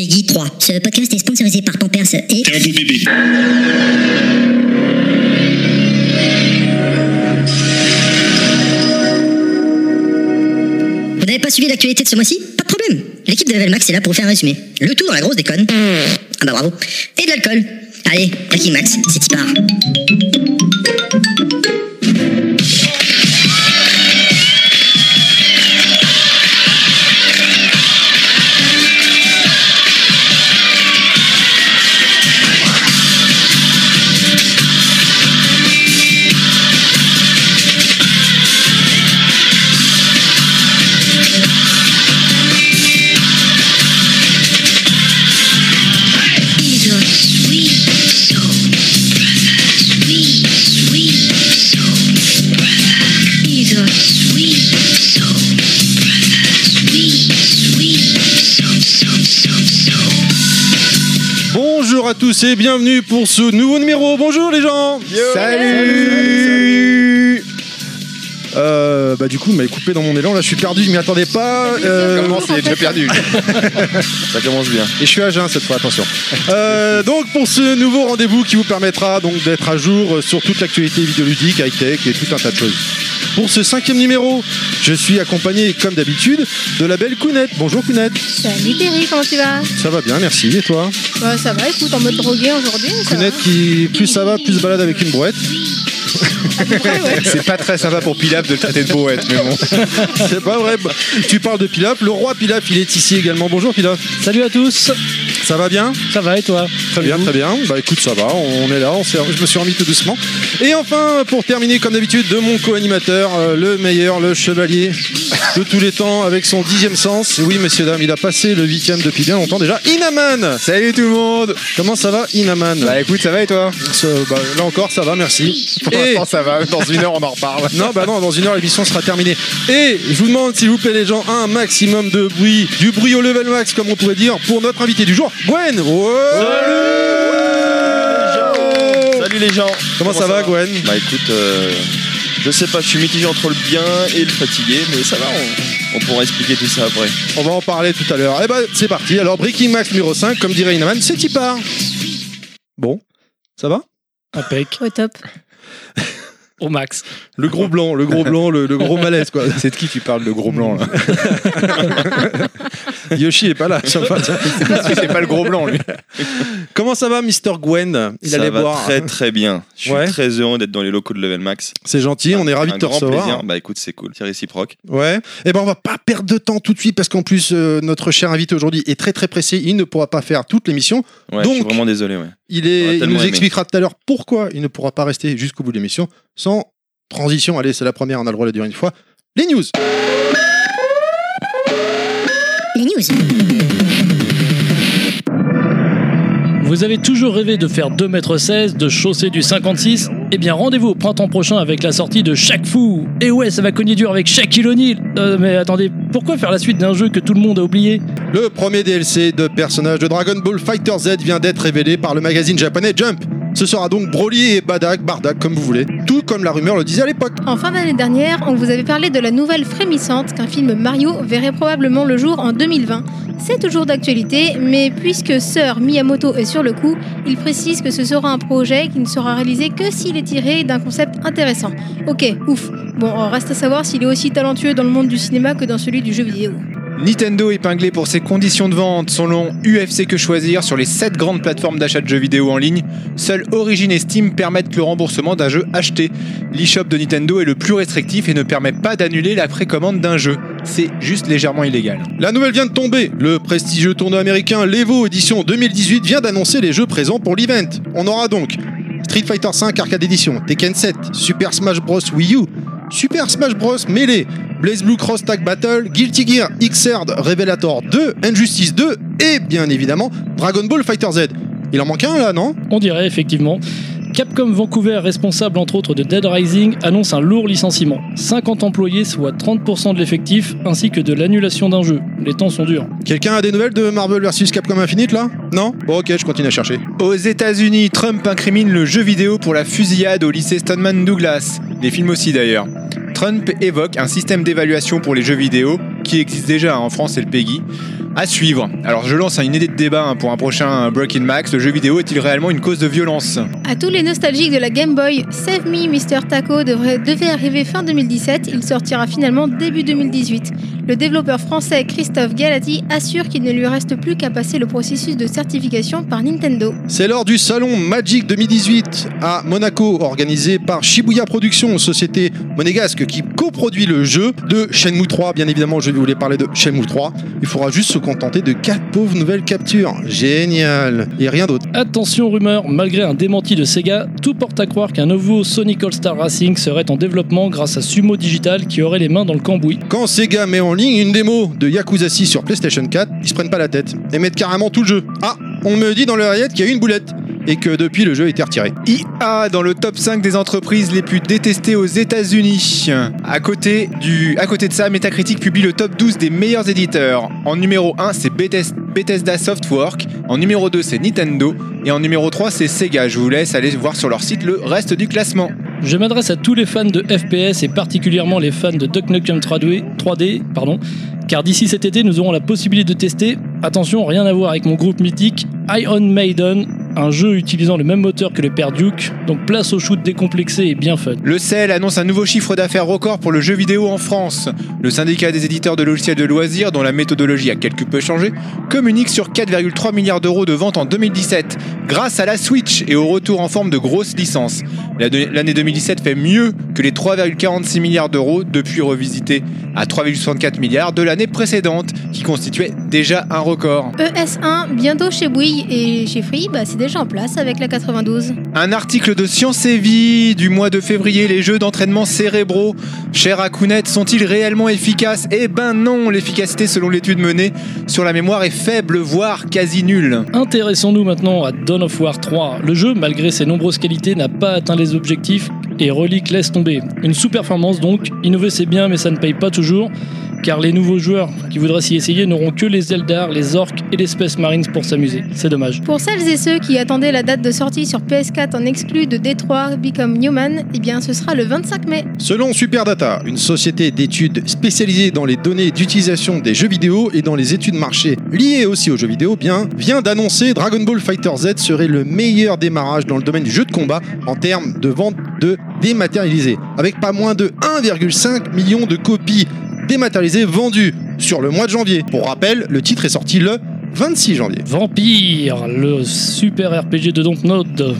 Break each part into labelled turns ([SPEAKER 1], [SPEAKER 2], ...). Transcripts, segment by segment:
[SPEAKER 1] Peggy 3. Ce podcast est sponsorisé par Pampers et...
[SPEAKER 2] T'es un beau bébé.
[SPEAKER 1] Vous n'avez pas suivi l'actualité de ce mois-ci Pas de problème. L'équipe de Level Max est là pour vous faire un résumé. Le tout dans la grosse déconne. Ah bah bravo. Et de l'alcool. Allez, Packing Max, c'est y part.
[SPEAKER 3] Your sweet soul, brother. Sweet, sweet soul, brother. He's a sweet soul, brother. Sweet, sweet soul, soul, soul, soul.
[SPEAKER 4] Bonjour à tous et bienvenue pour ce nouveau numéro. Bonjour les gens. Salut. Euh, bah du coup, il m'avait coupé dans mon élan. Là, je suis perdu. Je m'y attendais pas. Euh,
[SPEAKER 5] Comment c'est déjà perdu Ça commence bien.
[SPEAKER 4] et je suis à jeun cette fois. Attention. Euh, donc pour ce nouveau rendez-vous qui vous permettra donc d'être à jour sur toute l'actualité vidéoludique, high tech et tout un tas de choses. Pour ce cinquième numéro, je suis accompagné comme d'habitude de la belle Kounette. Bonjour Kounette.
[SPEAKER 6] Salut Terry, comment tu vas
[SPEAKER 4] Ça va bien, merci. Et toi
[SPEAKER 6] bah, Ça va, écoute, en mode drogué aujourd'hui. ça va.
[SPEAKER 4] Kounette qui plus ça va, plus se balade avec une brouette.
[SPEAKER 5] C'est pas très sympa pour Pilaf de le traiter de poète, mais bon.
[SPEAKER 4] C'est pas vrai. Bah, Tu parles de Pilaf. Le roi Pilaf, il est ici également. Bonjour Pilaf.
[SPEAKER 7] Salut à tous,
[SPEAKER 4] Ça va bien
[SPEAKER 7] ça va et toi
[SPEAKER 4] Très bien, très bien. Bah écoute, ça va. On est là. On s'est- je me suis remis tout doucement. Et enfin, pour terminer, comme d'habitude, de mon co-animateur, euh, le meilleur, le chevalier de tous les temps, avec son dixième sens. Oui, messieurs, dames, il a passé le huitième depuis bien longtemps déjà. Inaman
[SPEAKER 5] Salut tout le monde
[SPEAKER 4] Comment ça va, Inaman
[SPEAKER 5] Bah écoute, ça va et toi
[SPEAKER 4] Ce- bah, Là encore, ça va, merci.
[SPEAKER 5] Pour
[SPEAKER 4] Et-
[SPEAKER 5] l'instant, ça va. Dans une heure, on en reparle.
[SPEAKER 4] Non, bah non, dans une heure, l'émission sera terminée. Et je vous demande, s'il vous plaît, les gens, un maximum de bruit, du bruit au level max, comme on pourrait dire, pour notre invité du jour, Gwen. Ouais.
[SPEAKER 8] Salut les gens
[SPEAKER 4] Comment, ça, va, Gwen
[SPEAKER 8] Bah écoute, euh, je sais pas, je suis mitigé entre le bien et le fatigué, mais ça va, on, on pourra expliquer tout ça après.
[SPEAKER 4] On va en parler tout à l'heure. Eh ben, c'est parti. Alors, Breaking Max numéro 5, comme dirait Inaman, c'est qui part Bon, ça va
[SPEAKER 7] Impec,
[SPEAKER 6] Au top.
[SPEAKER 7] au max.
[SPEAKER 4] Le gros blanc, le gros blanc, le, le gros malaise, quoi.
[SPEAKER 5] C'est de qui tu parles, le gros blanc là
[SPEAKER 4] Yoshi est pas là. ça va.
[SPEAKER 5] Parce que c'est pas le gros blanc, lui.
[SPEAKER 4] Comment ça va, Mister Gwen Il
[SPEAKER 8] ça
[SPEAKER 4] allait
[SPEAKER 8] va
[SPEAKER 4] boire.
[SPEAKER 8] très très bien. Je suis
[SPEAKER 4] Ouais.
[SPEAKER 8] très heureux d'être dans les locaux de Level Max.
[SPEAKER 4] C'est gentil, on est ravis
[SPEAKER 8] Un
[SPEAKER 4] de te
[SPEAKER 8] grand
[SPEAKER 4] recevoir.
[SPEAKER 8] plaisir. Bah écoute, c'est cool, c'est réciproque.
[SPEAKER 4] Ouais. Et ben on va pas perdre de temps tout de suite parce qu'en plus euh, notre cher invité aujourd'hui est très très pressé, il ne pourra pas faire toute l'émission.
[SPEAKER 8] Ouais,
[SPEAKER 4] Donc-
[SPEAKER 8] je suis vraiment désolé. Ouais.
[SPEAKER 4] Il est
[SPEAKER 8] J'aurais
[SPEAKER 4] il
[SPEAKER 8] tellement
[SPEAKER 4] nous
[SPEAKER 8] aimé.
[SPEAKER 4] expliquera tout à l'heure pourquoi il ne pourra pas rester jusqu'au bout de l'émission sans transition. Allez, c'est la première, on a le droit de le dire une fois. Les news.
[SPEAKER 1] Les news.
[SPEAKER 7] Vous avez toujours rêvé de faire 2m16, de chausser du 56 Eh bien rendez-vous au printemps prochain avec la sortie de Shaq Fou Et ouais, ça va cogner dur avec Shaquille O'Neal Euh, Mais attendez, pourquoi faire la suite d'un jeu que tout le monde a oublié
[SPEAKER 4] Le premier DLC de personnage de Dragon Ball Fighter Z vient d'être révélé par le magazine japonais Jump. Ce sera donc Broly et Badak, Bardak comme vous voulez, tout comme la rumeur le disait à l'époque.
[SPEAKER 6] En fin d'année dernière, on vous avait parlé de la nouvelle frémissante qu'un film Mario verrait probablement le jour en 2020. C'est toujours d'actualité, mais puisque Sir Miyamoto est sur le coup, il précise que ce sera un projet qui ne sera réalisé que s'il est tiré d'un concept intéressant. Ok, ouf. Bon, reste à savoir s'il est aussi talentueux dans le monde du cinéma que dans celui du jeu vidéo.
[SPEAKER 5] Nintendo épinglé pour ses conditions de vente selon UFC que choisir sur les 7 grandes plateformes d'achat de jeux vidéo en ligne. Seuls Origin et Steam permettent le remboursement d'un jeu acheté. L'eShop de Nintendo est le plus restrictif et ne permet pas d'annuler la précommande d'un jeu. C'est juste légèrement illégal.
[SPEAKER 4] La nouvelle vient de tomber. Le prestigieux tournoi américain Levo Edition 2018 vient d'annoncer les jeux présents pour l'event. On aura donc Street Fighter V Arcade Edition, Tekken 7, Super Smash Bros Wii U, Super Smash Bros Melee, Blaze Blue Cross Tag Battle, Guilty Gear Xrd Revelator 2, Injustice 2 et bien évidemment Dragon Ball Fighter Z. Il en manque un là, non
[SPEAKER 7] On dirait effectivement. Capcom Vancouver, responsable entre autres de Dead Rising, annonce un lourd licenciement. 50 employés, soit 30% de l'effectif, ainsi que de l'annulation d'un jeu. Les temps sont durs.
[SPEAKER 4] Quelqu'un a des nouvelles de Marvel vs Capcom Infinite là Non Bon ok, je continue à chercher.
[SPEAKER 5] Aux États-Unis, Trump incrimine le jeu vidéo pour la fusillade au lycée Stoneman Douglas. Les films aussi d'ailleurs. Trump évoque un système d'évaluation pour les jeux vidéo qui existe déjà hein, en France, c'est le PEGI. À suivre. Alors je lance hein, une idée de débat hein, pour un prochain Breaking Max. Le jeu vidéo est-il réellement une cause de violence
[SPEAKER 6] À tous les nostalgiques de la Game Boy, Save Me Mr. Taco devrait, devait arriver fin 2017, il sortira finalement début 2018. Le développeur français Christophe Galati assure qu'il ne lui reste plus qu'à passer le processus de certification par Nintendo.
[SPEAKER 4] C'est lors du salon Magic 2018 à Monaco, organisé par Shibuya Productions, société monégasque qui coproduit le jeu de Shenmue 3. Bien évidemment, je voulais parler de Shenmue 3. Il faudra juste se contenter de quatre pauvres nouvelles captures. Génial Et rien d'autre.
[SPEAKER 7] Attention rumeur, malgré un démenti de Sega, tout porte à croire qu'un nouveau Sonic All-Star Racing serait en développement grâce à Sumo Digital qui aurait les mains dans le cambouis.
[SPEAKER 4] Quand Sega met en ligne une démo de Yakuza 6 sur PlayStation 4, ils se prennent pas la tête et mettent carrément tout le jeu. Ah, on me dit dans le réel qu'il y a eu une boulette et que depuis le jeu a été retiré.
[SPEAKER 5] IA dans le top 5 des entreprises les plus détestées aux États-Unis. À côté du à côté de ça, Metacritic publie le top 12 des meilleurs éditeurs. En numéro 1, c'est Bethes- Bethesda Softwork, en numéro 2, c'est Nintendo et en numéro 3, c'est Sega. Je vous laisse aller voir sur leur site le reste du classement.
[SPEAKER 7] Je m'adresse à tous les fans de FPS et particulièrement les fans de Duck Nukem 3D, 3D, pardon, car d'ici cet été nous aurons la possibilité de tester, attention rien à voir avec mon groupe mythique, Iron Maiden, un jeu utilisant le même moteur que le père Duke, donc place au shoot décomplexé et bien fun.
[SPEAKER 5] Le CEL annonce un nouveau chiffre d'affaires record pour le jeu vidéo en France. Le syndicat des éditeurs de logiciels de loisirs, dont la méthodologie a quelque peu changé, communique sur 4,3 milliards d'euros de ventes en 2017, grâce à la Switch et au retour en forme de grosses licences. La de- L'année 2017 fait mieux que les 3,46 milliards d'euros depuis revisités à 3,64 milliards de l'année précédente, qui constituait déjà un record.
[SPEAKER 6] ES1, E bientôt chez Bouygues et chez Free, bah, c'est déjà en place avec la 92.
[SPEAKER 5] Un article de Science et Vie du mois de février, les jeux d'entraînement cérébraux, cher à Kounet, sont-ils réellement efficaces Eh ben non, l'efficacité selon l'étude menée sur la mémoire est faible, voire quasi nulle.
[SPEAKER 7] Intéressons-nous maintenant à Dawn of War 3. Le jeu, malgré ses nombreuses qualités, n'a pas atteint les objectifs et Relic laisse tomber. Une sous-performance donc, innover c'est bien mais ça ne paye pas toujours, car les nouveaux joueurs qui voudraient s'y essayer n'auront que les Eldar, les orques et les Space Marines pour s'amuser. C'est dommage.
[SPEAKER 6] Pour celles et ceux qui attendaient la date de sortie sur PS4 en exclu de Detroit Become Human, eh bien ce sera le 25 mai.
[SPEAKER 4] Selon Superdata, une société d'études spécialisée dans les données d'utilisation des jeux vidéo et dans les études marché liées aussi aux jeux vidéo, eh bien, vient d'annoncer Dragon Ball Fighter Z serait le meilleur démarrage dans le domaine du jeu de combat en termes de vente de dématérialisés, avec pas moins de 1,5 million de copies dématérialisées vendues sur le mois de janvier. Pour rappel, le titre est sorti le 26 janvier.
[SPEAKER 7] Vampire, le super RPG de Dontnod,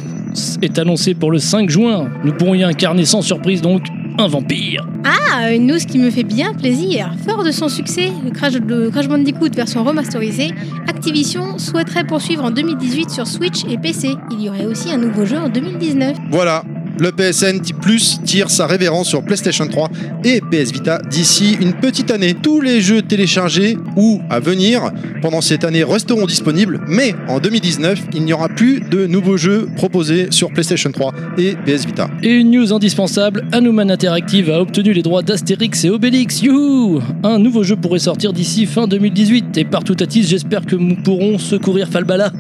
[SPEAKER 7] est annoncé pour le 5 juin. Nous pourrons y incarner sans surprise donc un vampire.
[SPEAKER 6] Ah, une news qui me fait bien plaisir. Fort de son succès, le Crash, le Crash Bandicoot version remasterisée, Activision souhaiterait poursuivre en 2018 sur Switch et PC. Il y aurait aussi un nouveau jeu en 2019.
[SPEAKER 4] Voilà, le PSN Plus tire sa révérence sur PlayStation 3 et PS Vita d'ici une petite année. Tous les jeux téléchargés ou à venir pendant cette année resteront disponibles, mais en 2019, il n'y aura plus de nouveaux jeux proposés sur PlayStation 3 et PS Vita.
[SPEAKER 7] Et une news indispensable, Hanuman Interactive a obtenu les droits d'Astérix et Obélix. Youhou Un nouveau jeu pourrait sortir d'ici fin 2018. Et partout à tisse, j'espère que nous pourrons secourir Falbala.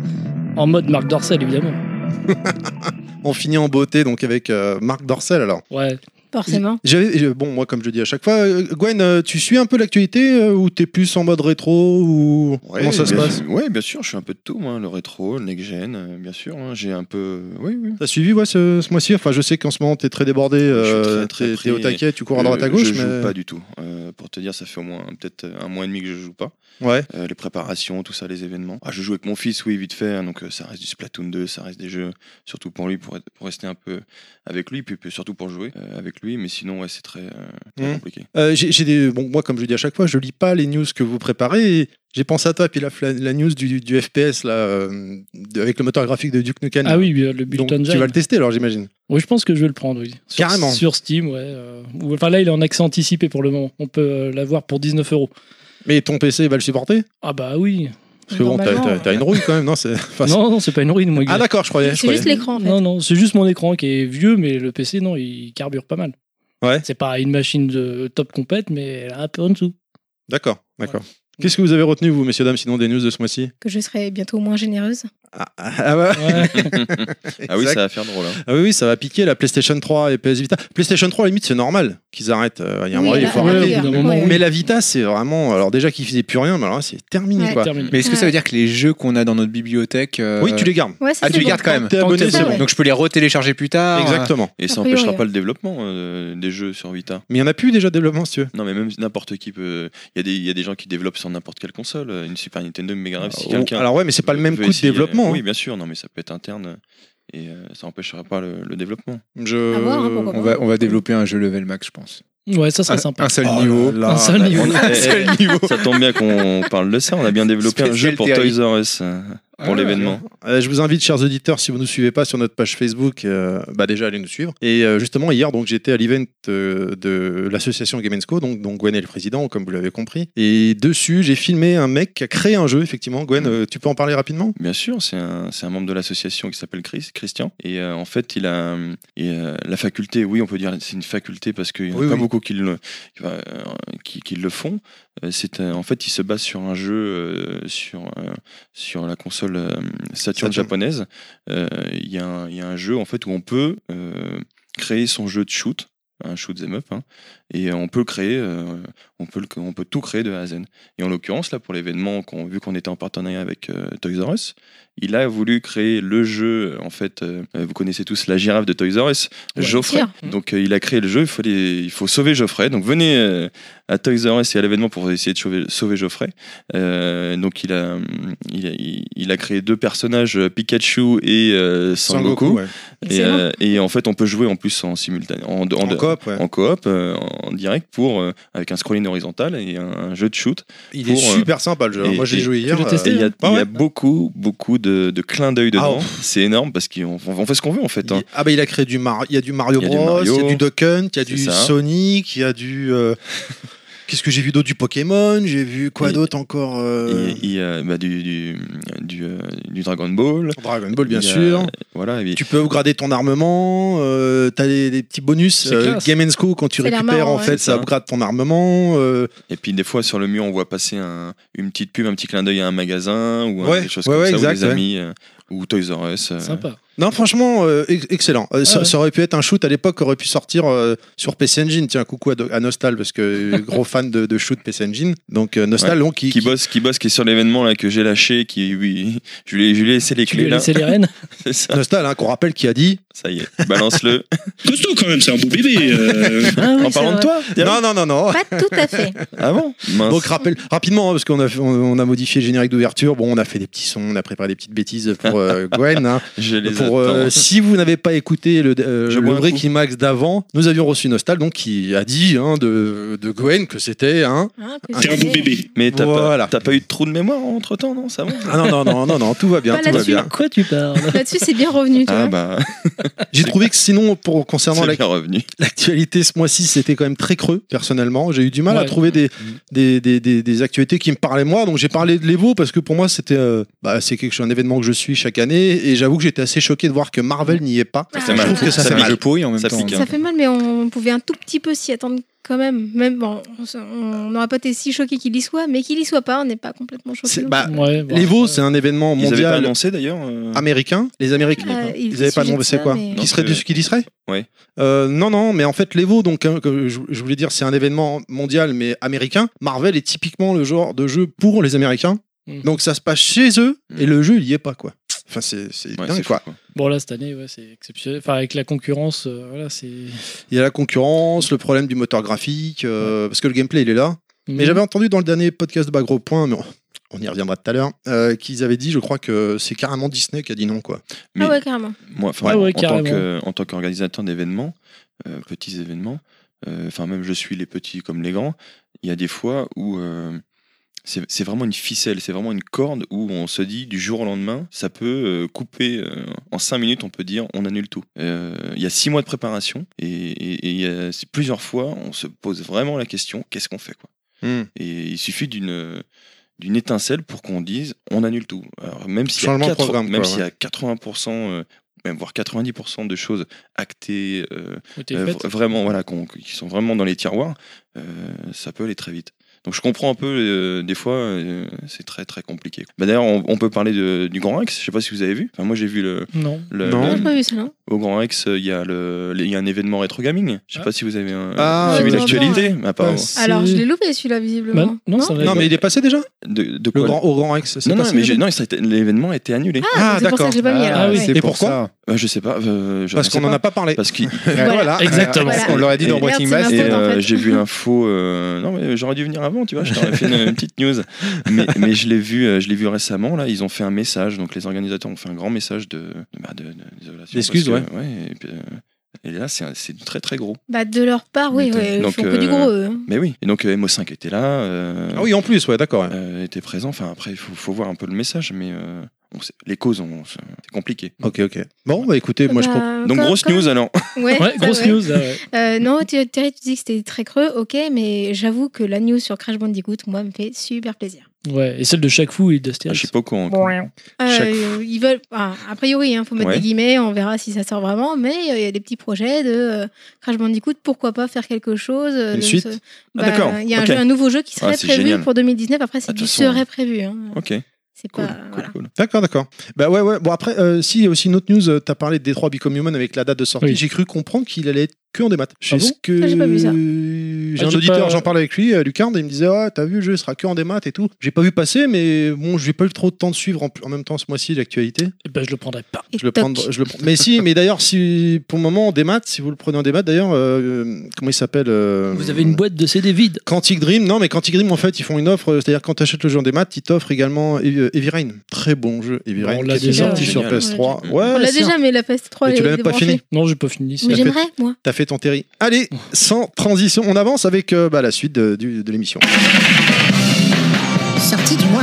[SPEAKER 7] En mode Marc Dorcel, évidemment.
[SPEAKER 4] On finit en beauté donc avec euh, Marc Dorcel alors.
[SPEAKER 7] Ouais.
[SPEAKER 6] Forcément.
[SPEAKER 4] J'avais- je- bon, moi comme je dis à chaque fois, euh, Gwen, euh, tu suis un peu l'actualité euh, ou t'es plus en mode rétro ou comment ça se
[SPEAKER 9] bien
[SPEAKER 4] passe
[SPEAKER 9] sûr. Ouais, bien sûr, je suis un peu de tout, moi. Le rétro, le next-gen, euh, bien sûr. hein, J'ai un peu. Oui, oui.
[SPEAKER 4] T'as suivi ouais, ce, ce mois-ci Enfin, je sais qu'en ce moment, t'es très débordé, euh,
[SPEAKER 9] très, très
[SPEAKER 4] t'es- t'es
[SPEAKER 9] pris
[SPEAKER 4] au
[SPEAKER 9] et
[SPEAKER 4] taquet, tu cours à
[SPEAKER 9] Euh,
[SPEAKER 4] droite à gauche.
[SPEAKER 9] Je joue
[SPEAKER 4] mais-
[SPEAKER 9] pas du tout. Euh, pour te dire, ça fait au moins peut-être euh, un mois et demi que je joue pas.
[SPEAKER 4] Ouais.
[SPEAKER 9] Euh, les préparations, tout ça, les événements. Ah, je joue avec mon fils, oui, vite fait. hein, donc euh, ça reste du Splatoon 2, ça reste des jeux, surtout pour lui, pour, être- pour rester un peu avec lui, puis, puis surtout pour jouer euh, avec lui. Mais sinon, ouais, c'est très, euh, très
[SPEAKER 4] Mhm.
[SPEAKER 9] compliqué.
[SPEAKER 4] Euh, j'ai j'ai des bon moi comme je dis à chaque fois, je lis pas les news que vous préparez. et J'ai pensé à toi puis la, la, la news du, du FPS là euh, de- avec le moteur graphique de Duke Nukem.
[SPEAKER 7] Ah oui, euh, le
[SPEAKER 4] Donc,
[SPEAKER 7] Built Engine.
[SPEAKER 4] tu vas le tester alors j'imagine.
[SPEAKER 7] Oui, je pense que je vais le prendre, oui. Sur,
[SPEAKER 4] Carrément.
[SPEAKER 7] Sur Steam, ouais. euh, ou- Enfin, là, il est en accès anticipé pour le moment. On peut euh, l'avoir pour 19 euros.
[SPEAKER 4] Mais ton PC va le supporter
[SPEAKER 7] Ah bah oui.
[SPEAKER 4] Parce que bon, t'as-
[SPEAKER 6] Normalement,
[SPEAKER 4] t'as t'as une rouille quand même, non c'est- enfin,
[SPEAKER 7] non, non, c'est pas une ruine, moi.
[SPEAKER 4] c'est- Ah
[SPEAKER 7] Xavier.
[SPEAKER 4] d'accord, je croyais. je
[SPEAKER 6] C'est juste
[SPEAKER 4] croyais.
[SPEAKER 6] l'écran en fait.
[SPEAKER 7] Non, non, c'est juste mon écran qui est vieux, mais le PC, non, il carbure pas mal.
[SPEAKER 4] Ouais.
[SPEAKER 7] C'est pas une machine de top compète, mais elle est un peu en dessous.
[SPEAKER 4] D'accord, d'accord. Qu'est-ce que vous avez retenu vous, messieurs dames, sinon des news de ce mois-ci
[SPEAKER 6] Que je serai bientôt moins généreuse.
[SPEAKER 4] Ah, ah, ah ouais.
[SPEAKER 7] Ouais.
[SPEAKER 9] Ah oui,
[SPEAKER 10] Exact.
[SPEAKER 9] ça va faire drôle. hein.
[SPEAKER 4] Ah oui, oui, ça va piquer la PlayStation 3 et PS Vita. PlayStation 3, à la limite, c'est normal qu'ils arrêtent. euh, Il y a un
[SPEAKER 6] Oui, bah,
[SPEAKER 4] moment, il
[SPEAKER 6] là,
[SPEAKER 4] faut
[SPEAKER 6] à la
[SPEAKER 4] arrêter.
[SPEAKER 7] au bout d'un
[SPEAKER 6] rigueur,
[SPEAKER 7] moment,
[SPEAKER 6] ouais.
[SPEAKER 4] Mais la Vita, c'est vraiment. Alors déjà qu'ils faisaient plus rien, mais alors là, c'est terminé
[SPEAKER 6] Ouais.
[SPEAKER 4] quoi.
[SPEAKER 7] Terminé.
[SPEAKER 5] Mais est-ce que ça veut dire que les jeux qu'on a dans notre bibliothèque. euh,
[SPEAKER 4] Oui, tu les gardes.
[SPEAKER 6] Ouais, ça,
[SPEAKER 5] Ah,
[SPEAKER 6] c'est
[SPEAKER 5] tu les
[SPEAKER 6] bon.
[SPEAKER 5] gardes quand même.
[SPEAKER 4] T'es
[SPEAKER 7] Tant que
[SPEAKER 4] abonné,
[SPEAKER 7] t'es
[SPEAKER 4] c'est
[SPEAKER 6] ça,
[SPEAKER 4] bon.
[SPEAKER 6] ouais.
[SPEAKER 5] Donc je peux les retélécharger plus
[SPEAKER 9] Ah.
[SPEAKER 5] tard.
[SPEAKER 4] Exactement.
[SPEAKER 9] Et ça
[SPEAKER 6] A priori, hein.
[SPEAKER 9] n'empêchera
[SPEAKER 6] ouais.
[SPEAKER 9] pas le développement euh, des jeux sur Vita.
[SPEAKER 4] Mais il y en a plus déjà de développement, si tu veux.
[SPEAKER 9] Non, mais même n'importe qui peut. Il y, a des- il y a des gens qui développent sur n'importe quelle console, euh, une Super Nintendo, une Mega Drive, si quelqu'un.
[SPEAKER 4] Euh, alors ouais, mais c'est pas le même
[SPEAKER 9] veut
[SPEAKER 4] coût de
[SPEAKER 9] essayer, euh,
[SPEAKER 4] développement.
[SPEAKER 9] Oui,
[SPEAKER 4] hein.
[SPEAKER 9] bien sûr, non, mais ça peut être interne et euh, ça n'empêchera pas le, le développement.
[SPEAKER 4] Je-
[SPEAKER 6] À voir, hein, pourquoi
[SPEAKER 5] On va, on va développer un jeu level max, je pense.
[SPEAKER 7] Ouais, ça
[SPEAKER 5] Un,
[SPEAKER 7] serait sympa.
[SPEAKER 5] un seul
[SPEAKER 4] Oh
[SPEAKER 5] niveau.
[SPEAKER 4] là là.
[SPEAKER 7] Un seul niveau.
[SPEAKER 9] Ah, On- eh,
[SPEAKER 5] seul
[SPEAKER 9] eh, Ça tombe bien qu'on parle de ça. On a bien développé un jeu
[SPEAKER 5] Spécial
[SPEAKER 9] pour
[SPEAKER 5] Terry.
[SPEAKER 9] Toys R Us euh, pour
[SPEAKER 5] Ah,
[SPEAKER 9] l'événement.
[SPEAKER 4] Euh, je vous invite, chers auditeurs, si vous ne nous suivez pas sur notre page Facebook, euh, bah déjà allez nous suivre. Et euh, justement, hier, donc j'étais à l'event euh, de l'association Gamensco, donc, donc Gwen est le président, comme vous l'avez compris. Et dessus, j'ai filmé un mec qui a créé un jeu, effectivement.
[SPEAKER 9] Mm.
[SPEAKER 4] Gwen, euh, tu peux en parler rapidement
[SPEAKER 9] Bien sûr, c'est un, c'est un membre de l'association qui s'appelle Chris, Christian. Et euh, en fait, il a euh, et, euh, la faculté, oui, on peut dire c'est une faculté parce qu'il n'y en a
[SPEAKER 4] Oui,
[SPEAKER 9] pas
[SPEAKER 4] oui.
[SPEAKER 9] beaucoup qui le, qui va- euh, qui, qui le font. Euh, c'est, euh, en fait, il se base sur un jeu euh, sur, euh, sur la console euh,
[SPEAKER 4] Saturn.
[SPEAKER 9] Saturn japonaise. Euh, Il y, a un- il y a un jeu en fait où on peut euh, créer son jeu de shoot, un shoot them up, hein, et on peut créer, euh, on, peut, le- on peut tout créer de A à Z. Et en l'occurrence, là, pour l'événement, qu'on- vu qu'on était en partenariat avec euh, Toys R Us, il a voulu créer le jeu. En fait, euh, vous connaissez tous la girafe de Toys R Us,
[SPEAKER 7] Ouais.
[SPEAKER 9] Geoffrey.
[SPEAKER 6] Sûr.
[SPEAKER 9] Donc, euh, il a créé le jeu. Il faut, les- il faut sauver Geoffrey. Donc, venez euh, à Toys R Us et à l'événement pour essayer de sauver, sauver Geoffrey. Euh, donc, il a, il, a, il a créé deux personnages, euh, Pikachu et euh, Sangoku.
[SPEAKER 4] ouais.
[SPEAKER 9] Et,
[SPEAKER 6] Excellent.
[SPEAKER 9] euh, et en fait, on peut jouer en plus en simultané, en, en,
[SPEAKER 4] En coop, ouais.
[SPEAKER 9] en coop, euh, en direct pour euh, avec un scrolling horizontal et un, un jeu de shoot.
[SPEAKER 4] Il
[SPEAKER 9] pour,
[SPEAKER 4] est
[SPEAKER 9] euh,
[SPEAKER 4] super sympa le jeu. hein.
[SPEAKER 9] et-
[SPEAKER 4] Moi, j'ai
[SPEAKER 9] et-
[SPEAKER 4] joué hier.
[SPEAKER 7] l'as testé
[SPEAKER 9] Et il y a,
[SPEAKER 4] Ah
[SPEAKER 9] hein il y
[SPEAKER 4] ouais
[SPEAKER 9] a beaucoup, beaucoup de, de clins d'œil dedans.
[SPEAKER 4] Ah,
[SPEAKER 9] c'est énorme parce qu'on on fait ce qu'on veut en fait. hein.
[SPEAKER 4] Il- Ah bah il a créé du Mar- il y a du Mario
[SPEAKER 9] Il y a
[SPEAKER 4] Bros,
[SPEAKER 9] du Mario.
[SPEAKER 4] il y a du Duck Hunt, il y a
[SPEAKER 9] C'est
[SPEAKER 4] du
[SPEAKER 9] ça.
[SPEAKER 4] Sonic, il y a du euh, qu'est-ce que j'ai vu d'autre du Pokémon, j'ai vu quoi
[SPEAKER 9] Et-
[SPEAKER 4] d'autre encore euh,
[SPEAKER 9] Et- et, euh, bah, du, du, du, euh, du Dragon Ball.
[SPEAKER 4] Dragon Ball bien
[SPEAKER 9] Il y a-
[SPEAKER 4] sûr.
[SPEAKER 9] Voilà. et-
[SPEAKER 4] Tu peux upgrader ton armement, euh, t'as des, des petits bonus
[SPEAKER 7] C'est
[SPEAKER 4] euh,
[SPEAKER 7] classe.
[SPEAKER 4] Game Sco quand tu
[SPEAKER 6] C'est
[SPEAKER 4] récupères
[SPEAKER 6] l'armement,
[SPEAKER 4] en
[SPEAKER 6] ouais.
[SPEAKER 4] fait
[SPEAKER 9] C'est
[SPEAKER 4] ça
[SPEAKER 9] ça.
[SPEAKER 4] upgrade ton armement. euh,
[SPEAKER 9] Et puis des fois sur le mur, on voit passer un- une petite pub, un petit clin d'œil à un magasin ou
[SPEAKER 4] Ouais,
[SPEAKER 9] à quelque chose
[SPEAKER 4] ouais,
[SPEAKER 9] comme
[SPEAKER 4] ouais,
[SPEAKER 9] ça,
[SPEAKER 4] exact,
[SPEAKER 9] ou des
[SPEAKER 4] ouais.
[SPEAKER 9] amis euh, ou Toys R Us. euh,
[SPEAKER 7] Sympa.
[SPEAKER 4] Non franchement euh, ex- excellent. Euh, ça,
[SPEAKER 7] ouais.
[SPEAKER 4] ça aurait pu être un shoot à l'époque aurait pu sortir euh, sur PC Engine. Tiens coucou à, Do- à Nostal parce que euh, gros fan de, de shoot PC Engine. Donc euh, Nostal donc, qui,
[SPEAKER 9] qui bosse, qui bosse, qui est sur l'événement là que j'ai lâché, qui oui, je lui ai, je lui ai laissé les
[SPEAKER 7] Tu
[SPEAKER 9] clés
[SPEAKER 7] lui as
[SPEAKER 9] là.
[SPEAKER 7] laissé les rênes
[SPEAKER 9] C'est ça,
[SPEAKER 4] Nostal hein, qu'on rappelle qui a dit
[SPEAKER 9] ça y est, balance-le.
[SPEAKER 11] Costaud quand même, c'est un beau bébé. euh.
[SPEAKER 7] Ah oui,
[SPEAKER 9] en
[SPEAKER 7] c'est
[SPEAKER 9] parlant de
[SPEAKER 7] vrai.
[SPEAKER 9] toi, direct.
[SPEAKER 4] non non non non
[SPEAKER 6] Pas tout à fait.
[SPEAKER 9] Ah bon Mince.
[SPEAKER 4] Donc rappel, rapidement, hein, parce qu'on a, fait- on, on a modifié le générique d'ouverture. Bon, on a fait des petits sons, on a préparé des petites bêtises pour euh, Gwen. hein.
[SPEAKER 9] je les
[SPEAKER 4] pour, euh,
[SPEAKER 9] attends.
[SPEAKER 4] si vous n'avez pas écouté le, euh,
[SPEAKER 9] Je
[SPEAKER 4] le
[SPEAKER 9] bois un
[SPEAKER 4] vrai
[SPEAKER 9] coup.
[SPEAKER 4] climax d'avant, nous avions reçu Nostal, donc qui a dit hein, de, de Gwen que c'était. Hein...
[SPEAKER 6] Hein, que
[SPEAKER 11] T'es un beau
[SPEAKER 6] c'était-
[SPEAKER 11] bébé.
[SPEAKER 9] Mais t'as
[SPEAKER 4] Voilà.
[SPEAKER 9] pas, t'as pas eu de trou de mémoire entre temps, non Ça va
[SPEAKER 4] Ah non non non non non, tout va bien,
[SPEAKER 6] Pas
[SPEAKER 4] tout va
[SPEAKER 6] là-dessus.
[SPEAKER 4] bien.
[SPEAKER 7] Quoi tu parles
[SPEAKER 6] Là-dessus, c'est bien revenu, tu
[SPEAKER 9] Ah
[SPEAKER 6] vois.
[SPEAKER 9] bah,
[SPEAKER 4] J'ai trouvé que sinon, pour concernant la-
[SPEAKER 9] c'est bien revenu.
[SPEAKER 4] l'actualité ce mois-ci, c'était quand même très creux. Personnellement, j'ai eu du mal à
[SPEAKER 7] Ouais. Mm.
[SPEAKER 4] trouver des, des, des, des, des actualités qui me parlaient moi. Donc j'ai parlé de l'Evo parce que pour moi, c'était euh, bah, c'est quelque chose, un événement que je suis chaque année. Et j'avoue que j'étais assez choqué de voir que Marvel n'y est pas.
[SPEAKER 6] Ah,
[SPEAKER 9] Ça fait
[SPEAKER 4] je
[SPEAKER 9] mal.
[SPEAKER 4] trouve que ça,
[SPEAKER 9] Ça
[SPEAKER 4] fait
[SPEAKER 9] pique.
[SPEAKER 4] mal.
[SPEAKER 5] jeu pourri en même
[SPEAKER 9] Ça
[SPEAKER 5] temps.
[SPEAKER 9] pique, hein.
[SPEAKER 6] Ça fait mal, mais on pouvait un tout petit peu s'y attendre quand même. Même bon, on s- on n'aurait pas été si choqué qu'il y soit, mais qu'il y soit pas, on n'est pas complètement choqué.
[SPEAKER 4] C'est- bah,
[SPEAKER 7] Ouais, bon.
[SPEAKER 4] L'Evo, c'est un événement
[SPEAKER 9] Ils avaient pas
[SPEAKER 4] mondial Ah,
[SPEAKER 9] annoncé d'ailleurs. euh,
[SPEAKER 4] américain. Les Américains,
[SPEAKER 6] Euh, il
[SPEAKER 4] ils
[SPEAKER 6] fait
[SPEAKER 4] n'avaient pas
[SPEAKER 6] sujet
[SPEAKER 4] annoncé
[SPEAKER 6] de
[SPEAKER 4] c'est
[SPEAKER 6] ça,
[SPEAKER 4] quoi
[SPEAKER 6] mais-
[SPEAKER 4] Qui serait de ce qui dit serait
[SPEAKER 9] Ouais.
[SPEAKER 4] Euh, non, non, mais en fait, l'Evo, donc, hein, que je, je voulais dire, c'est un événement mondial, mais américain. Marvel est typiquement le genre de jeu pour les Américains.
[SPEAKER 7] Mm.
[SPEAKER 4] Donc, ça se passe chez eux
[SPEAKER 9] Mm.
[SPEAKER 4] et le jeu, il y est pas, quoi. Enfin, c'est c'est
[SPEAKER 9] ouais,
[SPEAKER 4] dingue,
[SPEAKER 9] c'est
[SPEAKER 4] quoi.
[SPEAKER 9] fou, quoi.
[SPEAKER 7] Bon, là, cette année, ouais, c'est exceptionnel. Enfin, avec la concurrence, euh, voilà, c'est.
[SPEAKER 4] Il y a la concurrence, le problème du moteur graphique, euh, parce que le gameplay, il est là. Mais j'avais entendu dans le dernier podcast de Bagro Point, mais on- on y reviendra tout à l'heure, euh, qu'ils avaient dit, je crois que c'est carrément Disney qui a dit non, quoi.
[SPEAKER 9] Mais-
[SPEAKER 6] Ah ouais, carrément.
[SPEAKER 9] Moi, enfin,
[SPEAKER 7] Ah ouais,
[SPEAKER 9] en, tant
[SPEAKER 7] carrément.
[SPEAKER 9] que, en tant qu'organisateur d'événements, euh, petits événements, euh, enfin même je suis les petits comme les grands, il y a des fois où euh, c'est c'est vraiment une ficelle, c'est vraiment une corde où on se dit du jour au lendemain, ça peut euh, couper euh, en cinq minutes, on peut dire on annule tout. Euh, Il y a six mois de préparation et, et- et il y a- c'est plusieurs fois on se pose vraiment la question qu'est-ce qu'on fait quoi. Et il suffit d'une d'une étincelle pour qu'on dise on annule tout. Alors même s'il y a,
[SPEAKER 4] Changement de
[SPEAKER 9] 80
[SPEAKER 4] programme,
[SPEAKER 9] même
[SPEAKER 4] quoi,
[SPEAKER 9] s'il y a 80%, euh, même voire 90% de choses actées, euh,
[SPEAKER 7] Où t'es
[SPEAKER 9] euh,
[SPEAKER 7] faite.
[SPEAKER 9] vra- vraiment, voilà, qu'on- qui sont vraiment dans les tiroirs, euh, ça peut aller très vite. Donc je comprends un peu, euh, des fois, euh, c'est très très compliqué. Bah, D'ailleurs, on, on peut parler de- du Grand Rex, je sais pas si vous avez vu. Enfin, moi j'ai vu le,
[SPEAKER 7] Non.
[SPEAKER 9] le-
[SPEAKER 4] Non.
[SPEAKER 6] Non,
[SPEAKER 9] le-
[SPEAKER 6] j'ai pas vu ça, non
[SPEAKER 9] au Grand Rex, euh, il y, a le- il y a un événement rétro gaming. Je sais pas si vous avez un-
[SPEAKER 4] Ah,
[SPEAKER 9] suivi
[SPEAKER 6] oui,
[SPEAKER 9] l'actualité, mais apparemment.
[SPEAKER 6] Alors, je l'ai hein. loupé celui-là,
[SPEAKER 7] Bah,
[SPEAKER 6] visiblement.
[SPEAKER 7] non, ça va
[SPEAKER 4] Non,
[SPEAKER 7] être-
[SPEAKER 4] mais il est passé déjà
[SPEAKER 9] De, de
[SPEAKER 4] le
[SPEAKER 9] quoi
[SPEAKER 4] grand, Au Grand Rex. c'est
[SPEAKER 9] Non, non,
[SPEAKER 4] passé
[SPEAKER 9] mais
[SPEAKER 4] déjà
[SPEAKER 9] j'ai- non, ça a été- l'événement a été annulé.
[SPEAKER 6] Ah, c'est pour ça
[SPEAKER 4] d'accord.
[SPEAKER 6] que j'ai pas mis alors.
[SPEAKER 7] Ah oui,
[SPEAKER 6] ouais.
[SPEAKER 5] C'est
[SPEAKER 4] Et
[SPEAKER 5] pour
[SPEAKER 4] pourquoi
[SPEAKER 5] ça.
[SPEAKER 9] Euh, je sais pas. euh, je
[SPEAKER 4] Parce
[SPEAKER 9] je
[SPEAKER 4] qu'on
[SPEAKER 9] sais
[SPEAKER 4] en a pas
[SPEAKER 9] pas.
[SPEAKER 4] parlé.
[SPEAKER 9] Parce qu'il
[SPEAKER 6] Voilà.
[SPEAKER 7] Exactement.
[SPEAKER 6] Voilà.
[SPEAKER 5] On l'aurait dit dans
[SPEAKER 9] Et-
[SPEAKER 5] Breaking
[SPEAKER 6] Merde,
[SPEAKER 5] Bad.
[SPEAKER 6] c'est
[SPEAKER 9] Et
[SPEAKER 6] ma faute. en
[SPEAKER 9] euh,
[SPEAKER 6] fait.
[SPEAKER 9] j'ai vu l'info. euh, Non, mais j'aurais dû venir avant, tu vois. Je t'aurais fait une, une petite news. Mais, mais je l'ai vu, euh, je l'ai vu récemment. Là, ils ont fait un message. Donc, les organisateurs ont fait un grand message de, de, bah, de- de- désolation,
[SPEAKER 4] D'excuses,
[SPEAKER 9] parce que- ouais, et, puis, euh, et là, c'est un- c'est très très gros.
[SPEAKER 6] Bah, de leur part, oui,
[SPEAKER 9] Putain.
[SPEAKER 6] ouais, ils
[SPEAKER 9] Donc,
[SPEAKER 6] font que du
[SPEAKER 9] euh,
[SPEAKER 6] gros. eux. hein.
[SPEAKER 9] Mais oui. Et donc, euh, MO5 était là. euh,
[SPEAKER 4] Ah oui, en plus, ouais, d'accord. ouais.
[SPEAKER 9] euh, était présent. Enfin, après, il faut, faut voir un peu le message, mais euh, on sait- les causes, on- c'est compliqué.
[SPEAKER 4] Ok, ok. Bon, bah écoutez, moi je propose.
[SPEAKER 6] Bah,
[SPEAKER 9] Donc,
[SPEAKER 6] comme-
[SPEAKER 9] grosse
[SPEAKER 6] comme-
[SPEAKER 9] news alors.
[SPEAKER 6] Ouais,
[SPEAKER 7] Ouais,
[SPEAKER 6] ça,
[SPEAKER 7] grosse
[SPEAKER 6] ouais.
[SPEAKER 7] news. là, ouais.
[SPEAKER 6] Euh, non, Thé- Thierry, tu dis que c'était très creux, ok, mais j'avoue que la news sur Crash Bandicoot, moi, me fait super plaisir.
[SPEAKER 7] Ouais, et celle de chaque fou et d'Astier.
[SPEAKER 9] Ah, je suis pas au courant.
[SPEAKER 6] Euh,
[SPEAKER 4] Chaque-
[SPEAKER 6] ils veulent, enfin, a priori, hein, faut mettre
[SPEAKER 9] Ouais.
[SPEAKER 6] des guillemets, on verra si ça sort vraiment, mais euh, il y a des petits projets de euh, Crash Bandicoot, pourquoi pas faire quelque chose. euh,
[SPEAKER 4] Une
[SPEAKER 6] de
[SPEAKER 4] suite
[SPEAKER 6] ce-
[SPEAKER 9] Ah, d'accord,
[SPEAKER 6] Il y a un,
[SPEAKER 9] ok.
[SPEAKER 6] jeu- un nouveau jeu qui serait
[SPEAKER 9] c'est
[SPEAKER 6] prévu
[SPEAKER 9] génial.
[SPEAKER 6] pour 2019, après,
[SPEAKER 9] Ah,
[SPEAKER 6] c'est
[SPEAKER 9] de
[SPEAKER 6] du
[SPEAKER 9] toute façon,
[SPEAKER 6] serait prévu. hein.
[SPEAKER 9] Ok,
[SPEAKER 6] C'est
[SPEAKER 9] cool,
[SPEAKER 6] pas.
[SPEAKER 9] cool,
[SPEAKER 6] Bah, voilà.
[SPEAKER 9] cool.
[SPEAKER 4] D'accord, d'accord. Bah ouais, ouais. Bon, après, euh, si, il y a aussi une autre news. euh, T'as parlé des 3 Become Human avec la date de sortie.
[SPEAKER 7] Oui.
[SPEAKER 4] J'ai cru comprendre qu'il allait être que en démat. Je
[SPEAKER 7] Ah
[SPEAKER 4] sais
[SPEAKER 7] bon
[SPEAKER 4] que-
[SPEAKER 6] Ah, j'ai pas vu ça.
[SPEAKER 4] J'ai
[SPEAKER 7] Ah,
[SPEAKER 4] un
[SPEAKER 7] j'ai
[SPEAKER 4] auditeur,
[SPEAKER 7] pas-
[SPEAKER 4] j'en parlais avec lui, euh, Lucarne, et il me disait Ah, t'as vu, le jeu il sera que en démat et tout. J'ai pas vu passer, mais bon, j'ai pas eu trop de temps de suivre en, en même temps ce mois-ci l'actualité.
[SPEAKER 7] Eh ben, je le prendrai pas.
[SPEAKER 6] Et
[SPEAKER 4] Je le
[SPEAKER 6] toc.
[SPEAKER 4] prends. Je le prends- Mais si, mais d'ailleurs, si pour le moment, en démat, si vous le prenez en démat, d'ailleurs, euh, comment il s'appelle euh,
[SPEAKER 7] Vous avez une boîte de CD vide.
[SPEAKER 4] Quantic Dream, non, mais Quantic Dream, en fait, ils font une offre. euh, C'est-à-dire, quand tu achètes le jeu en démat, ils t'offrent également Heavy euh, Heavy Rain. Très bon jeu, Heavy
[SPEAKER 7] Bon,
[SPEAKER 4] Rain,
[SPEAKER 7] on
[SPEAKER 4] qui
[SPEAKER 7] l'a
[SPEAKER 4] est
[SPEAKER 7] déjà,
[SPEAKER 4] sorti
[SPEAKER 9] ouais.
[SPEAKER 4] sur
[SPEAKER 9] Génial.
[SPEAKER 4] PS3.
[SPEAKER 9] Ouais,
[SPEAKER 4] Ouais,
[SPEAKER 6] On l'a
[SPEAKER 4] c'est
[SPEAKER 6] déjà, mais la PS 3
[SPEAKER 4] Mais tu
[SPEAKER 6] elle est
[SPEAKER 4] l'as même pas
[SPEAKER 6] débranchée.
[SPEAKER 4] fini.
[SPEAKER 7] Non, j'ai pas fini. ça.
[SPEAKER 6] Mais
[SPEAKER 4] fait-
[SPEAKER 6] j'aimerais, moi.
[SPEAKER 4] T'as fait ton terry. Allez, sans transition, on avance avec euh, bah, la suite de, du- de l'émission.
[SPEAKER 1] Sortie du mois.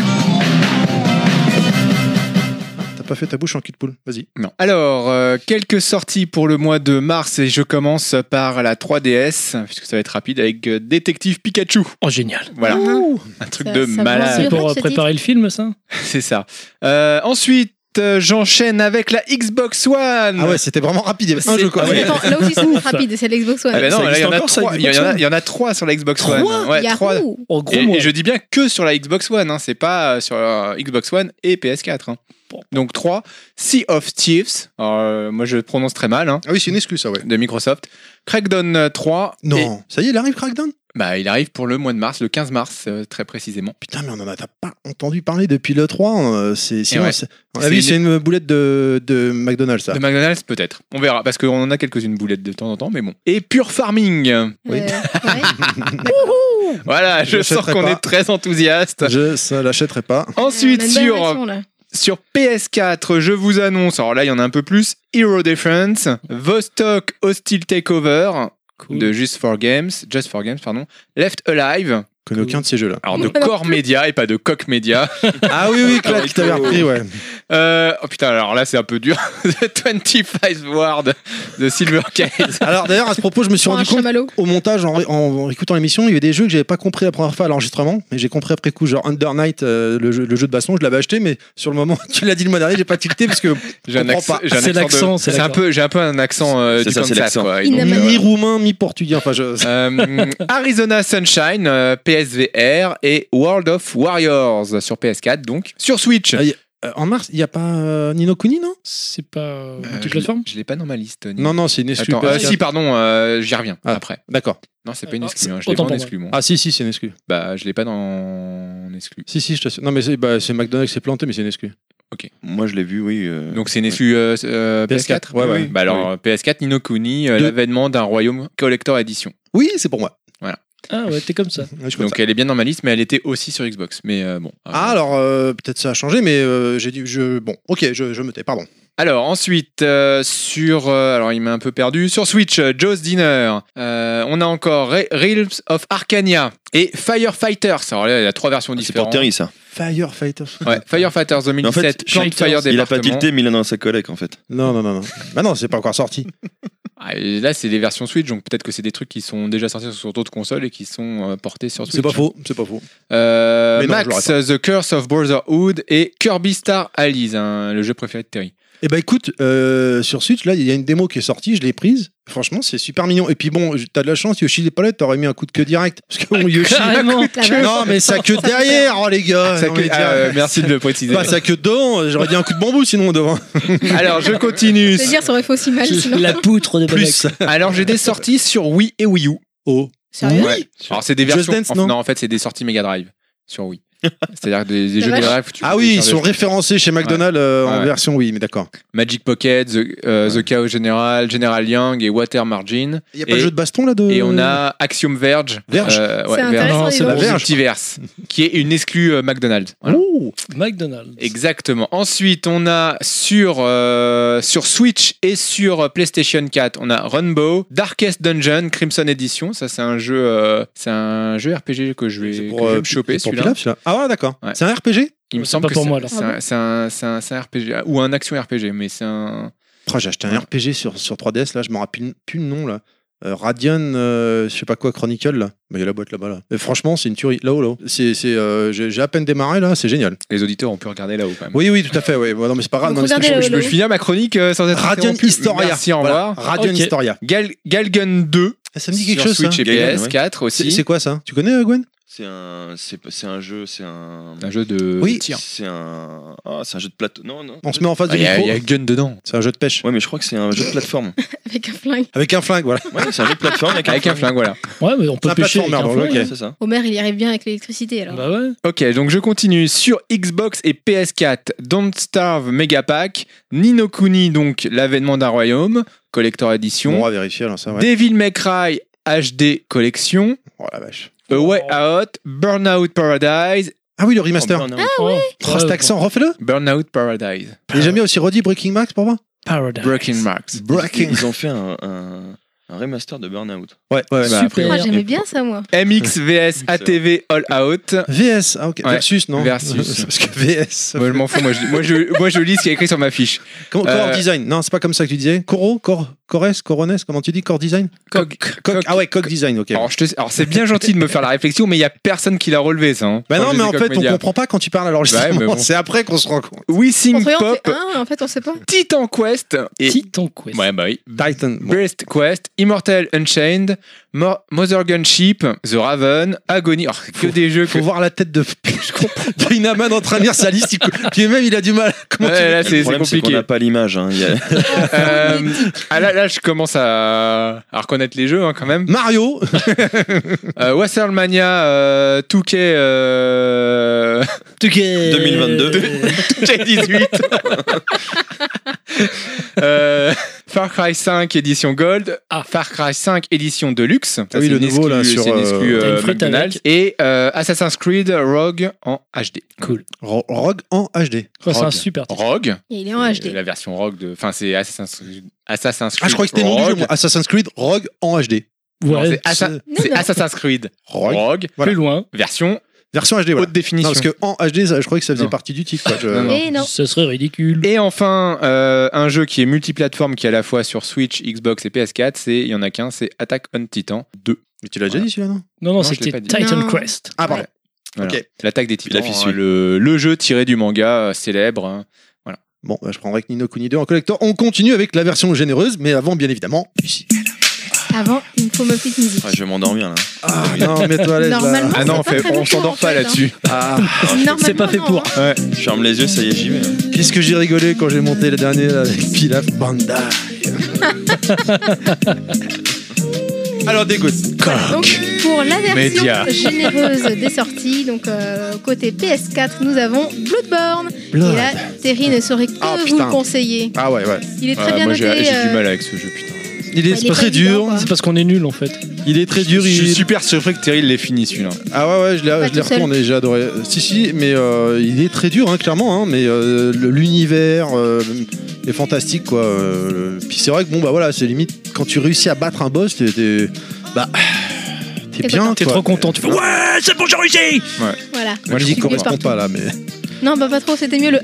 [SPEAKER 4] T'as pas fait ta bouche en cul de poule, vas-y.
[SPEAKER 5] Alors, euh, quelques sorties pour le mois de mars et je commence par la 3DS, puisque ça va être rapide, avec euh, Détective Pikachu.
[SPEAKER 7] Oh, génial.
[SPEAKER 5] Voilà,
[SPEAKER 4] Ouh.
[SPEAKER 5] un truc
[SPEAKER 6] Ah. Ça-
[SPEAKER 5] de
[SPEAKER 6] ça
[SPEAKER 5] malade.
[SPEAKER 7] C'est
[SPEAKER 6] vrai
[SPEAKER 7] pour
[SPEAKER 6] que
[SPEAKER 7] euh,
[SPEAKER 6] ce
[SPEAKER 7] préparer le film, ça
[SPEAKER 5] C'est ça. Euh, ensuite, euh, j'enchaîne avec la Xbox One.
[SPEAKER 4] Ah ouais, c'était vraiment rapide. Un
[SPEAKER 5] C'est-
[SPEAKER 4] jeu, quoi.
[SPEAKER 5] Ah ouais.
[SPEAKER 6] Attends, là aussi, c'est rapide, c'est l'Xbox One.
[SPEAKER 5] Ah bah non,
[SPEAKER 9] Ça
[SPEAKER 5] là, il y en
[SPEAKER 9] existe
[SPEAKER 5] a
[SPEAKER 9] encore, ça,
[SPEAKER 5] trois.
[SPEAKER 9] une
[SPEAKER 5] Il y, en a-
[SPEAKER 9] Xbox
[SPEAKER 5] il y en a trois sur la Xbox One. Ouais,
[SPEAKER 6] Yahoo Euh,
[SPEAKER 5] trois.
[SPEAKER 7] En gros,
[SPEAKER 5] Et,
[SPEAKER 7] moi,
[SPEAKER 5] et je dis bien que sur la Xbox One, hein, c'est pas euh, sur euh, Xbox One et PS4. hein. Donc 3, Sea of Thieves, Alors, euh, moi je prononce très mal, hein,
[SPEAKER 4] Ah oui, c'est une excuse, ça, ouais.
[SPEAKER 5] de Microsoft. Crackdown euh, 3,
[SPEAKER 4] Non,
[SPEAKER 5] et-
[SPEAKER 4] ça y est, il arrive Crackdown
[SPEAKER 5] bah, il arrive pour le mois de mars, le 15 mars euh, très précisément.
[SPEAKER 4] Putain, mais on en a t'as pas entendu parler depuis le 3. euh, c'est sinon,
[SPEAKER 5] ouais.
[SPEAKER 4] c'est- à mon
[SPEAKER 5] C'est
[SPEAKER 4] avis,
[SPEAKER 5] une-
[SPEAKER 4] c'est une boulette de, de McDonald's, ça.
[SPEAKER 5] De McDonald's peut-être, on verra, parce qu'on en a quelques-unes boulettes de temps en temps, mais bon. Et Pure Farming,
[SPEAKER 4] Oui.
[SPEAKER 6] Euh, ouais.
[SPEAKER 5] voilà, je,
[SPEAKER 4] Je
[SPEAKER 5] sens
[SPEAKER 4] l'achèterai
[SPEAKER 5] qu'on
[SPEAKER 4] pas.
[SPEAKER 5] est très enthousiaste.
[SPEAKER 4] Je ça l'achèterai pas.
[SPEAKER 5] Ensuite,
[SPEAKER 6] On a une bonne
[SPEAKER 5] sur
[SPEAKER 6] réaction, là.
[SPEAKER 5] Sur PS4, je vous annonce, alors là il y en a un peu plus, Hero Defense, Vostok Hostile Takeover
[SPEAKER 7] cool.
[SPEAKER 5] de Just for Games, Just for Games, pardon, Left Alive,
[SPEAKER 4] Je connais aucun de ces jeux-là.
[SPEAKER 5] alors de Core Media et pas de Coq Media.
[SPEAKER 4] Ah oui, oui, Clad, tu t'avais repris, ouais.
[SPEAKER 5] Euh, oh putain, alors là c'est un peu dur, The 25 Ward de Silver Case.
[SPEAKER 4] Alors d'ailleurs, à ce propos, je me suis
[SPEAKER 6] Pour un
[SPEAKER 4] rendu compte
[SPEAKER 6] chamallow.
[SPEAKER 4] au montage, en, en- en écoutant l'émission, il y avait des jeux que j'avais pas compris la première fois à l'enregistrement, mais j'ai compris après coup, genre Under Night, euh, le, jeu, le jeu de baston, je l'avais acheté, mais sur le moment, tu l'as dit le mois dernier, j'ai pas tilté parce que
[SPEAKER 5] J'ai un,
[SPEAKER 4] comprends
[SPEAKER 5] accent-
[SPEAKER 4] pas.
[SPEAKER 5] j'ai un
[SPEAKER 7] C'est
[SPEAKER 5] accent de-
[SPEAKER 7] l'accent, c'est
[SPEAKER 5] c'est un
[SPEAKER 7] l'accent.
[SPEAKER 5] peu, j'ai un peu un accent euh,
[SPEAKER 9] C'est
[SPEAKER 5] du
[SPEAKER 9] ça, c'est
[SPEAKER 5] Kansas,
[SPEAKER 9] l'accent.
[SPEAKER 5] quoi. Et
[SPEAKER 6] Il
[SPEAKER 5] donc,
[SPEAKER 6] n'a
[SPEAKER 4] mi
[SPEAKER 6] même-
[SPEAKER 5] euh,
[SPEAKER 4] roumain, mi portugais. Enfin, je...
[SPEAKER 5] Euh, Arizona Sunshine, euh, PSVR et World of Warriors sur PS4 donc. Sur Switch.
[SPEAKER 4] Ah, Euh, en mars, il y a pas euh, Nino Kuni, non
[SPEAKER 7] C'est pas euh,
[SPEAKER 5] Euh,
[SPEAKER 7] multiplateforme
[SPEAKER 5] Je l'ai- je l'ai pas dans ma liste. Nick.
[SPEAKER 4] Non, non, c'est une exclu. Bah,
[SPEAKER 5] Attends, euh,
[SPEAKER 4] PS4.
[SPEAKER 5] si, pardon, euh, j'y reviens
[SPEAKER 4] Ah.
[SPEAKER 5] après.
[SPEAKER 4] D'accord.
[SPEAKER 5] Non, c'est pas une
[SPEAKER 7] Ah,
[SPEAKER 5] exclu.
[SPEAKER 7] c'est-
[SPEAKER 5] hein, Je l'ai pas
[SPEAKER 7] autant
[SPEAKER 5] en
[SPEAKER 7] pour
[SPEAKER 5] exclu. moi.
[SPEAKER 4] Ah si, si, c'est une exclu.
[SPEAKER 5] Bah, je l'ai pas dans en exclu.
[SPEAKER 4] Si, si, je t'assure. Non, mais c'est bah, c'est McDonald's qui s'est planté, mais c'est une exclu.
[SPEAKER 9] Moi, je l'ai vu, oui. euh,
[SPEAKER 5] Donc, c'est une exclu euh, euh, PS4.
[SPEAKER 4] Ouais, ouais.
[SPEAKER 5] Bah alors, euh, PS4, Nino Kuni, euh,
[SPEAKER 4] De-
[SPEAKER 5] l'avènement d'un royaume collector edition.
[SPEAKER 4] Oui, c'est pour moi.
[SPEAKER 7] Ah ouais, t'es comme ça.
[SPEAKER 4] Ouais, je suis comme
[SPEAKER 5] Donc,
[SPEAKER 4] ça.
[SPEAKER 5] elle est bien dans ma liste, mais elle était aussi sur Xbox. Mais euh, bon.
[SPEAKER 4] Ah, alors, euh, peut-être ça a changé, mais euh, j'ai dit. Je... Bon, ok, je, je me tais, pardon.
[SPEAKER 5] Alors ensuite euh, sur euh, alors il m'a un peu perdu sur Switch euh, Joe's Dinner euh, on a encore Re- Realms of Arcania et Firefighters alors là il y a trois versions
[SPEAKER 9] Ah, c'est pour
[SPEAKER 5] différentes
[SPEAKER 9] Terry, ça.
[SPEAKER 4] Firefighters.
[SPEAKER 5] ouais, Firefighters 2017
[SPEAKER 9] Mais en fait,
[SPEAKER 5] Plant Fire
[SPEAKER 9] il a pas
[SPEAKER 5] Département.
[SPEAKER 9] tilté, mais il en a dans sa collègue, en fait.
[SPEAKER 4] Non, non, non, non. Bah non, c'est pas encore sorti.
[SPEAKER 5] Ah, et là c'est les versions Switch donc peut-être que c'est des trucs qui sont déjà sortis sur d'autres consoles et qui sont euh, portés sur Switch
[SPEAKER 4] C'est pas faux, c'est pas faux.
[SPEAKER 5] Euh,
[SPEAKER 4] Mais non, je
[SPEAKER 5] Max The Curse of Brotherhood et Kirby Star Allies hein, le jeu préféré de Terry
[SPEAKER 4] Eh ben écoute, euh, sur Switch, là, il y a une démo qui est sortie, je l'ai prise. Franchement, c'est super mignon. Et puis bon, j- t'as de la chance, Yoshi n'est pas là, t'aurais mis un coup de queue direct. Parce que
[SPEAKER 6] Ah,
[SPEAKER 4] bon, Yoshi.
[SPEAKER 7] Carrément.
[SPEAKER 4] Non, mais sa queue derrière, oh les gars
[SPEAKER 5] Ça
[SPEAKER 4] Non,
[SPEAKER 5] que-
[SPEAKER 4] mais
[SPEAKER 5] ah, euh,
[SPEAKER 4] tiens.
[SPEAKER 5] merci de le préciser.
[SPEAKER 4] Pas sa queue dedans, j'aurais dit un coup de bambou sinon devant.
[SPEAKER 5] Alors, je continue.
[SPEAKER 6] C'est dire, ça aurait fait aussi mal sinon.
[SPEAKER 7] La poutre de Bonex.
[SPEAKER 4] Plus.
[SPEAKER 5] Alors, j'ai des sorties sur Wii et Wii U.
[SPEAKER 4] Oh.
[SPEAKER 6] Sérieux
[SPEAKER 5] Ouais. Ah Alors, c'est des
[SPEAKER 4] Just
[SPEAKER 5] versions.
[SPEAKER 4] Dance,
[SPEAKER 5] en-
[SPEAKER 4] non
[SPEAKER 5] en fait, c'est des sorties Mega Drive sur Wii. C'est-à-dire des, des
[SPEAKER 6] La
[SPEAKER 5] jeux
[SPEAKER 6] vache.
[SPEAKER 5] Mega Drive. où tu
[SPEAKER 4] Ah
[SPEAKER 5] peux
[SPEAKER 4] oui, ils
[SPEAKER 5] faire des
[SPEAKER 4] sont
[SPEAKER 5] jeux.
[SPEAKER 4] référencés chez McDonald's euh, en
[SPEAKER 5] Ouais.
[SPEAKER 4] version oui, mais d'accord.
[SPEAKER 5] Magic Pocket, The, euh, The Chaos General, General Young et Water Margin.
[SPEAKER 4] Il n'y a
[SPEAKER 5] pas
[SPEAKER 4] pas
[SPEAKER 5] de
[SPEAKER 4] de
[SPEAKER 5] jeu
[SPEAKER 4] jeu de baston là de.
[SPEAKER 5] Et on a Axiom Verge.
[SPEAKER 4] Verge.
[SPEAKER 5] Euh, ouais,
[SPEAKER 6] Mmh. C'est
[SPEAKER 5] Verge.
[SPEAKER 6] intéressant.
[SPEAKER 7] Non,
[SPEAKER 6] dis
[SPEAKER 7] c'est la
[SPEAKER 6] donc.
[SPEAKER 4] Verge. Ah
[SPEAKER 5] Multiverse, qui est une exclue euh, McDonald's. Voilà.
[SPEAKER 7] McDonald's.
[SPEAKER 5] Exactement. Ensuite, on a sur, euh, sur Switch et sur euh, PlayStation 4, on a Runbow, Darkest Dungeon, Crimson Edition. Ça, c'est un jeu, euh, c'est un jeu RPG que je vais, que je
[SPEAKER 4] euh,
[SPEAKER 5] vais me choper celui-là.
[SPEAKER 4] Ah ouais, d'accord.
[SPEAKER 5] Ouais.
[SPEAKER 4] C'est un RPG
[SPEAKER 5] Il me
[SPEAKER 7] C'est
[SPEAKER 5] semble
[SPEAKER 7] pas
[SPEAKER 5] que
[SPEAKER 7] pour
[SPEAKER 5] c'est-
[SPEAKER 7] moi, alors.
[SPEAKER 5] c'est un- c'est un, c'est un- c'est un RPG ou un action RPG, mais c'est un.
[SPEAKER 4] Oh, j'ai acheté un RPG sur, sur 3DS là, je me rappelle plus le nom là. Euh, Radian, euh, je sais pas quoi, Chronicle là. Bah, Il y a la boîte là-bas là. Et franchement, c'est une tuerie. Là-haut, là-haut. C'est, c'est, euh, j'ai, j'ai à peine démarré là, c'est génial.
[SPEAKER 5] Les auditeurs ont pu regarder là-haut quand même.
[SPEAKER 4] Oui, oui, tout à fait. Oui. Bon, non, mais c'est pas grave.
[SPEAKER 6] Donc,
[SPEAKER 4] non, mais c'est-
[SPEAKER 6] regardez
[SPEAKER 5] Je
[SPEAKER 6] le-
[SPEAKER 5] peux finir ma chronique euh, sans être
[SPEAKER 4] Radian
[SPEAKER 5] interrompu.
[SPEAKER 4] Historia.
[SPEAKER 5] Merci, au
[SPEAKER 4] Voilà.
[SPEAKER 5] revoir.
[SPEAKER 4] Radian
[SPEAKER 7] Ok.
[SPEAKER 4] Historia.
[SPEAKER 5] Gal Galgun 2
[SPEAKER 4] Ah, ça me dit
[SPEAKER 5] sur
[SPEAKER 4] quelque chose
[SPEAKER 5] Switch
[SPEAKER 4] ça.
[SPEAKER 5] et
[SPEAKER 9] Galgun, ouais.
[SPEAKER 5] PS4
[SPEAKER 4] C'est,
[SPEAKER 5] aussi.
[SPEAKER 4] c'est quoi ça Tu connais euh, Gwen
[SPEAKER 9] C'est un, c'est pas- c'est un jeu, c'est un.
[SPEAKER 5] un jeu de
[SPEAKER 4] Oui.
[SPEAKER 5] tir.
[SPEAKER 9] C'est un. Ah, c'est un jeu de plateau. Non, non.
[SPEAKER 4] On se met en face
[SPEAKER 5] Ah,
[SPEAKER 4] du
[SPEAKER 5] Il y, a- il
[SPEAKER 4] micro.
[SPEAKER 5] y a Gun dedans.
[SPEAKER 4] C'est un jeu de pêche.
[SPEAKER 9] Ouais, mais je crois que c'est un jeu de plateforme.
[SPEAKER 6] Avec un flingue.
[SPEAKER 4] Avec un flingue, voilà.
[SPEAKER 9] Ouais, c'est un jeu de plateforme avec un.
[SPEAKER 5] Avec un flingue, voilà.
[SPEAKER 7] Ouais, mais on peut
[SPEAKER 4] Un
[SPEAKER 7] pêcher avec
[SPEAKER 4] plateforme,
[SPEAKER 7] un
[SPEAKER 4] alors,
[SPEAKER 7] flingue.
[SPEAKER 9] Ouais,
[SPEAKER 4] ok.
[SPEAKER 9] c'est ça.
[SPEAKER 6] Homer, il y arrive bien avec l'électricité alors.
[SPEAKER 7] Bah ouais.
[SPEAKER 5] Ok, donc je continue sur Xbox et PS4. Don't Starve Mega Pack, Ninokuni donc l'avènement d'un royaume, collector
[SPEAKER 4] On
[SPEAKER 5] edition,
[SPEAKER 4] va vérifier là, ça. Ouais.
[SPEAKER 5] Devil May Cry HD collection,
[SPEAKER 4] Oh la vache.
[SPEAKER 5] A Way Out, Burnout Paradise,
[SPEAKER 4] Ah oui, le remaster.
[SPEAKER 9] Oh,
[SPEAKER 7] Oh,
[SPEAKER 4] Oh, cet
[SPEAKER 7] ouais,
[SPEAKER 4] accent, refais-le.
[SPEAKER 5] Burnout Paradise,
[SPEAKER 4] Et j'aime bien aussi redit Breaking Max pour moi.
[SPEAKER 7] Paradise.
[SPEAKER 5] Breaking Marks.
[SPEAKER 9] Ils ils ont fait un, un, un remaster de Burnout.
[SPEAKER 4] Ouais, ouais.
[SPEAKER 5] Bah,
[SPEAKER 7] Super.
[SPEAKER 6] Moi, j'aimais bien ça, moi.
[SPEAKER 5] MX vs ATV All Out.
[SPEAKER 4] VS, ah ok.
[SPEAKER 5] Ouais.
[SPEAKER 4] Versus, non
[SPEAKER 5] Versus.
[SPEAKER 4] Parce que VS.
[SPEAKER 5] Moi je m'en fous, moi je, moi, je, moi je lis ce qui est écrit sur ma fiche.
[SPEAKER 4] Comment,
[SPEAKER 5] Euh,
[SPEAKER 4] Core Design Non, c'est pas comme ça que tu disais. Coro Cor Cores Corones Comment tu dis Core Design
[SPEAKER 5] Coq- coq-
[SPEAKER 4] Ah ouais, Coq Design, ok.
[SPEAKER 5] Alors, je te- alors, c'est bien gentil de me faire la réflexion, mais il n'y a personne qui l'a relevé ça. hein.
[SPEAKER 4] bah
[SPEAKER 5] Quand
[SPEAKER 4] non,
[SPEAKER 5] je
[SPEAKER 4] mais
[SPEAKER 5] dis
[SPEAKER 4] en
[SPEAKER 5] Coq
[SPEAKER 4] fait, on
[SPEAKER 5] Media.
[SPEAKER 4] comprend pas quand tu parles à l'enregistrement.
[SPEAKER 5] Ouais, mais bon.
[SPEAKER 4] C'est après qu'on se rend compte.
[SPEAKER 5] We
[SPEAKER 6] En
[SPEAKER 5] Sing
[SPEAKER 6] on
[SPEAKER 5] Pop,
[SPEAKER 6] fait un, ah, en fait, on sait pas.
[SPEAKER 5] Titan Quest et
[SPEAKER 7] Titan Quest.
[SPEAKER 5] Ouais, bah oui.
[SPEAKER 4] Titan. bon.
[SPEAKER 5] Breast Quest, Immortal Unchained, Mo- Mother Gunship, The Raven, Agony. Alors, que
[SPEAKER 4] Faut-
[SPEAKER 5] des jeux que.
[SPEAKER 4] Faut voir la tête de Brinaman en train de lire sa liste. il cou- Puis même, il a du mal. Comment
[SPEAKER 5] Ouais, là,
[SPEAKER 9] Le
[SPEAKER 5] Ah, c'est c'est
[SPEAKER 9] problème, qu'on
[SPEAKER 5] compliqué.
[SPEAKER 9] n'a pas l'image. hein. Il y a-
[SPEAKER 5] Euh, ah, là, là, je commence à, à reconnaître les jeux hein, quand même.
[SPEAKER 4] tu... Mario
[SPEAKER 5] Euh, Wassermania euh, 2K euh,
[SPEAKER 7] Tuque.
[SPEAKER 9] 2022.
[SPEAKER 5] 18. euh, Far Cry 5 édition Gold.
[SPEAKER 7] Ah.
[SPEAKER 5] Far Cry 5 édition Deluxe. Ça,
[SPEAKER 4] Ah oui,
[SPEAKER 5] c'est
[SPEAKER 4] le
[SPEAKER 5] une
[SPEAKER 4] nouveau, là,
[SPEAKER 5] exclu-
[SPEAKER 4] sur,
[SPEAKER 5] c'est une exclu,
[SPEAKER 4] euh,
[SPEAKER 7] T'as une
[SPEAKER 5] euh,
[SPEAKER 7] frite
[SPEAKER 5] McDonald's. Et euh, Assassin's Creed Rogue en HD.
[SPEAKER 7] Cool.
[SPEAKER 4] Ro- Rogue en HD.
[SPEAKER 7] Oh, c'est un
[SPEAKER 5] Rogue.
[SPEAKER 7] super titre.
[SPEAKER 5] Rogue.
[SPEAKER 6] Et il est en
[SPEAKER 5] C'est
[SPEAKER 6] HD.
[SPEAKER 5] La version Rogue de. Enfin, c'est Assassin's Creed. Assassin's Creed
[SPEAKER 4] Ah, je crois que c'était le nom du
[SPEAKER 5] Rogue. Ah,
[SPEAKER 4] jeu. moi. Assassin's Creed Rogue en HD.
[SPEAKER 5] Non,
[SPEAKER 7] Ouais,
[SPEAKER 5] c'est Assa-
[SPEAKER 4] c'est-
[SPEAKER 5] c'est
[SPEAKER 6] Non, non.
[SPEAKER 5] Assassin's Creed Rogue,
[SPEAKER 4] Rogue.
[SPEAKER 7] plus loin.
[SPEAKER 5] version
[SPEAKER 4] Version HD, voilà.
[SPEAKER 5] haute définition.
[SPEAKER 4] Non, parce que en HD, ça- je crois que ça faisait
[SPEAKER 5] Non.
[SPEAKER 4] partie du titre. quoi. Je-
[SPEAKER 5] Non, non.
[SPEAKER 6] Et non.
[SPEAKER 7] Ce serait ridicule.
[SPEAKER 5] Et enfin, euh, un jeu qui est multiplateforme, qui est à la fois sur Switch, Xbox et PS4, c'est il y en a qu'un, c'est Attack on Titan 2.
[SPEAKER 4] Mais tu l'as déjà
[SPEAKER 5] Voilà.
[SPEAKER 4] dit celui-là, non
[SPEAKER 7] Non, non,
[SPEAKER 5] je l'ai
[SPEAKER 7] c'était
[SPEAKER 5] pas dit.
[SPEAKER 7] Titan
[SPEAKER 6] Non.
[SPEAKER 7] Quest.
[SPEAKER 4] Ah, pardon.
[SPEAKER 5] Voilà.
[SPEAKER 4] Ok.
[SPEAKER 5] L'attaque des Titans,
[SPEAKER 9] Il a fait
[SPEAKER 5] hein,
[SPEAKER 9] celui.
[SPEAKER 5] le, le jeu tiré du manga euh, célèbre. hein.
[SPEAKER 4] Bon, bah, je prendrai que Nino Kuni 2 en collector. On continue avec la version généreuse, mais avant, bien évidemment. ici.
[SPEAKER 6] Avant, il me faut ma petite musique.
[SPEAKER 9] Ah, je vais m'endormir là.
[SPEAKER 4] Ah, non, mets-toi à l'aise. là.
[SPEAKER 6] Normalement,
[SPEAKER 5] Ah non,
[SPEAKER 6] c'est pas
[SPEAKER 5] fait-
[SPEAKER 6] très
[SPEAKER 5] on
[SPEAKER 6] bon
[SPEAKER 5] s'endort
[SPEAKER 6] en
[SPEAKER 5] pas
[SPEAKER 6] fait, hein.
[SPEAKER 5] là-dessus.
[SPEAKER 4] Ah,
[SPEAKER 6] Normalement,
[SPEAKER 7] C'est pas fait
[SPEAKER 6] non,
[SPEAKER 7] pour.
[SPEAKER 6] hein.
[SPEAKER 5] Ouais.
[SPEAKER 9] Je ferme les yeux, ça y est, j'y vais. hein.
[SPEAKER 4] qu'est-ce que j'ai rigolé quand j'ai monté le dernier là, avec Pilaf Banda. Alors, dégoûte.
[SPEAKER 6] Donc, pour la version
[SPEAKER 5] Média.
[SPEAKER 6] généreuse des sorties, donc euh, côté PS4, nous avons Bloodborne. Et là, Terry ne saurait que
[SPEAKER 4] Ah,
[SPEAKER 6] vous
[SPEAKER 4] putain.
[SPEAKER 6] le conseiller.
[SPEAKER 4] Ah ouais, ouais.
[SPEAKER 6] Il est très
[SPEAKER 5] Ah,
[SPEAKER 6] bien
[SPEAKER 5] moi j'ai
[SPEAKER 6] noté.
[SPEAKER 5] j'ai
[SPEAKER 6] euh,
[SPEAKER 5] du mal avec ce jeu, putain.
[SPEAKER 4] Il est,
[SPEAKER 6] Bah, il est pas
[SPEAKER 4] très
[SPEAKER 6] évident,
[SPEAKER 4] dur.
[SPEAKER 6] quoi.
[SPEAKER 7] C'est parce qu'on est nul en fait.
[SPEAKER 4] Il est très dur.
[SPEAKER 5] Je
[SPEAKER 4] il-
[SPEAKER 5] suis super surpris que Terry l'ait fini celui-là.
[SPEAKER 4] Ah ouais, ouais, je l'ai,
[SPEAKER 6] Pas
[SPEAKER 4] je l'ai
[SPEAKER 6] tout seul.
[SPEAKER 4] retourné, j'ai adoré. Euh, Si, si, mais euh, il est très dur, hein, clairement, hein, mais euh, le- l'univers euh, est fantastique, quoi. euh, Puis c'est vrai que, bon, bah voilà, c'est limite, quand tu réussis à battre un boss, t'es. t'es- bah. T'es
[SPEAKER 6] T'es
[SPEAKER 4] bien,
[SPEAKER 6] content.
[SPEAKER 7] T'es
[SPEAKER 4] quoi.
[SPEAKER 7] trop content. Tu fais Ouais, c'est bon, j'ai réussi
[SPEAKER 6] Voilà.
[SPEAKER 4] La
[SPEAKER 6] Je suis
[SPEAKER 4] musique correspond
[SPEAKER 6] partout.
[SPEAKER 4] pas là, mais.
[SPEAKER 6] Non, bah pas trop, c'était mieux le.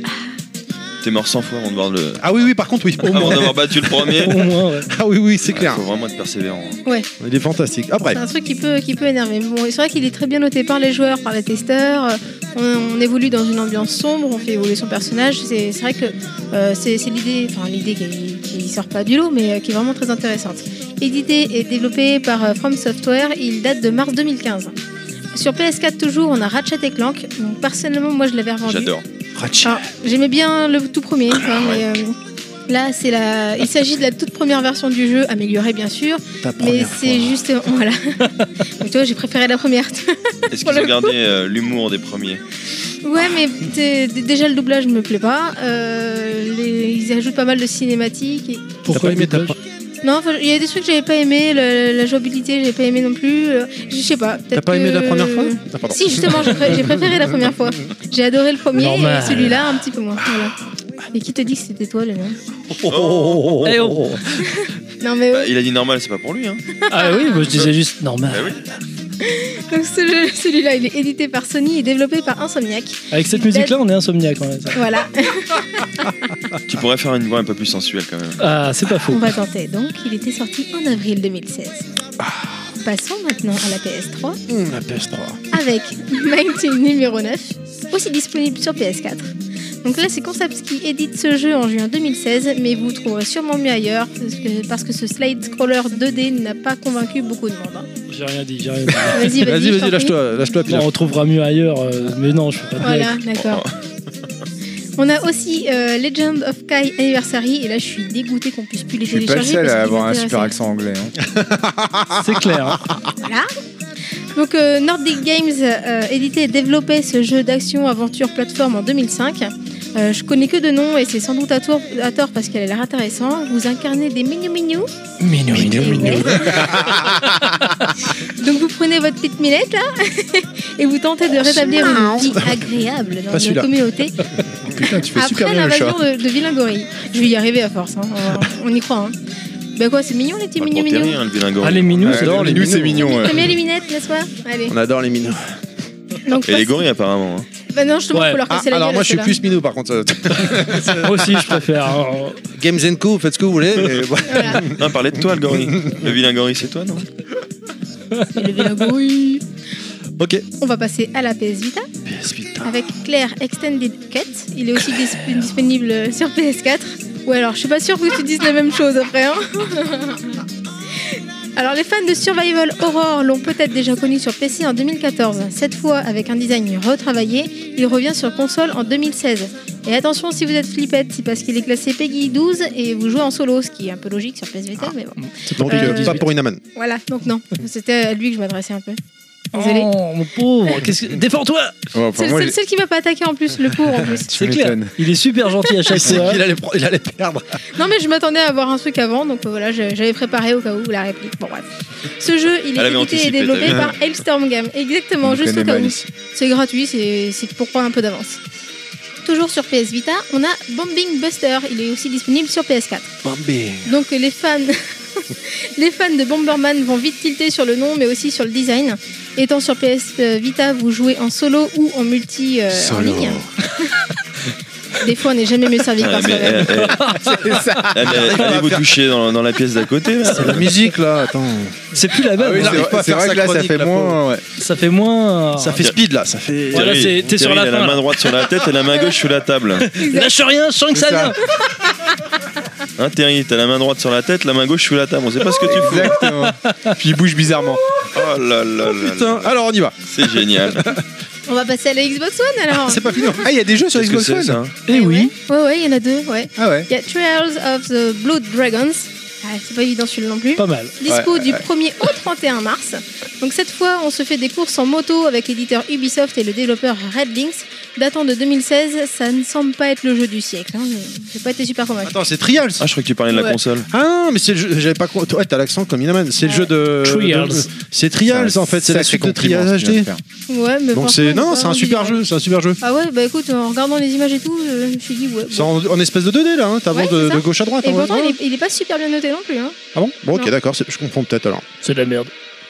[SPEAKER 9] T'es mort 100 fois avant de voir le.
[SPEAKER 4] Ah oui, oui, par contre, oui.
[SPEAKER 9] Avant d'avoir battu le premier.
[SPEAKER 7] Au moins, ouais.
[SPEAKER 4] Ah oui, oui, c'est
[SPEAKER 9] Il
[SPEAKER 4] clair.
[SPEAKER 9] faut vraiment être persévérant. hein.
[SPEAKER 4] Il est fantastique. Après,
[SPEAKER 6] C'est un truc qui peut, qui peut énerver. Bon, c'est vrai qu'il est très bien noté par les joueurs, par les testeurs. On, on évolue dans une ambiance sombre, on fait évoluer son personnage. C'est c'est vrai que Euh, c'est c'est l'idée, enfin l'idée qui, qui sort pas du lot, mais euh, qui est vraiment très intéressante. Édité et développé par euh, From Software, il date de mars 2015. Sur PS4 toujours, on a Ratchet et Clank. Donc, personnellement, moi je l'avais revendu.
[SPEAKER 9] J'adore.
[SPEAKER 6] Enfin, J'aimais bien le tout premier, quoi, mais, euh, là c'est la. Il s'agit de la toute première version du jeu, améliorée bien sûr,
[SPEAKER 4] Ta
[SPEAKER 6] mais
[SPEAKER 4] première
[SPEAKER 6] c'est juste euh, voilà. Donc tu vois, j'ai préféré la première.
[SPEAKER 9] Est-ce
[SPEAKER 6] Pour
[SPEAKER 9] qu'ils
[SPEAKER 6] le
[SPEAKER 9] ont gardé euh, l'humour des premiers
[SPEAKER 6] Ouais, mais t'es- d- déjà le doublage me plaît pas. Euh, les- ils ajoutent pas mal de cinématiques. et-
[SPEAKER 4] Pourquoi
[SPEAKER 7] Pourquoi
[SPEAKER 4] aimé ta
[SPEAKER 7] il
[SPEAKER 6] Non, enfin, il y a des trucs que j'avais pas aimé, le- la jouabilité j'avais pas aimé non plus. euh, Je sais pas.
[SPEAKER 4] T'as
[SPEAKER 6] peut-être
[SPEAKER 4] pas aimé
[SPEAKER 6] que-
[SPEAKER 4] la première fois Ah, pardon.
[SPEAKER 6] Si, justement, j'ai pré- j'ai préféré la première fois. J'ai adoré le premier,
[SPEAKER 7] Normal.
[SPEAKER 6] et celui-là un petit peu moins. Voilà. Et qui t'a dit que c'était toi le nom
[SPEAKER 7] Eh oh.
[SPEAKER 6] Non mais
[SPEAKER 9] Bah, Il a dit normal, c'est pas pour lui. Hein.
[SPEAKER 5] Oh.
[SPEAKER 7] Ah oui, moi je disais juste normal.
[SPEAKER 9] Bah oui.
[SPEAKER 6] donc ce jeu- celui-là il est édité par Sony et développé par Insomniac.
[SPEAKER 7] Avec cette musique-là, on est insomniaque. quand même.
[SPEAKER 6] Voilà,
[SPEAKER 9] Tu pourrais faire une voix un peu plus sensuelle quand même.
[SPEAKER 7] Ah, c'est pas
[SPEAKER 6] on
[SPEAKER 7] faux.
[SPEAKER 6] va tenter. Donc il était sorti en avril 2016. Passons maintenant à la PS3.
[SPEAKER 4] Hum, la PS3.
[SPEAKER 6] avec Mighty numéro 9, aussi disponible sur PS4. Donc là, c'est Concepts qui édite ce jeu en juin 2016, mais vous trouverez sûrement mieux ailleurs, parce que, parce que ce slide scroller 2D n'a pas convaincu beaucoup de monde. hein.
[SPEAKER 7] J'ai rien dit, j'ai rien dit.
[SPEAKER 6] Vas-y, vas-y,
[SPEAKER 4] Vas-y,
[SPEAKER 6] je
[SPEAKER 4] vas-y,
[SPEAKER 6] t'en prie.
[SPEAKER 4] lâche-toi, lâche-toi,
[SPEAKER 7] Non,
[SPEAKER 4] Pilaf.
[SPEAKER 7] on retrouvera mieux ailleurs, euh, mais non, je fais pas de blague.
[SPEAKER 6] Voilà, d'accord. On a aussi euh, Legend of Kai Anniversary, et là, je suis dégoûtée qu'on puisse plus les
[SPEAKER 5] Je suis pas le
[SPEAKER 6] télécharger.
[SPEAKER 5] seul
[SPEAKER 6] parce
[SPEAKER 5] à
[SPEAKER 6] qu'ils
[SPEAKER 5] avoir un
[SPEAKER 6] étaient
[SPEAKER 5] super
[SPEAKER 6] assez-
[SPEAKER 5] accent anglais. hein.
[SPEAKER 7] C'est clair. hein.
[SPEAKER 6] Donc euh, Nordic Games euh, édité et développé ce jeu d'action aventure plateforme en 2005. Euh, je connais que de nom et c'est sans doute à tort, à tort parce qu'elle a l'air intéressant. Vous incarnez des mignons mignons. Mignons mignons. Donc vous prenez votre petite millette là et vous tentez de rétablir une vie agréable dans une
[SPEAKER 4] celui-là.
[SPEAKER 6] communauté
[SPEAKER 5] Putain, tu fais super
[SPEAKER 6] après
[SPEAKER 5] bien le chat.
[SPEAKER 6] l'invasion de, de Villingorille. Je vais y arriver à force, hein. on on y crois. Hein. Ben quoi, c'est mignon les petits
[SPEAKER 9] Pas
[SPEAKER 6] mignons
[SPEAKER 9] pour
[SPEAKER 6] mignons.
[SPEAKER 9] terrien, le hein. bilingue.
[SPEAKER 7] Ah, les minous, c'est
[SPEAKER 5] J'adore les
[SPEAKER 4] minous,
[SPEAKER 5] minous, c'est mignon. Bah, ouais.
[SPEAKER 6] T'aimes bien les minettes, n'est-ce pas Allez.
[SPEAKER 4] On adore les minous.
[SPEAKER 6] Donc,
[SPEAKER 9] Et les
[SPEAKER 6] passe-
[SPEAKER 9] gorilles apparemment. hein.
[SPEAKER 6] Bah non, justement,
[SPEAKER 7] Ouais.
[SPEAKER 6] faut leur
[SPEAKER 4] Ah,
[SPEAKER 6] casser la
[SPEAKER 4] alors
[SPEAKER 6] gueule,
[SPEAKER 4] moi, je suis
[SPEAKER 6] ceux-là.
[SPEAKER 4] plus minou, par contre.
[SPEAKER 7] Moi aussi, je préfère. hein.
[SPEAKER 4] Games Co, faites ce que vous voulez. mais voilà.
[SPEAKER 6] Voilà.
[SPEAKER 9] Non, parlez de toi le gorille. Le vilain gorille, c'est toi non
[SPEAKER 4] Ok.
[SPEAKER 6] On va passer à la PS Vita
[SPEAKER 4] PS Vita.
[SPEAKER 6] avec Claire Extended Cut. Il est aussi dis- disponible sur PS4. Ou alors, je suis pas sûre que tu dises la même chose après. hein. Alors, les fans de Survival Horror l'ont peut-être déjà connu sur PC en 2014. Cette fois, avec un design retravaillé, il revient sur console en 2016. Et attention si vous êtes flippette, c'est parce qu'il est classé PEGI 12 et vous jouez en solo, ce qui est un peu logique sur PS
[SPEAKER 4] Ah.
[SPEAKER 6] Vita, mais bon.
[SPEAKER 4] Donc,
[SPEAKER 6] Euh,
[SPEAKER 4] euh, pas pour une amène.
[SPEAKER 6] Voilà, donc non, c'était à lui que je m'adressais un peu. Désolé.
[SPEAKER 7] Oh, mon pauvre. qu'est-ce que- Défends-toi
[SPEAKER 5] Ouais, enfin,
[SPEAKER 6] C'est le
[SPEAKER 5] moi,
[SPEAKER 6] seul,
[SPEAKER 5] j'ai-
[SPEAKER 6] seul qui m'a pas attaqué en plus, le pauvre en plus.
[SPEAKER 5] tu
[SPEAKER 7] C'est clair.
[SPEAKER 5] m'étonnes.
[SPEAKER 7] Il est super gentil à chaque fois.
[SPEAKER 4] allait, pro- il allait perdre.
[SPEAKER 6] Non mais je m'attendais à avoir un truc avant, donc euh, voilà, je- j'avais préparé au cas où la réplique. Bon bref. Ce jeu, il
[SPEAKER 9] Elle
[SPEAKER 6] est
[SPEAKER 9] avait
[SPEAKER 6] édité et
[SPEAKER 9] anticipé,
[SPEAKER 6] développé
[SPEAKER 9] t'as vu.
[SPEAKER 6] par Hailstorm Game. Exactement,
[SPEAKER 5] On
[SPEAKER 6] juste
[SPEAKER 5] connaît
[SPEAKER 6] au cas où.
[SPEAKER 5] Malice.
[SPEAKER 6] C'est gratuit, c'est c'est pour prendre un peu d'avance. Toujours sur PS Vita, on a Bombing Buster. Il est aussi disponible sur PS4. Donc les fans, les fans de Bomberman vont vite tilter sur le nom, mais aussi sur le design. Étant sur PS euh, Vita, vous jouez en solo ou en multi euh, en ligne. Des fois, on n'est jamais mieux servi que
[SPEAKER 9] Ah,
[SPEAKER 6] par
[SPEAKER 9] mais,
[SPEAKER 6] soi-même.
[SPEAKER 9] eh, eh, eh, mais allez vous toucher dans, dans la pièce d'à côté là.
[SPEAKER 4] La musique, là, attends.
[SPEAKER 7] C'est plus la
[SPEAKER 5] Ah
[SPEAKER 7] même.
[SPEAKER 5] oui,
[SPEAKER 7] hein.
[SPEAKER 5] c'est
[SPEAKER 4] n'arrive pas à
[SPEAKER 5] vrai- c'est
[SPEAKER 4] faire
[SPEAKER 5] vrai
[SPEAKER 4] sa
[SPEAKER 5] que là, ça
[SPEAKER 4] chronique,
[SPEAKER 5] fait
[SPEAKER 4] la
[SPEAKER 5] moins. ouais.
[SPEAKER 7] Ça fait moins.
[SPEAKER 4] Ça fait speed, là. Ça fait.
[SPEAKER 7] Voilà,
[SPEAKER 9] Thierry-
[SPEAKER 7] c'est- t'es sur
[SPEAKER 9] Thierry,
[SPEAKER 7] la
[SPEAKER 9] il a
[SPEAKER 7] fin,
[SPEAKER 9] la
[SPEAKER 7] là.
[SPEAKER 9] main droite sur la tête et la main gauche sous la table.
[SPEAKER 7] Lâche rien, je sens que
[SPEAKER 5] C'est
[SPEAKER 7] ça
[SPEAKER 5] ça.
[SPEAKER 7] vient.
[SPEAKER 9] Hein, Thierry, t'as la main droite sur la tête, la main gauche sous la table. On sait pas ce que tu fais.
[SPEAKER 5] Exactement. Puis il bouge bizarrement.
[SPEAKER 9] Oh là là là.
[SPEAKER 4] Putain,
[SPEAKER 9] là.
[SPEAKER 4] alors on y va.
[SPEAKER 9] C'est génial.
[SPEAKER 6] On va passer à la Xbox One alors.
[SPEAKER 5] C'est pas fini. Ah, il y a des jeux sur
[SPEAKER 9] Qu'est-ce que
[SPEAKER 5] Xbox
[SPEAKER 9] c'est
[SPEAKER 5] One
[SPEAKER 9] ça
[SPEAKER 7] Eh oui.
[SPEAKER 6] Ouais, ouais, il y en a deux. Ouais.
[SPEAKER 5] Ah ouais.
[SPEAKER 6] Il y a Trials of the Blood Dragons. Ah, c'est pas évident celui-là non plus.
[SPEAKER 7] Pas mal.
[SPEAKER 6] Dispo du 1er au 31 mars. Donc cette fois, on se fait des courses en moto avec l'éditeur Ubisoft et le développeur Red Links. Datant de 2016, ça ne semble pas être le jeu du siècle. Hein. Je- J'ai pas été super convaincu.
[SPEAKER 4] Attends, c'est Trials.
[SPEAKER 9] Ah, je crois que tu parlais de la
[SPEAKER 6] Ouais.
[SPEAKER 9] console.
[SPEAKER 4] Ah, mais c'est le jeu. J'avais pas. compris. Ouais, t'as l'accent comme Inaman. C'est le jeu de.
[SPEAKER 7] Trials.
[SPEAKER 4] de- C'est Trials, en fait. C'est la
[SPEAKER 5] Sacré
[SPEAKER 4] suite de
[SPEAKER 5] compliment,
[SPEAKER 4] Trials
[SPEAKER 5] ce que tu viens
[SPEAKER 4] HD.
[SPEAKER 5] de faire.
[SPEAKER 6] Ouais, mais
[SPEAKER 4] Donc,
[SPEAKER 6] franchement,
[SPEAKER 4] c'est. Non,
[SPEAKER 6] pas
[SPEAKER 4] c'est un
[SPEAKER 6] envie
[SPEAKER 4] super
[SPEAKER 6] d'y
[SPEAKER 4] jeu. C'est un super jeu.
[SPEAKER 6] aller. Ah ouais, bah écoute, en regardant les images et tout, euh, je me suis dit ouais.
[SPEAKER 4] C'est
[SPEAKER 6] bon.
[SPEAKER 4] en, en espèce de 2D, là. hein. T'avances
[SPEAKER 6] Ouais,
[SPEAKER 4] de,
[SPEAKER 6] c'est ça.
[SPEAKER 4] de gauche à droite.
[SPEAKER 6] Et
[SPEAKER 4] hein.
[SPEAKER 6] pourtant,
[SPEAKER 4] Ouais.
[SPEAKER 6] il est, il est pas super bien noté non plus. Hein.
[SPEAKER 4] Ah bon Bon, ok,
[SPEAKER 6] Non.
[SPEAKER 4] d'accord. c'est- Je comprends peut-être alors.
[SPEAKER 7] C'est de la merde.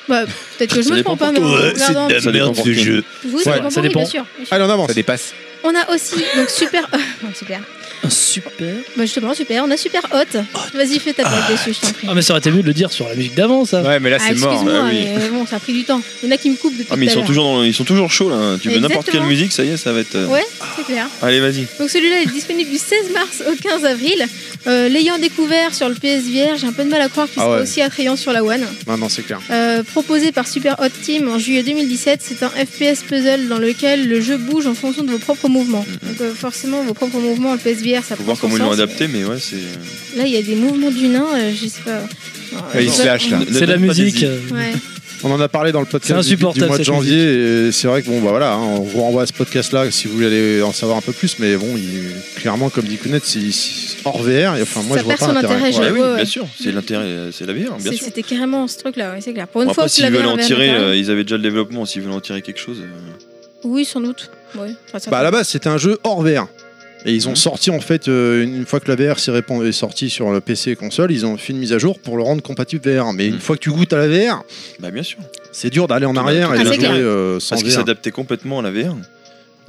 [SPEAKER 6] Bah, peut-être que je
[SPEAKER 9] Ça
[SPEAKER 6] me
[SPEAKER 9] dépend
[SPEAKER 6] trompe pas, mais
[SPEAKER 9] pour
[SPEAKER 6] en
[SPEAKER 9] toi.
[SPEAKER 6] regardant,
[SPEAKER 9] de la merde ce jeu.
[SPEAKER 6] oui, ça
[SPEAKER 7] Ouais,
[SPEAKER 6] dépend
[SPEAKER 7] ça
[SPEAKER 6] pour lui,
[SPEAKER 7] dépend.
[SPEAKER 6] bien sûr.
[SPEAKER 4] Allez, on avance.
[SPEAKER 5] Ça dépasse.
[SPEAKER 6] On a aussi donc euh, super, super.
[SPEAKER 7] Super.
[SPEAKER 6] Bah justement, super, on a super hot. Vas-y, fais ta blague dessus, je t'en prie.
[SPEAKER 7] Ah, mais ça aurait été mieux de le dire sur la musique d'avant, ça.
[SPEAKER 5] Ouais, mais là,
[SPEAKER 6] Ah,
[SPEAKER 5] c'est mort.
[SPEAKER 6] excuse-moi,
[SPEAKER 9] bah oui.
[SPEAKER 6] mais bon, ça a pris du temps. Il y en a qui me coupent depuis
[SPEAKER 9] Ah, mais ils
[SPEAKER 6] tout à
[SPEAKER 9] sont,
[SPEAKER 6] l'heure.
[SPEAKER 9] toujours dans- ils sont toujours chauds là. Tu veux n'importe quelle
[SPEAKER 6] Exactement.
[SPEAKER 9] musique, ça y est, ça va être. euh,
[SPEAKER 6] Ouais, c'est clair.
[SPEAKER 9] Allez, vas-y.
[SPEAKER 6] Donc celui-là est disponible du 16 mars au 15 avril. Euh, L'ayant découvert sur le PSVR, j'ai un peu de mal à croire qu'il
[SPEAKER 4] Ah
[SPEAKER 6] soit
[SPEAKER 4] ouais.
[SPEAKER 6] aussi attrayant sur la One.
[SPEAKER 4] Non, non, c'est clair.
[SPEAKER 6] Euh, proposé par Super Hot Team en juillet 2017, c'est un FPS puzzle dans lequel le jeu bouge en fonction de vos propres mouvements. Donc euh, forcément, vos propres mouvements, le PSVR, ça
[SPEAKER 9] Mhm. Faut
[SPEAKER 6] prend
[SPEAKER 9] voir
[SPEAKER 6] son
[SPEAKER 9] comment ils l'ont
[SPEAKER 6] sens.
[SPEAKER 9] adapté, mais ouais, c'est.
[SPEAKER 6] Là, il y a des mouvements du nain, euh, je sais pas. Non,
[SPEAKER 5] Ouais, il
[SPEAKER 6] je-
[SPEAKER 5] se lâche, là.
[SPEAKER 9] Ne- ne
[SPEAKER 7] C'est la
[SPEAKER 9] donne pas des
[SPEAKER 7] musique.
[SPEAKER 9] idées.
[SPEAKER 7] euh,
[SPEAKER 6] Ouais.
[SPEAKER 4] On en a parlé dans le
[SPEAKER 7] C'est
[SPEAKER 4] podcast du, du
[SPEAKER 7] insupportable,
[SPEAKER 4] mois de
[SPEAKER 7] cette musique.
[SPEAKER 4] janvier. et C'est vrai que bon, bah voilà, hein, on vous renvoie à ce podcast-là si vous voulez aller en savoir un peu plus. Mais bon, il- clairement, comme dit Kounet, c'est c'est hors VR. et enfin, moi,
[SPEAKER 6] Ça
[SPEAKER 4] je vois
[SPEAKER 6] perd
[SPEAKER 4] pas
[SPEAKER 6] son
[SPEAKER 4] l'intérêt.
[SPEAKER 6] intérêt,
[SPEAKER 4] quoi.
[SPEAKER 9] Ouais,
[SPEAKER 6] Ouais,
[SPEAKER 9] oui,
[SPEAKER 6] ouais, ouais.
[SPEAKER 9] bien sûr. C'est l'intérêt, euh, c'est la bière, bien
[SPEAKER 6] C'est-
[SPEAKER 9] sûr.
[SPEAKER 6] C'était carrément ce truc-là, ouais, c'est clair. Pour une
[SPEAKER 9] Bon,
[SPEAKER 6] fois,
[SPEAKER 9] après,
[SPEAKER 6] que
[SPEAKER 9] s'ils
[SPEAKER 6] la
[SPEAKER 9] veulent
[SPEAKER 6] VR
[SPEAKER 9] en
[SPEAKER 6] avait
[SPEAKER 9] tirer,
[SPEAKER 6] intérêt.
[SPEAKER 9] euh, ils avaient déjà le développement. S'ils veulent en tirer quelque chose, euh,
[SPEAKER 6] Oui, sans doute. Ouais. Enfin, ça-
[SPEAKER 4] Bah à la base c'était un jeu hors VR. Et ils ont sorti en fait, euh, une fois que la VR s'est répand- est sortie sur le PC et console, ils ont fait une mise à jour pour le rendre compatible VR.
[SPEAKER 7] Hmm.
[SPEAKER 4] Mais
[SPEAKER 9] Mm.
[SPEAKER 4] une fois que tu goûtes à la VR,
[SPEAKER 9] bah bien sûr.
[SPEAKER 4] c'est dur d'aller en
[SPEAKER 9] Tout à-
[SPEAKER 4] arrière
[SPEAKER 9] tout
[SPEAKER 4] et
[SPEAKER 6] à
[SPEAKER 4] de
[SPEAKER 6] fait.
[SPEAKER 4] jouer
[SPEAKER 6] Ah, c'est
[SPEAKER 4] euh, sans
[SPEAKER 9] Parce qu'ils
[SPEAKER 4] VR.
[SPEAKER 9] s'adaptaient complètement à la VR.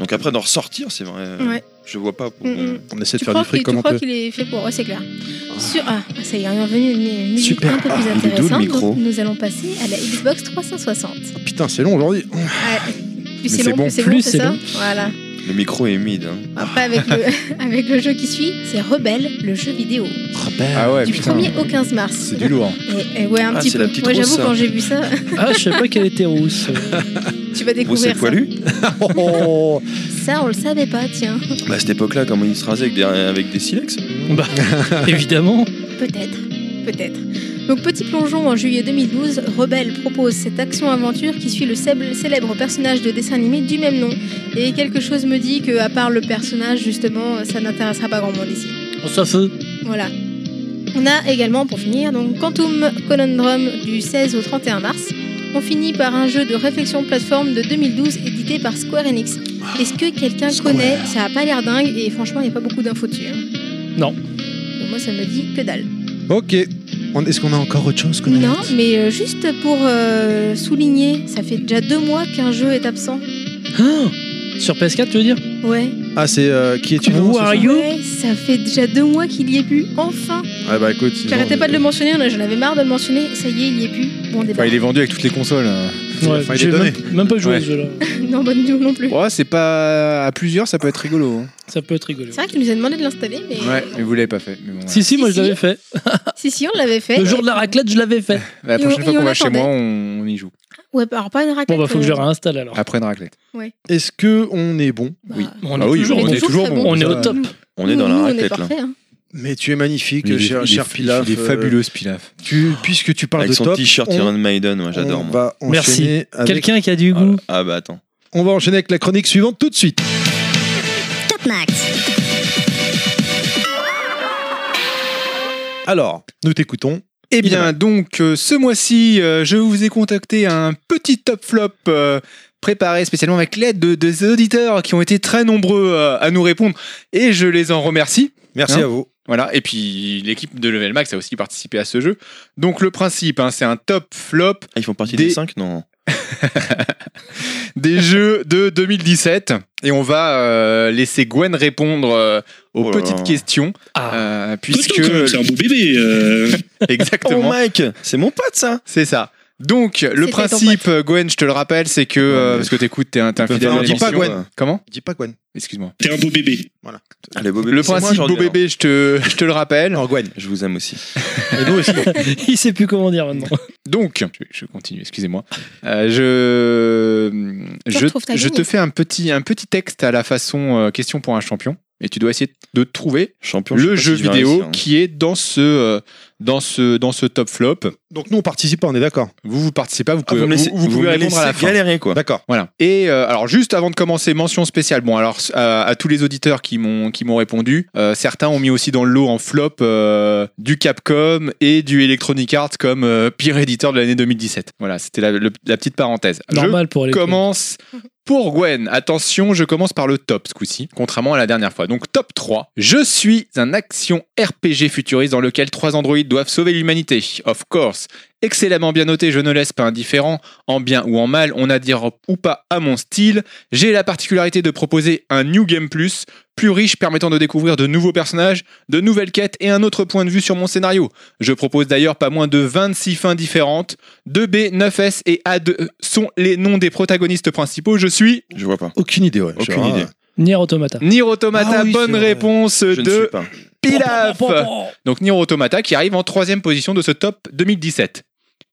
[SPEAKER 9] Donc après, d'en ressortir, c'est vrai. euh,
[SPEAKER 6] Ouais.
[SPEAKER 9] Je vois pas. pour- euh,
[SPEAKER 6] Mm, mm.
[SPEAKER 4] On essaie de
[SPEAKER 6] Tu
[SPEAKER 4] faire
[SPEAKER 6] crois
[SPEAKER 4] du
[SPEAKER 6] qu'il
[SPEAKER 4] fric
[SPEAKER 6] tu
[SPEAKER 4] comme on
[SPEAKER 6] crois
[SPEAKER 4] peut.
[SPEAKER 6] qu'il est fait pour. Ouais, c'est clair. Sur... Ah, ça y est, on est revenu à une musique
[SPEAKER 4] Super.
[SPEAKER 6] un peu plus
[SPEAKER 9] Ah, il est d'où, le
[SPEAKER 6] intéressante.
[SPEAKER 9] micro
[SPEAKER 6] Donc, nous allons passer à la Xbox 360.
[SPEAKER 4] Putain, c'est long aujourd'hui.
[SPEAKER 6] Ah, plus c'est
[SPEAKER 7] c'est
[SPEAKER 6] long,
[SPEAKER 7] bon.
[SPEAKER 6] plus c'est
[SPEAKER 7] Plus
[SPEAKER 6] bon, c'est
[SPEAKER 7] c'est
[SPEAKER 6] ça
[SPEAKER 7] bon.
[SPEAKER 6] Voilà.
[SPEAKER 9] Le micro est humide. hein.
[SPEAKER 6] Après, avec le, avec le jeu qui suit, c'est Rebelle, le jeu vidéo.
[SPEAKER 5] Ah ouais,
[SPEAKER 6] du
[SPEAKER 5] putain.
[SPEAKER 6] 1er au 15 mars.
[SPEAKER 5] C'est du lourd.
[SPEAKER 6] Et, et ouais, un
[SPEAKER 9] Ah,
[SPEAKER 6] petit
[SPEAKER 9] c'est
[SPEAKER 6] peu.
[SPEAKER 9] la petite
[SPEAKER 6] Moi, j'avoue,
[SPEAKER 9] rousse, ça.
[SPEAKER 6] quand j'ai vu ça,
[SPEAKER 7] Ah, je sais pas qu'elle était rousse.
[SPEAKER 6] tu vas
[SPEAKER 9] Vous, c'est
[SPEAKER 6] découvrir ça.
[SPEAKER 9] poilu
[SPEAKER 4] Oh,
[SPEAKER 6] Ça, on le savait pas, tiens.
[SPEAKER 9] Bah, à cette époque-là, comment ils se rasaient avec des, avec des silex
[SPEAKER 7] bah, évidemment.
[SPEAKER 6] Peut-être, peut-être. Donc petit plongeon en juillet 2012, Rebelle propose cette action-aventure qui suit le cèb- célèbre personnage de dessin animé du même nom. Et quelque chose me dit que à part le personnage, justement, ça n'intéressera pas grand monde ici.
[SPEAKER 7] On s'en fout.
[SPEAKER 6] Voilà. On a également, pour finir, donc Quantum Conundrum du 16 au 31 mars. On finit par un jeu de réflexion plateforme de 2012 édité par Square Enix. Est-ce que quelqu'un connaît Ça a pas l'air dingue et franchement, il n'y a pas beaucoup d'infos dessus. hein.
[SPEAKER 7] Non.
[SPEAKER 6] Donc moi, ça me dit que dalle.
[SPEAKER 4] Ah, ok. On- Est-ce qu'on a encore autre chose qu'on a
[SPEAKER 6] Non, mais euh, juste pour euh, souligner, ça fait déjà deux mois qu'un jeu est absent.
[SPEAKER 7] Ah, sur PS4, tu veux dire
[SPEAKER 6] Ouais.
[SPEAKER 4] Ah, c'est euh, qui es-tu
[SPEAKER 7] Who
[SPEAKER 4] non,
[SPEAKER 7] are
[SPEAKER 4] c'est ça
[SPEAKER 7] you
[SPEAKER 6] Ouais, ça fait déjà deux mois qu'il y est plus, enfin.
[SPEAKER 4] Ah bah écoute. sinon,
[SPEAKER 6] J'arrêtais pas de le
[SPEAKER 4] euh,
[SPEAKER 6] mentionner, là, j'en avais marre de le mentionner, ça y est, il y est plus. Bon débat.
[SPEAKER 5] Enfin, il est vendu avec toutes les consoles. hein.
[SPEAKER 7] Ouais,
[SPEAKER 4] enfin, il est
[SPEAKER 7] j'ai
[SPEAKER 4] donné.
[SPEAKER 7] même, même pas joué à
[SPEAKER 5] Ouais.
[SPEAKER 7] ce jeu-là.
[SPEAKER 6] non, bonne news non plus.
[SPEAKER 5] Ouais, c'est pas. À plusieurs, ça peut être rigolo. hein.
[SPEAKER 7] Ça peut être rigolo.
[SPEAKER 6] C'est vrai qu'il nous a demandé de l'installer, mais.
[SPEAKER 5] Ouais, mais vous l'avez pas fait. mais bon, ouais.
[SPEAKER 7] Si, si, moi
[SPEAKER 6] Si,
[SPEAKER 7] je l'avais
[SPEAKER 6] si.
[SPEAKER 7] fait.
[SPEAKER 6] Si, si, on l'avait fait.
[SPEAKER 7] Le jour de la raclette, je l'avais fait.
[SPEAKER 5] La
[SPEAKER 6] Et
[SPEAKER 5] prochaine
[SPEAKER 6] on-
[SPEAKER 5] fois
[SPEAKER 6] et on
[SPEAKER 5] qu'on va chez
[SPEAKER 6] attendait.
[SPEAKER 5] moi, on, on y joue.
[SPEAKER 6] Ouais, bah, alors pas une raquette.
[SPEAKER 7] Bon, bah, faut que je
[SPEAKER 6] euh,
[SPEAKER 7] réinstalle alors.
[SPEAKER 5] Après une raclette.
[SPEAKER 4] euh, Est-ce que on est bon
[SPEAKER 6] bah,
[SPEAKER 9] Oui.
[SPEAKER 7] On
[SPEAKER 5] Ah oui,
[SPEAKER 7] toujours
[SPEAKER 5] on
[SPEAKER 7] bon.
[SPEAKER 5] est toujours
[SPEAKER 6] très
[SPEAKER 5] bon.
[SPEAKER 7] On est au
[SPEAKER 5] Ça,
[SPEAKER 7] top.
[SPEAKER 9] On est
[SPEAKER 6] Nous,
[SPEAKER 9] dans
[SPEAKER 6] nous, on
[SPEAKER 9] la
[SPEAKER 6] est
[SPEAKER 9] raclette là.
[SPEAKER 6] parfait, hein.
[SPEAKER 4] Mais tu es magnifique,
[SPEAKER 5] Il est-
[SPEAKER 4] cher,
[SPEAKER 5] il est-
[SPEAKER 4] cher Pilaf.
[SPEAKER 5] Il est
[SPEAKER 4] euh,
[SPEAKER 5] fabuleux, ce Pilaf.
[SPEAKER 4] tu, puisque tu parles
[SPEAKER 9] Avec
[SPEAKER 4] de
[SPEAKER 9] son
[SPEAKER 4] top,
[SPEAKER 9] t-shirt
[SPEAKER 4] on-
[SPEAKER 9] Iron Maiden, moi j'adore.
[SPEAKER 4] on
[SPEAKER 9] moi.
[SPEAKER 4] va
[SPEAKER 7] Merci.
[SPEAKER 4] enchaîner avec-
[SPEAKER 7] Quelqu'un qui a du
[SPEAKER 9] Ah,
[SPEAKER 7] goût.
[SPEAKER 9] Ah bah attends.
[SPEAKER 4] On va enchaîner avec la chronique suivante tout de suite.
[SPEAKER 1] Top Max.
[SPEAKER 4] Alors, nous t'écoutons.
[SPEAKER 5] Eh bien, donc, euh, ce mois-ci, euh, je vous ai contacté un petit top flop euh, préparé spécialement avec l'aide de des auditeurs qui ont été très nombreux euh, à nous répondre et je les en remercie.
[SPEAKER 4] Merci
[SPEAKER 5] Hein
[SPEAKER 4] à vous.
[SPEAKER 5] Voilà, et puis l'équipe de Level Max a aussi participé à ce jeu. Donc, le principe, hein, c'est un top flop
[SPEAKER 9] Ah, ils font partie
[SPEAKER 5] Des-
[SPEAKER 9] des 5 Non.
[SPEAKER 5] des jeux de 2017 et on va euh, laisser Gwen répondre euh, aux
[SPEAKER 9] Oh là
[SPEAKER 5] petites
[SPEAKER 9] là.
[SPEAKER 5] questions
[SPEAKER 7] Ah,
[SPEAKER 5] euh,
[SPEAKER 11] Putain,
[SPEAKER 5] puisque
[SPEAKER 11] quand même, c'est un beau bébé. euh.
[SPEAKER 9] Oh
[SPEAKER 5] exactement
[SPEAKER 9] Mike, c'est mon pote ça.
[SPEAKER 5] c'est ça. Donc le
[SPEAKER 6] C'était ton
[SPEAKER 5] principe euh, Gwen, je te le rappelle, c'est que euh, parce que t'écoutes, t'es un, t'es un
[SPEAKER 9] peut
[SPEAKER 5] fidèle.
[SPEAKER 9] faire
[SPEAKER 5] à
[SPEAKER 9] un petit
[SPEAKER 5] l'émission.
[SPEAKER 9] pas, Gwen.
[SPEAKER 5] Comment
[SPEAKER 4] Dis pas Gwen.
[SPEAKER 5] Excuse-moi.
[SPEAKER 11] T'es un beau bébé.
[SPEAKER 9] Allez, beau bébé.
[SPEAKER 5] Le
[SPEAKER 9] c'est moi
[SPEAKER 5] principe beau
[SPEAKER 9] aujourd'hui,
[SPEAKER 5] bébé, je te, je te le rappelle.
[SPEAKER 4] Non, Gwen.
[SPEAKER 9] alors. Je vous aime aussi.
[SPEAKER 7] il sait plus comment dire maintenant.
[SPEAKER 5] Donc, je, je continue, excusez-moi. Euh, je
[SPEAKER 6] Tu
[SPEAKER 5] je,
[SPEAKER 6] retrouves ta
[SPEAKER 5] je
[SPEAKER 6] ligne.
[SPEAKER 5] te fais un petit un petit texte à la façon euh, question pour un champion et tu dois essayer de trouver
[SPEAKER 9] Champion.
[SPEAKER 5] le
[SPEAKER 9] je sais pas si
[SPEAKER 5] jeu
[SPEAKER 9] je vais
[SPEAKER 5] vidéo
[SPEAKER 9] réussir, hein.
[SPEAKER 5] qui est dans ce euh, dans ce dans ce top flop.
[SPEAKER 4] Donc nous on participe pas, on est d'accord.
[SPEAKER 5] Vous vous participez pas, vous
[SPEAKER 9] Ah,
[SPEAKER 5] pouvez
[SPEAKER 9] vous me laissez-
[SPEAKER 5] vous- vous
[SPEAKER 9] vous
[SPEAKER 5] pouvez
[SPEAKER 9] me
[SPEAKER 5] répondre à la
[SPEAKER 9] laissez
[SPEAKER 5] fin.
[SPEAKER 9] galérer quoi.
[SPEAKER 4] D'accord.
[SPEAKER 5] Voilà. Et euh, alors juste avant de commencer, mention spéciale. Bon alors euh, à, à tous les auditeurs qui m'ont qui m'ont répondu, euh, certains ont mis aussi dans le lot en flop euh, du Capcom et du Electronic Arts comme euh, pire éditeur de l'année 2017. Voilà, c'était la, le- la petite parenthèse.
[SPEAKER 7] Normal pour
[SPEAKER 5] Je
[SPEAKER 7] les.
[SPEAKER 5] commence pour Gwen. Attention, je commence par le top ce coup-ci, contrairement à la dernière fois. Donc top 3. Je suis un action RPG futuriste dans lequel trois androïdes doivent sauver l'humanité. Of course. Excellemment bien noté, je ne laisse pas indifférent. En bien ou en mal, on a dire ou pas à mon style. J'ai la particularité de proposer un New Game Plus, plus riche permettant de découvrir de nouveaux personnages, de nouvelles quêtes et un autre point de vue sur mon scénario. Je propose d'ailleurs pas moins de 26 fins différentes. 2B, 9S et A2 sont les noms des protagonistes principaux. Je suis
[SPEAKER 9] Je vois pas.
[SPEAKER 4] Aucune idée, ouais.
[SPEAKER 9] Aucune
[SPEAKER 4] Genre,
[SPEAKER 9] idée.
[SPEAKER 7] Nier Automata.
[SPEAKER 5] Nier Automata,
[SPEAKER 4] Ah oui, c'est
[SPEAKER 5] bonne
[SPEAKER 4] vrai.
[SPEAKER 5] réponse
[SPEAKER 9] Je ne suis
[SPEAKER 5] de
[SPEAKER 9] pas.
[SPEAKER 5] Pilaf.
[SPEAKER 7] Pom, pom, pom, pom.
[SPEAKER 5] Donc Nier Automata qui arrive en troisième position de ce top 2017.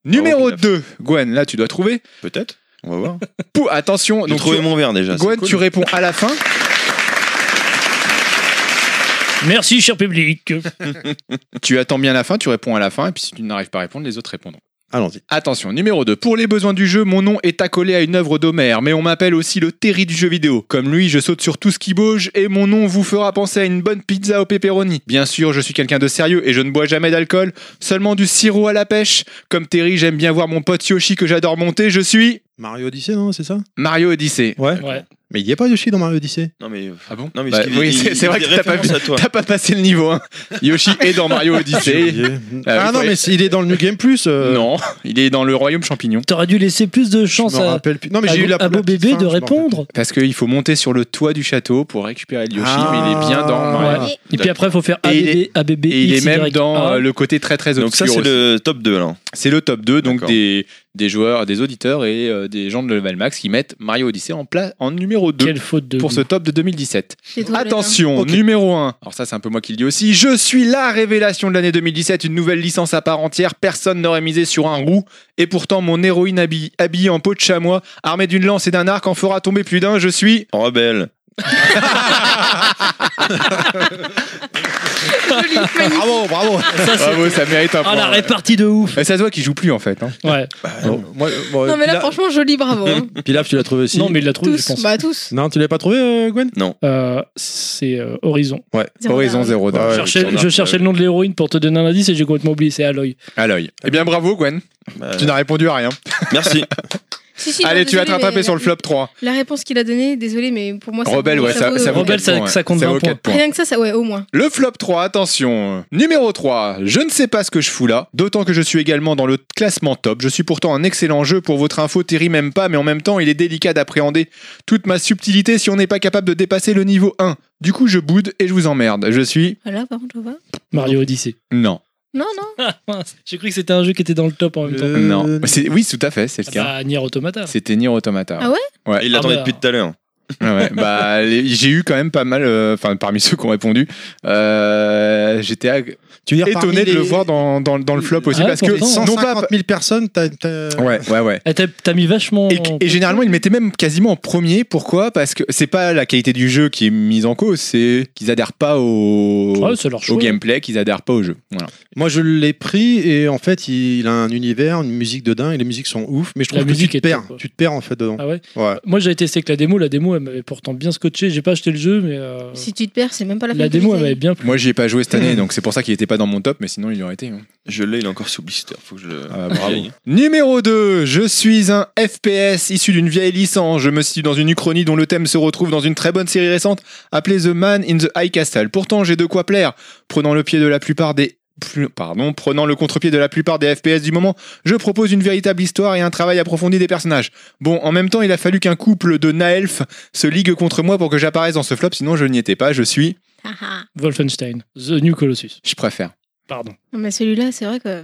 [SPEAKER 9] Bravo,
[SPEAKER 5] Numéro
[SPEAKER 9] Pilaf.
[SPEAKER 5] 2, Gwen, là tu dois trouver.
[SPEAKER 9] Peut-être. On va voir.
[SPEAKER 5] Pou, attention,
[SPEAKER 9] J'ai
[SPEAKER 5] donc
[SPEAKER 9] trouvé
[SPEAKER 5] tu-
[SPEAKER 9] mon verre déjà. c'est
[SPEAKER 5] Gwen,
[SPEAKER 9] cool.
[SPEAKER 5] tu réponds à la fin.
[SPEAKER 7] Merci, cher public.
[SPEAKER 5] Tu attends bien la fin, tu réponds à la fin, et puis si tu n'arrives pas à répondre, les autres répondent.
[SPEAKER 4] Allons-y.
[SPEAKER 5] Attention, numéro 2. Pour les besoins du jeu, mon nom est accolé à une œuvre d'Homère, mais on m'appelle aussi le Terry du jeu vidéo. Comme lui, je saute sur tout ce qui bouge et mon nom vous fera penser à une bonne pizza au pepperoni. Bien sûr, je suis quelqu'un de sérieux et je ne bois jamais d'alcool, seulement du sirop à la pêche. Comme Terry, j'aime bien voir mon pote Yoshi que j'adore monter, je suis
[SPEAKER 4] Mario Odyssey, non, c'est ça
[SPEAKER 5] Mario Odyssey.
[SPEAKER 4] Ouais.
[SPEAKER 7] Ouais.
[SPEAKER 4] Mais il n'y a pas Yoshi dans Mario Odyssey.
[SPEAKER 9] Non mais. euh,
[SPEAKER 5] Ah bon
[SPEAKER 9] Non mais.
[SPEAKER 5] Bah,
[SPEAKER 9] ce qu'il-
[SPEAKER 5] oui,
[SPEAKER 9] il-
[SPEAKER 5] c'est-
[SPEAKER 9] il-
[SPEAKER 5] c'est
[SPEAKER 9] il
[SPEAKER 5] vrai que
[SPEAKER 9] fait
[SPEAKER 5] t'as pas
[SPEAKER 9] référence à toi.
[SPEAKER 5] T'as pas passé le niveau, hein. Yoshi est dans Mario
[SPEAKER 4] J'ai
[SPEAKER 5] Odyssey.
[SPEAKER 4] oublié.
[SPEAKER 5] Euh,
[SPEAKER 4] ah
[SPEAKER 5] oui,
[SPEAKER 4] non,
[SPEAKER 5] faut-
[SPEAKER 4] mais c'est- il est dans le New Game Plus. euh,
[SPEAKER 5] Non, il est dans le royaume champignon.
[SPEAKER 7] T'aurais dû laisser plus de
[SPEAKER 4] Je
[SPEAKER 7] chance
[SPEAKER 4] m'en
[SPEAKER 7] à,
[SPEAKER 4] rappelle plus. Non, mais
[SPEAKER 7] à
[SPEAKER 4] j'ai eu la
[SPEAKER 7] un beau
[SPEAKER 4] la petite
[SPEAKER 7] bébé
[SPEAKER 4] fin,
[SPEAKER 7] de
[SPEAKER 4] je m'en
[SPEAKER 7] répondre.
[SPEAKER 5] Parce qu'il faut monter sur le toit du château pour récupérer le Yoshi, mais il est bien dans
[SPEAKER 4] Ah.
[SPEAKER 5] Mario.
[SPEAKER 7] Ouais. Et puis après, il faut faire
[SPEAKER 5] Et il
[SPEAKER 7] ABB, ABB,
[SPEAKER 5] Et il est même
[SPEAKER 7] XY.
[SPEAKER 5] dans
[SPEAKER 7] Ah.
[SPEAKER 5] euh, le côté très très
[SPEAKER 9] Donc ça
[SPEAKER 5] obscur. aussi.
[SPEAKER 9] c'est le top 2 alors.
[SPEAKER 5] C'est le top 2 donc
[SPEAKER 9] D'accord.
[SPEAKER 5] des, des joueurs, des auditeurs et euh, des gens de Level Max qui mettent Mario Odyssey en, pla- en numéro 2
[SPEAKER 7] Quelle faute de
[SPEAKER 5] pour
[SPEAKER 7] goût.
[SPEAKER 5] ce top de 2017.
[SPEAKER 6] C'est drôle,
[SPEAKER 5] Attention, numéro 1. Alors ça c'est un peu moi qui le dis aussi. Je suis la révélation de l'année 2017, une nouvelle licence à part entière. Personne n'aurait misé sur un roux. Et pourtant mon héroïne habille- habillée en peau de chamois, armée d'une lance et d'un arc en fera tomber plus d'un. Je suis...
[SPEAKER 9] Rebelle.
[SPEAKER 6] hein. Joli, magnifique.
[SPEAKER 5] Bravo, bravo.
[SPEAKER 7] Ça, c'est-
[SPEAKER 5] bravo, ça mérite un
[SPEAKER 7] Ah, la
[SPEAKER 5] point.
[SPEAKER 7] répartie de ouf.
[SPEAKER 5] Et ça se voit qu'il joue plus en fait. hein.
[SPEAKER 7] Ouais.
[SPEAKER 4] rappelle. Oh, moi, euh, bon,
[SPEAKER 6] Non, mais là,
[SPEAKER 4] Pilaf-
[SPEAKER 6] franchement, joli, bravo. hein.
[SPEAKER 4] Pilaf, tu l'as trouvé aussi
[SPEAKER 7] Non, mais il l'a trouvé, je
[SPEAKER 6] Tous,
[SPEAKER 7] pense.
[SPEAKER 6] bah tous.
[SPEAKER 4] Non, tu l'as pas trouvé, euh, Gwen
[SPEAKER 7] Euh, c'est euh, Horizon.
[SPEAKER 4] Ouais.
[SPEAKER 6] Zéro
[SPEAKER 5] Horizon
[SPEAKER 6] Dawn.
[SPEAKER 5] Zéro Dawn.
[SPEAKER 4] Ouais.
[SPEAKER 7] Je cherchais-
[SPEAKER 9] Horizon,
[SPEAKER 7] je cherchais le nom de l'héroïne pour te donner un indice et j'ai complètement oublié. C'est Aloy.
[SPEAKER 5] À l'œil. Eh bien bravo Gwen,
[SPEAKER 9] Bah,
[SPEAKER 5] tu n'as répondu à rien.
[SPEAKER 9] Merci.
[SPEAKER 6] Si, si, non,
[SPEAKER 5] Allez, tu vas te
[SPEAKER 6] désolé,
[SPEAKER 5] rattraper
[SPEAKER 6] mais
[SPEAKER 5] sur le
[SPEAKER 6] la-
[SPEAKER 5] flop 3.
[SPEAKER 6] La réponse qu'il a donnée, désolé, mais pour moi, ça
[SPEAKER 5] Rebelle,
[SPEAKER 6] vaut-
[SPEAKER 5] ouais, ça,
[SPEAKER 6] vaut-
[SPEAKER 5] ça vaut
[SPEAKER 7] Rebelle,
[SPEAKER 5] quatre
[SPEAKER 7] ça-
[SPEAKER 5] points, ouais.
[SPEAKER 7] ça compte 20
[SPEAKER 5] vaut quatre points.
[SPEAKER 6] Rien que ça, ça, ouais, au moins.
[SPEAKER 5] Le flop 3, attention. euh, Numéro 3, je ne sais pas ce que je fous là, d'autant que je suis également dans le classement top. Je suis pourtant un excellent jeu, pour votre info, Terry même pas, mais en même temps, il est délicat d'appréhender toute ma subtilité si on n'est pas capable de dépasser le niveau 1. Du coup, je boude et je vous emmerde. Je suis...
[SPEAKER 6] Voilà, par contre, je vois.
[SPEAKER 7] Mario Odyssey.
[SPEAKER 5] Non.
[SPEAKER 6] Non, non.
[SPEAKER 7] J'ai cru que c'était un jeu qui était dans le top en même temps.
[SPEAKER 4] Euh,
[SPEAKER 5] Non. Mais c'est- Oui, tout à fait, c'est le
[SPEAKER 7] Ah
[SPEAKER 5] cas.
[SPEAKER 7] bah, Nier Automata.
[SPEAKER 5] C'était Nier Automata.
[SPEAKER 6] Ah
[SPEAKER 9] Ah, Il
[SPEAKER 7] Ah
[SPEAKER 9] l'attendait
[SPEAKER 7] bah.
[SPEAKER 9] depuis tout à l'heure.
[SPEAKER 5] Ouais, bah, les- j'ai eu quand même pas mal, euh, enfin parmi ceux qui ont répondu, euh, j'étais ag-
[SPEAKER 4] Tu veux dire
[SPEAKER 5] étonné
[SPEAKER 4] parmi
[SPEAKER 5] de le
[SPEAKER 4] les-
[SPEAKER 5] voir dans, dans, dans le flop aussi,
[SPEAKER 7] Ah ouais,
[SPEAKER 5] parce que
[SPEAKER 4] Les
[SPEAKER 7] pourtant,
[SPEAKER 5] non pas...
[SPEAKER 4] 150 000 personnes, t'as. t'as-
[SPEAKER 5] Ouais, ouais, ouais.
[SPEAKER 7] Eh, T'as t'as mis vachement.
[SPEAKER 5] Et, et généralement, il mettait même quasiment en premier. Pourquoi Parce que c'est pas la qualité du jeu qui est mise en cause, c'est qu'ils adhèrent pas au,
[SPEAKER 7] Ah Ouais, c'est leur
[SPEAKER 5] au
[SPEAKER 7] choix.
[SPEAKER 5] gameplay, qu'ils adhèrent pas au jeu. Voilà.
[SPEAKER 4] Moi, je l'ai pris et en fait, il a un univers, une musique de dingue. et Les musiques sont ouf, mais je
[SPEAKER 7] La
[SPEAKER 4] trouve que tu
[SPEAKER 7] musique
[SPEAKER 4] te
[SPEAKER 7] est
[SPEAKER 4] perds.
[SPEAKER 7] top, ouais.
[SPEAKER 4] Tu te perds en fait dedans.
[SPEAKER 7] Ah ouais
[SPEAKER 4] Ouais.
[SPEAKER 7] Moi, j'avais testé avec la démo. La démo, elle m'avait pourtant bien scotché. J'ai pas acheté le jeu, mais. euh,
[SPEAKER 6] Si tu te perds, c'est même pas la fin
[SPEAKER 7] La
[SPEAKER 6] de ta
[SPEAKER 7] démo, elle
[SPEAKER 6] vie.
[SPEAKER 7] m'avait bien plu.
[SPEAKER 5] Moi, j'y ai pas joué cette année, donc c'est pour ça qu'il était pas dans mon top, mais sinon il aurait été. hein.
[SPEAKER 9] Je l'ai, il est encore sous blister. Faut que je le.
[SPEAKER 5] Ah, bravo.
[SPEAKER 9] Vieille.
[SPEAKER 5] Numéro 2, je suis un FPS issu d'une vieille licence. Je me situe dans une uchronie dont le thème se retrouve dans une très bonne série récente appelée The Man in the High Castle. Pourtant, j'ai de quoi plaire. Prenant le pied de la plupart des plus- pardon, prenant le contre-pied de la plupart des FPS du moment, je propose une véritable histoire et un travail approfondi des personnages. Bon, en même temps, il a fallu qu'un couple de Naelf se ligue contre moi pour que j'apparaisse dans ce flop, sinon je n'y étais pas, je suis,
[SPEAKER 6] Ah, ah.
[SPEAKER 7] Wolfenstein, The New Colossus.
[SPEAKER 5] je préfère.
[SPEAKER 7] Pardon.
[SPEAKER 6] Non, mais celui-là, c'est vrai que. Bah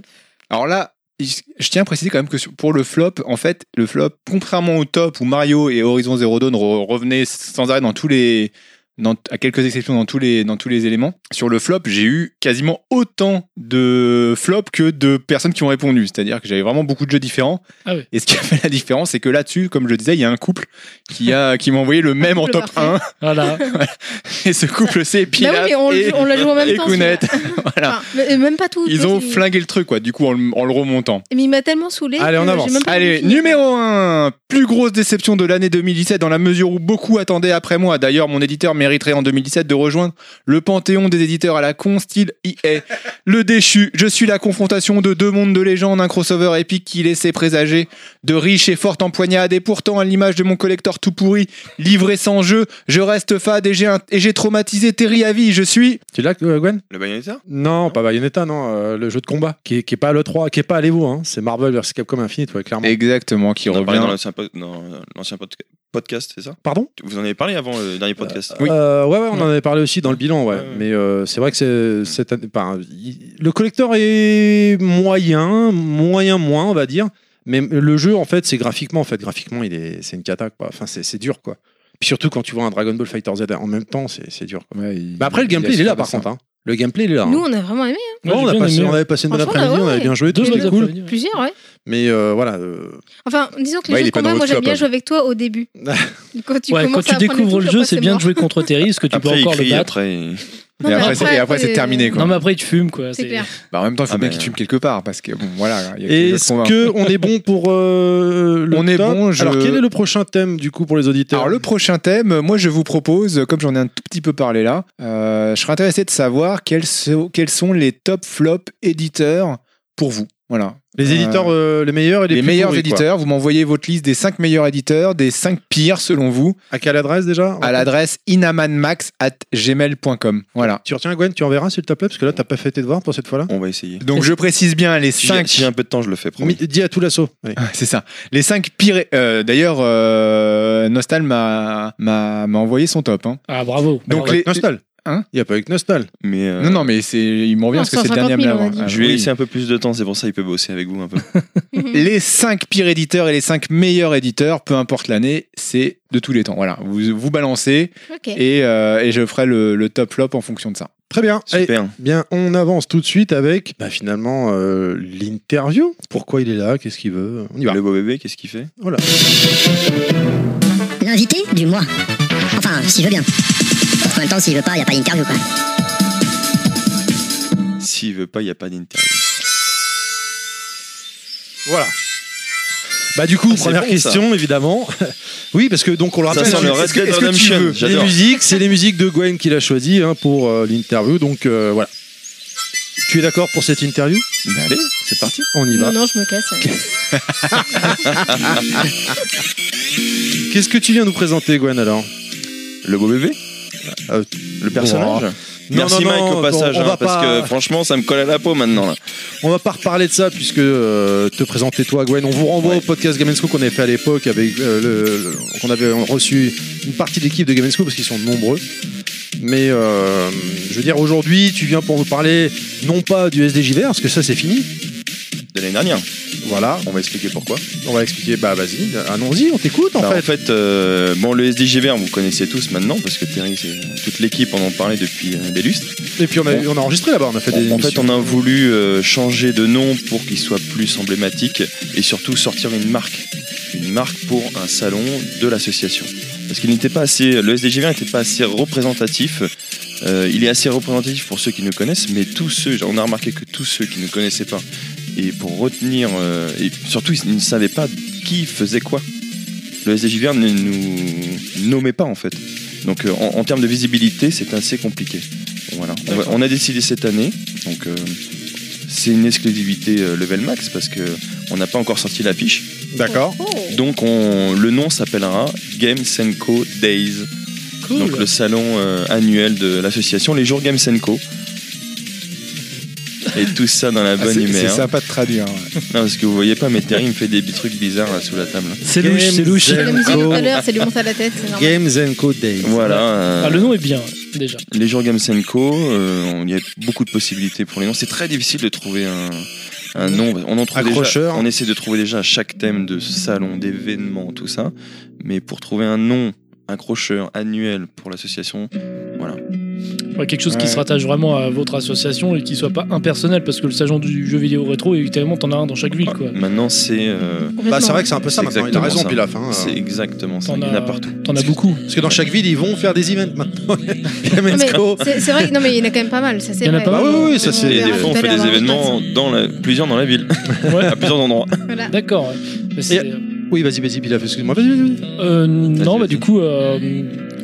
[SPEAKER 5] Alors là, je je tiens à préciser quand même que sur- pour le flop, en fait, le flop, contrairement au top où Mario et Horizon Zero Dawn re- revenaient sans arrêt dans tous les. dans- à quelques exceptions dans tous, les, dans tous les éléments, sur le flop, j'ai eu quasiment autant de flops que de personnes qui ont répondu. C'est-à-dire que j'avais vraiment beaucoup de jeux différents.
[SPEAKER 7] Ah oui.
[SPEAKER 5] Et ce qui a fait la différence, c'est que là-dessus, comme je le disais, il y a un couple qui, a, qui m'a envoyé le même en
[SPEAKER 6] couple
[SPEAKER 5] top 1.
[SPEAKER 6] parfait.
[SPEAKER 7] Voilà.
[SPEAKER 5] Et ce couple, c'est
[SPEAKER 6] Bah
[SPEAKER 5] Pilaf
[SPEAKER 6] oui, mais on, le
[SPEAKER 5] et,
[SPEAKER 6] joue- on la joue en même
[SPEAKER 5] et
[SPEAKER 6] temps.
[SPEAKER 5] Kounet.
[SPEAKER 6] celui-là.
[SPEAKER 5] voilà.
[SPEAKER 6] Enfin, mais- euh, même pas tout.
[SPEAKER 5] Ils
[SPEAKER 6] tout,
[SPEAKER 5] ont
[SPEAKER 6] c'est-
[SPEAKER 5] flingué le truc, quoi, du coup, en le- en le remontant.
[SPEAKER 6] Mais il m'a tellement saoulé.
[SPEAKER 4] Allez, on
[SPEAKER 6] que euh, j'ai
[SPEAKER 4] avance.
[SPEAKER 6] même pas
[SPEAKER 5] Allez,
[SPEAKER 6] fini.
[SPEAKER 5] numéro 1 Plus grosse déception de l'année 2017 dans la mesure où beaucoup attendaient après moi. D'ailleurs, mon éditeur mériterait en 2017 de rejoindre le panthéon des éditeurs à la con style EA. Le déchu, je suis la confrontation de deux mondes de légende, un crossover épique qui laissait présager de riches et fortes empoignades. Et pourtant, à l'image de mon collector tout pourri, livré sans jeu, je reste fade et j'ai un- et j'ai traumatisé Terry à vie. Je suis.
[SPEAKER 4] Tu l'as, euh, Gwen
[SPEAKER 9] Le Bayonetta
[SPEAKER 4] Non, pas Bayonetta, non. euh, le jeu de combat, qui est, qui est pas le 3, qui est pas à l'Evo. Hein. C'est Marvel vs Capcom Infinite, ouais, clairement.
[SPEAKER 5] Exactement, qui
[SPEAKER 9] On en a parlé
[SPEAKER 5] revient.
[SPEAKER 9] dans l'ancien po- dans l'ancien podca- podcast, c'est ça
[SPEAKER 4] Pardon
[SPEAKER 9] Vous en avez parlé avant le dernier podcast.
[SPEAKER 4] Euh, ouais, ouais, on en avait parlé aussi dans le bilan, ouais.
[SPEAKER 9] Ouais, ouais.
[SPEAKER 4] Mais euh, c'est vrai que c'est, cette année- enfin, il- le collector est moyen, moyen moins, on va dire. Mais le jeu, en fait, c'est graphiquement, en fait, graphiquement, il est, c'est une cata, quoi. Enfin, c'est, c'est dur, quoi. Puis surtout quand tu vois un Dragon Ball Fighter Z en même temps, c'est, c'est dur. Quoi. Mais Bah après, le gameplay, il est là, par contre. hein. Le gameplay, il est là.
[SPEAKER 6] Nous,
[SPEAKER 4] hein.
[SPEAKER 6] on a vraiment aimé. hein.
[SPEAKER 4] Ouais, on,
[SPEAKER 7] Moi,
[SPEAKER 4] a
[SPEAKER 7] j'ai bien
[SPEAKER 4] passé,
[SPEAKER 7] aimé.
[SPEAKER 4] on avait passé une bonne
[SPEAKER 6] Franchement,
[SPEAKER 4] après-midi,
[SPEAKER 6] ouais,
[SPEAKER 4] on avait
[SPEAKER 6] ouais.
[SPEAKER 4] bien joué, et
[SPEAKER 7] Deux
[SPEAKER 4] tout,
[SPEAKER 7] bonnes
[SPEAKER 4] c'était cool.
[SPEAKER 7] après-midi, ouais.
[SPEAKER 6] Plusieurs, ouais.
[SPEAKER 4] Mais euh, voilà, euh,
[SPEAKER 6] Enfin, disons que les
[SPEAKER 10] Ouais, il
[SPEAKER 5] Bah,
[SPEAKER 6] jeux
[SPEAKER 10] est
[SPEAKER 6] de
[SPEAKER 10] pas dans
[SPEAKER 6] combat, moi
[SPEAKER 10] votre
[SPEAKER 6] j'aime bien
[SPEAKER 10] club,
[SPEAKER 6] jouer avec toi au début. quand tu,
[SPEAKER 7] Ouais, quand
[SPEAKER 6] commences
[SPEAKER 7] tu
[SPEAKER 6] à apprendre
[SPEAKER 7] découvres
[SPEAKER 6] trucs,
[SPEAKER 7] le jeu,
[SPEAKER 6] après,
[SPEAKER 7] c'est bien
[SPEAKER 6] mort.
[SPEAKER 7] de jouer contre Terry, parce que tu peux
[SPEAKER 9] Après, il
[SPEAKER 7] encore le
[SPEAKER 9] crie,
[SPEAKER 7] battre.
[SPEAKER 9] après, il-
[SPEAKER 6] Non,
[SPEAKER 5] Et
[SPEAKER 6] mais
[SPEAKER 5] après, c'est- et après, c'est terminé, quoi.
[SPEAKER 7] Non, mais après, il te fume, quoi.
[SPEAKER 6] C'est clair.
[SPEAKER 5] Bah, en même temps, il faut
[SPEAKER 9] Ah,
[SPEAKER 5] bien
[SPEAKER 9] mais-
[SPEAKER 5] qu'il fume quelque part parce que bon, voilà. il y a que les jeux de
[SPEAKER 4] Est-ce
[SPEAKER 5] combat.
[SPEAKER 4] que on est bon pour euh, le
[SPEAKER 5] On est
[SPEAKER 4] top
[SPEAKER 5] bon, je-
[SPEAKER 4] Alors quel est le prochain thème du coup pour les auditeurs
[SPEAKER 5] Alors le prochain thème, moi je vous propose, comme j'en ai un tout petit peu parlé là, euh, je serais intéressé de savoir quels, so- quels sont les top flop éditeurs pour vous. Voilà.
[SPEAKER 4] Les éditeurs euh, les meilleurs et les,
[SPEAKER 5] Les,
[SPEAKER 4] plus
[SPEAKER 5] meilleurs
[SPEAKER 4] pourris, quoi.
[SPEAKER 5] éditeurs, vous m'envoyez votre liste des 5 meilleurs éditeurs, des 5 pires selon vous,
[SPEAKER 4] À quelle adresse déjà
[SPEAKER 5] à l'adresse inamanmax.gmail.com. Voilà.
[SPEAKER 4] Tu retiens Gwen, tu enverras s'il te plaît parce que là t'as pas fait tes devoirs pour cette fois-là.
[SPEAKER 9] on va essayer.
[SPEAKER 5] Donc je précise bien les
[SPEAKER 9] Si j'ai
[SPEAKER 5] 5
[SPEAKER 9] si j'ai un peu de temps, je le fais, promis.
[SPEAKER 4] Mi- Dis à tout l'assaut. Allez.
[SPEAKER 5] Ouais, C'est ça. Les 5 pires. euh, D'ailleurs, euh, Nostal m'a m'a m'a envoyé son top. hein.
[SPEAKER 7] Ah, bravo.
[SPEAKER 5] Donc
[SPEAKER 7] Bravo.
[SPEAKER 5] les.
[SPEAKER 4] Nostal.
[SPEAKER 5] Hein
[SPEAKER 4] Il y a pas eu que Nostal.
[SPEAKER 9] Mais euh,
[SPEAKER 5] Non, non, mais c'est. Il m'en revient
[SPEAKER 6] Non,
[SPEAKER 5] parce que c'est le dernier à
[SPEAKER 6] 150
[SPEAKER 5] me
[SPEAKER 6] 000,
[SPEAKER 5] l'avoir. Ah,
[SPEAKER 6] on
[SPEAKER 4] Ah
[SPEAKER 6] a dit.
[SPEAKER 9] je lui ai
[SPEAKER 5] Oui.
[SPEAKER 9] laissé un peu plus de temps, c'est pour ça qu'il peut bosser avec vous un peu.
[SPEAKER 5] Les 5 pires éditeurs et les 5 meilleurs éditeurs, peu importe l'année, c'est de tous les temps. Voilà. Vous vous balancez
[SPEAKER 6] Ok.
[SPEAKER 5] et, euh, et je ferai le, le top flop en fonction de ça.
[SPEAKER 4] Très bien. Allez,
[SPEAKER 9] Super.
[SPEAKER 4] bien, on avance tout de suite avec bah, finalement euh, l'interview. Pourquoi il est là Qu'est-ce qu'il veut On y va.
[SPEAKER 9] Le beau bébé, qu'est-ce qu'il fait
[SPEAKER 4] Voilà.
[SPEAKER 1] L'invité du mois. Enfin, s'il veut bien. En même temps, s'il veut pas, y a pas d'interview, quoi.
[SPEAKER 9] S'il veut pas, il n'y a pas d'interview.
[SPEAKER 4] Voilà. Bah du coup,
[SPEAKER 9] Ah, c'est
[SPEAKER 4] première
[SPEAKER 9] bon, ça.
[SPEAKER 4] question évidemment. oui, parce que donc on le
[SPEAKER 9] Ça
[SPEAKER 4] rappelle.
[SPEAKER 9] sent le
[SPEAKER 4] hein,
[SPEAKER 9] Red
[SPEAKER 4] est-ce que-
[SPEAKER 9] Dead
[SPEAKER 4] est-ce que tu
[SPEAKER 9] Redemption,
[SPEAKER 4] veux Les
[SPEAKER 9] j'adore.
[SPEAKER 4] musiques, c'est les musiques de Gwen qu'il a choisies hein, pour euh, l'interview. Donc euh, voilà. Tu es d'accord pour cette interview
[SPEAKER 9] Mais Ben, allez, c'est parti.
[SPEAKER 4] On y va.
[SPEAKER 6] Non, non, je me casse.
[SPEAKER 4] Qu'est-ce que tu viens nous présenter, Gwen alors
[SPEAKER 9] Le beau bébé
[SPEAKER 4] Euh,
[SPEAKER 9] Le personnage
[SPEAKER 4] Non,
[SPEAKER 9] Merci
[SPEAKER 4] non,
[SPEAKER 9] Mike
[SPEAKER 4] non,
[SPEAKER 9] au passage,
[SPEAKER 4] on- on
[SPEAKER 9] hein,
[SPEAKER 4] va
[SPEAKER 9] parce
[SPEAKER 4] pas-
[SPEAKER 9] que franchement, ça me colle à la peau maintenant. Là.
[SPEAKER 4] On va pas reparler de ça puisque euh, te présenter toi, Gwen. On vous renvoie au podcast Game School qu'on avait fait à l'époque avec euh, le- le- qu'on avait reçu une partie de l'équipe de Game School parce qu'ils sont nombreux. Mais euh, je veux dire, aujourd'hui, tu viens pour nous parler non pas du SDJVR parce que ça c'est fini.
[SPEAKER 9] De l'année dernière,
[SPEAKER 4] Voilà,
[SPEAKER 9] on va expliquer pourquoi.
[SPEAKER 4] on va expliquer. Bah vas-y, allons-y, on t'écoute en
[SPEAKER 9] Bah,
[SPEAKER 4] fait.
[SPEAKER 9] en fait, euh, bon, le SDGVR, vous connaissez tous maintenant, parce que Thierry, c'est- toute l'équipe en ont parlé depuis euh, des lustres.
[SPEAKER 4] Et puis on a, on a enregistré là-bas, on a fait des.
[SPEAKER 9] En, en fait,
[SPEAKER 4] émissions.
[SPEAKER 9] on a voulu euh, changer de nom pour qu'il soit plus emblématique et surtout sortir une marque. Une marque pour un salon de l'association. Parce qu'il n'était pas assez. Le SDGV n'était pas assez représentatif. Euh, il est assez représentatif pour ceux qui nous connaissent, mais tous ceux, on a remarqué que tous ceux qui ne connaissaient pas, et pour retenir, euh, et surtout ils ne savaient pas qui faisait quoi. Le SDJVR ne nous nommait pas en fait. Donc euh, en, en termes de visibilité, c'est assez compliqué. Bon, voilà. On, va- on a décidé cette année, donc euh, c'est une exclusivité euh, level max parce que on n'a pas encore sorti l'affiche.
[SPEAKER 4] D'accord.
[SPEAKER 6] Oh.
[SPEAKER 9] Donc on- le nom s'appellera Games Co Days. Donc le salon euh, annuel de l'association, les jours Games Co. Et tout ça dans la
[SPEAKER 5] Ah,
[SPEAKER 9] bonne
[SPEAKER 5] c'est c'est
[SPEAKER 9] humeur.
[SPEAKER 5] sympa de traduire. ouais.
[SPEAKER 9] Non, parce que vous voyez pas, mais Terry il me fait des trucs bizarres là, sous la table.
[SPEAKER 7] C'est louche, c'est louche.
[SPEAKER 6] La musique tout à l'heure, ça lui monte à la tête. c'est normal.
[SPEAKER 4] Games and Code Days.
[SPEAKER 9] Voilà. euh,
[SPEAKER 7] Ah, le nom est bien, déjà.
[SPEAKER 9] Les jours Games Co, euh, on- il y a beaucoup de possibilités pour les noms. C'est très difficile de trouver un, un nom. On en trouve
[SPEAKER 4] Accrocheur.
[SPEAKER 9] déjà. On essaie de trouver déjà chaque thème de salon, d'événement, tout ça. Mais pour trouver un nom accrocheur annuel pour l'association,
[SPEAKER 7] Ouais, quelque chose qui
[SPEAKER 5] Ouais.
[SPEAKER 7] se rattache vraiment à votre association et qui soit pas impersonnel, parce que le salon du jeu vidéo rétro, évidemment, t'en as un dans chaque ville, quoi.
[SPEAKER 9] maintenant c'est euh,
[SPEAKER 4] Bah, c'est vrai que c'est un peu ça
[SPEAKER 9] C'est
[SPEAKER 4] maintenant. Il a
[SPEAKER 9] exactement
[SPEAKER 4] raison,
[SPEAKER 9] ça.
[SPEAKER 4] Pilaf. hein.
[SPEAKER 9] c'est exactement ça.
[SPEAKER 7] T'en
[SPEAKER 9] Il y en a
[SPEAKER 7] as
[SPEAKER 9] partout.
[SPEAKER 7] T'en as beaucoup.
[SPEAKER 4] Parce que dans chaque ville, ils vont faire des events maintenant. Game
[SPEAKER 6] Non,
[SPEAKER 4] and
[SPEAKER 6] mais
[SPEAKER 4] Co.
[SPEAKER 6] C'est c'est vrai, que- non mais il y en a quand même pas mal, ça c'est
[SPEAKER 7] Il y en a
[SPEAKER 6] vrai.
[SPEAKER 7] pas
[SPEAKER 4] mal. Bah oui, oui, ça, c'est-
[SPEAKER 9] Et
[SPEAKER 6] verra
[SPEAKER 9] des fois, on
[SPEAKER 6] tout à
[SPEAKER 9] fait
[SPEAKER 6] l'heure
[SPEAKER 9] des
[SPEAKER 6] dans le
[SPEAKER 9] événements
[SPEAKER 6] podcast.
[SPEAKER 9] dans la- plusieurs dans la ville,
[SPEAKER 7] Ouais.
[SPEAKER 9] à plusieurs endroits.
[SPEAKER 6] Voilà.
[SPEAKER 7] D'accord. ouais. Mais c'est-
[SPEAKER 4] Oui, vas-y, vas-y, Pilaf, excuse-moi. Vas-y, vas-y, vas-y.
[SPEAKER 7] Euh, non,
[SPEAKER 9] vas-y.
[SPEAKER 7] bah du coup, euh,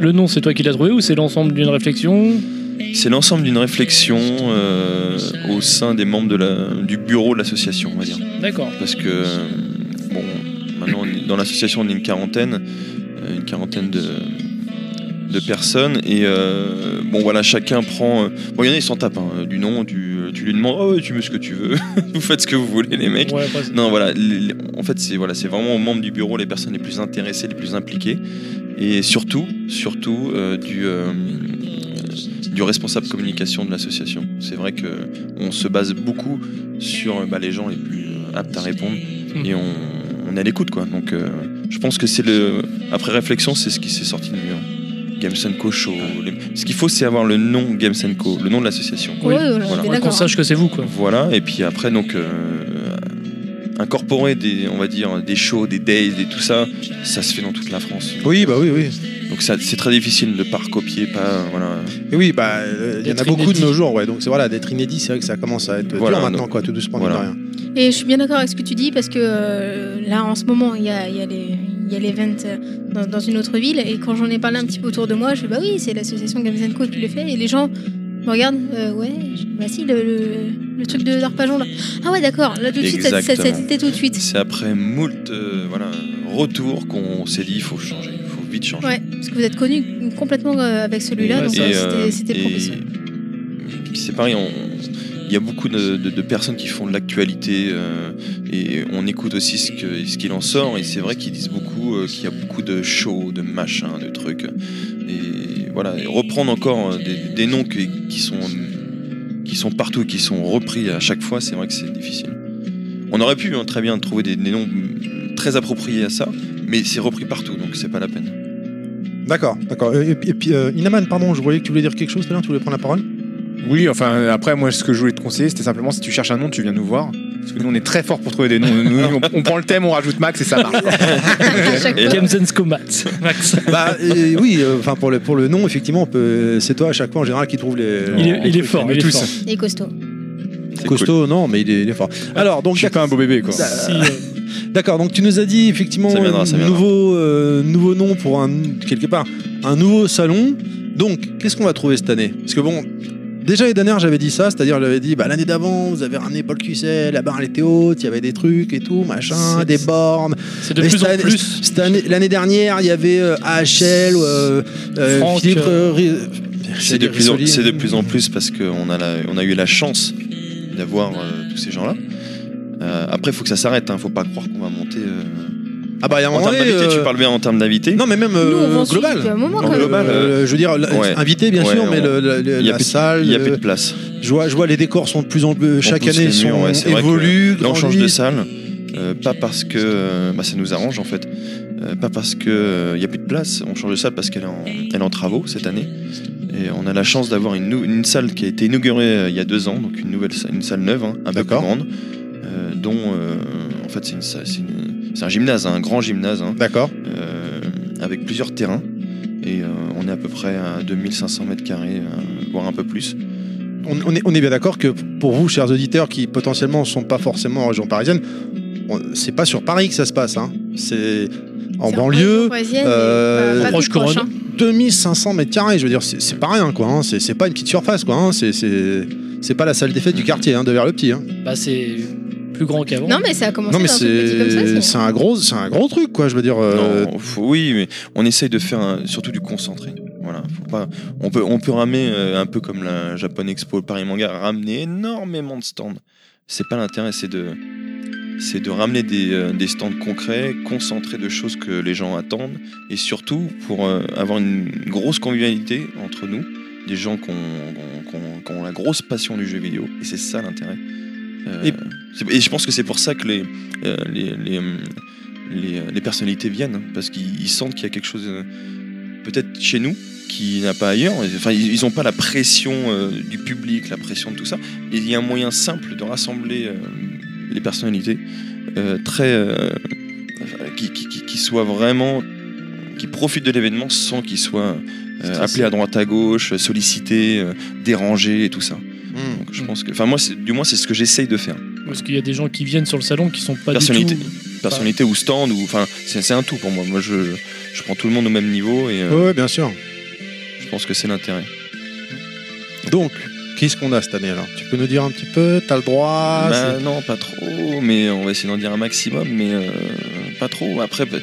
[SPEAKER 7] le nom, c'est toi qui l'as trouvé ou c'est l'ensemble d'une réflexion
[SPEAKER 9] C'est l'ensemble d'une réflexion euh, au sein des membres de la, du bureau de l'association, on va dire.
[SPEAKER 7] D'accord.
[SPEAKER 9] Parce que, euh, bon, maintenant, on est- dans l'association, on est une quarantaine, euh, une quarantaine de, de personnes. Et, euh, bon, voilà, chacun prend. euh, Bon, il y en a, ils s'en tapent, hein, du nom, du, tu lui demandes, oh, ouais, tu mets ce que tu veux, vous faites ce que vous voulez, les mecs.
[SPEAKER 7] Ouais, après, c'est-
[SPEAKER 9] Non, voilà. les- les- En fait, c'est voilà, c'est vraiment aux membres du bureau les personnes les plus intéressées, les plus impliquées, et surtout, surtout euh, du euh, du responsable communication de l'association. C'est vrai que on se base beaucoup sur euh, bah, les gens les plus euh, aptes à répondre,
[SPEAKER 7] Hmm.
[SPEAKER 9] et on, on est à l'écoute, quoi. Donc, euh, je pense que c'est le après réflexion, c'est ce qui s'est sorti de mieux. hein. Games Co Show. les- Ce qu'il faut, c'est avoir le nom Games Co, le nom de l'association.
[SPEAKER 7] Oui,
[SPEAKER 6] Ouais, voilà, on
[SPEAKER 9] voilà.
[SPEAKER 6] est
[SPEAKER 7] Ouais, qu'on
[SPEAKER 6] d'accord. hein.
[SPEAKER 7] sache que c'est vous, quoi.
[SPEAKER 9] Voilà, et puis après, donc, euh, incorporer des, on va dire, des shows, des days, et tout ça, ça se fait dans toute la France.
[SPEAKER 4] Oui, bah oui, oui.
[SPEAKER 9] Donc ça, c'est très difficile de pas recopier, pas, euh, voilà.
[SPEAKER 4] Et oui, bah, euh, il y en a
[SPEAKER 7] D'être
[SPEAKER 4] beaucoup de
[SPEAKER 7] inédit.
[SPEAKER 4] nos jours, ouais. Donc c'est voilà, d'être inédit, c'est vrai que ça commence à être
[SPEAKER 9] Voilà,
[SPEAKER 4] dur maintenant,
[SPEAKER 9] donc,
[SPEAKER 4] quoi, tout doucement,
[SPEAKER 9] voilà.
[SPEAKER 4] mine de rien.
[SPEAKER 6] Et je suis bien d'accord avec ce que tu dis parce que euh, là en ce moment il y a, il y a les- il y a l'event euh, dans, dans une autre ville et quand j'en ai parlé un petit peu autour de moi, je fais bah oui c'est l'association Games Co qui le fait et les gens me regardent euh, ouais je- bah si le, le- le truc de d'arpajon là ah ouais d'accord là tout de suite ça, ça, ça
[SPEAKER 9] Exactement.
[SPEAKER 6] t'était tout de suite
[SPEAKER 9] C'est après moult, euh, voilà, retour qu'on s'est dit, il faut changer, il faut vite changer.
[SPEAKER 6] ouais parce que vous êtes connu complètement euh, avec celui-là
[SPEAKER 7] Ouais,
[SPEAKER 6] donc
[SPEAKER 7] ça,
[SPEAKER 6] euh,
[SPEAKER 9] Et,
[SPEAKER 6] c'était-
[SPEAKER 9] euh,
[SPEAKER 6] c'était
[SPEAKER 9] et-
[SPEAKER 6] professionnel
[SPEAKER 9] et puis c'est pareil, on- il y a beaucoup de, de- de personnes qui font de l'actualité euh, et on écoute aussi ce que- ce qu'il en sort. Et c'est vrai qu'ils disent beaucoup euh, qu'il y a beaucoup de shows, de machins, de trucs. Et voilà, et reprendre encore euh, des, des noms qui, qui sont, qui sont partout, qui sont repris à chaque fois, c'est vrai que c'est difficile. On aurait pu hein, très bien trouver des, des noms mm, très appropriés à ça, mais c'est repris partout, donc c'est pas la peine.
[SPEAKER 4] D'accord, d'accord. Et, et puis, euh, Inaman, pardon, je voyais que tu voulais dire quelque chose tout à l'heure, tu voulais prendre la parole
[SPEAKER 5] Oui, enfin, après, moi, ce que je voulais te conseiller, c'était simplement si tu cherches un nom, tu viens nous voir. Parce que nous, on est très fort pour trouver des noms. Nous, on, on prend le thème, on rajoute Max et ça marche. quoi.
[SPEAKER 6] à chaque fois.
[SPEAKER 7] Kemsens Combat, Max.
[SPEAKER 4] Bah euh, oui, euh, enfin pour le pour le nom effectivement, on peut- c'est toi à chaque fois en général qui trouve les.
[SPEAKER 7] Il est,
[SPEAKER 4] les
[SPEAKER 7] il est
[SPEAKER 4] trucs.
[SPEAKER 7] fort, il est
[SPEAKER 5] tous.
[SPEAKER 7] fort.
[SPEAKER 6] et costaud
[SPEAKER 9] C'est cool.
[SPEAKER 4] Costaud, non, mais il est, il est fort. Alors donc
[SPEAKER 5] Je suis pas un beau bébé, quoi.
[SPEAKER 4] Ça-
[SPEAKER 7] Si, euh,
[SPEAKER 4] d'accord, donc tu nous as dit effectivement
[SPEAKER 9] Ça viendra,
[SPEAKER 4] un
[SPEAKER 9] ça viendra.
[SPEAKER 4] nouveau euh, nouveau nom pour un quelque part un nouveau salon. Donc qu'est-ce qu'on va trouver cette année Parce que bon. Déjà l'année dernière j'avais dit ça, c'est-à-dire j'avais dit bah, l'année d'avant vous avez ramené Paul Cuisset, la barre elle était haute, il y avait des trucs et tout, machin,
[SPEAKER 7] C'est-
[SPEAKER 4] des bornes.
[SPEAKER 7] c'est de
[SPEAKER 4] Mais
[SPEAKER 7] plus en
[SPEAKER 4] cette année-
[SPEAKER 7] plus.
[SPEAKER 4] cette année- L'année dernière il y avait euh, AHL, ou, euh, euh,
[SPEAKER 7] Franck,
[SPEAKER 4] Philippe,
[SPEAKER 7] euh,
[SPEAKER 4] euh, Ri-
[SPEAKER 9] C'est de,
[SPEAKER 4] j'allais dire
[SPEAKER 9] plus en,
[SPEAKER 4] Risoli.
[SPEAKER 9] c'est de plus en plus parce qu'on a, la- on a eu la chance d'avoir euh, tous ces gens-là. Euh, après, il faut que ça s'arrête. Il ne faut pas croire qu'on va monter. euh,
[SPEAKER 4] Ah bah, il y a un
[SPEAKER 9] En
[SPEAKER 4] moment
[SPEAKER 9] termes
[SPEAKER 4] donné,
[SPEAKER 9] d'invité,
[SPEAKER 4] euh,
[SPEAKER 9] tu parles bien en termes d'invité.
[SPEAKER 4] Non, mais même
[SPEAKER 6] nous on
[SPEAKER 4] euh,
[SPEAKER 6] vend
[SPEAKER 4] global.
[SPEAKER 6] depuis un moment
[SPEAKER 9] En
[SPEAKER 6] quand même
[SPEAKER 9] global,
[SPEAKER 4] Euh, je veux dire, la-
[SPEAKER 9] Ouais.
[SPEAKER 4] invité bien
[SPEAKER 9] Ouais,
[SPEAKER 4] sûr,
[SPEAKER 9] on-
[SPEAKER 4] mais le- le- le-
[SPEAKER 9] y a
[SPEAKER 4] la
[SPEAKER 9] plus de-
[SPEAKER 4] salle,
[SPEAKER 9] Il n'y a
[SPEAKER 4] euh,
[SPEAKER 9] plus de place.
[SPEAKER 4] je, vois, je vois les décors sont de plus en plus, chaque
[SPEAKER 9] pousse
[SPEAKER 4] année
[SPEAKER 9] les murs,
[SPEAKER 4] sont
[SPEAKER 9] ouais, c'est vrai que
[SPEAKER 4] évolués.
[SPEAKER 9] Là, on change de
[SPEAKER 4] grandis.
[SPEAKER 9] salle. euh, pas parce que euh, bah, ça nous arrange en fait, Euh, pas parce que euh, il y a plus de place, on change de salle parce qu'elle est, en- elle est en travaux cette année et on a la chance d'avoir une, nou- une salle qui a été inaugurée euh, il y a deux ans, donc une nouvelle salle, une salle neuve, hein, un peu plus
[SPEAKER 4] D'accord.
[SPEAKER 9] grande, euh, dont euh, en fait c'est une salle- c'est une- c'est un gymnase, hein, un grand gymnase hein,
[SPEAKER 4] D'accord.
[SPEAKER 9] euh, avec plusieurs terrains et euh, on est à peu près à 2500 mètres carrés, euh, voire un peu plus.
[SPEAKER 4] On, on est, on est bien d'accord que pour vous, chers auditeurs, qui potentiellement ne sont pas forcément en région parisienne, on- c'est pas sur Paris que ça se passe. hein. C'est en
[SPEAKER 6] C'est
[SPEAKER 4] banlieue.
[SPEAKER 6] parisienne, mais
[SPEAKER 4] euh,
[SPEAKER 6] pas- pas
[SPEAKER 7] proche
[SPEAKER 6] toute proche,
[SPEAKER 7] couronne.
[SPEAKER 6] hein.
[SPEAKER 4] 2500 mètres carrés, je veux dire, c'est c'est pas rien quoi, hein. c'est c'est pas une petite surface quoi, hein. c'est- c'est c'est pas la salle des fêtes du quartier hein, de vers le petit. hein.
[SPEAKER 7] Bah, c'est plus grand qu'avant.
[SPEAKER 6] non mais ça a commencé
[SPEAKER 4] Non mais
[SPEAKER 6] dans un truc petit comme ça
[SPEAKER 4] c'est
[SPEAKER 6] c'est-
[SPEAKER 4] c'est un gros c'est un gros truc quoi, je veux dire. euh,
[SPEAKER 9] Non, faut- oui, mais on essaye de faire un- surtout du concentré. Voilà, faut pas. On peut, on peut ramener euh, un peu comme la Japan Expo, Paris Manga, ramener énormément de stands. C'est pas l'intérêt, c'est de, c'est de ramener des, euh, des stands concrets, concentrés de choses que les gens attendent, et surtout pour euh, avoir une grosse convivialité entre nous, des gens qui ont, qui ont- qui ont la grosse passion du jeu vidéo, et c'est ça l'intérêt. Euh,
[SPEAKER 4] Et-
[SPEAKER 9] c'est- et je pense que c'est pour ça que les, euh, les, les, hum, les, euh, les personnalités viennent hein, parce qu'ils ils sentent qu'il y a quelque chose euh, peut-être chez nous qui n'a pas ailleurs enfin ils ils ont pas la pression euh, du public la pression de tout ça et il y a un moyen simple de rassembler euh, les personnalités euh, très euh, enfin, qui, qui, qui- qui soient vraiment qui profitent de l'événement sans qu'ils soient euh, appelés à droite à gauche sollicités euh, dérangés et tout ça
[SPEAKER 4] hmm.
[SPEAKER 9] donc je pense que enfin moi c'est- du moins c'est ce que j'essaye de faire
[SPEAKER 7] Parce qu'il y a des gens qui viennent sur le salon qui sont pas du
[SPEAKER 9] Personnalité.
[SPEAKER 7] tout.
[SPEAKER 9] personnalité ou stand ou enfin c'est c'est un tout pour moi moi je, je prends tout le monde au même niveau et euh,
[SPEAKER 4] Ouais, ouais, bien sûr.
[SPEAKER 9] je pense que c'est l'intérêt
[SPEAKER 4] Donc, qu'est-ce qu'on a cette année-là Tu peux nous dire un petit peu T'as le droit
[SPEAKER 9] Bah,
[SPEAKER 4] Ah, c'est-
[SPEAKER 9] non, pas trop, mais on va essayer d'en dire un maximum, mais euh, pas trop. Après, bah,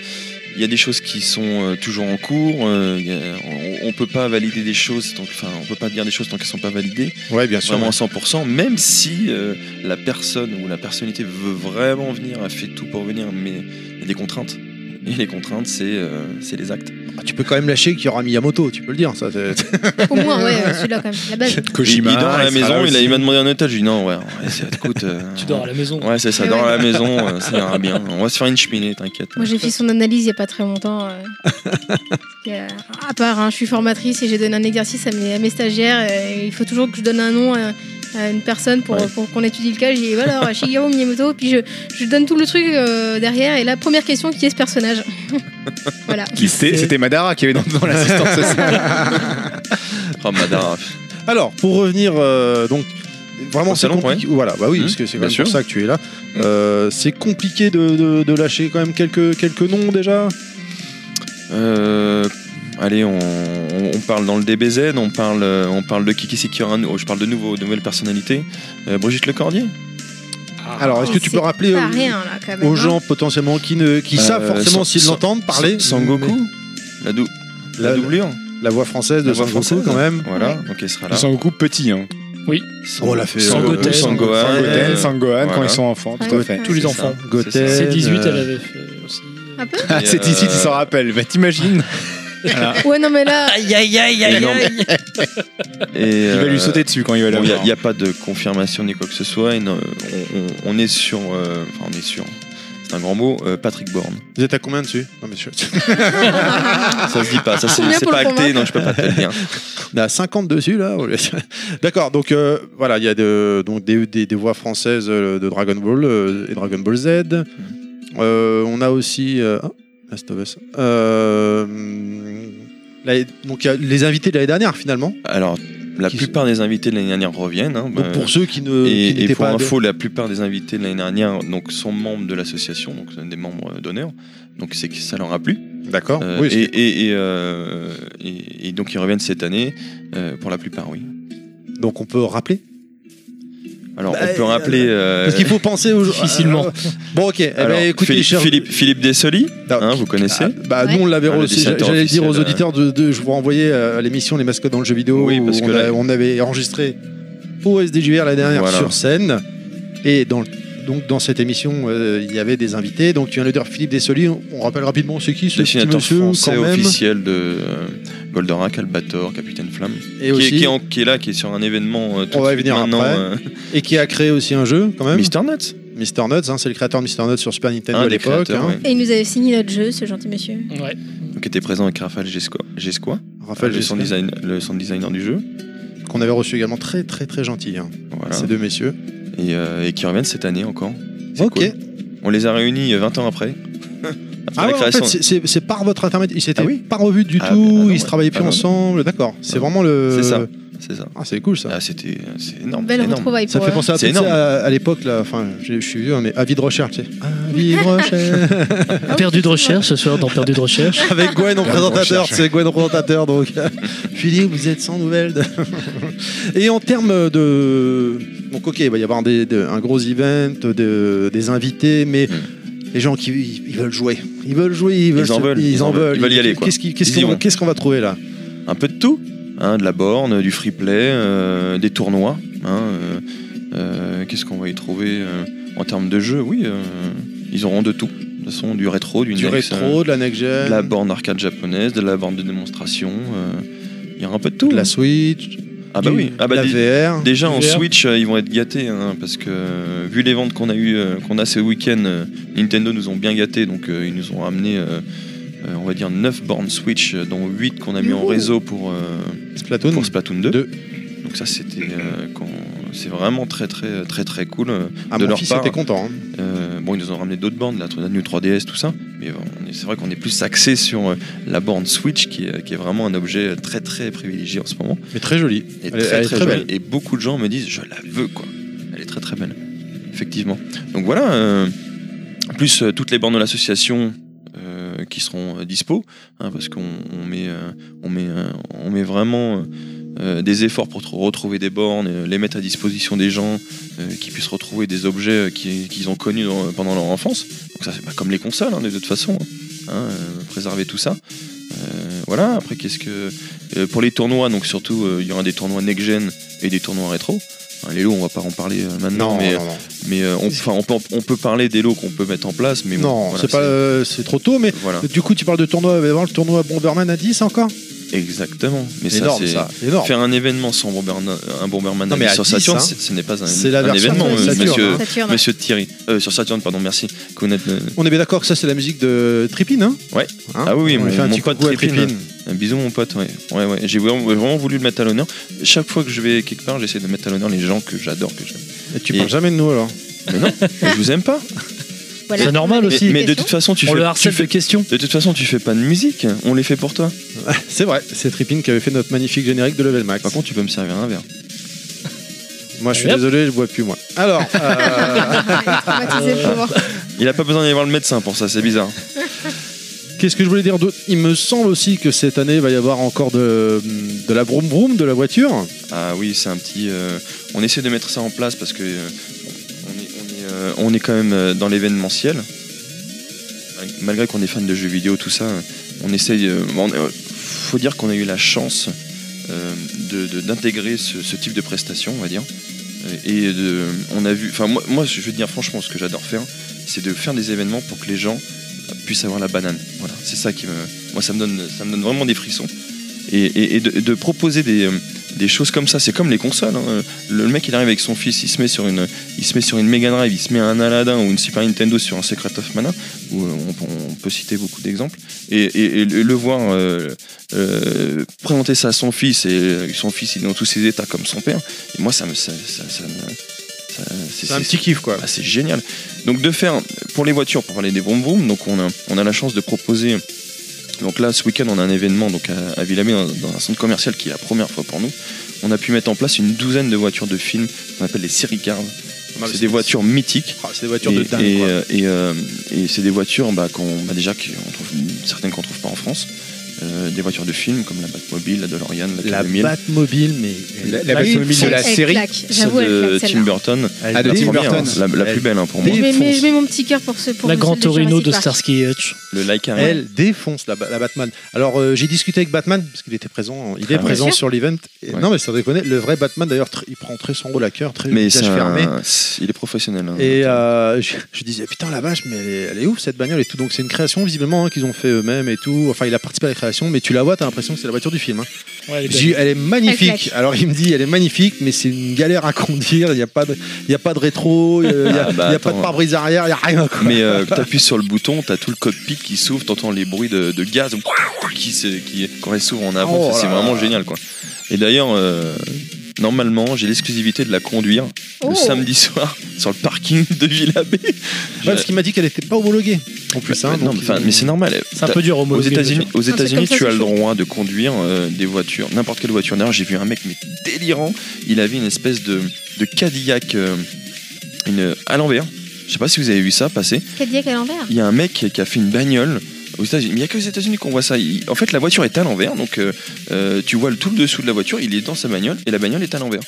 [SPEAKER 9] il y a des choses qui sont euh, toujours en cours. euh, il y a- on, on peut pas valider des choses, tant que- enfin, on peut pas dire des choses tant qu'elles sont pas validées,
[SPEAKER 4] Ouais, bien sûr.
[SPEAKER 9] vraiment à 100%. Même si euh, la personne ou la personnalité veut vraiment venir, a fait tout pour venir, mais il y a des contraintes. Et les contraintes, c'est euh, c'est les actes.
[SPEAKER 4] Ah, tu peux quand même lâcher qu'il y aura Miyamoto, tu peux le dire. Ça, c'est-
[SPEAKER 6] Au moins, ouais, euh, celui-là quand même, la base.
[SPEAKER 9] il dort à la
[SPEAKER 10] il sera là
[SPEAKER 9] maison, il, a-
[SPEAKER 10] aussi.
[SPEAKER 9] il m'a demandé un otage. J'ai dit non, ouais, ouais, écoute. euh,
[SPEAKER 7] Tu dors à la maison.
[SPEAKER 9] Ouais, c'est ça,
[SPEAKER 6] Mais
[SPEAKER 9] dans
[SPEAKER 6] ouais.
[SPEAKER 9] la maison, euh, ça ira bien. On va se faire une cheminée, t'inquiète.
[SPEAKER 6] Moi, j'ai fait son analyse il n'y a pas très longtemps. euh. Et, euh, à part, hein, je suis formatrice et j'ai donné un exercice à mes, à mes stagiaires. euh, et il faut toujours que je donne un nom à, à une personne pour,
[SPEAKER 9] Ouais.
[SPEAKER 6] pour qu'on étudie le cas. J'ai dit, voilà, alors, Shigeru Miyamoto. Puis je, je donne tout le truc euh, derrière. Et la première question, qui est ce personnage Voilà.
[SPEAKER 5] Qui c'était c'était Madara qui avait dans, dans l'assistance sociale.
[SPEAKER 9] Oh, Madara.
[SPEAKER 4] Alors, pour revenir, euh, donc vraiment
[SPEAKER 9] Au
[SPEAKER 4] c'est
[SPEAKER 9] salon,
[SPEAKER 4] compliqué. Voilà, bah oui,
[SPEAKER 9] Mhm,
[SPEAKER 4] parce que c'est quand
[SPEAKER 9] bien
[SPEAKER 4] même
[SPEAKER 9] sûr. Mmh.
[SPEAKER 4] pour ça que tu es là. Euh, c'est compliqué de, de- de lâcher quand même quelques quelques noms déjà.
[SPEAKER 9] Euh, allez, on, on- on parle dans le DBZ, on parle, euh, on parle de Kiki Sekiran, oh, je parle de nouveau, de nouvelle personnalité. Euh, Brigitte Lecordier
[SPEAKER 4] Alors, est-ce que tu
[SPEAKER 6] Ah. C'est
[SPEAKER 4] peux rappeler
[SPEAKER 6] pas
[SPEAKER 4] euh,
[SPEAKER 6] rien, là, quand même.
[SPEAKER 4] aux
[SPEAKER 6] hein.
[SPEAKER 4] gens potentiellement qui ne qui
[SPEAKER 9] Euh,
[SPEAKER 4] savent forcément
[SPEAKER 9] San-
[SPEAKER 4] s'ils
[SPEAKER 9] San-
[SPEAKER 4] l'entendent parler mais
[SPEAKER 9] Sangoku la, dou- la
[SPEAKER 4] La-
[SPEAKER 9] doublure
[SPEAKER 4] La voix française de
[SPEAKER 9] La voix
[SPEAKER 4] Sangoku
[SPEAKER 9] française.
[SPEAKER 4] quand même.
[SPEAKER 9] Voilà, donc elle sera là.
[SPEAKER 5] Sangoku petit, hein.
[SPEAKER 4] On l'a Euh, fait.
[SPEAKER 7] Sangoten.
[SPEAKER 9] Sangoku, Sangohan,
[SPEAKER 5] Sangoten,
[SPEAKER 9] euh,
[SPEAKER 5] Sangohan quand
[SPEAKER 9] voilà.
[SPEAKER 5] ils sont enfants, tout à
[SPEAKER 6] Ouais.
[SPEAKER 5] fait.
[SPEAKER 4] Tous les
[SPEAKER 9] C'est
[SPEAKER 4] enfants.
[SPEAKER 9] ça, c'est
[SPEAKER 4] Goten.
[SPEAKER 9] ça.
[SPEAKER 7] C'est 18, elle
[SPEAKER 4] euh,
[SPEAKER 7] avait fait aussi.
[SPEAKER 6] Un peu
[SPEAKER 5] Ah,
[SPEAKER 9] Et,
[SPEAKER 5] c'est ici,
[SPEAKER 9] euh,
[SPEAKER 5] tu s'en rappelles, bah t'imagines.
[SPEAKER 6] Ouais, non, mais là,
[SPEAKER 7] Aïe aïe aïe aïe
[SPEAKER 9] Énorme.
[SPEAKER 7] aïe
[SPEAKER 9] Et,
[SPEAKER 5] Il va
[SPEAKER 9] euh,
[SPEAKER 5] lui sauter dessus quand il va
[SPEAKER 9] Bon, Il
[SPEAKER 5] l'avoir.
[SPEAKER 10] hein.
[SPEAKER 9] n'y a, pas de confirmation ni quoi que ce soit. et non, on, on- on est sur. euh, enfin, on est sur. C'est un grand mot, euh, Patrick Borne.
[SPEAKER 4] Vous êtes à combien dessus Non mais je-
[SPEAKER 9] Ça se dit pas, ça c'est
[SPEAKER 6] Combien
[SPEAKER 9] c'est
[SPEAKER 6] Ah, pour
[SPEAKER 9] pas
[SPEAKER 6] le
[SPEAKER 9] acté,
[SPEAKER 6] convaincre
[SPEAKER 9] donc je peux pas te le dire.
[SPEAKER 4] On est à 50 dessus là. D'accord, donc euh, voilà, il y a de- donc des, des- des voix françaises euh, de Dragon Ball euh, et Dragon Ball Z. Euh, on a aussi euh, ah, Last of Us. Euh, là, donc il y a les invités de l'année dernière finalement.
[SPEAKER 9] Alors, la
[SPEAKER 4] Qui-
[SPEAKER 9] plupart des invités de l'année dernière reviennent. hein,
[SPEAKER 4] Donc,
[SPEAKER 9] bah,
[SPEAKER 4] pour ceux qui ne qui
[SPEAKER 9] et, et
[SPEAKER 4] n'étaient
[SPEAKER 9] pour
[SPEAKER 4] pas
[SPEAKER 9] info, la plupart des invités de l'année dernière donc, sont membres de l'association, donc sont des membres euh, d'honneur. Donc c'est que ça leur a plu.
[SPEAKER 4] d'accord.
[SPEAKER 9] Euh,
[SPEAKER 4] oui,
[SPEAKER 9] et, et- et, euh, et- et donc ils reviennent cette année, euh, pour la plupart, oui.
[SPEAKER 4] c'est- donc on peut rappeler
[SPEAKER 9] Euh, Alors
[SPEAKER 4] Bah,
[SPEAKER 9] on peut rappeler. euh,
[SPEAKER 4] parce qu'il faut penser aux
[SPEAKER 7] difficilement.
[SPEAKER 4] Ah, ouais. bon ok. Eh ben,
[SPEAKER 9] alors,
[SPEAKER 4] écoutez,
[SPEAKER 9] Philippe,
[SPEAKER 4] chers-
[SPEAKER 9] Philippe, Philippe Dessoli,
[SPEAKER 4] Non,
[SPEAKER 9] hein, vous connaissez.
[SPEAKER 4] Ah, bah,
[SPEAKER 6] Ouais.
[SPEAKER 4] Nous, on l'avait
[SPEAKER 9] Ah, le
[SPEAKER 4] aussi.
[SPEAKER 9] dessinateur
[SPEAKER 4] J'allais dire aux
[SPEAKER 9] officiel,
[SPEAKER 4] auditeurs de, de- je vous renvoyais à l'émission Les Mascottes dans le jeu vidéo.
[SPEAKER 9] Oui, parce
[SPEAKER 4] où
[SPEAKER 9] que
[SPEAKER 4] on, a-
[SPEAKER 9] là-
[SPEAKER 4] on avait enregistré au SDJR la dernière
[SPEAKER 9] Voilà.
[SPEAKER 4] sur scène. Et dans, le- donc, dans cette émission, euh, il y avait des invités. Donc, tu viens de dire Philippe Dessoli. On, on rappelle rapidement c'est qui ce petit
[SPEAKER 9] dessinateur
[SPEAKER 4] monsieur
[SPEAKER 9] français
[SPEAKER 4] quand même.
[SPEAKER 9] officiel de euh, Goldorak, Albator, Capitaine Flamme,
[SPEAKER 4] Et,
[SPEAKER 9] qui,
[SPEAKER 4] aussi,
[SPEAKER 9] est, qui est en- qui est là, qui est sur un événement euh, tout
[SPEAKER 4] On
[SPEAKER 9] de
[SPEAKER 4] va y
[SPEAKER 9] suite
[SPEAKER 4] venir
[SPEAKER 9] maintenant,
[SPEAKER 4] après.
[SPEAKER 9] euh,
[SPEAKER 4] et qui a créé aussi un jeu quand même.
[SPEAKER 9] Mister Nuts,
[SPEAKER 4] Mister Nuts, hein, c'est le créateur de Mister Nuts sur Super Nintendo
[SPEAKER 9] un
[SPEAKER 4] à
[SPEAKER 9] des
[SPEAKER 4] l'époque.
[SPEAKER 9] créateurs,
[SPEAKER 4] hein.
[SPEAKER 9] ouais,
[SPEAKER 6] et il nous avait signé notre jeu, ce gentil monsieur.
[SPEAKER 7] Ouais.
[SPEAKER 9] donc, qui était présent avec Raphaël Gesco- Gescois,
[SPEAKER 4] Raphaël
[SPEAKER 9] le, sound
[SPEAKER 4] Gesquin,
[SPEAKER 9] design- le sound designer du jeu,
[SPEAKER 4] qu'on avait reçu également très très très gentil. hein,
[SPEAKER 9] voilà,
[SPEAKER 4] Ces deux messieurs.
[SPEAKER 9] et, euh, et qui reviennent cette année encore. C'est
[SPEAKER 4] Ok.
[SPEAKER 9] cool. On les a réunis euh, 20 ans après.
[SPEAKER 4] Ah
[SPEAKER 9] Après la
[SPEAKER 4] ouais, en
[SPEAKER 9] création.
[SPEAKER 4] fait, c'est- c'est c'est par votre internet. Ils s'étaient
[SPEAKER 9] Ah oui
[SPEAKER 4] pas revus du
[SPEAKER 9] Ah,
[SPEAKER 4] tout,
[SPEAKER 9] bah, ah non,
[SPEAKER 4] ils se
[SPEAKER 9] ouais.
[SPEAKER 4] travaillaient plus
[SPEAKER 9] Ah non.
[SPEAKER 4] ensemble. D'accord, c'est
[SPEAKER 9] Ah.
[SPEAKER 4] vraiment le.
[SPEAKER 9] C'est ça. c'est ça.
[SPEAKER 4] Ah, c'est cool ça.
[SPEAKER 9] Ah, c'était c'est énorme.
[SPEAKER 6] Belle
[SPEAKER 9] c'est énorme.
[SPEAKER 6] retrouvaille
[SPEAKER 4] ça
[SPEAKER 6] pour euh,
[SPEAKER 4] fait
[SPEAKER 6] eux.
[SPEAKER 4] penser à,
[SPEAKER 9] C'est
[SPEAKER 4] tu sais,
[SPEAKER 9] énorme.
[SPEAKER 4] à, à l'époque, là. Enfin, je, je suis vieux, hein, mais avis de recherche, tu sais. Avis de recherche.
[SPEAKER 7] Perdu de recherche ce soir dans Perdu de recherche.
[SPEAKER 4] Avec Gwen en présentateur, c'est Gwen en présentateur. Donc, Philippe, vous êtes sans nouvelles. de- Et en termes de. Donc, ok, il va y avoir des- de- un gros event, de- des invités, mais. Les gens qui ils veulent jouer, ils veulent jouer, ils veulent,
[SPEAKER 9] en
[SPEAKER 4] se-
[SPEAKER 9] veulent, Hmm. ils en veulent, ils veulent y aller, quoi.
[SPEAKER 4] Qu'est-ce qui- qu'est-ce
[SPEAKER 9] Ils
[SPEAKER 4] qu'on
[SPEAKER 9] y
[SPEAKER 4] va-
[SPEAKER 9] vont.
[SPEAKER 4] qu'est-ce qu'on va trouver là
[SPEAKER 9] un peu de tout. hein, de la borne, du free play, euh, des tournois. hein, euh, euh, Qu'est-ce qu'on va y trouver euh, en termes de jeu Oui, euh, ils auront de tout. De toute façon, du rétro, du,
[SPEAKER 4] Du
[SPEAKER 9] next,
[SPEAKER 4] rétro, de la next
[SPEAKER 9] euh,
[SPEAKER 4] gen,
[SPEAKER 9] de la borne arcade japonaise, de la borne de démonstration. euh, Il y aura un peu de tout.
[SPEAKER 4] de la
[SPEAKER 9] hein.
[SPEAKER 4] Switch,
[SPEAKER 9] ah bah
[SPEAKER 4] du-
[SPEAKER 9] oui. Ah bah
[SPEAKER 4] de la
[SPEAKER 9] dé-
[SPEAKER 4] VR.
[SPEAKER 9] déjà en
[SPEAKER 7] VR.
[SPEAKER 9] Switch, euh, ils vont être gâtés hein, parce que euh, vu les ventes qu'on a eu, euh, qu'on a ce week-end, euh, Nintendo nous ont bien gâtés. Donc euh, ils nous ont ramené, euh, euh, on va dire, 9 bornes Switch, euh, dont 8 qu'on a mis en
[SPEAKER 6] Youhou.
[SPEAKER 9] réseau pour. euh,
[SPEAKER 4] Splatoon.
[SPEAKER 9] pour Splatoon 2.
[SPEAKER 4] Deux.
[SPEAKER 9] Donc ça c'était euh, quand c'est vraiment très très très très cool. euh,
[SPEAKER 4] Ah,
[SPEAKER 9] de
[SPEAKER 4] mon
[SPEAKER 9] leur
[SPEAKER 4] fils
[SPEAKER 9] part.
[SPEAKER 4] était content. hein.
[SPEAKER 9] Euh, bon ils nous ont ramené d'autres bandes, la New 3DS tout ça, mais bon, on est- c'est vrai qu'on est plus axé sur euh, la borne Switch qui est, qui est vraiment un objet euh, très très privilégié en ce moment
[SPEAKER 4] Mais très joli.
[SPEAKER 9] et
[SPEAKER 4] Elle-
[SPEAKER 9] très
[SPEAKER 4] elle est
[SPEAKER 9] très,
[SPEAKER 4] très
[SPEAKER 9] jolie. Et beaucoup de gens me disent je la veux quoi. Elle est très très belle. Effectivement. Donc voilà. euh, plus euh, toutes les bornes de l'association. euh, qui seront euh, dispo hein, parce qu'on on met euh, on met euh, on met vraiment euh, euh, des efforts pour tr- retrouver des bornes, euh, les mettre à disposition des gens, euh, qui puissent retrouver des objets euh, qui- qu'ils ont connus dans- pendant leur enfance. Donc ça c'est pas comme les consoles hein, de toute façon, hein. Hein, euh, préserver tout ça. Euh, voilà, après qu'est-ce que... euh, pour les tournois, donc surtout euh, il y aura des tournois next-gen et des tournois rétro. Hein, les lots, on va pas en parler euh, maintenant, mais,
[SPEAKER 4] non, non.
[SPEAKER 9] mais euh, on, enfin, on, peut, on peut parler des lots qu'on peut mettre en place, mais bon,
[SPEAKER 4] Non,
[SPEAKER 9] voilà,
[SPEAKER 4] c'est pas, euh, c'est trop tôt, mais euh,
[SPEAKER 9] Voilà,
[SPEAKER 4] du coup, tu parles de tournoi, mais avant le tournoi Bomberman à 10 encore
[SPEAKER 9] exactement. Mais ça,
[SPEAKER 4] Énorme
[SPEAKER 9] c'est-
[SPEAKER 4] ça, énorme.
[SPEAKER 9] Faire un événement sans Bomberman, un Bomberman
[SPEAKER 4] Non, mais à
[SPEAKER 9] sur
[SPEAKER 4] 10,
[SPEAKER 9] Saturn,
[SPEAKER 4] hein.
[SPEAKER 9] c'est- ce n'est pas un,
[SPEAKER 4] C'est la
[SPEAKER 9] un
[SPEAKER 4] version
[SPEAKER 9] événement,
[SPEAKER 4] de
[SPEAKER 9] euh,
[SPEAKER 4] Saturn,
[SPEAKER 9] monsieur,
[SPEAKER 4] hein.
[SPEAKER 6] Saturne.
[SPEAKER 9] monsieur Thierry. Euh, sur Saturn, pardon, merci. Connaître, euh,
[SPEAKER 4] On est bien d'accord que ça, c'est la musique de Trippin, hein
[SPEAKER 9] Ouais.
[SPEAKER 4] Hein
[SPEAKER 9] Ah oui, oui,
[SPEAKER 4] on
[SPEAKER 9] mon-
[SPEAKER 4] lui fait un
[SPEAKER 9] mon
[SPEAKER 4] petit
[SPEAKER 9] pote
[SPEAKER 4] coucou à
[SPEAKER 9] Trippin.
[SPEAKER 4] Trippin.
[SPEAKER 9] un bisou, mon pote. Ouais, ouais, ouais. J'ai vraiment, vraiment voulu le mettre à l'honneur. Chaque fois que je vais quelque part, j'essaie de mettre à l'honneur les gens que j'adore, que j'aime.
[SPEAKER 4] Et tu
[SPEAKER 9] Et-
[SPEAKER 4] parles jamais de nous alors
[SPEAKER 9] Mais non, je vous aime pas.
[SPEAKER 6] Voilà.
[SPEAKER 7] C'est normal
[SPEAKER 9] Mais,
[SPEAKER 7] aussi.
[SPEAKER 9] mais de toute façon, tu
[SPEAKER 7] on
[SPEAKER 9] fais,
[SPEAKER 7] le
[SPEAKER 9] tu
[SPEAKER 7] harcèle de
[SPEAKER 9] fais-
[SPEAKER 7] questions.
[SPEAKER 9] de toute façon, tu fais pas de musique. On les fait pour toi.
[SPEAKER 4] C'est vrai, c'est Trippin qui avait fait notre magnifique générique de Level Max.
[SPEAKER 9] Par contre, tu peux me servir un verre.
[SPEAKER 4] moi, je suis
[SPEAKER 7] Yep.
[SPEAKER 4] désolé, je bois plus, moi. Alors, euh,
[SPEAKER 6] Traumatisé le pauvre.
[SPEAKER 9] Il a pas besoin d'aller voir le médecin pour ça. C'est bizarre.
[SPEAKER 4] qu'est-ce que je voulais dire d'autre Il me semble aussi que cette année, il va y avoir encore de, de la broum broum de la voiture.
[SPEAKER 9] Ah oui, c'est un petit. euh, on essaie de mettre ça en place parce que euh, on, est, on est, euh, on est quand même euh, dans l'événementiel. Mal- Malgré qu'on est fan de jeux vidéo, tout ça, euh, on essaye. euh, on- euh, faut dire qu'on a eu la chance euh, de- de- d'intégrer ce, ce type de prestation, on va dire. Euh, Et de, on a vu. Enfin, moi, moi, je veux dire franchement, ce que j'adore faire, c'est de faire des événements pour que les gens puissent avoir la banane. Voilà, c'est ça qui me. Moi, ça me donne, ça me donne vraiment des frissons. Et, et- et de, de proposer des. euh, des choses comme ça. C'est comme les consoles. hein. Le le mec, il arrive avec son fils, il se met sur une, il se met sur une Mega Drive, il se met un Aladdin ou une Super Nintendo sur un Secret of Mana. Où euh, on, peut- on peut citer beaucoup d'exemples. Et, et- et le le voir euh, euh, présenter ça à son fils et euh, son fils, il est dans tous ses états comme son père. Et moi, ça me, ça, ça- ça me- ça-
[SPEAKER 4] C'est un petit kiff, quoi.
[SPEAKER 9] ah, c'est génial. Donc de faire pour les voitures, pour parler des vroom vroom, donc on a, on a la chance de proposer. Donc là, ce week-end, on a un événement donc à, à Villamé dans, dans un centre commercial qui est la première fois pour nous. On a pu mettre en place une douzaine de voitures de films qu'on appelle les séries cars.
[SPEAKER 4] mais
[SPEAKER 9] C'est des voitures mythiques.
[SPEAKER 4] Ah, c'est des voitures de
[SPEAKER 9] Et-
[SPEAKER 4] dingue,
[SPEAKER 9] Et,
[SPEAKER 4] quoi.
[SPEAKER 9] euh, et, euh, et c'est des voitures bah, qu'on, bah, déjà qu'on trouve, certaines qu'on trouve pas en France. Euh, des voitures de films comme la Batmobile, la DeLorean, la,
[SPEAKER 4] La
[SPEAKER 9] 4000,
[SPEAKER 4] Batmobile, mais...
[SPEAKER 5] La, la Batmobile de la
[SPEAKER 6] Elle
[SPEAKER 5] série.
[SPEAKER 6] claque.
[SPEAKER 9] celle
[SPEAKER 6] J'avoue, elle
[SPEAKER 9] de
[SPEAKER 6] claque
[SPEAKER 9] Tim
[SPEAKER 6] celle-là.
[SPEAKER 9] Burton,
[SPEAKER 4] elle
[SPEAKER 5] Ah, de
[SPEAKER 9] la,
[SPEAKER 5] Tim
[SPEAKER 4] défonce.
[SPEAKER 9] première, hein, la- la
[SPEAKER 4] Elle-
[SPEAKER 9] plus belle hein, pour
[SPEAKER 6] Je
[SPEAKER 9] moi,
[SPEAKER 6] mets,
[SPEAKER 4] défonce.
[SPEAKER 6] mais je mets mon petit cœur pour ce pour
[SPEAKER 7] La
[SPEAKER 6] Ah, vous,
[SPEAKER 7] Grand
[SPEAKER 6] celle de
[SPEAKER 7] Torino
[SPEAKER 6] Jurassic
[SPEAKER 7] de
[SPEAKER 6] Park.
[SPEAKER 7] Starsky et Hutch.
[SPEAKER 9] le hein. Leica.
[SPEAKER 4] Elle défonce la, ba- la Batman. Alors euh, j'ai discuté avec Batman parce qu'il était présent, il est
[SPEAKER 9] Ah, bien
[SPEAKER 4] présent
[SPEAKER 6] sûr.
[SPEAKER 4] sur l'event. Et-
[SPEAKER 9] Ouais.
[SPEAKER 4] Non mais sans déconner, le vrai Batman d'ailleurs tr- il prend très son rôle à cœur, très
[SPEAKER 9] mais
[SPEAKER 4] visage
[SPEAKER 9] c'est un-
[SPEAKER 4] fermé.
[SPEAKER 9] c'est- il est professionnel. hein.
[SPEAKER 4] Et euh, je, je disais putain la vache mais elle est, elle est ouf cette bagnole et tout. Donc c'est une création visiblement hein, qu'ils ont fait eux-mêmes et tout. Enfin il a participé à la création, mais tu la vois, t'as l'impression que c'est la voiture du film. hein.
[SPEAKER 7] Ouais, elle
[SPEAKER 9] Eh
[SPEAKER 7] est
[SPEAKER 9] ben,
[SPEAKER 4] J'ai dit, elle est
[SPEAKER 6] Elle
[SPEAKER 4] magnifique.
[SPEAKER 6] claque.
[SPEAKER 4] Alors il me dit elle est magnifique, mais c'est une galère à conduire. Il n'y a pas de, il y a pas de rétro, il n'y a,
[SPEAKER 9] Ah, bah,
[SPEAKER 4] il y a pas de
[SPEAKER 9] attends.
[SPEAKER 4] pare-brise arrière, il n'y a rien. Quoi.
[SPEAKER 9] mais euh, t'appuies sur le bouton, t'as tout le cockpit qui s'ouvre, t'entends les bruits de, de gaz qui se, qui quand elle s'ouvre en avant,
[SPEAKER 4] Oh
[SPEAKER 9] c'est
[SPEAKER 4] là
[SPEAKER 9] vraiment
[SPEAKER 4] là.
[SPEAKER 9] génial quoi. Et d'ailleurs, euh, normalement, j'ai l'exclusivité de la conduire
[SPEAKER 6] Oh.
[SPEAKER 9] le samedi soir sur le parking de Villabé.
[SPEAKER 4] Ouais, parce qu'il m'a dit qu'elle n'était pas homologuée. En plus, hein,
[SPEAKER 9] non,
[SPEAKER 4] donc,
[SPEAKER 9] mais, enfin,
[SPEAKER 4] ils ont-
[SPEAKER 9] mais c'est normal.
[SPEAKER 7] C'est un
[SPEAKER 9] T'as-
[SPEAKER 7] peu dur au
[SPEAKER 9] aux
[SPEAKER 7] mot.
[SPEAKER 9] États-Unis,
[SPEAKER 4] Ah,
[SPEAKER 9] aux
[SPEAKER 6] c'est
[SPEAKER 9] États-Unis,
[SPEAKER 6] comme ça,
[SPEAKER 9] tu as
[SPEAKER 6] c'est
[SPEAKER 9] le
[SPEAKER 6] chaud.
[SPEAKER 9] droit de conduire euh, des voitures, n'importe quelle voiture. D'ailleurs, j'ai vu un mec mais délirant. Il avait une espèce de, de Cadillac, euh, une à l'envers. Je sais pas si vous avez vu ça passer.
[SPEAKER 6] Cadillac à l'envers.
[SPEAKER 9] il y a un mec qui a fait une bagnole aux États-Unis. Mais il n'y a que aux États-Unis qu'on voit ça. Il- en fait, la voiture est à l'envers, donc euh, euh, tu vois le tout le dessous de la voiture. Il est dans sa bagnole et la bagnole est à l'envers.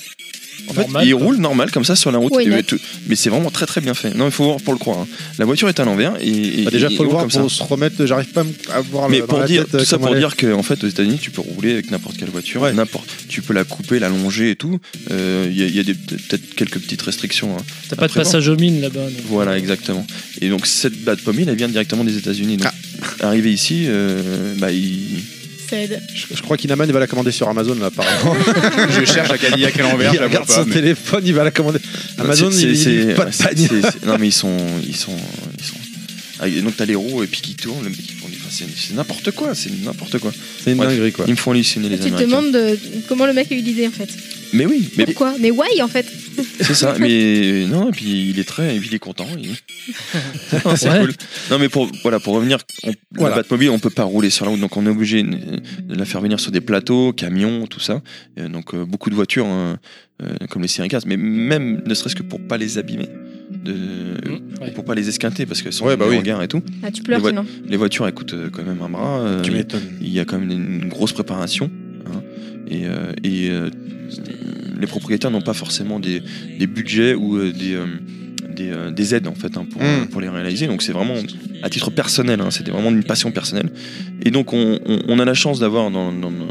[SPEAKER 9] En fait,
[SPEAKER 7] Normal,
[SPEAKER 9] il
[SPEAKER 7] quoi.
[SPEAKER 9] roule normal comme ça sur la route.
[SPEAKER 6] Oui,
[SPEAKER 9] Et,
[SPEAKER 6] net.
[SPEAKER 9] euh, tout- mais c'est vraiment très très bien fait. Non, il faut voir pour le croire. hein. La voiture est à l'envers et, et-
[SPEAKER 4] Bah, déjà, faut
[SPEAKER 9] et- et
[SPEAKER 4] le
[SPEAKER 9] roule
[SPEAKER 4] voir
[SPEAKER 9] comme ça.
[SPEAKER 4] pour se remettre. J'arrive pas à me- à voir le-
[SPEAKER 9] Mais
[SPEAKER 4] dans
[SPEAKER 9] pour
[SPEAKER 4] la
[SPEAKER 9] dire
[SPEAKER 4] tête, euh,
[SPEAKER 9] tout ça
[SPEAKER 4] comment
[SPEAKER 9] pour
[SPEAKER 4] elle est.
[SPEAKER 9] dire qu'en fait aux États-Unis tu peux rouler avec n'importe quelle voiture,
[SPEAKER 4] Ouais.
[SPEAKER 9] n'importe, tu peux la couper, la longer et tout. Euh, Il y a, il y a des- peut-être quelques petites restrictions. hein.
[SPEAKER 7] T'as pas de
[SPEAKER 9] Après, bon.
[SPEAKER 7] passage aux mines là-bas. non.
[SPEAKER 9] Voilà, exactement. Et donc cette batte pommée, elle vient directement des États-Unis. Donc,
[SPEAKER 4] Ah.
[SPEAKER 9] arrivé ici, euh, bah, il,
[SPEAKER 6] Cède.
[SPEAKER 4] Je, je crois qu'Inaman il va la commander sur Amazon là, apparemment.
[SPEAKER 5] Je cherche la Cadillac à l'envers,
[SPEAKER 4] il
[SPEAKER 5] je la vois
[SPEAKER 4] regarde son
[SPEAKER 5] pas. mais-
[SPEAKER 4] téléphone, il va la commander. Amazon, il,
[SPEAKER 9] C'est- c'est-
[SPEAKER 4] il-
[SPEAKER 9] c'est-
[SPEAKER 4] pas de
[SPEAKER 9] c'est-
[SPEAKER 4] panier.
[SPEAKER 9] c'est- c'est- Non, mais ils sont. Ils sont, ils sont... Ah, et donc t'as les roues et puis qui tournent, le mec il conduit. Enfin, c'est c'est n'importe quoi, c'est n'importe quoi.
[SPEAKER 4] C'est une
[SPEAKER 9] Bref.
[SPEAKER 4] dinguerie quoi.
[SPEAKER 9] Ils me font halluciner les
[SPEAKER 6] Tu te
[SPEAKER 9] Américains.
[SPEAKER 6] demandes de- comment le mec a eu l'idée en fait.
[SPEAKER 9] Mais oui, mais
[SPEAKER 6] Pourquoi Mais why en fait
[SPEAKER 9] c'est ça. Mais non, et puis il est très, et puis il est content. il- Non, c'est
[SPEAKER 7] Ouais.
[SPEAKER 9] cool. Non, mais pour voilà, pour revenir, on,
[SPEAKER 4] Voilà.
[SPEAKER 9] la Batmobile, on peut pas rouler sur la route, donc on est obligé euh, de la faire venir sur des plateaux, camions, tout ça. Euh, donc euh, beaucoup de voitures euh, euh, comme les séries 4 mais même ne serait-ce que pour pas les abîmer. De,
[SPEAKER 7] Mmh, ouais.
[SPEAKER 9] pour pas les esquinter parce qu'elles sont
[SPEAKER 4] Ouais,
[SPEAKER 9] ouais,
[SPEAKER 4] bah oui.
[SPEAKER 9] et tout.
[SPEAKER 6] Ah, tu pleures
[SPEAKER 9] Mais
[SPEAKER 6] sinon.
[SPEAKER 9] Les voitures elles coûtent euh, quand même un bras. euh,
[SPEAKER 4] Tu m'étonnes.
[SPEAKER 9] il y a quand même une grosse préparation. hein. Et, euh, et, euh, les propriétaires n'ont pas forcément des, des budgets ou euh, des, euh, des, euh, des aides en fait hein, pour,
[SPEAKER 10] Mm.
[SPEAKER 9] pour les réaliser. Donc c'est vraiment à titre personnel, hein, c'était vraiment une passion personnelle. Et donc on, on- on a la chance d'avoir dans, dans, dans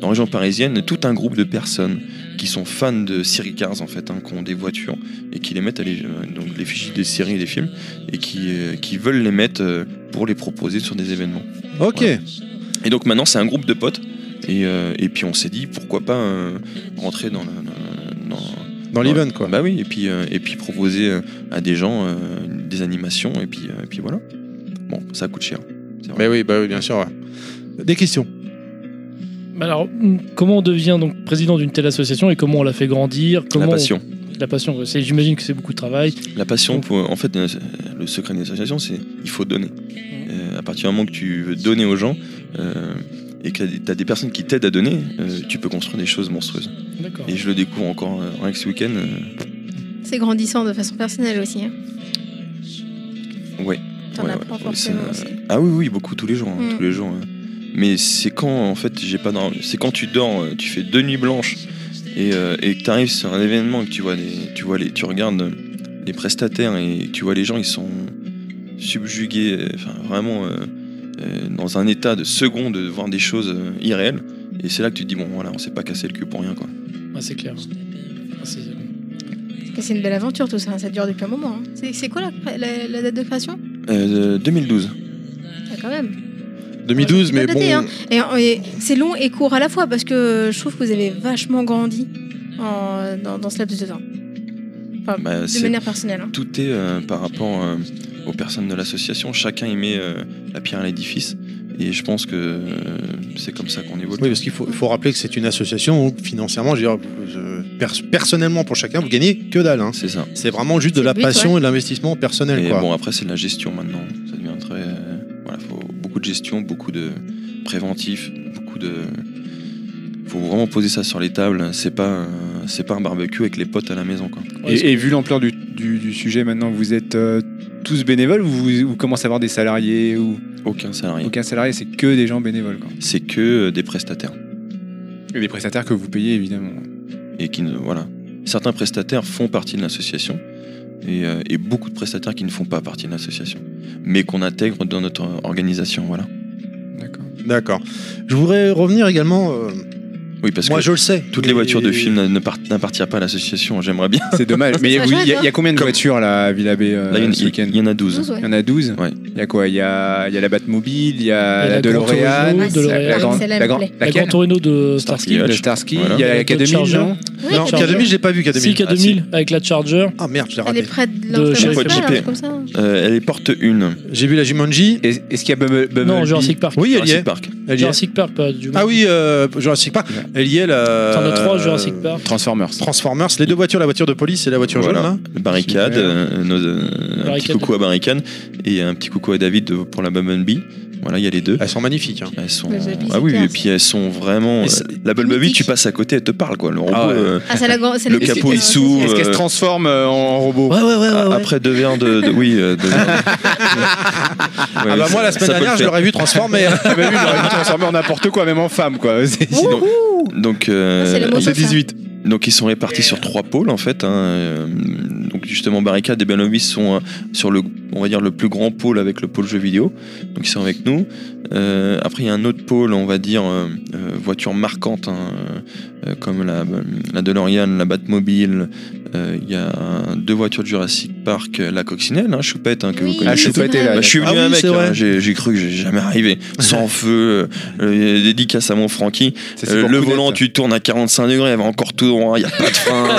[SPEAKER 9] la région parisienne tout un groupe de personnes qui sont fans de série cars en fait, hein, qui ont des voitures et qui les mettent à les, euh, donc les fichiers des séries et des films et qui, euh, qui veulent les mettre euh, pour les proposer sur des événements.
[SPEAKER 10] Ok.
[SPEAKER 9] Voilà. Et donc maintenant, c'est un groupe de potes. Et, euh, et puis on s'est dit pourquoi pas euh, rentrer dans, le, le- dans-
[SPEAKER 10] Dans l'event, quoi.
[SPEAKER 9] bah oui et puis euh, et puis proposer euh, à des gens euh, des animations et puis euh, et puis voilà bon ça coûte cher
[SPEAKER 10] Mais oui, bah oui, bien sûr. ouais. Des questions.
[SPEAKER 7] Mais Alors, hmm, comment on devient donc président d'une telle association et comment on la fait grandir comment
[SPEAKER 9] la passion
[SPEAKER 7] on- La passion, ouais, c'est- j'imagine que c'est beaucoup de travail.
[SPEAKER 9] la passion pour, en fait euh, le secret d'une association c'est il faut donner Euh, à partir du moment que tu veux donner aux gens euh, et que tu as des personnes qui t'aident à donner euh, tu peux construire des choses monstrueuses
[SPEAKER 7] D'accord.
[SPEAKER 9] et je le découvre encore euh, rien que ce week-end euh,
[SPEAKER 6] C'est grandissant de façon personnelle aussi. hein.
[SPEAKER 9] ouais
[SPEAKER 6] T'en
[SPEAKER 9] Ouais,
[SPEAKER 6] apprends
[SPEAKER 9] ouais, ouais, c'est,
[SPEAKER 6] forcément
[SPEAKER 9] euh,
[SPEAKER 6] aussi.
[SPEAKER 9] Ah oui, oui, beaucoup, tous les jours. hein,
[SPEAKER 6] Mm.
[SPEAKER 9] tous les jours hein. Mais c'est quand, en fait, j'ai pas dormi. C'est quand tu dors, euh, tu fais deux nuits blanches et, euh, et que tu arrives sur un événement et que tu vois, les, tu, vois les, tu regardes euh, les prestataires et tu vois les gens, ils sont subjugués, euh, enfin, vraiment euh, euh, dans un état de seconde de voir des choses euh, irréelles. Et c'est là que tu te dis, bon, voilà, on s'est pas cassé le cul pour rien, quoi.
[SPEAKER 7] Ah, c'est clair. Ah, c'est-
[SPEAKER 6] Parce que c'est une belle aventure tout ça, hein, ça dure depuis un moment. hein. C'est c'est quoi la, cré- la- la date de création
[SPEAKER 9] Euh, 2012.
[SPEAKER 6] Ah, Quand même.
[SPEAKER 10] 2012,
[SPEAKER 6] Ouais,
[SPEAKER 10] mais
[SPEAKER 6] c'est pas daté,
[SPEAKER 10] bon.
[SPEAKER 6] hein. Et, et c'est long et court à la fois parce que je trouve que vous avez vachement grandi en- dans, dans ce laps de temps,
[SPEAKER 9] Bah,
[SPEAKER 6] de
[SPEAKER 9] c'est-
[SPEAKER 6] manière personnelle. hein.
[SPEAKER 9] tout est euh, par rapport euh, aux personnes de l'association. Chacun y met euh, la pierre à l'édifice. Et je pense que euh, c'est comme ça qu'on évolue.
[SPEAKER 4] Oui, parce qu'il faut, il faut rappeler que c'est une association, donc financièrement, je veux dire, euh, pers- personnellement pour chacun, vous gagnez que dalle. hein.
[SPEAKER 9] C'est ça.
[SPEAKER 4] C'est vraiment juste de
[SPEAKER 6] C'est
[SPEAKER 4] la
[SPEAKER 6] le but,
[SPEAKER 4] passion et de l'investissement personnel.
[SPEAKER 9] Et
[SPEAKER 4] quoi.
[SPEAKER 9] bon, après, c'est de la gestion maintenant. Ça devient très. euh, voilà, faut beaucoup de gestion, beaucoup de préventif, beaucoup de. Faut vraiment poser ça sur les tables. C'est pas, euh, c'est pas un barbecue avec les potes à la maison, quoi.
[SPEAKER 7] ouais, c'est-
[SPEAKER 5] Et, et vu l'ampleur du, du- du sujet maintenant, vous êtes euh, tous bénévoles ou vous, vous commencez à avoir des salariés ou
[SPEAKER 9] Aucun salarié.
[SPEAKER 5] aucun salarié C'est que des gens bénévoles. Quoi.
[SPEAKER 9] C'est que euh, des prestataires.
[SPEAKER 5] Et des prestataires que vous payez évidemment.
[SPEAKER 9] et qui ne voilà. Certains prestataires font partie de l'association et, euh, et beaucoup de prestataires qui ne font pas partie de l'association, mais qu'on intègre dans notre organisation. Voilà.
[SPEAKER 5] D'accord.
[SPEAKER 4] D'accord. Je voudrais revenir également. euh,
[SPEAKER 9] Oui, parce
[SPEAKER 4] moi,
[SPEAKER 9] que
[SPEAKER 4] je le sais.
[SPEAKER 9] toutes
[SPEAKER 4] mais-
[SPEAKER 9] les voitures de films ne- ne part- n'appartiennent pas à l'association. J'aimerais bien.
[SPEAKER 5] C'est dommage. Mais il y, a-
[SPEAKER 6] Ça, je
[SPEAKER 5] vous- il y a- il y a combien de
[SPEAKER 9] Comme-
[SPEAKER 5] voitures là, à Villa B euh,
[SPEAKER 9] Là, il y en-
[SPEAKER 5] ce week-end
[SPEAKER 9] il y en a 12.
[SPEAKER 6] 12, ouais.
[SPEAKER 5] Il y en a 12
[SPEAKER 9] Ouais.
[SPEAKER 5] Il y a quoi Il y a, il y a la Batmobile, il y a
[SPEAKER 7] Il y a
[SPEAKER 5] la
[SPEAKER 7] la
[SPEAKER 5] DeLorean,
[SPEAKER 7] Grand
[SPEAKER 6] Torino, DeLorean. Celle-là, elle me plaît.
[SPEAKER 7] La
[SPEAKER 5] laquelle
[SPEAKER 7] Gran Torino de Starsky.
[SPEAKER 9] Starkiller.
[SPEAKER 5] Le Starsky,
[SPEAKER 9] Voilà.
[SPEAKER 5] il y a
[SPEAKER 7] Il y a
[SPEAKER 5] la K2000,
[SPEAKER 7] Dodge
[SPEAKER 5] non
[SPEAKER 6] Ouais,
[SPEAKER 4] Non,
[SPEAKER 6] t'as
[SPEAKER 4] K2000,
[SPEAKER 6] raison.
[SPEAKER 4] je l'ai pas vu, K2000.
[SPEAKER 7] Si, K2000 avec la Charger.
[SPEAKER 4] Ah merde, je l'ai
[SPEAKER 6] Elle est
[SPEAKER 4] raté.
[SPEAKER 6] près de l'enfer
[SPEAKER 7] chez
[SPEAKER 6] Pascal,
[SPEAKER 9] Poppy.
[SPEAKER 6] un truc comme ça.
[SPEAKER 9] Euh, elle est porte une.
[SPEAKER 4] J'ai vu la Jumanji.
[SPEAKER 5] Est- Est-ce qu'il y a Bumble- Bumblebee
[SPEAKER 7] Non, Jurassic Park.
[SPEAKER 4] Oui, elle y
[SPEAKER 9] Jurassic
[SPEAKER 4] est.
[SPEAKER 9] Park.
[SPEAKER 4] Elle y est.
[SPEAKER 7] Jurassic Park, pas du
[SPEAKER 4] Ah oui, euh, Jurassic Park.
[SPEAKER 5] Ouais.
[SPEAKER 4] Elle y est. La...
[SPEAKER 7] T'en as trois, Jurassic Park.
[SPEAKER 5] Transformers.
[SPEAKER 4] Transformers, les deux voitures, la voiture de police et la voiture
[SPEAKER 9] Voilà.
[SPEAKER 4] jaune.
[SPEAKER 9] Barricade.
[SPEAKER 5] Super.
[SPEAKER 9] euh, nos- euh, un petit
[SPEAKER 7] Barricade.
[SPEAKER 9] coucou à Barricade et un petit coucou à David de- pour la Bumblebee. Voilà, il y a les deux.
[SPEAKER 4] Là. Elles sont magnifiques. hein.
[SPEAKER 9] Elles sont...
[SPEAKER 6] Bumblebee,
[SPEAKER 9] Ah oui,
[SPEAKER 6] c'est
[SPEAKER 9] et
[SPEAKER 6] classe.
[SPEAKER 9] puis elles sont vraiment.
[SPEAKER 4] Et ça-
[SPEAKER 9] euh, la Bumblebee,
[SPEAKER 6] mythique.
[SPEAKER 9] tu passes à côté, elle te parle quoi. Le robot,
[SPEAKER 5] ouais.
[SPEAKER 9] euh,
[SPEAKER 6] Ah, c'est la grande- c'est la
[SPEAKER 9] Le
[SPEAKER 6] petite,
[SPEAKER 9] capot,
[SPEAKER 6] euh,
[SPEAKER 9] il s'ouvre.
[SPEAKER 5] Est-ce qu'elle se
[SPEAKER 9] Euh,
[SPEAKER 5] transforme euh, en robot
[SPEAKER 7] Ouais, ouais, ouais. ouais,
[SPEAKER 9] A-
[SPEAKER 7] ouais.
[SPEAKER 9] Après deux verres de, de- oui. euh, deux verres. Ouais,
[SPEAKER 4] ah bah
[SPEAKER 9] ça-
[SPEAKER 4] moi, la
[SPEAKER 9] ça
[SPEAKER 4] semaine
[SPEAKER 9] peut
[SPEAKER 4] dernière,
[SPEAKER 9] le
[SPEAKER 4] je
[SPEAKER 9] faire.
[SPEAKER 4] l'aurais vu transformer.
[SPEAKER 5] Ah bah oui, il aurait pu transformer en n'importe quoi, même en femme, quoi. C'est- c'est-
[SPEAKER 9] Donc, donc, euh,
[SPEAKER 6] Ah, c'est le mot
[SPEAKER 9] donc-
[SPEAKER 6] de-
[SPEAKER 4] 18.
[SPEAKER 9] donc ils sont répartis sur trois pôles en fait. hein, euh, Donc justement Barricade et Benovis sont euh, sur le, on va dire le plus grand pôle avec le pôle jeu vidéo. Donc ils sont avec nous. Euh, après il y a un autre pôle, on va dire euh, euh, voiture marquante hein, euh, comme la, la DeLorean, la Batmobile. Euh, Il y a un- deux voitures de Jurassic Park, euh, la coccinelle, hein, Choupette hein, que vous
[SPEAKER 6] Oui,
[SPEAKER 9] connaissez.
[SPEAKER 5] Ah,
[SPEAKER 6] oui, c'est
[SPEAKER 5] Choupette est
[SPEAKER 6] vrai.
[SPEAKER 5] là.
[SPEAKER 9] Bah, je suis venu
[SPEAKER 4] Ah oui,
[SPEAKER 9] avec,
[SPEAKER 4] c'est
[SPEAKER 9] hein.
[SPEAKER 4] vrai.
[SPEAKER 9] j'ai j'ai cru que j'ai jamais arrivé. Sans feu, euh, euh, dédicace à mon Francky.
[SPEAKER 5] c'est
[SPEAKER 9] Euh,
[SPEAKER 5] pour
[SPEAKER 9] le
[SPEAKER 5] Coudette.
[SPEAKER 9] volant, tu tournes à 45 degrés, elle va encore tout droit, il n'y a pas de frein.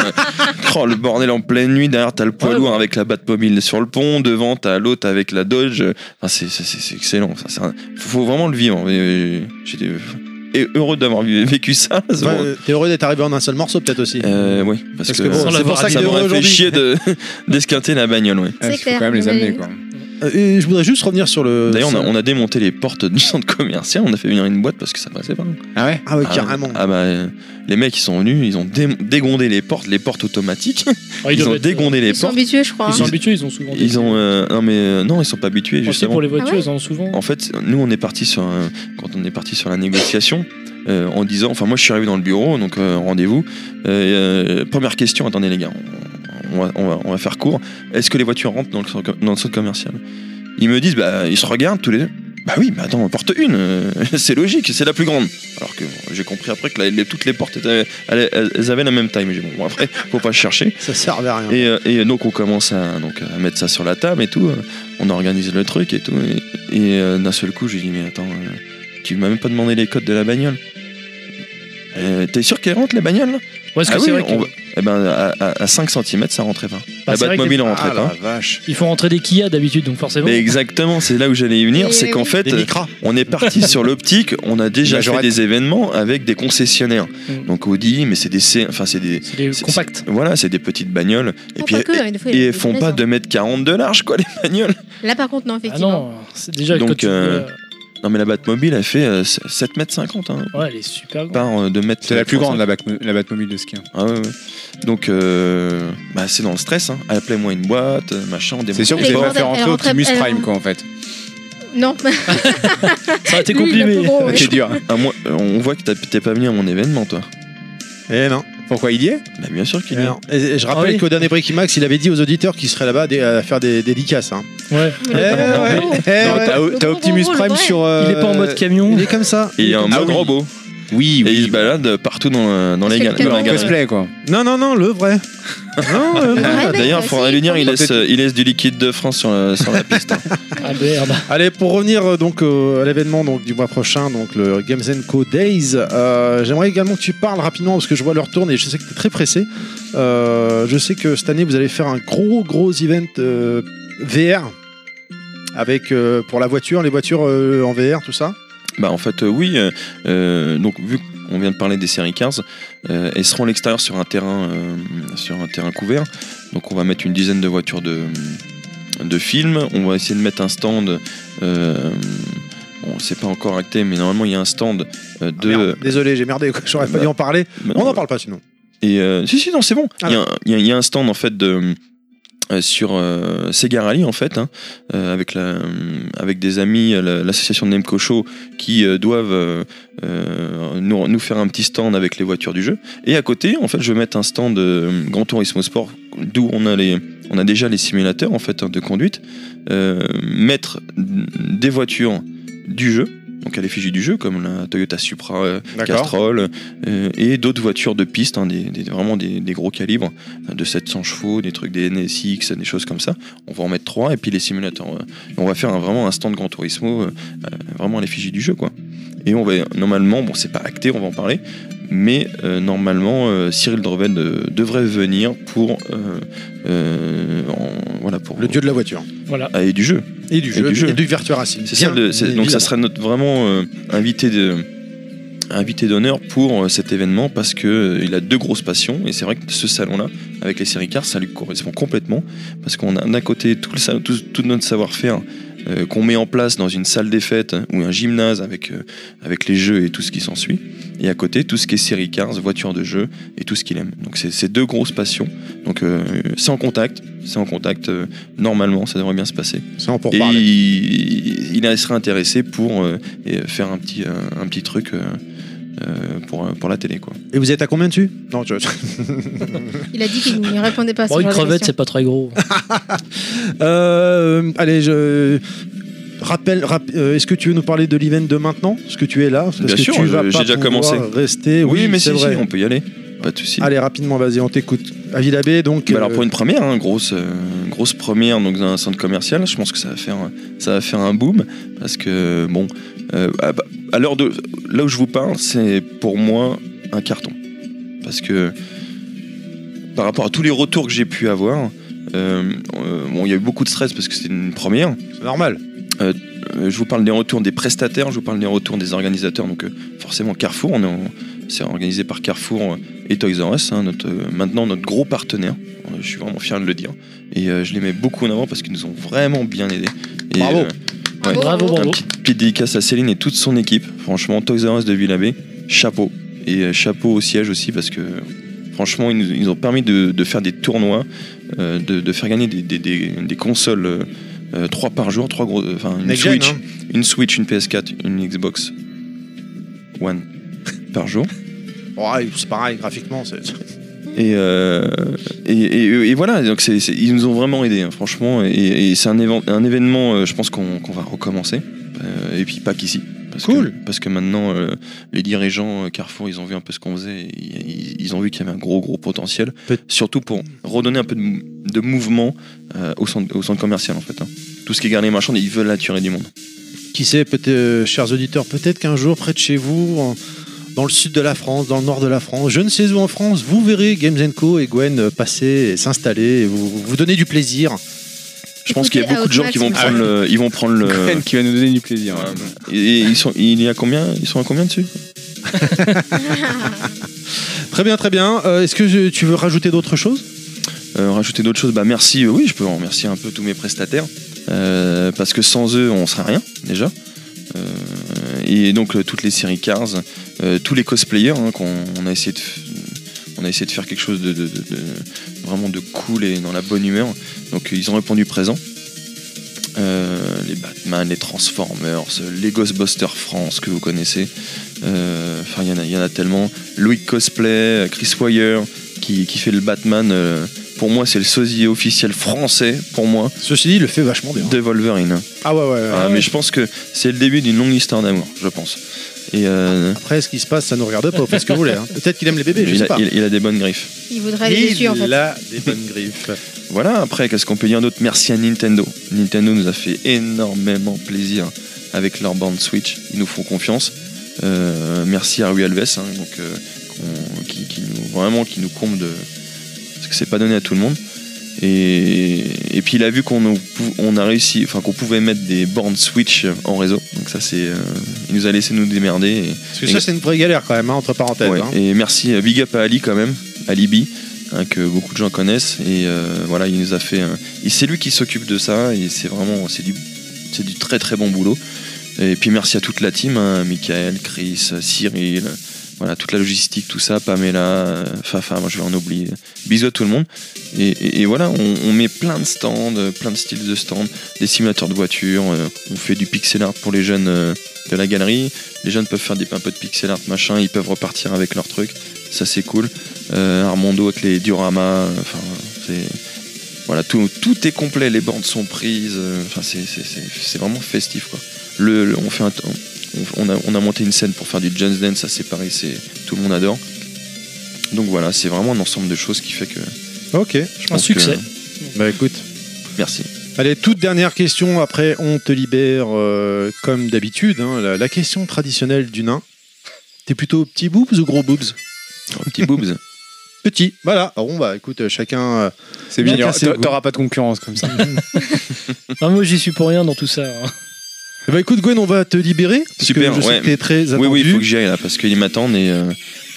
[SPEAKER 9] oh, le bordel en pleine nuit, derrière t'as le poids
[SPEAKER 4] Ah
[SPEAKER 7] Ouais.
[SPEAKER 9] lourd avec la Batmobile sur le pont, devant t'as l'autre avec la Dodge. Enfin, c'est- c'est- c'est c'est excellent, ça, c'est un- faut vraiment le vivre. Et- et- J'étais et heureux d'avoir vu- vécu ça. c'est
[SPEAKER 4] Enfin,
[SPEAKER 9] bon.
[SPEAKER 4] euh, T'es heureux d'être arrivé en un seul morceau, peut-être aussi.
[SPEAKER 9] Euh, oui, parce,
[SPEAKER 4] Parce
[SPEAKER 9] que,
[SPEAKER 4] que bon,
[SPEAKER 7] Sans
[SPEAKER 4] c'est pour
[SPEAKER 7] l'avoir
[SPEAKER 4] ça que
[SPEAKER 9] ça
[SPEAKER 4] t'es heureux
[SPEAKER 9] m'aurait fait
[SPEAKER 4] aujourd'hui.
[SPEAKER 9] chier de- d'esquinter la bagnole, ouais.
[SPEAKER 5] Ah,
[SPEAKER 6] C'est
[SPEAKER 5] il faut
[SPEAKER 6] clair,
[SPEAKER 5] quand même les
[SPEAKER 6] vous
[SPEAKER 5] amener,
[SPEAKER 6] avez-
[SPEAKER 5] quoi.
[SPEAKER 4] Euh, Et je voudrais juste revenir sur le.
[SPEAKER 9] D'ailleurs, on a, on a démonté les portes du centre commercial, on a fait venir une boîte parce que ça passait pas.
[SPEAKER 5] Ah ouais
[SPEAKER 4] Ah ouais,
[SPEAKER 9] Ah,
[SPEAKER 4] carrément.
[SPEAKER 9] Ah bah, euh, les mecs, ils sont venus, ils ont dé- dégondé les portes, les portes automatiques.
[SPEAKER 7] Ah,
[SPEAKER 9] Ils,
[SPEAKER 7] doivent
[SPEAKER 9] ont
[SPEAKER 7] être-
[SPEAKER 9] dégondé les
[SPEAKER 6] Ils sont
[SPEAKER 9] portes.
[SPEAKER 6] habitués, je crois.
[SPEAKER 7] Ils sont
[SPEAKER 6] hein.
[SPEAKER 7] habitués, ils ont souvent.
[SPEAKER 9] Ils ont. euh, non, mais euh, non, ils sont pas habitués,
[SPEAKER 7] Aussi
[SPEAKER 9] justement.
[SPEAKER 7] pour les voitures,
[SPEAKER 6] Ah ouais
[SPEAKER 7] ils en ont souvent.
[SPEAKER 9] En fait, nous, on est parti sur. un- quand on est parti sur la négociation, euh, en disant, enfin moi je suis arrivé dans le bureau, donc euh, rendez-vous. Euh, euh, première question, attendez les gars, on, on va, on va- on va faire court. Est-ce que les voitures rentrent dans le, centre- dans le centre commercial Ils me disent, bah ils se regardent tous les deux. Bah oui, mais attends, on porte une, euh, c'est logique, c'est la plus grande. Alors que bon, j'ai compris après que la- les- toutes les portes étaient- elles, elles avaient la même taille, mais j'ai dit, bon, bon, après, faut pas chercher.
[SPEAKER 10] Ça servait à rien.
[SPEAKER 9] Et, euh, et donc on commence à, donc, à mettre ça sur la table et tout. euh, On organise le truc et tout. Et, et, euh, d'un seul coup, j'ai dit mais attends, euh, tu m'as même pas demandé les codes de la bagnole. Euh, T'es sûr qu'elle rentre la bagnole là
[SPEAKER 7] Ouais, parce
[SPEAKER 9] Ah
[SPEAKER 7] que c'est
[SPEAKER 9] oui,
[SPEAKER 7] vrai
[SPEAKER 9] on
[SPEAKER 7] qu'ils
[SPEAKER 9] va- eh ben, à, à- à 5 cm ça rentrait pas.
[SPEAKER 7] Bah,
[SPEAKER 9] la
[SPEAKER 7] c'est vrai que-
[SPEAKER 9] Batmobile en
[SPEAKER 10] Ah
[SPEAKER 9] rentrait
[SPEAKER 10] la
[SPEAKER 9] pas.
[SPEAKER 10] vache.
[SPEAKER 7] font rentrer des Kia d'habitude, donc forcément.
[SPEAKER 9] Mais exactement, c'est là où j'allais y venir,
[SPEAKER 6] Et
[SPEAKER 9] c'est qu'en
[SPEAKER 6] Eh oui.
[SPEAKER 9] fait, euh,
[SPEAKER 10] Des micras.
[SPEAKER 9] on est parti sur l'optique, on a déjà fait
[SPEAKER 10] Majorette.
[SPEAKER 9] des événements avec des concessionnaires.
[SPEAKER 7] Mm.
[SPEAKER 9] Donc Audi, mais c'est des C- enfin c'est des
[SPEAKER 7] C'est des
[SPEAKER 9] c'est-
[SPEAKER 7] compacts.
[SPEAKER 9] voilà, c'est des petites bagnoles et
[SPEAKER 6] Non,
[SPEAKER 9] puis
[SPEAKER 6] pas que, hein, des fois, il y a
[SPEAKER 9] et
[SPEAKER 6] des
[SPEAKER 9] elles font
[SPEAKER 6] connaissances,
[SPEAKER 9] pas
[SPEAKER 6] hein.
[SPEAKER 9] 2m40 de large quoi les bagnoles.
[SPEAKER 6] Là, par contre, non,
[SPEAKER 7] Ah
[SPEAKER 6] effectivement.
[SPEAKER 7] non, c'est déjà
[SPEAKER 9] Donc,
[SPEAKER 7] quand tu-
[SPEAKER 9] euh, Non mais la Batmobile elle fait euh, 7m50 hein,
[SPEAKER 7] Ouais, elle est super grande.
[SPEAKER 9] par euh, 2m.
[SPEAKER 5] C'est la plus grande, la, bac- la Batmobile de ski. hein.
[SPEAKER 9] Ah ouais, ouais. Donc euh, bah, c'est dans le stress hein. Appelez-moi une boîte, euh, machin, des
[SPEAKER 5] C'est sûr que vous
[SPEAKER 6] Elle
[SPEAKER 5] avez pas fait
[SPEAKER 6] rentrait-
[SPEAKER 5] rentrer
[SPEAKER 6] elle
[SPEAKER 5] Optimus
[SPEAKER 6] rentrait- elle
[SPEAKER 5] Prime,
[SPEAKER 6] rentrait-
[SPEAKER 5] quoi, en fait.
[SPEAKER 7] Ah
[SPEAKER 6] non.
[SPEAKER 7] Ça aurait été
[SPEAKER 6] Lui, il est
[SPEAKER 7] comprimé.
[SPEAKER 6] plus gros, ouais.
[SPEAKER 5] C'est dur.
[SPEAKER 9] euh, on voit que t'as- t'es pas venu à mon événement toi.
[SPEAKER 4] Eh non.
[SPEAKER 5] Pourquoi il y est
[SPEAKER 9] Bah, bien sûr
[SPEAKER 4] eh
[SPEAKER 9] qu'il est.
[SPEAKER 4] non. Et- et je rappelle
[SPEAKER 7] Ah oui.
[SPEAKER 4] qu'au dernier Breaking Max, il avait dit aux auditeurs qu'il serait là-bas dé- à faire des dédicaces. hein.
[SPEAKER 7] Ouais.
[SPEAKER 6] Mais le
[SPEAKER 4] Eh
[SPEAKER 6] gros,
[SPEAKER 4] ouais.
[SPEAKER 6] le
[SPEAKER 5] Non,
[SPEAKER 4] Eh
[SPEAKER 6] gros.
[SPEAKER 4] ouais.
[SPEAKER 5] t'as-
[SPEAKER 6] Le
[SPEAKER 5] T'as
[SPEAKER 6] gros
[SPEAKER 5] Optimus
[SPEAKER 6] gros, le
[SPEAKER 5] Prime
[SPEAKER 6] vrai.
[SPEAKER 5] sur.
[SPEAKER 7] Il
[SPEAKER 5] euh,
[SPEAKER 7] est pas en mode camion.
[SPEAKER 4] Il est comme ça.
[SPEAKER 9] Et il y a un
[SPEAKER 5] Ah
[SPEAKER 9] mode
[SPEAKER 5] oui.
[SPEAKER 9] robot
[SPEAKER 5] Oui,
[SPEAKER 9] et il se
[SPEAKER 5] oui.
[SPEAKER 9] balade partout dans, euh, dans les
[SPEAKER 6] Parce que
[SPEAKER 9] gars.
[SPEAKER 6] le
[SPEAKER 9] dans
[SPEAKER 5] En
[SPEAKER 9] les
[SPEAKER 6] camion-
[SPEAKER 9] garages.
[SPEAKER 5] cosplay, quoi.
[SPEAKER 4] Non, non, non, le vrai. non, le vrai.
[SPEAKER 6] Ah, mais
[SPEAKER 9] D'ailleurs,
[SPEAKER 6] bah,
[SPEAKER 9] faudrait
[SPEAKER 6] si,
[SPEAKER 9] lui dire,
[SPEAKER 6] quand
[SPEAKER 9] il
[SPEAKER 6] même.
[SPEAKER 9] laisse, euh, il laisse du liquide de France sur la, sur la piste. hein.
[SPEAKER 7] Ah merde.
[SPEAKER 4] Allez, pour revenir euh, donc au- à l'événement donc du mois prochain, donc le Games Co Days, euh, j'aimerais également que tu parles rapidement parce que je vois leur tourne et je sais que tu es très pressé. Euh, je sais que cette année vous allez faire un gros gros event euh, VR avec euh, pour la voiture, les voitures euh, en VR, tout ça.
[SPEAKER 9] Bah, en fait, euh, oui. euh, euh, donc, vu qu'on vient de parler des séries 15, euh, elles seront à l'extérieur sur un terrain, euh, sur un terrain couvert. Donc, on va mettre une dizaine de voitures de, de films. On va essayer de mettre un stand. Euh, Bon, c'est pas encore acté, mais normalement il y a un stand euh,
[SPEAKER 4] Ah, merde.
[SPEAKER 9] de.
[SPEAKER 4] Désolé, j'ai merdé, quoi, j'aurais pas dû en parler. On n'en parle pas sinon.
[SPEAKER 9] Et euh, si si non c'est bon.
[SPEAKER 4] Ah
[SPEAKER 9] Il y a un- il y, a- il y a un stand en fait de euh, sur euh, Sega Rally en fait hein, euh, avec la euh, avec des amis euh, la- l'association de Nemco Show qui euh, doivent euh, euh, nous, nous faire un petit stand avec les voitures du jeu et à côté en fait je vais mettre un stand euh, Grand Turismo Sport d'où on a les on a déjà les simulateurs en fait hein, de conduite Euh, mettre des voitures du jeu donc à l'effigie du jeu comme la Toyota Supra euh, Castrol euh, et d'autres voitures de piste, hein, des, des- vraiment des, des gros calibres euh, de 700 chevaux, des trucs des NSX, des choses comme ça. On va en mettre trois et puis les simulateurs. euh, et on va faire un- vraiment un stand Grand Turismo, euh, euh, vraiment à l'effigie du jeu quoi. Et on va normalement, bon c'est pas acté, on va en parler, mais euh, normalement euh, Cyril Dreven euh, devrait venir pour euh, euh, en- voilà pour
[SPEAKER 4] Le dieu de la voiture
[SPEAKER 7] Voilà.
[SPEAKER 9] Ah, et du jeu.
[SPEAKER 4] et du
[SPEAKER 9] Et
[SPEAKER 4] jeu
[SPEAKER 9] du jeu.
[SPEAKER 4] et du virtua racing.
[SPEAKER 9] C'est ça,
[SPEAKER 4] Bien
[SPEAKER 9] le- c'est- donc ça
[SPEAKER 4] évidemment.
[SPEAKER 9] serait notre vraiment euh, invité de invité d'honneur pour euh, cet événement parce que euh, il a deux grosses passions et c'est vrai que ce salon là avec les séries cars ça lui correspond complètement parce qu'on a d'un côté tout, le, sa- tout, tout notre savoir-faire euh, qu'on met en place dans une salle des fêtes hein, ou un gymnase avec, euh, avec les jeux et tout ce qui s'ensuit et à côté tout ce qui est séries cars voitures de jeu et tout ce qu'il aime donc c'est c'est deux grosses passions donc euh, c'est en contact c'est en contact euh, normalement ça devrait bien se passer
[SPEAKER 4] C'est en pour
[SPEAKER 9] et
[SPEAKER 4] parler.
[SPEAKER 9] il, il serait intéressé pour euh, et faire un petit, euh, un petit truc euh, euh, pour, euh, pour la télé. Quoi.
[SPEAKER 4] Et vous êtes à combien dessus Non, je-
[SPEAKER 9] Eh,
[SPEAKER 6] Il a dit qu'il ne répondait pas à ce
[SPEAKER 7] Bon, une
[SPEAKER 6] genre de
[SPEAKER 7] crevette,
[SPEAKER 6] question.
[SPEAKER 7] c'est pas très gros.
[SPEAKER 4] Euh, allez, je. Rappel, rap- euh, est-ce que tu veux nous parler de l'event de maintenant Est-ce que tu es là Parce
[SPEAKER 9] Bien
[SPEAKER 4] que
[SPEAKER 9] sûr,
[SPEAKER 4] tu vas
[SPEAKER 9] je-
[SPEAKER 4] pas
[SPEAKER 9] j'ai déjà
[SPEAKER 4] pouvoir
[SPEAKER 9] commencé.
[SPEAKER 4] Rester, Eh oui,
[SPEAKER 9] mais
[SPEAKER 4] c'est
[SPEAKER 9] si,
[SPEAKER 4] vrai.
[SPEAKER 9] si, on peut y aller. Pas de souci.
[SPEAKER 4] Allez, rapidement, vas-y, on t'écoute. Avis d'abbé, donc. euh,
[SPEAKER 9] Bah alors pour une première, hein, grosse, euh, grosse première donc dans un centre commercial, je pense que ça va faire, un- ça va faire un boom parce que bon, euh, à, à l'heure de là où je vous parle, c'est pour moi un carton parce que par rapport à tous les retours que j'ai pu avoir, euh, euh, bon, il y a eu beaucoup de stress parce que c'était une première,
[SPEAKER 4] c'est normal.
[SPEAKER 9] Euh, je vous parle des retours des prestataires, je vous parle des retours des organisateurs. Donc euh, forcément Carrefour, on est en- c'est organisé par Carrefour euh, et Toys R Us, hein, notre, euh, maintenant notre gros partenaire. Euh, Je suis vraiment fier de le dire. Et euh, je les mets beaucoup en avant parce qu'ils nous ont vraiment bien aidés. Et,
[SPEAKER 4] Bravo.
[SPEAKER 9] ouais.
[SPEAKER 7] Bravo,
[SPEAKER 9] Un
[SPEAKER 7] bravo.
[SPEAKER 9] petit- petite dédicace à Céline et toute son équipe. Franchement, Toys R Us de Villabé, chapeau. Et euh, chapeau au siège aussi parce que franchement, ils nous ils ont permis de, de faire des tournois, euh, de, de faire gagner des, des- des- des consoles. 3 par jour, trois
[SPEAKER 4] hein.
[SPEAKER 9] gros, enfin une
[SPEAKER 4] Next euh, gen,
[SPEAKER 9] Switch,
[SPEAKER 4] hein.
[SPEAKER 9] une Switch, une PS4, une Xbox One. par jour.
[SPEAKER 4] Ouais, c'est pareil, graphiquement, c'est.
[SPEAKER 9] Et, euh, et, et- et voilà, donc c'est- c'est- ils nous ont vraiment aidés, hein, franchement. Et, et c'est un, éven- un événement, euh, je pense qu'on qu'on va recommencer. Euh, et puis pas qu'ici. Parce
[SPEAKER 4] Cool.
[SPEAKER 9] Que, parce que maintenant, euh, les dirigeants euh, Carrefour, ils ont vu un peu ce qu'on faisait. et Ils, ils ont vu qu'il y avait un gros, gros potentiel.
[SPEAKER 4] Peut-
[SPEAKER 9] Surtout pour redonner un peu de, mou- de mouvement euh, au, centre, au centre commercial, en fait. hein. Tout ce qui est garni marchand, ils veulent attirer du monde.
[SPEAKER 4] Qui sait, peut-être, euh, chers auditeurs, peut-être qu'un jour, près de chez vous, en- dans le sud de la France, dans le nord de la France, je ne sais où en France, vous verrez Games Co et Gwen euh, passer et s'installer et vous, vous donner du plaisir.
[SPEAKER 9] Je pense
[SPEAKER 6] Écoutez,
[SPEAKER 9] qu'il y a beaucoup de gens
[SPEAKER 6] Outmax,
[SPEAKER 9] qui vont
[SPEAKER 6] il me
[SPEAKER 9] prendre le. Ils vont prendre le
[SPEAKER 5] Gwen qui va nous donner du plaisir.
[SPEAKER 9] Ouais, et- et ils sont, il y a combien Ils sont à combien dessus
[SPEAKER 4] Très bien, très bien. Euh, Est-ce que je- tu veux rajouter d'autres choses
[SPEAKER 9] Euh, rajouter d'autres choses bah merci euh, oui je peux en remercier un peu tous mes prestataires euh, parce que sans eux on serait rien déjà Euh, et donc euh, toutes les séries Cars euh, tous les cosplayers hein, qu'on on a essayé de f- on a essayé de faire quelque chose de, de- de- de- vraiment de cool et dans la bonne humeur donc ils ont répondu présent Euh, les Batman, les Transformers, les Ghostbusters France que vous connaissez. Euh, Enfin, il y en a- il y, en a tellement. Louis Cosplay, euh, Chris Wire qui, qui fait le Batman. euh, pour moi, c'est le sosie officiel français, pour moi,
[SPEAKER 4] Ceci dit, il le fait vachement bien.
[SPEAKER 9] de Wolverine.
[SPEAKER 4] Ah ouais, ouais. ouais.
[SPEAKER 9] Ah, mais je pense que c'est le début d'une longue histoire d'amour, je pense. Et euh,
[SPEAKER 4] Après, ce qui se passe, ça ne nous regarde pas, vous faites ce que vous voulez. hein. Peut-être qu'il aime les bébés, je
[SPEAKER 9] il,
[SPEAKER 4] sais
[SPEAKER 9] a,
[SPEAKER 4] pas.
[SPEAKER 9] il- il a des bonnes griffes.
[SPEAKER 6] Il voudrait aller dessus en fait.
[SPEAKER 4] a des bonnes griffes.
[SPEAKER 9] Voilà, après, qu'est-ce qu'on peut dire d'autre Merci à Nintendo. Nintendo nous a fait énormément plaisir avec leur bande Switch. Ils nous font confiance. Euh, merci à Rui Alves, hein, donc, euh, qu'on- qui, qui nous, vraiment qui nous comble de. Parce que c'est pas donné à tout le monde. Et, et puis il a vu qu'on nous pou- on a réussi, enfin qu'on pouvait mettre des bornes Switch en réseau. Donc ça c'est, euh, il nous a laissé nous démerder. Et,
[SPEAKER 4] Parce que ça, c'est une vraie galère quand même, hein, entre parenthèses.
[SPEAKER 9] Ouais,
[SPEAKER 4] hein.
[SPEAKER 9] Et merci, euh, big up à Ali quand même, Ali B, hein, que beaucoup de gens connaissent. Et euh, voilà, il nous a fait. un- et C'est lui qui s'occupe de ça et c'est vraiment, c'est du, c'est du très très bon boulot. Et puis merci à toute la team, hein, Michael, Chris, Cyril, voilà toute la logistique, tout ça, Pamela, euh, Fafa, moi je vais en oublier. Bisous à tout le monde. Et, et- et voilà, on, on met plein de stands, euh, plein de styles de stands, des simulateurs de voitures, euh, on fait du pixel art pour les jeunes euh, de la galerie les jeunes peuvent faire des, un peu de pixel art machin ils peuvent repartir avec leurs trucs ça c'est cool Euh, Armando avec les dioramas euh, enfin c'est voilà tout, tout est complet les bandes sont prises euh, enfin c'est- c'est- c'est c'est vraiment festif quoi le, le- on fait un- on, on a, on a monté une scène pour faire du Jones Dance ça c'est pareil c'est tout le monde adore donc voilà c'est vraiment un ensemble de choses qui fait que
[SPEAKER 4] Ok,
[SPEAKER 9] je
[SPEAKER 7] Un
[SPEAKER 9] pense
[SPEAKER 7] succès.
[SPEAKER 4] bah écoute.
[SPEAKER 9] que- merci
[SPEAKER 4] Allez, toute dernière question, après on te libère euh, comme d'habitude. hein, la, la question traditionnelle du nain. T'es plutôt petit boobs ou gros boobs
[SPEAKER 9] petit boobs
[SPEAKER 4] Petit, voilà. Alors bon, bah écoute, euh, chacun. euh,
[SPEAKER 5] C'est
[SPEAKER 4] Bien
[SPEAKER 5] mignon.
[SPEAKER 4] cassé,
[SPEAKER 5] T'a-
[SPEAKER 4] Gwen.
[SPEAKER 5] T'auras pas de concurrence comme ça.
[SPEAKER 7] Ah, moi, j'y suis pour rien dans tout ça. hein.
[SPEAKER 4] Eh Bah écoute, Gwen, on va te libérer. parce
[SPEAKER 9] Super,
[SPEAKER 4] que je sais
[SPEAKER 9] ouais.
[SPEAKER 4] que t'es très
[SPEAKER 9] oui
[SPEAKER 4] attendu.
[SPEAKER 9] oui il faut que j'y aille là parce qu'ils m'attendent et, euh,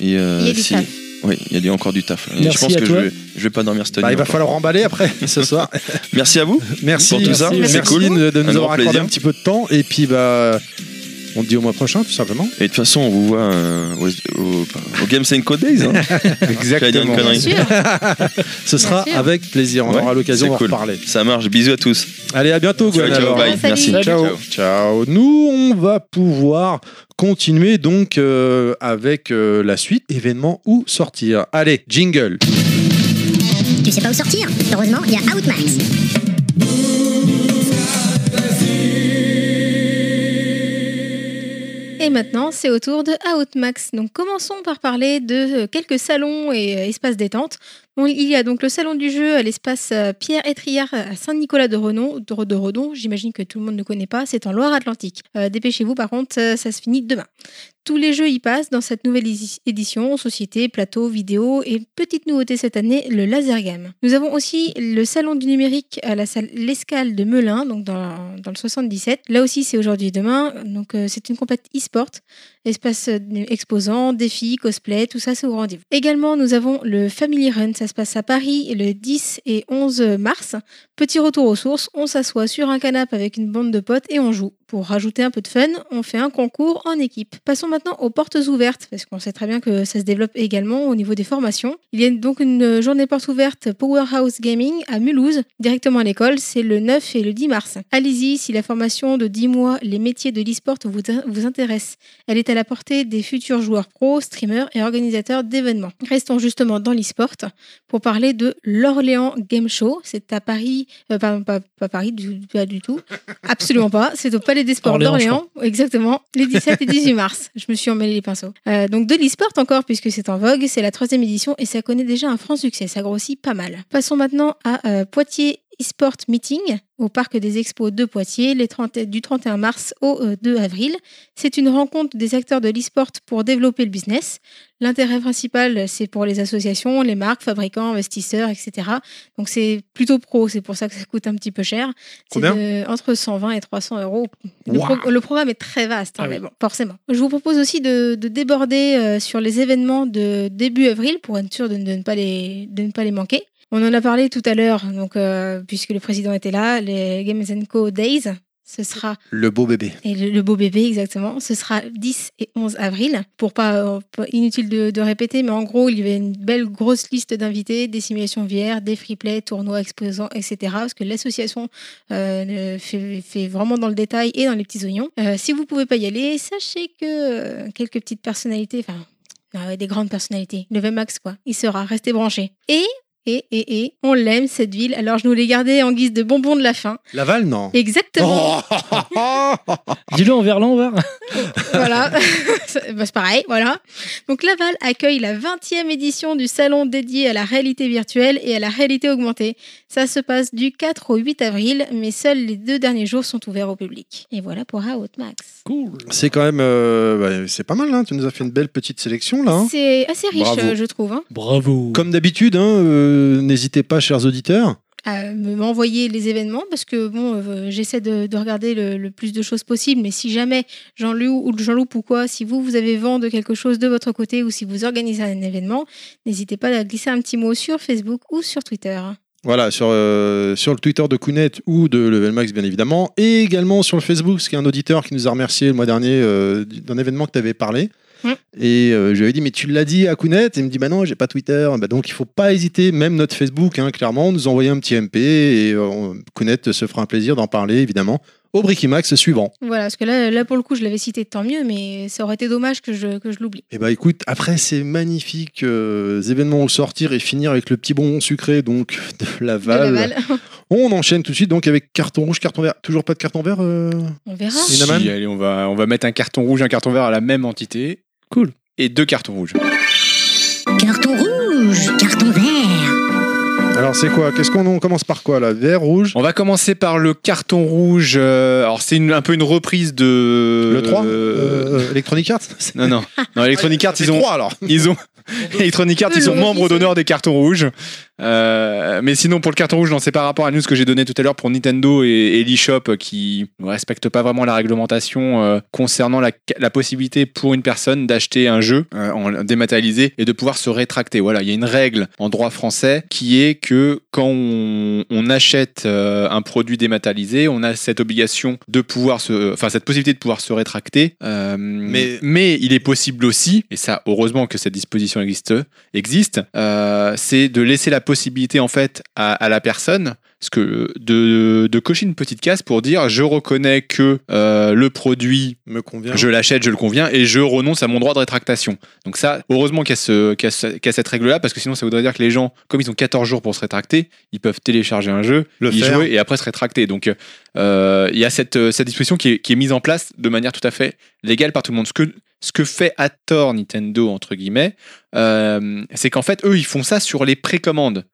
[SPEAKER 9] et, euh,
[SPEAKER 6] Il y a du
[SPEAKER 9] si-
[SPEAKER 6] taf.
[SPEAKER 9] Oui, il y a du- encore du taf. là. Et
[SPEAKER 7] Merci
[SPEAKER 9] je pense
[SPEAKER 7] à
[SPEAKER 9] que
[SPEAKER 7] toi.
[SPEAKER 9] Je, vais, je vais pas dormir cette nuit.
[SPEAKER 4] Bah, il va
[SPEAKER 9] encore.
[SPEAKER 4] falloir remballer après ce soir.
[SPEAKER 9] Merci à vous.
[SPEAKER 4] Merci
[SPEAKER 9] Pour tout ça,
[SPEAKER 4] merci,
[SPEAKER 9] c'est
[SPEAKER 4] merci
[SPEAKER 9] cool.
[SPEAKER 4] de, de nous
[SPEAKER 9] Un grand
[SPEAKER 4] avoir accordé
[SPEAKER 9] plaisir.
[SPEAKER 4] un petit peu de temps. Et puis bah, on te dit au mois prochain, tout simplement.
[SPEAKER 9] Et de toute façon, on vous voit euh, au, au- au Game 5 Code Days. hein. J'allais dire une
[SPEAKER 5] Exactement.
[SPEAKER 9] connerie.
[SPEAKER 6] Bien sûr.
[SPEAKER 4] Ce
[SPEAKER 6] Bien
[SPEAKER 4] sera
[SPEAKER 6] sûr.
[SPEAKER 4] avec plaisir. On
[SPEAKER 9] Ouais,
[SPEAKER 4] aura l'occasion
[SPEAKER 9] c'est
[SPEAKER 4] d'en
[SPEAKER 9] cool.
[SPEAKER 4] reparler.
[SPEAKER 9] Ça marche. Bisous à tous.
[SPEAKER 4] Allez, à bientôt, Gwen.
[SPEAKER 9] Ciao, ciao,
[SPEAKER 4] alors.
[SPEAKER 9] bye.
[SPEAKER 6] Salut.
[SPEAKER 9] Merci.
[SPEAKER 6] Salut.
[SPEAKER 4] Ciao. Ciao. Nous, on va pouvoir continuer donc euh, avec euh, la suite, événement ou sortir. Allez, jingle.
[SPEAKER 1] Tu sais pas où sortir Heureusement, il y a Outmax.
[SPEAKER 6] Et maintenant, c'est au tour de Outmax. Donc, commençons par parler de euh, quelques salons et euh, espaces détente. Bon, il y a donc le salon du jeu à l'espace euh, Pierre Étriard à Saint-Nicolas de Redon. De de Redon. J'imagine que tout le monde ne connaît pas. C'est en Loire-Atlantique. Euh, Dépêchez-vous, par contre, euh, ça se finit demain. Tous les jeux y passent dans cette nouvelle édi- édition, société, plateau, vidéo et petite nouveauté cette année, le laser game. Nous avons aussi le salon du numérique à la salle L'Escale de Melun, donc dans, dans le 77. Là aussi, c'est aujourd'hui et demain. Donc, euh, c'est une compète e-sport, espace euh, exposant, défis, cosplay, tout ça, c'est au rendez-vous. Également, nous avons le Family Run. Ça se passe à Paris le 10 et 11 mars. Petit retour aux sources, on s'assoit sur un canapé avec une bande de potes et on joue. Pour rajouter un peu de fun, on fait un concours en équipe. Passons maintenant aux portes ouvertes, parce qu'on sait très bien que ça se développe également au niveau des formations. Il y a donc une journée portes ouvertes Powerhouse Gaming à Mulhouse, directement à l'école, c'est le 9 et le 10 mars. Allez-y, si la formation de 10 mois, les métiers de l'e-sport vous, vous intéressent, elle est à la portée des futurs joueurs pros, streamers et organisateurs d'événements. Restons justement dans l'e-sport pour parler de l'Orléans Game Show. C'est à Paris, euh, pardon, pas, pas Paris, du, pas du tout, absolument pas. C'est au Palais des Sports
[SPEAKER 7] Orléans, je
[SPEAKER 6] d'Orléans, exactement, les 17 et 18 mars. Je me suis emmêlé les pinceaux. Euh, donc de l'e-sport encore, puisque c'est en vogue, c'est la troisième édition et ça connaît déjà un franc succès, ça grossit pas mal. Passons maintenant à euh, Poitiers e-sport meeting au parc des expos de Poitiers les 30 du 31 mars au euh, 2 avril. C'est une rencontre des acteurs de l'e-sport pour développer le business. L'intérêt principal, c'est pour les associations, les marques, fabricants, investisseurs, etc. Donc c'est plutôt pro, c'est pour ça que ça coûte un petit peu cher. C'est
[SPEAKER 4] Combien
[SPEAKER 6] de- entre 120 et 300 euros. Le,
[SPEAKER 4] Waouh.
[SPEAKER 6] pro- le programme est très vaste, hein,
[SPEAKER 7] Ah oui.
[SPEAKER 6] mais bon, forcément. Je vous propose aussi de, de déborder euh, sur les événements de début avril pour être sûr de, de ne, pas les, de ne pas les manquer. On en a parlé tout à l'heure, donc euh, puisque le président était là, les Games Co Days. Ce sera
[SPEAKER 4] Le beau bébé.
[SPEAKER 6] et le, le beau bébé, exactement. Ce sera 10 et 11 avril. Pour pas, euh, pas- inutile de, de répéter, mais en gros, il y avait une belle grosse liste d'invités, des simulations VR, des free play, tournois, exposants, etc. Parce que l'association euh, le fait, fait vraiment dans le détail et dans les petits oignons. Euh, si vous pouvez pas y aller, sachez que euh, quelques petites personnalités, enfin, non, ouais, des grandes personnalités, le VMAX, quoi, il sera. Restez branchés. Et, et, et, et, on l'aime, cette ville. Alors, je nous l'ai gardée en guise de bonbon de la fin.
[SPEAKER 4] Laval, non Oh
[SPEAKER 6] Exactement.
[SPEAKER 7] Dis-le en verlan, on va.
[SPEAKER 6] voilà, c'est bah, c'est pareil, voilà. Donc Laval accueille la 20e édition du salon dédié à la réalité virtuelle et à la réalité augmentée. Ça se passe du 4 au 8 avril, mais seuls les deux derniers jours sont ouverts au public. Et voilà pour Out Max.
[SPEAKER 7] Cool.
[SPEAKER 4] C'est quand même. euh, bah, c'est pas mal, hein. tu nous as fait une belle petite sélection, là. hein.
[SPEAKER 6] C'est assez riche,
[SPEAKER 4] Bravo.
[SPEAKER 6] euh, je trouve. Hein.
[SPEAKER 7] Bravo.
[SPEAKER 4] Comme d'habitude, hein, euh, n'hésitez pas, chers auditeurs.
[SPEAKER 6] à me- m'envoyer les événements parce que bon, euh, j'essaie de, de regarder le, le plus de choses possible. Mais si jamais Jean-Loup ou Jean-Loup ou quoi, si vous vous avez vent de quelque chose de votre côté ou si vous organisez un événement, n'hésitez pas à glisser un petit mot sur Facebook ou sur Twitter.
[SPEAKER 4] Voilà, sur, euh, sur le Twitter de Kounet ou de Level Max, bien évidemment. Et également sur le Facebook, parce qu'il y a un auditeur qui nous a remercié le mois dernier euh, d'un événement que tu avais parlé.
[SPEAKER 6] Mm.
[SPEAKER 4] Et euh, je lui ai dit, mais tu l'as dit à Kounet Et Il me dit, bah non, j'ai pas Twitter. Bah donc il faut pas hésiter, même notre Facebook, hein, clairement, nous envoyer un petit MP et euh, Kounet se fera un plaisir d'en parler, évidemment, au Briquimax suivant.
[SPEAKER 6] Voilà, parce que là, là pour le coup, je l'avais cité tant mieux, mais ça aurait été dommage que je, que je l'oublie.
[SPEAKER 4] Et bah écoute, après ces magnifiques euh, événements au sortir et finir avec le petit bonbon sucré, donc de
[SPEAKER 6] De
[SPEAKER 4] Laval,
[SPEAKER 6] Laval.
[SPEAKER 4] on enchaîne tout de suite donc avec carton rouge, carton vert. Toujours pas de carton vert euh
[SPEAKER 6] On verra.
[SPEAKER 5] Si,
[SPEAKER 4] Inaman
[SPEAKER 5] allez, on va, on va mettre un carton rouge et un carton vert à la même entité.
[SPEAKER 7] Cool.
[SPEAKER 5] Et deux cartons rouges.
[SPEAKER 1] Carton rouge, carton vert.
[SPEAKER 4] Alors c'est quoi Qu'est-ce qu'on on commence par quoi là Vert, rouge
[SPEAKER 5] On va commencer par le carton rouge. euh, alors, c'est une- un peu une reprise de.
[SPEAKER 4] Le 3
[SPEAKER 5] euh,
[SPEAKER 4] euh, Electronic Arts
[SPEAKER 5] Non, non. Non, Electronic Arts, ils ont.
[SPEAKER 4] 3 alors
[SPEAKER 5] Ils ont Electronic Arts,
[SPEAKER 6] Eux,
[SPEAKER 5] ils sont
[SPEAKER 6] le
[SPEAKER 5] membres
[SPEAKER 6] revisent.
[SPEAKER 5] d'honneur des cartons rouges. Euh, mais sinon, pour le carton rouge, non, c'est par rapport à nous ce que j'ai donné tout à l'heure pour Nintendo et, et l'eShop euh, qui ne respectent pas vraiment la réglementation euh, concernant la, la possibilité pour une personne d'acheter un jeu euh, en dématérialisé et de pouvoir se rétracter. Voilà, il y a une règle en droit français qui est que quand on, on achète euh, un produit dématérialisé, on a cette obligation de pouvoir se, enfin cette possibilité de pouvoir se rétracter. euh, mais, il est possible aussi, et ça heureusement que cette disposition existe, existe, euh, c'est de laisser la possibilité en fait à, à la personne parce que de, de cocher une petite case pour dire je reconnais que euh, le produit
[SPEAKER 4] me convient.
[SPEAKER 5] je l'achète, je le conviens et je renonce à mon droit de rétractation. Donc ça, heureusement qu'il y, a ce- qu'il y a ce- qu'il y a cette règle-là, parce que sinon ça voudrait dire que les gens, comme ils ont 14 jours pour se rétracter, ils peuvent télécharger un jeu,
[SPEAKER 4] Le
[SPEAKER 5] y
[SPEAKER 4] faire.
[SPEAKER 5] jouer et après se rétracter. Donc euh, il y a cette, euh, cette disposition qui est, qui est mise en place de manière tout à fait légale par tout le monde. Ce que, ce que fait à tort Nintendo, entre guillemets, euh, c'est qu'en fait, eux, ils font ça sur les précommandes.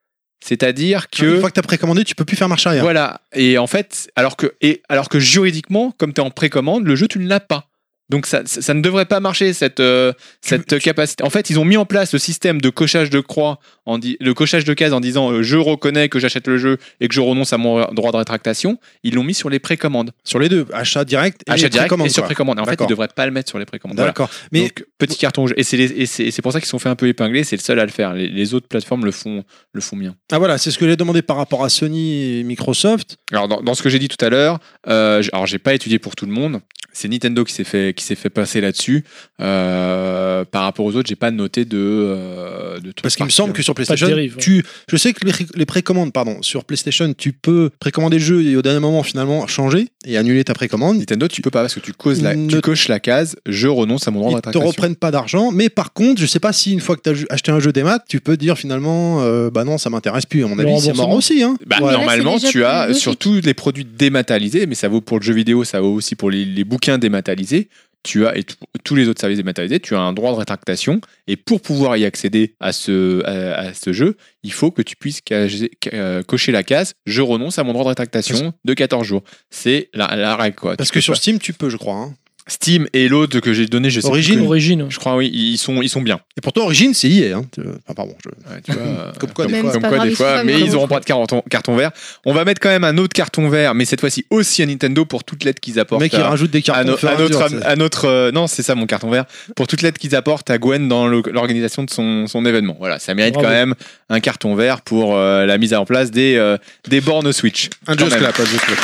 [SPEAKER 5] C'est-à-dire que...
[SPEAKER 4] Une fois que t'as précommandé, tu peux plus faire marche arrière.
[SPEAKER 5] Voilà. Et en fait, alors que, et alors que juridiquement, comme tu es en précommande, le jeu, tu ne l'as pas. Donc ça, ça, ça ne devrait pas marcher cette euh, cette capacité. En fait, ils ont mis en place le système de cochage de croix, en di- le cochage de cases en disant euh, je reconnais que j'achète le jeu et que je renonce à mon droit de rétractation. Ils l'ont mis sur les précommandes,
[SPEAKER 4] Sur les deux, achat direct et
[SPEAKER 5] achat direct
[SPEAKER 4] précommande,
[SPEAKER 5] et sur
[SPEAKER 4] quoi.
[SPEAKER 5] précommande. En fait, ils
[SPEAKER 4] D'accord.
[SPEAKER 5] devraient pas le mettre sur les précommandes. Voilà.
[SPEAKER 4] D'accord.
[SPEAKER 5] Mais
[SPEAKER 4] Mais
[SPEAKER 5] petit carton rouge. Et c'est les- et c'est et c'est pour ça qu'ils se sont fait un peu épingler. C'est le seul à le faire. Les, les autres plateformes le font le font bien.
[SPEAKER 4] ah voilà, c'est ce que j'ai demandé par rapport à Sony et Microsoft.
[SPEAKER 5] Alors dans, dans ce que j'ai dit tout à l'heure, euh, j- alors j'ai pas étudié pour tout le monde. C'est Nintendo qui s'est fait qui s'est fait passer là-dessus. Euh, par rapport aux autres, j'ai pas noté de euh, de trucs
[SPEAKER 4] Parce qu'il me semble que sur
[SPEAKER 7] Pas de
[SPEAKER 4] PlayStation,
[SPEAKER 7] dérive.
[SPEAKER 4] tu, je sais que les, les précommandes, pardon, sur PlayStation, tu peux précommander le jeu et au dernier moment finalement changer et annuler ta précommande.
[SPEAKER 5] Nintendo, tu peux pas parce que tu causes la,
[SPEAKER 4] Ne-
[SPEAKER 5] tu coches la case. Je renonce à mon droit de
[SPEAKER 4] Ils te
[SPEAKER 5] rétractation.
[SPEAKER 4] reprennent pas d'argent, mais par contre, je sais pas si une fois que tu as acheté un jeu des maths, tu peux dire finalement, euh, bah non, ça m'intéresse plus. À mon
[SPEAKER 7] Le
[SPEAKER 4] avis, c'est mort
[SPEAKER 7] remboursement.
[SPEAKER 4] aussi. Hein.
[SPEAKER 5] Bah,
[SPEAKER 6] Ouais.
[SPEAKER 5] Normalement,
[SPEAKER 6] Mais là, c'est
[SPEAKER 5] tu
[SPEAKER 6] déjà
[SPEAKER 5] as
[SPEAKER 6] plus
[SPEAKER 5] sur
[SPEAKER 6] logique.
[SPEAKER 5] tous les produits dématérialisés, mais ça vaut pour le jeu vidéo, ça vaut aussi pour les, les bouquins dématérialisés. Tu as et tout- tous les autres services dématérialisés, tu as un droit de rétractation. Et pour pouvoir y accéder à ce, à, à ce jeu, il faut que tu puisses cager- ca- euh, cocher la case. Je renonce à mon droit de rétractation de 14 jours. C'est la, la règle quoi.
[SPEAKER 4] Parce
[SPEAKER 5] Tu
[SPEAKER 4] que
[SPEAKER 5] peux
[SPEAKER 4] sur
[SPEAKER 5] pas-
[SPEAKER 4] Steam, tu peux, je crois. hein.
[SPEAKER 5] Steam et l'autre que j'ai donné, je sais plus
[SPEAKER 4] Origin.
[SPEAKER 5] que-
[SPEAKER 7] Origine.
[SPEAKER 5] Je crois oui, ils sont ils sont bien.
[SPEAKER 4] Et pourtant, Origine, c'est EA. Hein. Enfin, pardon, je-
[SPEAKER 5] Ouais, tu vois, euh,
[SPEAKER 4] Comme quoi, des
[SPEAKER 6] Même
[SPEAKER 4] fois-
[SPEAKER 6] c'est pas grave,
[SPEAKER 5] des
[SPEAKER 6] ils sont
[SPEAKER 5] fois,
[SPEAKER 6] pas
[SPEAKER 5] mais
[SPEAKER 6] mal.
[SPEAKER 5] ils n'auront pas de carton, carton vert. On va mettre quand même un autre carton vert, mais cette fois-ci aussi à Nintendo pour toute l'aide qu'ils
[SPEAKER 4] Le
[SPEAKER 5] apportent.
[SPEAKER 4] mec, il
[SPEAKER 5] à,
[SPEAKER 4] rajoute des cartes
[SPEAKER 5] à no- à notre, am- à notre, euh, non, c'est ça mon carton vert. Pour toute l'aide qu'ils apportent à Gwen dans le- l'organisation de son, son événement. Voilà, ça mérite
[SPEAKER 7] Bravo.
[SPEAKER 5] quand même un carton vert pour euh, la mise en place des, euh, des bornes Switch.
[SPEAKER 4] Un
[SPEAKER 5] Quand
[SPEAKER 4] Just
[SPEAKER 5] même.
[SPEAKER 4] Clap, un Just Clap.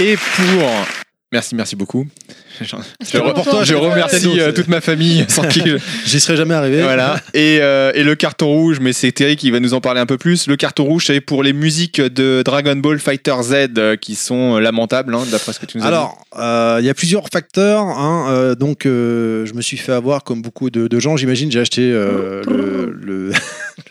[SPEAKER 5] Et pour. Merci, merci beaucoup. J'en- Je,
[SPEAKER 6] pas
[SPEAKER 5] re-
[SPEAKER 6] pour toi,
[SPEAKER 5] je
[SPEAKER 6] c'est pour
[SPEAKER 5] remercie
[SPEAKER 4] Nintendo,
[SPEAKER 5] euh,
[SPEAKER 4] c'est-
[SPEAKER 5] toute ma famille sans qui euh, je-
[SPEAKER 4] J'y serais jamais arrivé.
[SPEAKER 5] Voilà. Et, euh, et le carton rouge, mais c'est Terry qui va nous en parler un peu plus. Le carton rouge, c'est pour les musiques de Dragon Ball Fighter Z euh, qui sont euh, lamentables, hein, d'après ce que tu nous as
[SPEAKER 4] Alors, euh, il y a plusieurs facteurs. hein, euh, donc, euh, je me suis fait avoir, comme beaucoup de, de gens, j'imagine, j'ai acheté euh, le, le-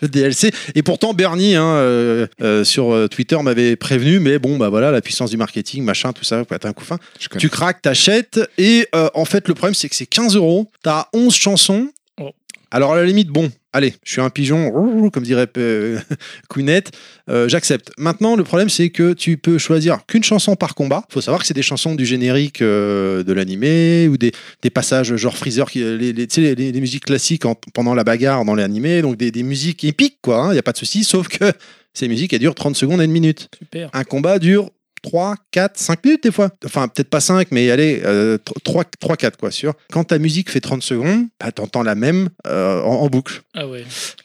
[SPEAKER 4] le DLC. Et pourtant, Bernie, hein, euh, euh, sur euh, Twitter, m'avait prévenu, mais bon, bah voilà, la puissance du marketing, machin, tout ça, quoi, t'as un coup fin.
[SPEAKER 5] dit. Je connais.
[SPEAKER 4] Tu craques, t'achètes, et euh, en fait, le problème, c'est que c'est 15 euros, t'as 11 chansons.
[SPEAKER 7] Oh.
[SPEAKER 4] Alors, à la limite, bon, allez, je suis un pigeon, roux, comme dirait euh, Queenette, euh, j'accepte. Maintenant, le problème, c'est que tu peux choisir qu'une chanson par combat. faut savoir que c'est des chansons du générique euh, de l'animé ou des, des passages genre Freezer, qui, euh, les, les, tu sais, les- les- les musiques classiques en- pendant la bagarre dans l'animé, donc des, des musiques épiques, quoi, il n'y a pas de souci, sauf que ces musiques, elles durent 30 secondes et une minute
[SPEAKER 7] Super.
[SPEAKER 4] un combat dure 3, 4, 5 minutes des fois. Enfin, peut-être pas 5, mais allez, euh, 3, 4 quoi, sûr. Quand ta musique fait 30 secondes, bah, t'entends la même euh, en, en boucle.
[SPEAKER 7] Ah ouais.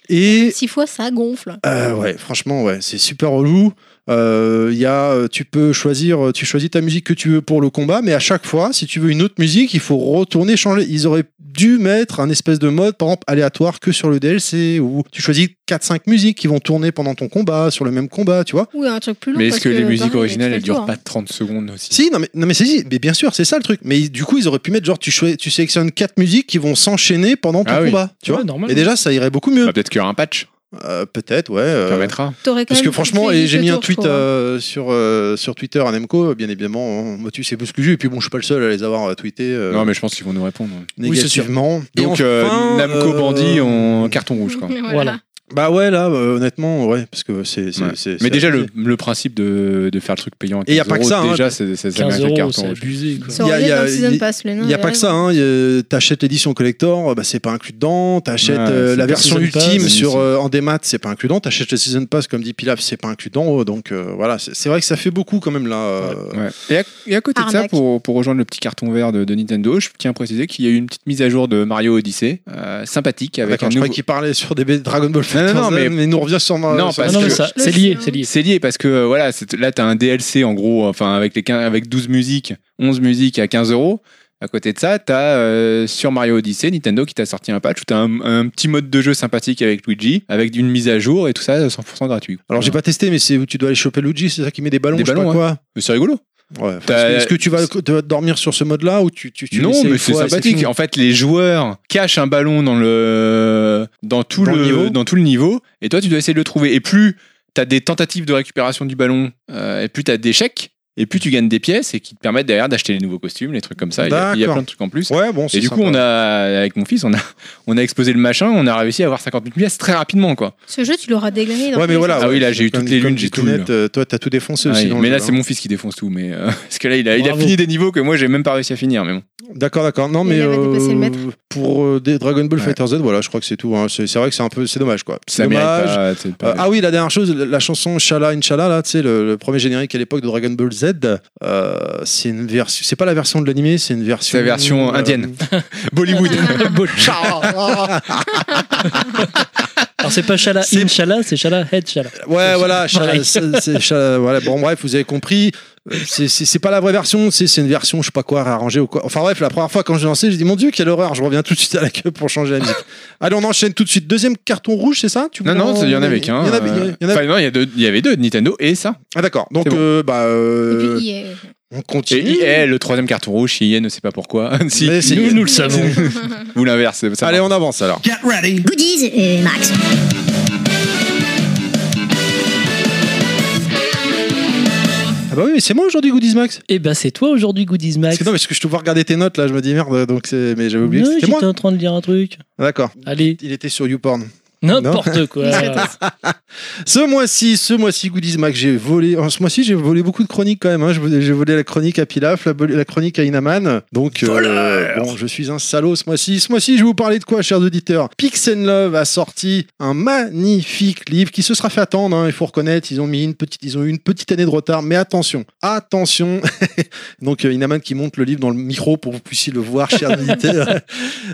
[SPEAKER 4] Et
[SPEAKER 6] Six fois, ça gonfle.
[SPEAKER 4] euh, ouais, franchement, ouais, c'est super relou. Euh, Il y a, euh, tu peux choisir, euh, tu choisis ta musique que tu veux pour le combat, mais à chaque fois, si tu veux une autre musique, il faut retourner changer. Ils auraient dû mettre un espèce de mode, par exemple, aléatoire que sur le DLC, où tu choisis 4-5 musiques qui vont tourner pendant ton combat, sur le même combat, tu vois.
[SPEAKER 6] Ou un truc plus long.
[SPEAKER 5] Mais est-ce
[SPEAKER 6] parce
[SPEAKER 5] que, les musiques
[SPEAKER 6] pareil,
[SPEAKER 5] originales,
[SPEAKER 6] tu fais
[SPEAKER 5] elles
[SPEAKER 6] le tour,
[SPEAKER 5] durent
[SPEAKER 6] hein.
[SPEAKER 5] pas 30 secondes aussi
[SPEAKER 4] Si, non mais, non mais c'est si, mais bien sûr, c'est ça le truc. Mais ils- du coup, ils auraient pu mettre genre tu, choi- tu sélectionnes quatre musiques qui vont s'enchaîner pendant ton
[SPEAKER 5] Ah oui.
[SPEAKER 4] combat, tu
[SPEAKER 7] Ouais,
[SPEAKER 4] vois.
[SPEAKER 7] normal.
[SPEAKER 4] Et déjà, ça irait beaucoup mieux.
[SPEAKER 5] Bah, Peut-être qu'il y aura un patch
[SPEAKER 4] Euh, Peut-être, ouais.
[SPEAKER 5] qui
[SPEAKER 4] euh,
[SPEAKER 5] permettra.
[SPEAKER 6] T'aurais quand
[SPEAKER 4] parce que
[SPEAKER 6] même
[SPEAKER 4] franchement,
[SPEAKER 6] fait
[SPEAKER 4] et
[SPEAKER 6] vite
[SPEAKER 4] j'ai
[SPEAKER 6] Bah, le
[SPEAKER 4] mis un
[SPEAKER 6] tour, je
[SPEAKER 4] tweet
[SPEAKER 6] trouve, hein.
[SPEAKER 4] euh, sur euh, sur Twitter à Nemco. Bien évidemment, on- Motus et Bouscuju. Et puis bon, je suis pas le seul à les avoir euh, tweetés euh,
[SPEAKER 5] Non, mais je pense qu'ils vont nous répondre.
[SPEAKER 7] oui, c'est sûr.
[SPEAKER 4] négativement. Et
[SPEAKER 5] Donc, euh,
[SPEAKER 4] enfin,
[SPEAKER 5] Namco
[SPEAKER 4] euh,
[SPEAKER 5] Bandit en carton rouge. Quoi.
[SPEAKER 6] Voilà.
[SPEAKER 7] Voilà.
[SPEAKER 4] Bah ouais, là, euh, honnêtement, ouais, parce que c'est. c'est-
[SPEAKER 5] Ouais.
[SPEAKER 4] c'est-
[SPEAKER 5] Mais
[SPEAKER 4] c'est
[SPEAKER 5] déjà,
[SPEAKER 4] abusé.
[SPEAKER 5] le, le principe de, de faire le truc payant. à
[SPEAKER 4] Et y a
[SPEAKER 5] 15
[SPEAKER 4] pas que ça,
[SPEAKER 5] euros,
[SPEAKER 4] hein.
[SPEAKER 5] Déjà, c'est c'est- ça
[SPEAKER 7] 15
[SPEAKER 5] mérite le
[SPEAKER 7] euros,
[SPEAKER 5] carton
[SPEAKER 7] c'est
[SPEAKER 5] rouge.
[SPEAKER 7] abusé. quoi.
[SPEAKER 6] Ça
[SPEAKER 4] Il y a-
[SPEAKER 6] aurait dû
[SPEAKER 4] il y
[SPEAKER 6] être
[SPEAKER 4] a-
[SPEAKER 6] dans le
[SPEAKER 4] il y-
[SPEAKER 6] Season Pass, le nain
[SPEAKER 4] Il n'y a
[SPEAKER 6] avait
[SPEAKER 4] pas que
[SPEAKER 6] raison.
[SPEAKER 4] ça, hein. Y a- t'achètes l'édition collector, euh, bah, c'est pas inclus dedans, t'achètes
[SPEAKER 5] Ouais,
[SPEAKER 4] euh,
[SPEAKER 5] c'est
[SPEAKER 4] la
[SPEAKER 5] pas
[SPEAKER 4] version
[SPEAKER 7] season pass,
[SPEAKER 4] ultime
[SPEAKER 5] c'est-
[SPEAKER 4] sur,
[SPEAKER 5] c'est-
[SPEAKER 4] euh, en démat, c'est pas inclus dedans, t'achètes le season pass comme dit Pilaf, c'est pas inclus dedans, euh, donc euh, voilà, c'est c'est vrai que ça fait beaucoup quand même là. euh,
[SPEAKER 5] Ouais. Et, à, et à côté de ça,
[SPEAKER 6] Arnaque.
[SPEAKER 5] pour, pour rejoindre le petit carton vert de, de Nintendo, je tiens à préciser qu'il y a eu une petite mise à jour de Mario Odyssey, euh, sympathique, avec
[SPEAKER 4] D'accord,
[SPEAKER 5] un
[SPEAKER 4] je croyais
[SPEAKER 5] nouveau-
[SPEAKER 4] qu'il parlait sur des Dragon Ball
[SPEAKER 5] Non, non, non,
[SPEAKER 4] Fighter Z,
[SPEAKER 5] mais-
[SPEAKER 4] il nous revient sur ma-
[SPEAKER 5] Non,
[SPEAKER 4] sur
[SPEAKER 5] parce
[SPEAKER 7] Ah non,
[SPEAKER 5] que-
[SPEAKER 7] mais ça,
[SPEAKER 6] Le
[SPEAKER 7] c'est lié,
[SPEAKER 6] chien.
[SPEAKER 7] c'est lié.
[SPEAKER 5] C'est lié parce que euh, voilà, c'est- là, tu as un DLC en gros, enfin, avec, les, quin- avec 12 musiques, 11 musiques à 15 euros. À côté de ça, tu as sur Mario Odyssey, Nintendo qui t'a sorti un patch où tu as un, un petit mode de jeu sympathique avec Luigi, avec une mise à jour et tout ça 100% gratuit.
[SPEAKER 4] Alors j'ai pas testé, mais c'est où tu dois aller choper Luigi, c'est ça qui met des ballons,
[SPEAKER 5] Des
[SPEAKER 4] je sais
[SPEAKER 5] ballons,
[SPEAKER 4] pas quoi.
[SPEAKER 5] Mais c'est rigolo.
[SPEAKER 4] Ouais, parce
[SPEAKER 5] T'as-
[SPEAKER 4] que- Est-ce que tu vas, tu vas dormir sur ce mode-là ou tu, tu, tu
[SPEAKER 5] non,
[SPEAKER 4] l'essayes
[SPEAKER 5] mais
[SPEAKER 4] une
[SPEAKER 5] c'est
[SPEAKER 4] fois et
[SPEAKER 5] sympathique.
[SPEAKER 4] fini
[SPEAKER 5] En fait, les joueurs cachent un ballon dans le dans tout
[SPEAKER 4] Dans
[SPEAKER 5] le,
[SPEAKER 4] le niveau.
[SPEAKER 5] dans tout le niveau, et toi, tu dois essayer de le trouver. Et plus t'as des tentatives de récupération du ballon, euh, et plus t'as d'échecs. Et plus tu gagnes des pièces et qui te permettent derrière d'acheter les nouveaux costumes, les trucs comme ça. Il y a- il y a
[SPEAKER 4] D'accord.
[SPEAKER 5] plein de trucs en plus.
[SPEAKER 4] Ouais, bon, c'est
[SPEAKER 5] Et du coup,
[SPEAKER 4] sympa.
[SPEAKER 5] on a, avec mon fils, on a, on a exposé le machin, on a réussi à avoir 50 000 pièces très rapidement, quoi.
[SPEAKER 6] Ce jeu, tu l'auras déglingué
[SPEAKER 4] Ouais,
[SPEAKER 6] dans tous
[SPEAKER 4] mais
[SPEAKER 6] les
[SPEAKER 4] voilà.
[SPEAKER 5] Ah oui, là, j'ai eu
[SPEAKER 4] Comme-
[SPEAKER 5] toutes les
[SPEAKER 4] comme
[SPEAKER 5] lunes, j'ai
[SPEAKER 4] dit
[SPEAKER 5] tout eu,
[SPEAKER 4] Tounette, euh, toi, t'as tout défoncé
[SPEAKER 5] Ouais,
[SPEAKER 4] aussi. dans le
[SPEAKER 5] mais là,
[SPEAKER 4] jeu,
[SPEAKER 5] c'est
[SPEAKER 4] hein.
[SPEAKER 5] mon fils qui défonce tout, mais euh, parce que là, il a, il a
[SPEAKER 7] Bravo.
[SPEAKER 5] fini des niveaux que moi, j'ai même pas réussi à finir, mais bon.
[SPEAKER 4] D'accord, d'accord. Non,
[SPEAKER 6] Il
[SPEAKER 4] mais euh,
[SPEAKER 6] avait dépassé le maître.
[SPEAKER 4] pour euh, des Dragon Ball
[SPEAKER 5] Ouais.
[SPEAKER 4] Fighter Z, voilà, je crois que c'est tout. hein. C'est c'est vrai que c'est un peu, c'est dommage, quoi. C'est
[SPEAKER 5] Ça mérite
[SPEAKER 4] dommage.
[SPEAKER 5] pas, c'est pas-
[SPEAKER 4] Euh, ah oui, la dernière chose, la, la chanson Shala Inch'Allah, là, tu sais, le, le premier générique à l'époque de Dragon Ball Z, euh, c'est une version, c'est pas la version de l'animé, c'est une version.
[SPEAKER 5] C'est la version
[SPEAKER 4] euh,
[SPEAKER 5] indienne. Bollywood.
[SPEAKER 7] Alors, c'est pas Shala
[SPEAKER 4] C'est-
[SPEAKER 7] Inshallah, c'est Shala Head Shala.
[SPEAKER 4] Ouais, voilà, Shala,
[SPEAKER 7] Pareil.
[SPEAKER 4] c'est- c'est Shala- voilà. Bon, bref, vous avez compris. Euh, C'est- C'est c'est pas la vraie version, c'est c'est une version, je sais pas quoi, réarrangée ou quoi. Enfin bref, la première fois quand j'ai lancé, j'ai dit mon dieu, quelle horreur, je reviens tout de suite à la queue pour changer la musique. Allez, on enchaîne tout de suite. Deuxième carton rouge, c'est ça Tu
[SPEAKER 5] Non,
[SPEAKER 4] voulais
[SPEAKER 5] non, il y en avait qu'un.
[SPEAKER 4] Il y en avait-
[SPEAKER 5] euh,
[SPEAKER 4] il y en avait-
[SPEAKER 5] enfin, non, il y, a deux- il y avait deux, Nintendo et ça.
[SPEAKER 4] Ah, d'accord, donc,
[SPEAKER 5] C'est bon.
[SPEAKER 4] euh, bah,
[SPEAKER 6] Et
[SPEAKER 4] euh,
[SPEAKER 6] puis, EA.
[SPEAKER 4] on
[SPEAKER 5] Et
[SPEAKER 4] continue.
[SPEAKER 5] EA, le troisième carton rouge, EA ne sait pas pourquoi. si,
[SPEAKER 4] Mais c'est-
[SPEAKER 7] Nous, nous le savons.
[SPEAKER 5] ou l'inverse. ça
[SPEAKER 4] Allez,
[SPEAKER 5] marche.
[SPEAKER 4] on avance alors.
[SPEAKER 1] Goodies, euh, Max.
[SPEAKER 4] Ah bah oui, mais c'est moi aujourd'hui, Goodies Max.
[SPEAKER 7] Et ben, c'est toi aujourd'hui, Goodies
[SPEAKER 4] Parce
[SPEAKER 7] Max.
[SPEAKER 4] que non, mais parce que je te vois regarder tes notes là, je me dis merde, donc c'est. Mais j'avais oublié
[SPEAKER 7] Non,
[SPEAKER 4] que c'était moi.
[SPEAKER 7] J'étais en train de dire un truc.
[SPEAKER 4] D'accord.
[SPEAKER 7] Allez,
[SPEAKER 4] Il était sur YouPorn.
[SPEAKER 7] n'importe quoi.
[SPEAKER 4] Ce mois-ci, ce mois-ci, Goodies Mac, j'ai volé. En ce mois-ci, j'ai volé beaucoup de chroniques quand même. hein. Je vous- J'ai volé la chronique à Pilaf, la, la chronique à Inaman. Donc, euh, bon, je suis un salaud ce mois-ci. Ce mois-ci, je vais vous parler de quoi, chers auditeurs Pix and Love a sorti un magnifique livre qui se sera fait attendre. hein. il faut reconnaître, ils ont mis une petite, ils ont eu une petite année de retard. Mais attention, attention. Donc, euh, Inaman qui monte le livre dans le micro pour que vous puissiez le voir, chers auditeurs.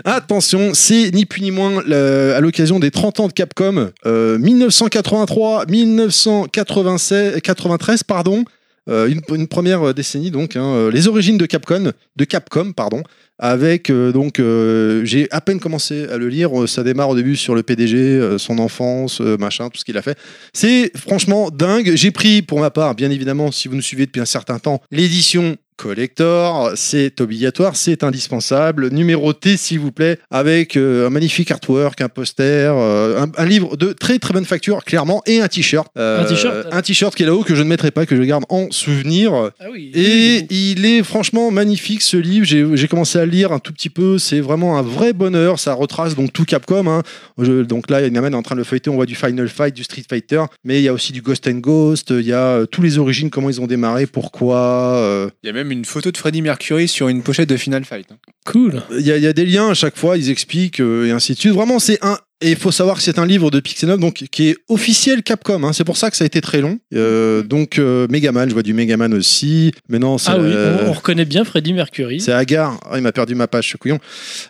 [SPEAKER 4] Attention, c'est ni plus ni moins le- à l'occasion des 30 ans de Capcom, euh, 1983-1993, pardon. euh, une, une première euh, décennie donc hein, euh, les origines de Capcom de Capcom pardon avec euh, donc euh, j'ai à peine commencé à le lire euh, ça démarre au début sur le PDG euh, son enfance euh, machin tout ce qu'il a fait c'est franchement dingue j'ai pris pour ma part bien évidemment si vous nous suivez depuis un certain temps l'édition collector c'est obligatoire c'est indispensable numéroté s'il vous plaît avec euh, un magnifique artwork un poster euh, un, un livre de très très bonne facture clairement et un t-shirt Euh,
[SPEAKER 7] Un t-shirt
[SPEAKER 4] un t-shirt qui est là-haut que je ne mettrai pas que je garde en souvenir
[SPEAKER 7] Ah oui.
[SPEAKER 4] et il est franchement magnifique ce livre. J'ai j'ai commencé à le lire un tout petit peu. C'est vraiment un vrai bonheur. Ça retrace donc tout Capcom. hein. Je- donc là, Inaman est en train de le feuilleter. On voit du Final Fight, du Street Fighter. Mais il y a aussi du Ghost and Ghost. Il y a euh, tous les origines, comment ils ont démarré, pourquoi. euh.
[SPEAKER 5] Il y a même une photo de Freddie Mercury sur une pochette de Final Fight. hein.
[SPEAKER 7] Cool.
[SPEAKER 4] Il y, a- il y a des liens à chaque fois. Ils expliquent euh, et ainsi de suite. Vraiment, c'est un. Et il faut savoir que c'est un livre de Pixel Up, donc qui est officiel Capcom. hein. C'est pour ça que ça a été très long. Euh, donc euh, Megaman, je vois du Megaman aussi. Mais non, c'est
[SPEAKER 7] Ah oui,
[SPEAKER 4] euh,
[SPEAKER 7] on, on reconnaît bien Freddie Mercury.
[SPEAKER 4] C'est Agar. Ah, il m'a perdu ma page, ce couillon.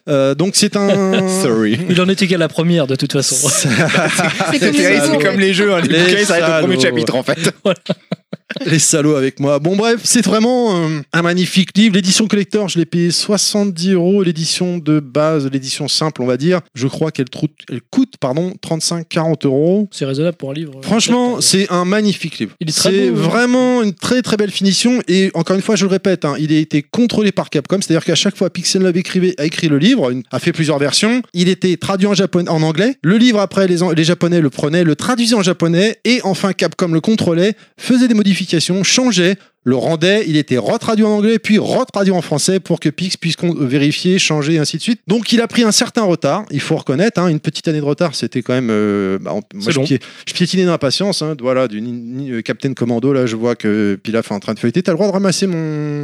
[SPEAKER 4] Euh, donc c'est un.
[SPEAKER 5] Sorry.
[SPEAKER 7] Il en était qu'à la première, de toute façon.
[SPEAKER 6] C'est comme
[SPEAKER 5] C'est
[SPEAKER 6] les
[SPEAKER 5] vrai,
[SPEAKER 6] autres,
[SPEAKER 5] c'est
[SPEAKER 6] en
[SPEAKER 5] comme
[SPEAKER 6] fait.
[SPEAKER 5] les jeux, hein, les,
[SPEAKER 4] Les
[SPEAKER 5] bouquets, ça va être au premier
[SPEAKER 4] salauds.
[SPEAKER 5] chapitre en fait.
[SPEAKER 4] Les salauds avec moi. Bon, bref, c'est vraiment euh, un magnifique livre. L'édition collector, je l'ai payé 70 euros. L'édition de base, l'édition simple, on va dire, je crois qu'elle trou- elle coûte pardon, 35-40 euros.
[SPEAKER 7] C'est raisonnable pour un livre. euh,
[SPEAKER 4] Franchement,
[SPEAKER 7] peut-être,
[SPEAKER 4] c'est un magnifique livre.
[SPEAKER 7] Il est très
[SPEAKER 4] C'est
[SPEAKER 7] beau, ouais.
[SPEAKER 4] vraiment une très très belle finition. Et encore une fois, je le répète, hein, il a été contrôlé par Capcom. C'est-à-dire qu'à chaque fois, Pixel Love écrivait- a écrit le livre, une- a fait plusieurs versions. Il était traduit en, japonais, en anglais. Le livre, après, les, An- les Japonais le prenaient, le traduisaient en japonais. Et enfin, Capcom le contrôlait, faisait des modifications, changeait. Le rendait, il était retraduit en anglais, puis retraduit en français pour que Pix puisse con- vérifier, changer, et ainsi de suite. Donc il a pris un certain retard, il faut reconnaître, hein, une petite année de retard, c'était quand même. euh, bah, on- moi,
[SPEAKER 7] C'est
[SPEAKER 4] je
[SPEAKER 7] long.
[SPEAKER 4] pi- je piétinais dans la patience, hein, voilà, du Ni- Ni- euh, Captain Commando, là, je vois que Pilaf est en train de feuilleter. T'as le droit de ramasser mon.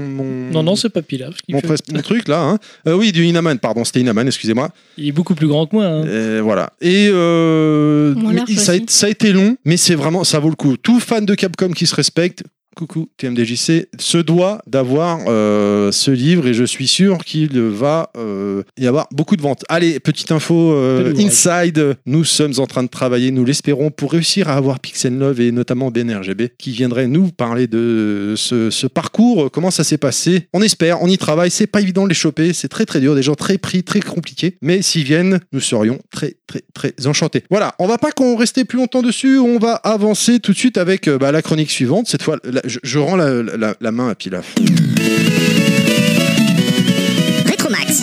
[SPEAKER 4] mon-
[SPEAKER 7] Non, non, c'est pas Pilaf. ce qu'il
[SPEAKER 4] mon,
[SPEAKER 7] fait.
[SPEAKER 4] pres- mon truc là, hein. Euh, oui, du Inaman, pardon, c'était Inaman, excusez-moi.
[SPEAKER 7] Il est beaucoup plus grand que moi. hein.
[SPEAKER 4] Euh, voilà. Et euh,
[SPEAKER 6] Moins large,
[SPEAKER 4] mais ça, a,
[SPEAKER 6] aussi.
[SPEAKER 4] ça a été long, mais c'est vraiment, ça vaut le coup. Tout fan de Capcom qui se respecte, coucou TMDJC, se doit d'avoir euh, ce livre et je suis sûr qu'il va euh, y avoir beaucoup de ventes. Allez, petite info euh,
[SPEAKER 7] Quel ouvrage.
[SPEAKER 4] inside, nous sommes en train de travailler, nous l'espérons, pour réussir à avoir Pixel Love et notamment BNRGB qui viendrait nous parler de ce, ce parcours, comment ça s'est passé. On espère, on y travaille, c'est pas évident de les choper, c'est très très dur, des gens très pris, très compliqués, mais s'ils viennent, nous serions très très très enchantés. Voilà, on va pas qu'on rester plus longtemps dessus, on va avancer tout de suite avec euh, bah, la chronique suivante. Cette fois, la- je, je rends la, la- la main à Pilaf.
[SPEAKER 1] Rétromax.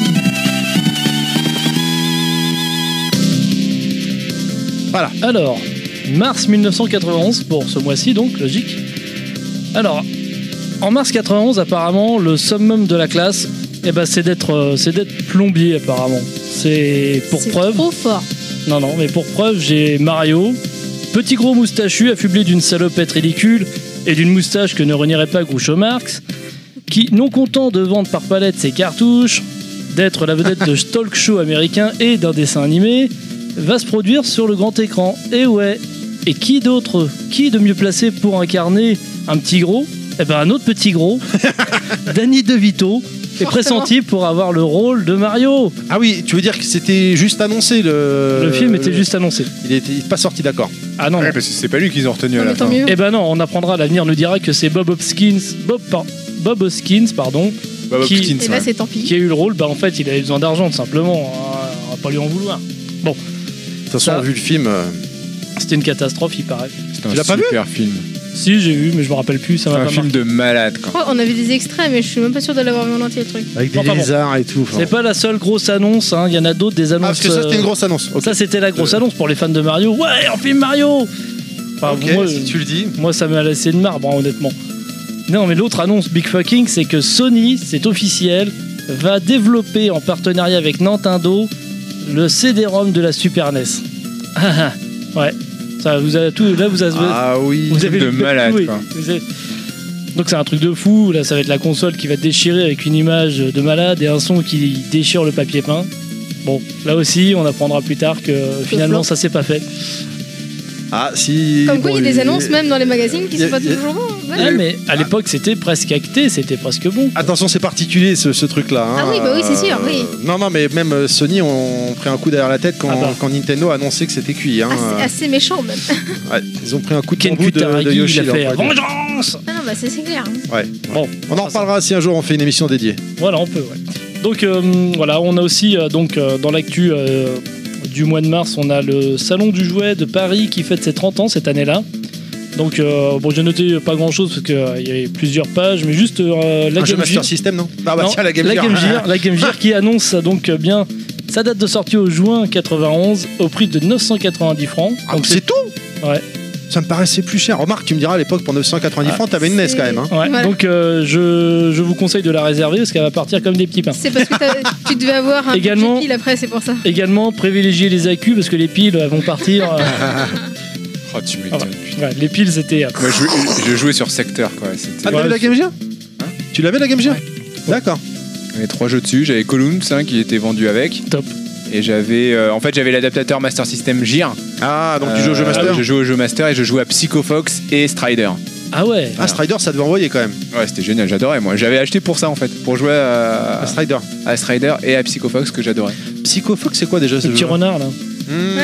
[SPEAKER 7] Alors, mars 1991 pour ce mois-ci, donc, logique. Alors, en mars 91, apparemment, le summum de la classe, eh ben, c'est d'être euh, c'est d'être plombier, apparemment. C'est pour
[SPEAKER 6] C'est
[SPEAKER 7] preuve.
[SPEAKER 6] Trop fort.
[SPEAKER 7] Non, non, mais pour preuve, j'ai Mario, petit gros moustachu affublé d'une salopette ridicule et d'une moustache que ne renierait pas Groucho Marx, qui, non content de vendre par palette ses cartouches, d'être la vedette de ce talk show américain et d'un dessin animé, va se produire sur le grand écran. Et ouais, et qui d'autre, qui de mieux placé pour incarner un petit gros Eh ben un autre petit gros, Danny DeVito, est
[SPEAKER 6] Forcément.
[SPEAKER 7] pressenti pour avoir le rôle de Mario.
[SPEAKER 4] Ah oui, tu veux dire que c'était juste annoncé Euh, le.
[SPEAKER 7] Le film était juste annoncé.
[SPEAKER 4] Il était pas sorti d'accord.
[SPEAKER 7] Ah non, non.
[SPEAKER 5] Ouais, parce que c'est pas lui qu'ils ont retenu à
[SPEAKER 6] Non,
[SPEAKER 5] la
[SPEAKER 6] mais tant
[SPEAKER 5] fin.
[SPEAKER 6] mieux.
[SPEAKER 7] Eh ben non, on apprendra, l'avenir nous dira que c'est Bob Hoskins, Bob, par- Bob Hoskins, pardon,
[SPEAKER 5] Bob
[SPEAKER 7] Qui-
[SPEAKER 5] Hopkins,
[SPEAKER 6] Et
[SPEAKER 5] ouais.
[SPEAKER 6] là, c'est tant
[SPEAKER 7] qui
[SPEAKER 6] pis.
[SPEAKER 7] a eu le rôle. Bah en fait, il avait besoin d'argent, tout simplement. hein, On va pas lui en vouloir.
[SPEAKER 4] De toute façon,
[SPEAKER 7] Ça-
[SPEAKER 4] vu le film. euh,
[SPEAKER 7] C'était une catastrophe, il paraît.
[SPEAKER 5] C'est un
[SPEAKER 4] Tu l'as pas vu
[SPEAKER 5] super film.
[SPEAKER 7] Si, j'ai vu, mais je me rappelle plus, ça
[SPEAKER 5] C'est
[SPEAKER 7] m'a
[SPEAKER 5] un
[SPEAKER 7] pas
[SPEAKER 5] film
[SPEAKER 7] marqué.
[SPEAKER 5] de malade, quoi.
[SPEAKER 6] Je crois qu'on avait des extraits, mais je suis même pas sûr de l'avoir vu en entier le truc.
[SPEAKER 4] Avec des
[SPEAKER 7] Enfin, bon.
[SPEAKER 4] lézards et tout. enfin.
[SPEAKER 7] C'est pas la seule grosse annonce, hein, il y en a d'autres, des
[SPEAKER 4] Ah,
[SPEAKER 7] annonces.
[SPEAKER 4] parce que ça, c'était une grosse annonce.
[SPEAKER 7] euh,
[SPEAKER 4] Ok.
[SPEAKER 7] ça, c'était la grosse annonce pour les fans de Mario. Ouais, on filme Mario Enfin,
[SPEAKER 4] Ok,
[SPEAKER 7] moi,
[SPEAKER 4] si tu le dis.
[SPEAKER 7] Moi, ça m'a laissé de marbre, hein, honnêtement. Non, mais l'autre annonce big fucking, c'est que Sony, c'est officiel, va développer en partenariat avec Nintendo le CD-ROM de la Super NES. Ah, ah, ouais, ça vous a tout. Là, vous avez,
[SPEAKER 5] Ah oui,
[SPEAKER 7] vous avez
[SPEAKER 5] film de
[SPEAKER 7] le pep
[SPEAKER 5] malade,
[SPEAKER 7] tout,
[SPEAKER 5] quoi.
[SPEAKER 7] et vous avez- Donc c'est un truc de fou. Là, ça va être la console qui va déchirer avec une image de malade et un son qui déchire le papier peint. Bon, là aussi, on apprendra plus tard que finalement, ça
[SPEAKER 6] flop.
[SPEAKER 7] s'est pas fait.
[SPEAKER 4] Ah, si.
[SPEAKER 6] Comme quoi,
[SPEAKER 4] bon,
[SPEAKER 6] il y a des annonces même dans les magazines qui
[SPEAKER 4] y a-
[SPEAKER 6] sont pas
[SPEAKER 4] y a-
[SPEAKER 6] toujours bons.
[SPEAKER 7] Ouais,
[SPEAKER 6] Voilà.
[SPEAKER 7] Ah, mais
[SPEAKER 4] Ah.
[SPEAKER 7] à l'époque, c'était presque acté, c'était presque bon.
[SPEAKER 4] Attention, c'est particulier ce, ce truc-là. hein.
[SPEAKER 6] Ah oui, bah oui, c'est sûr,
[SPEAKER 4] Euh,
[SPEAKER 6] oui.
[SPEAKER 4] Non, non, mais même euh, Sony ont pris un coup derrière la tête quand,
[SPEAKER 7] Ah bah.
[SPEAKER 4] quand Nintendo a annoncé que c'était cuit. hein.
[SPEAKER 6] Assez, assez méchant même.
[SPEAKER 4] Ouais, ils ont pris un coup de
[SPEAKER 7] Ken
[SPEAKER 4] bambou de, de
[SPEAKER 7] Kutaragi,
[SPEAKER 4] Yoshi.
[SPEAKER 7] il a
[SPEAKER 4] là,
[SPEAKER 7] fait
[SPEAKER 4] on pourrait dire.
[SPEAKER 7] vengeance.
[SPEAKER 6] Ah non, bah c'est c'est clair. hein.
[SPEAKER 4] Ouais.
[SPEAKER 7] Bon,
[SPEAKER 4] On en reparlera si un jour on fait une émission dédiée.
[SPEAKER 7] voilà, on peut. ouais. Donc euh, voilà, on a aussi euh, donc euh, dans l'actu euh, du mois de mars, on a le salon du jouet de Paris qui fête ses 30 ans cette année-là. Donc euh, bon, j'ai noté pas grand-chose parce qu'il y avait plusieurs pages, mais juste euh, la
[SPEAKER 4] un jeu
[SPEAKER 7] Game Gear.
[SPEAKER 4] Master System, non Ah bah
[SPEAKER 7] Non,
[SPEAKER 4] tiens, la Game
[SPEAKER 7] la hein.
[SPEAKER 4] Gear.
[SPEAKER 7] Game Gear, la Game Gear qui annonce donc euh, bien sa date de sortie au juin 91 au prix de 990 francs.
[SPEAKER 4] Ah,
[SPEAKER 7] Donc
[SPEAKER 4] c'est tout
[SPEAKER 7] Ouais.
[SPEAKER 4] Ça me paraissait plus cher. Remarque, tu me diras à l'époque pour 990
[SPEAKER 7] Ah,
[SPEAKER 4] francs, t'avais une NES
[SPEAKER 6] c'est-
[SPEAKER 4] quand même. hein.
[SPEAKER 7] Ouais,
[SPEAKER 6] Voilà.
[SPEAKER 7] donc euh, je, je vous conseille de la réserver parce qu'elle va partir comme des petits pains.
[SPEAKER 6] C'est parce que t'as- tu devais avoir un
[SPEAKER 7] Également-
[SPEAKER 6] petit pile après, c'est pour ça.
[SPEAKER 7] Également, privilégiez les accus parce que les piles elles vont partir. euh,
[SPEAKER 5] Oh, tu m'étonnes, putain.
[SPEAKER 7] ouais, les piles c'était. euh,
[SPEAKER 5] Moi, je, je jouais sur Secteur, quoi.
[SPEAKER 4] Ah,
[SPEAKER 5] C'était
[SPEAKER 4] t'avais
[SPEAKER 7] Ouais,
[SPEAKER 4] la Game Gear
[SPEAKER 5] Hein
[SPEAKER 4] Tu l'avais la Game Gear D'accord.
[SPEAKER 5] les trois jeux dessus. J'avais Columns hein, qui était vendu avec.
[SPEAKER 7] Top.
[SPEAKER 5] Et j'avais, euh, en fait, j'avais l'adaptateur Master System Gear.
[SPEAKER 4] Ah, donc tu joues au jeu
[SPEAKER 5] Euh,
[SPEAKER 4] Master
[SPEAKER 5] Je jouais au jeu Master et je jouais à Psycho Fox et Strider.
[SPEAKER 7] Ah ouais.
[SPEAKER 4] Ah, Strider, ça devait envoyer quand même.
[SPEAKER 5] Ouais, c'était génial, j'adorais moi. J'avais acheté pour ça en fait, pour jouer à,
[SPEAKER 4] Ah, Strider.
[SPEAKER 5] à Strider et à Psycho Fox que j'adorais.
[SPEAKER 4] Psycho Fox, c'est quoi déjà ce
[SPEAKER 7] Le petit
[SPEAKER 4] jeu
[SPEAKER 7] renard là. Ah,
[SPEAKER 4] Mmh.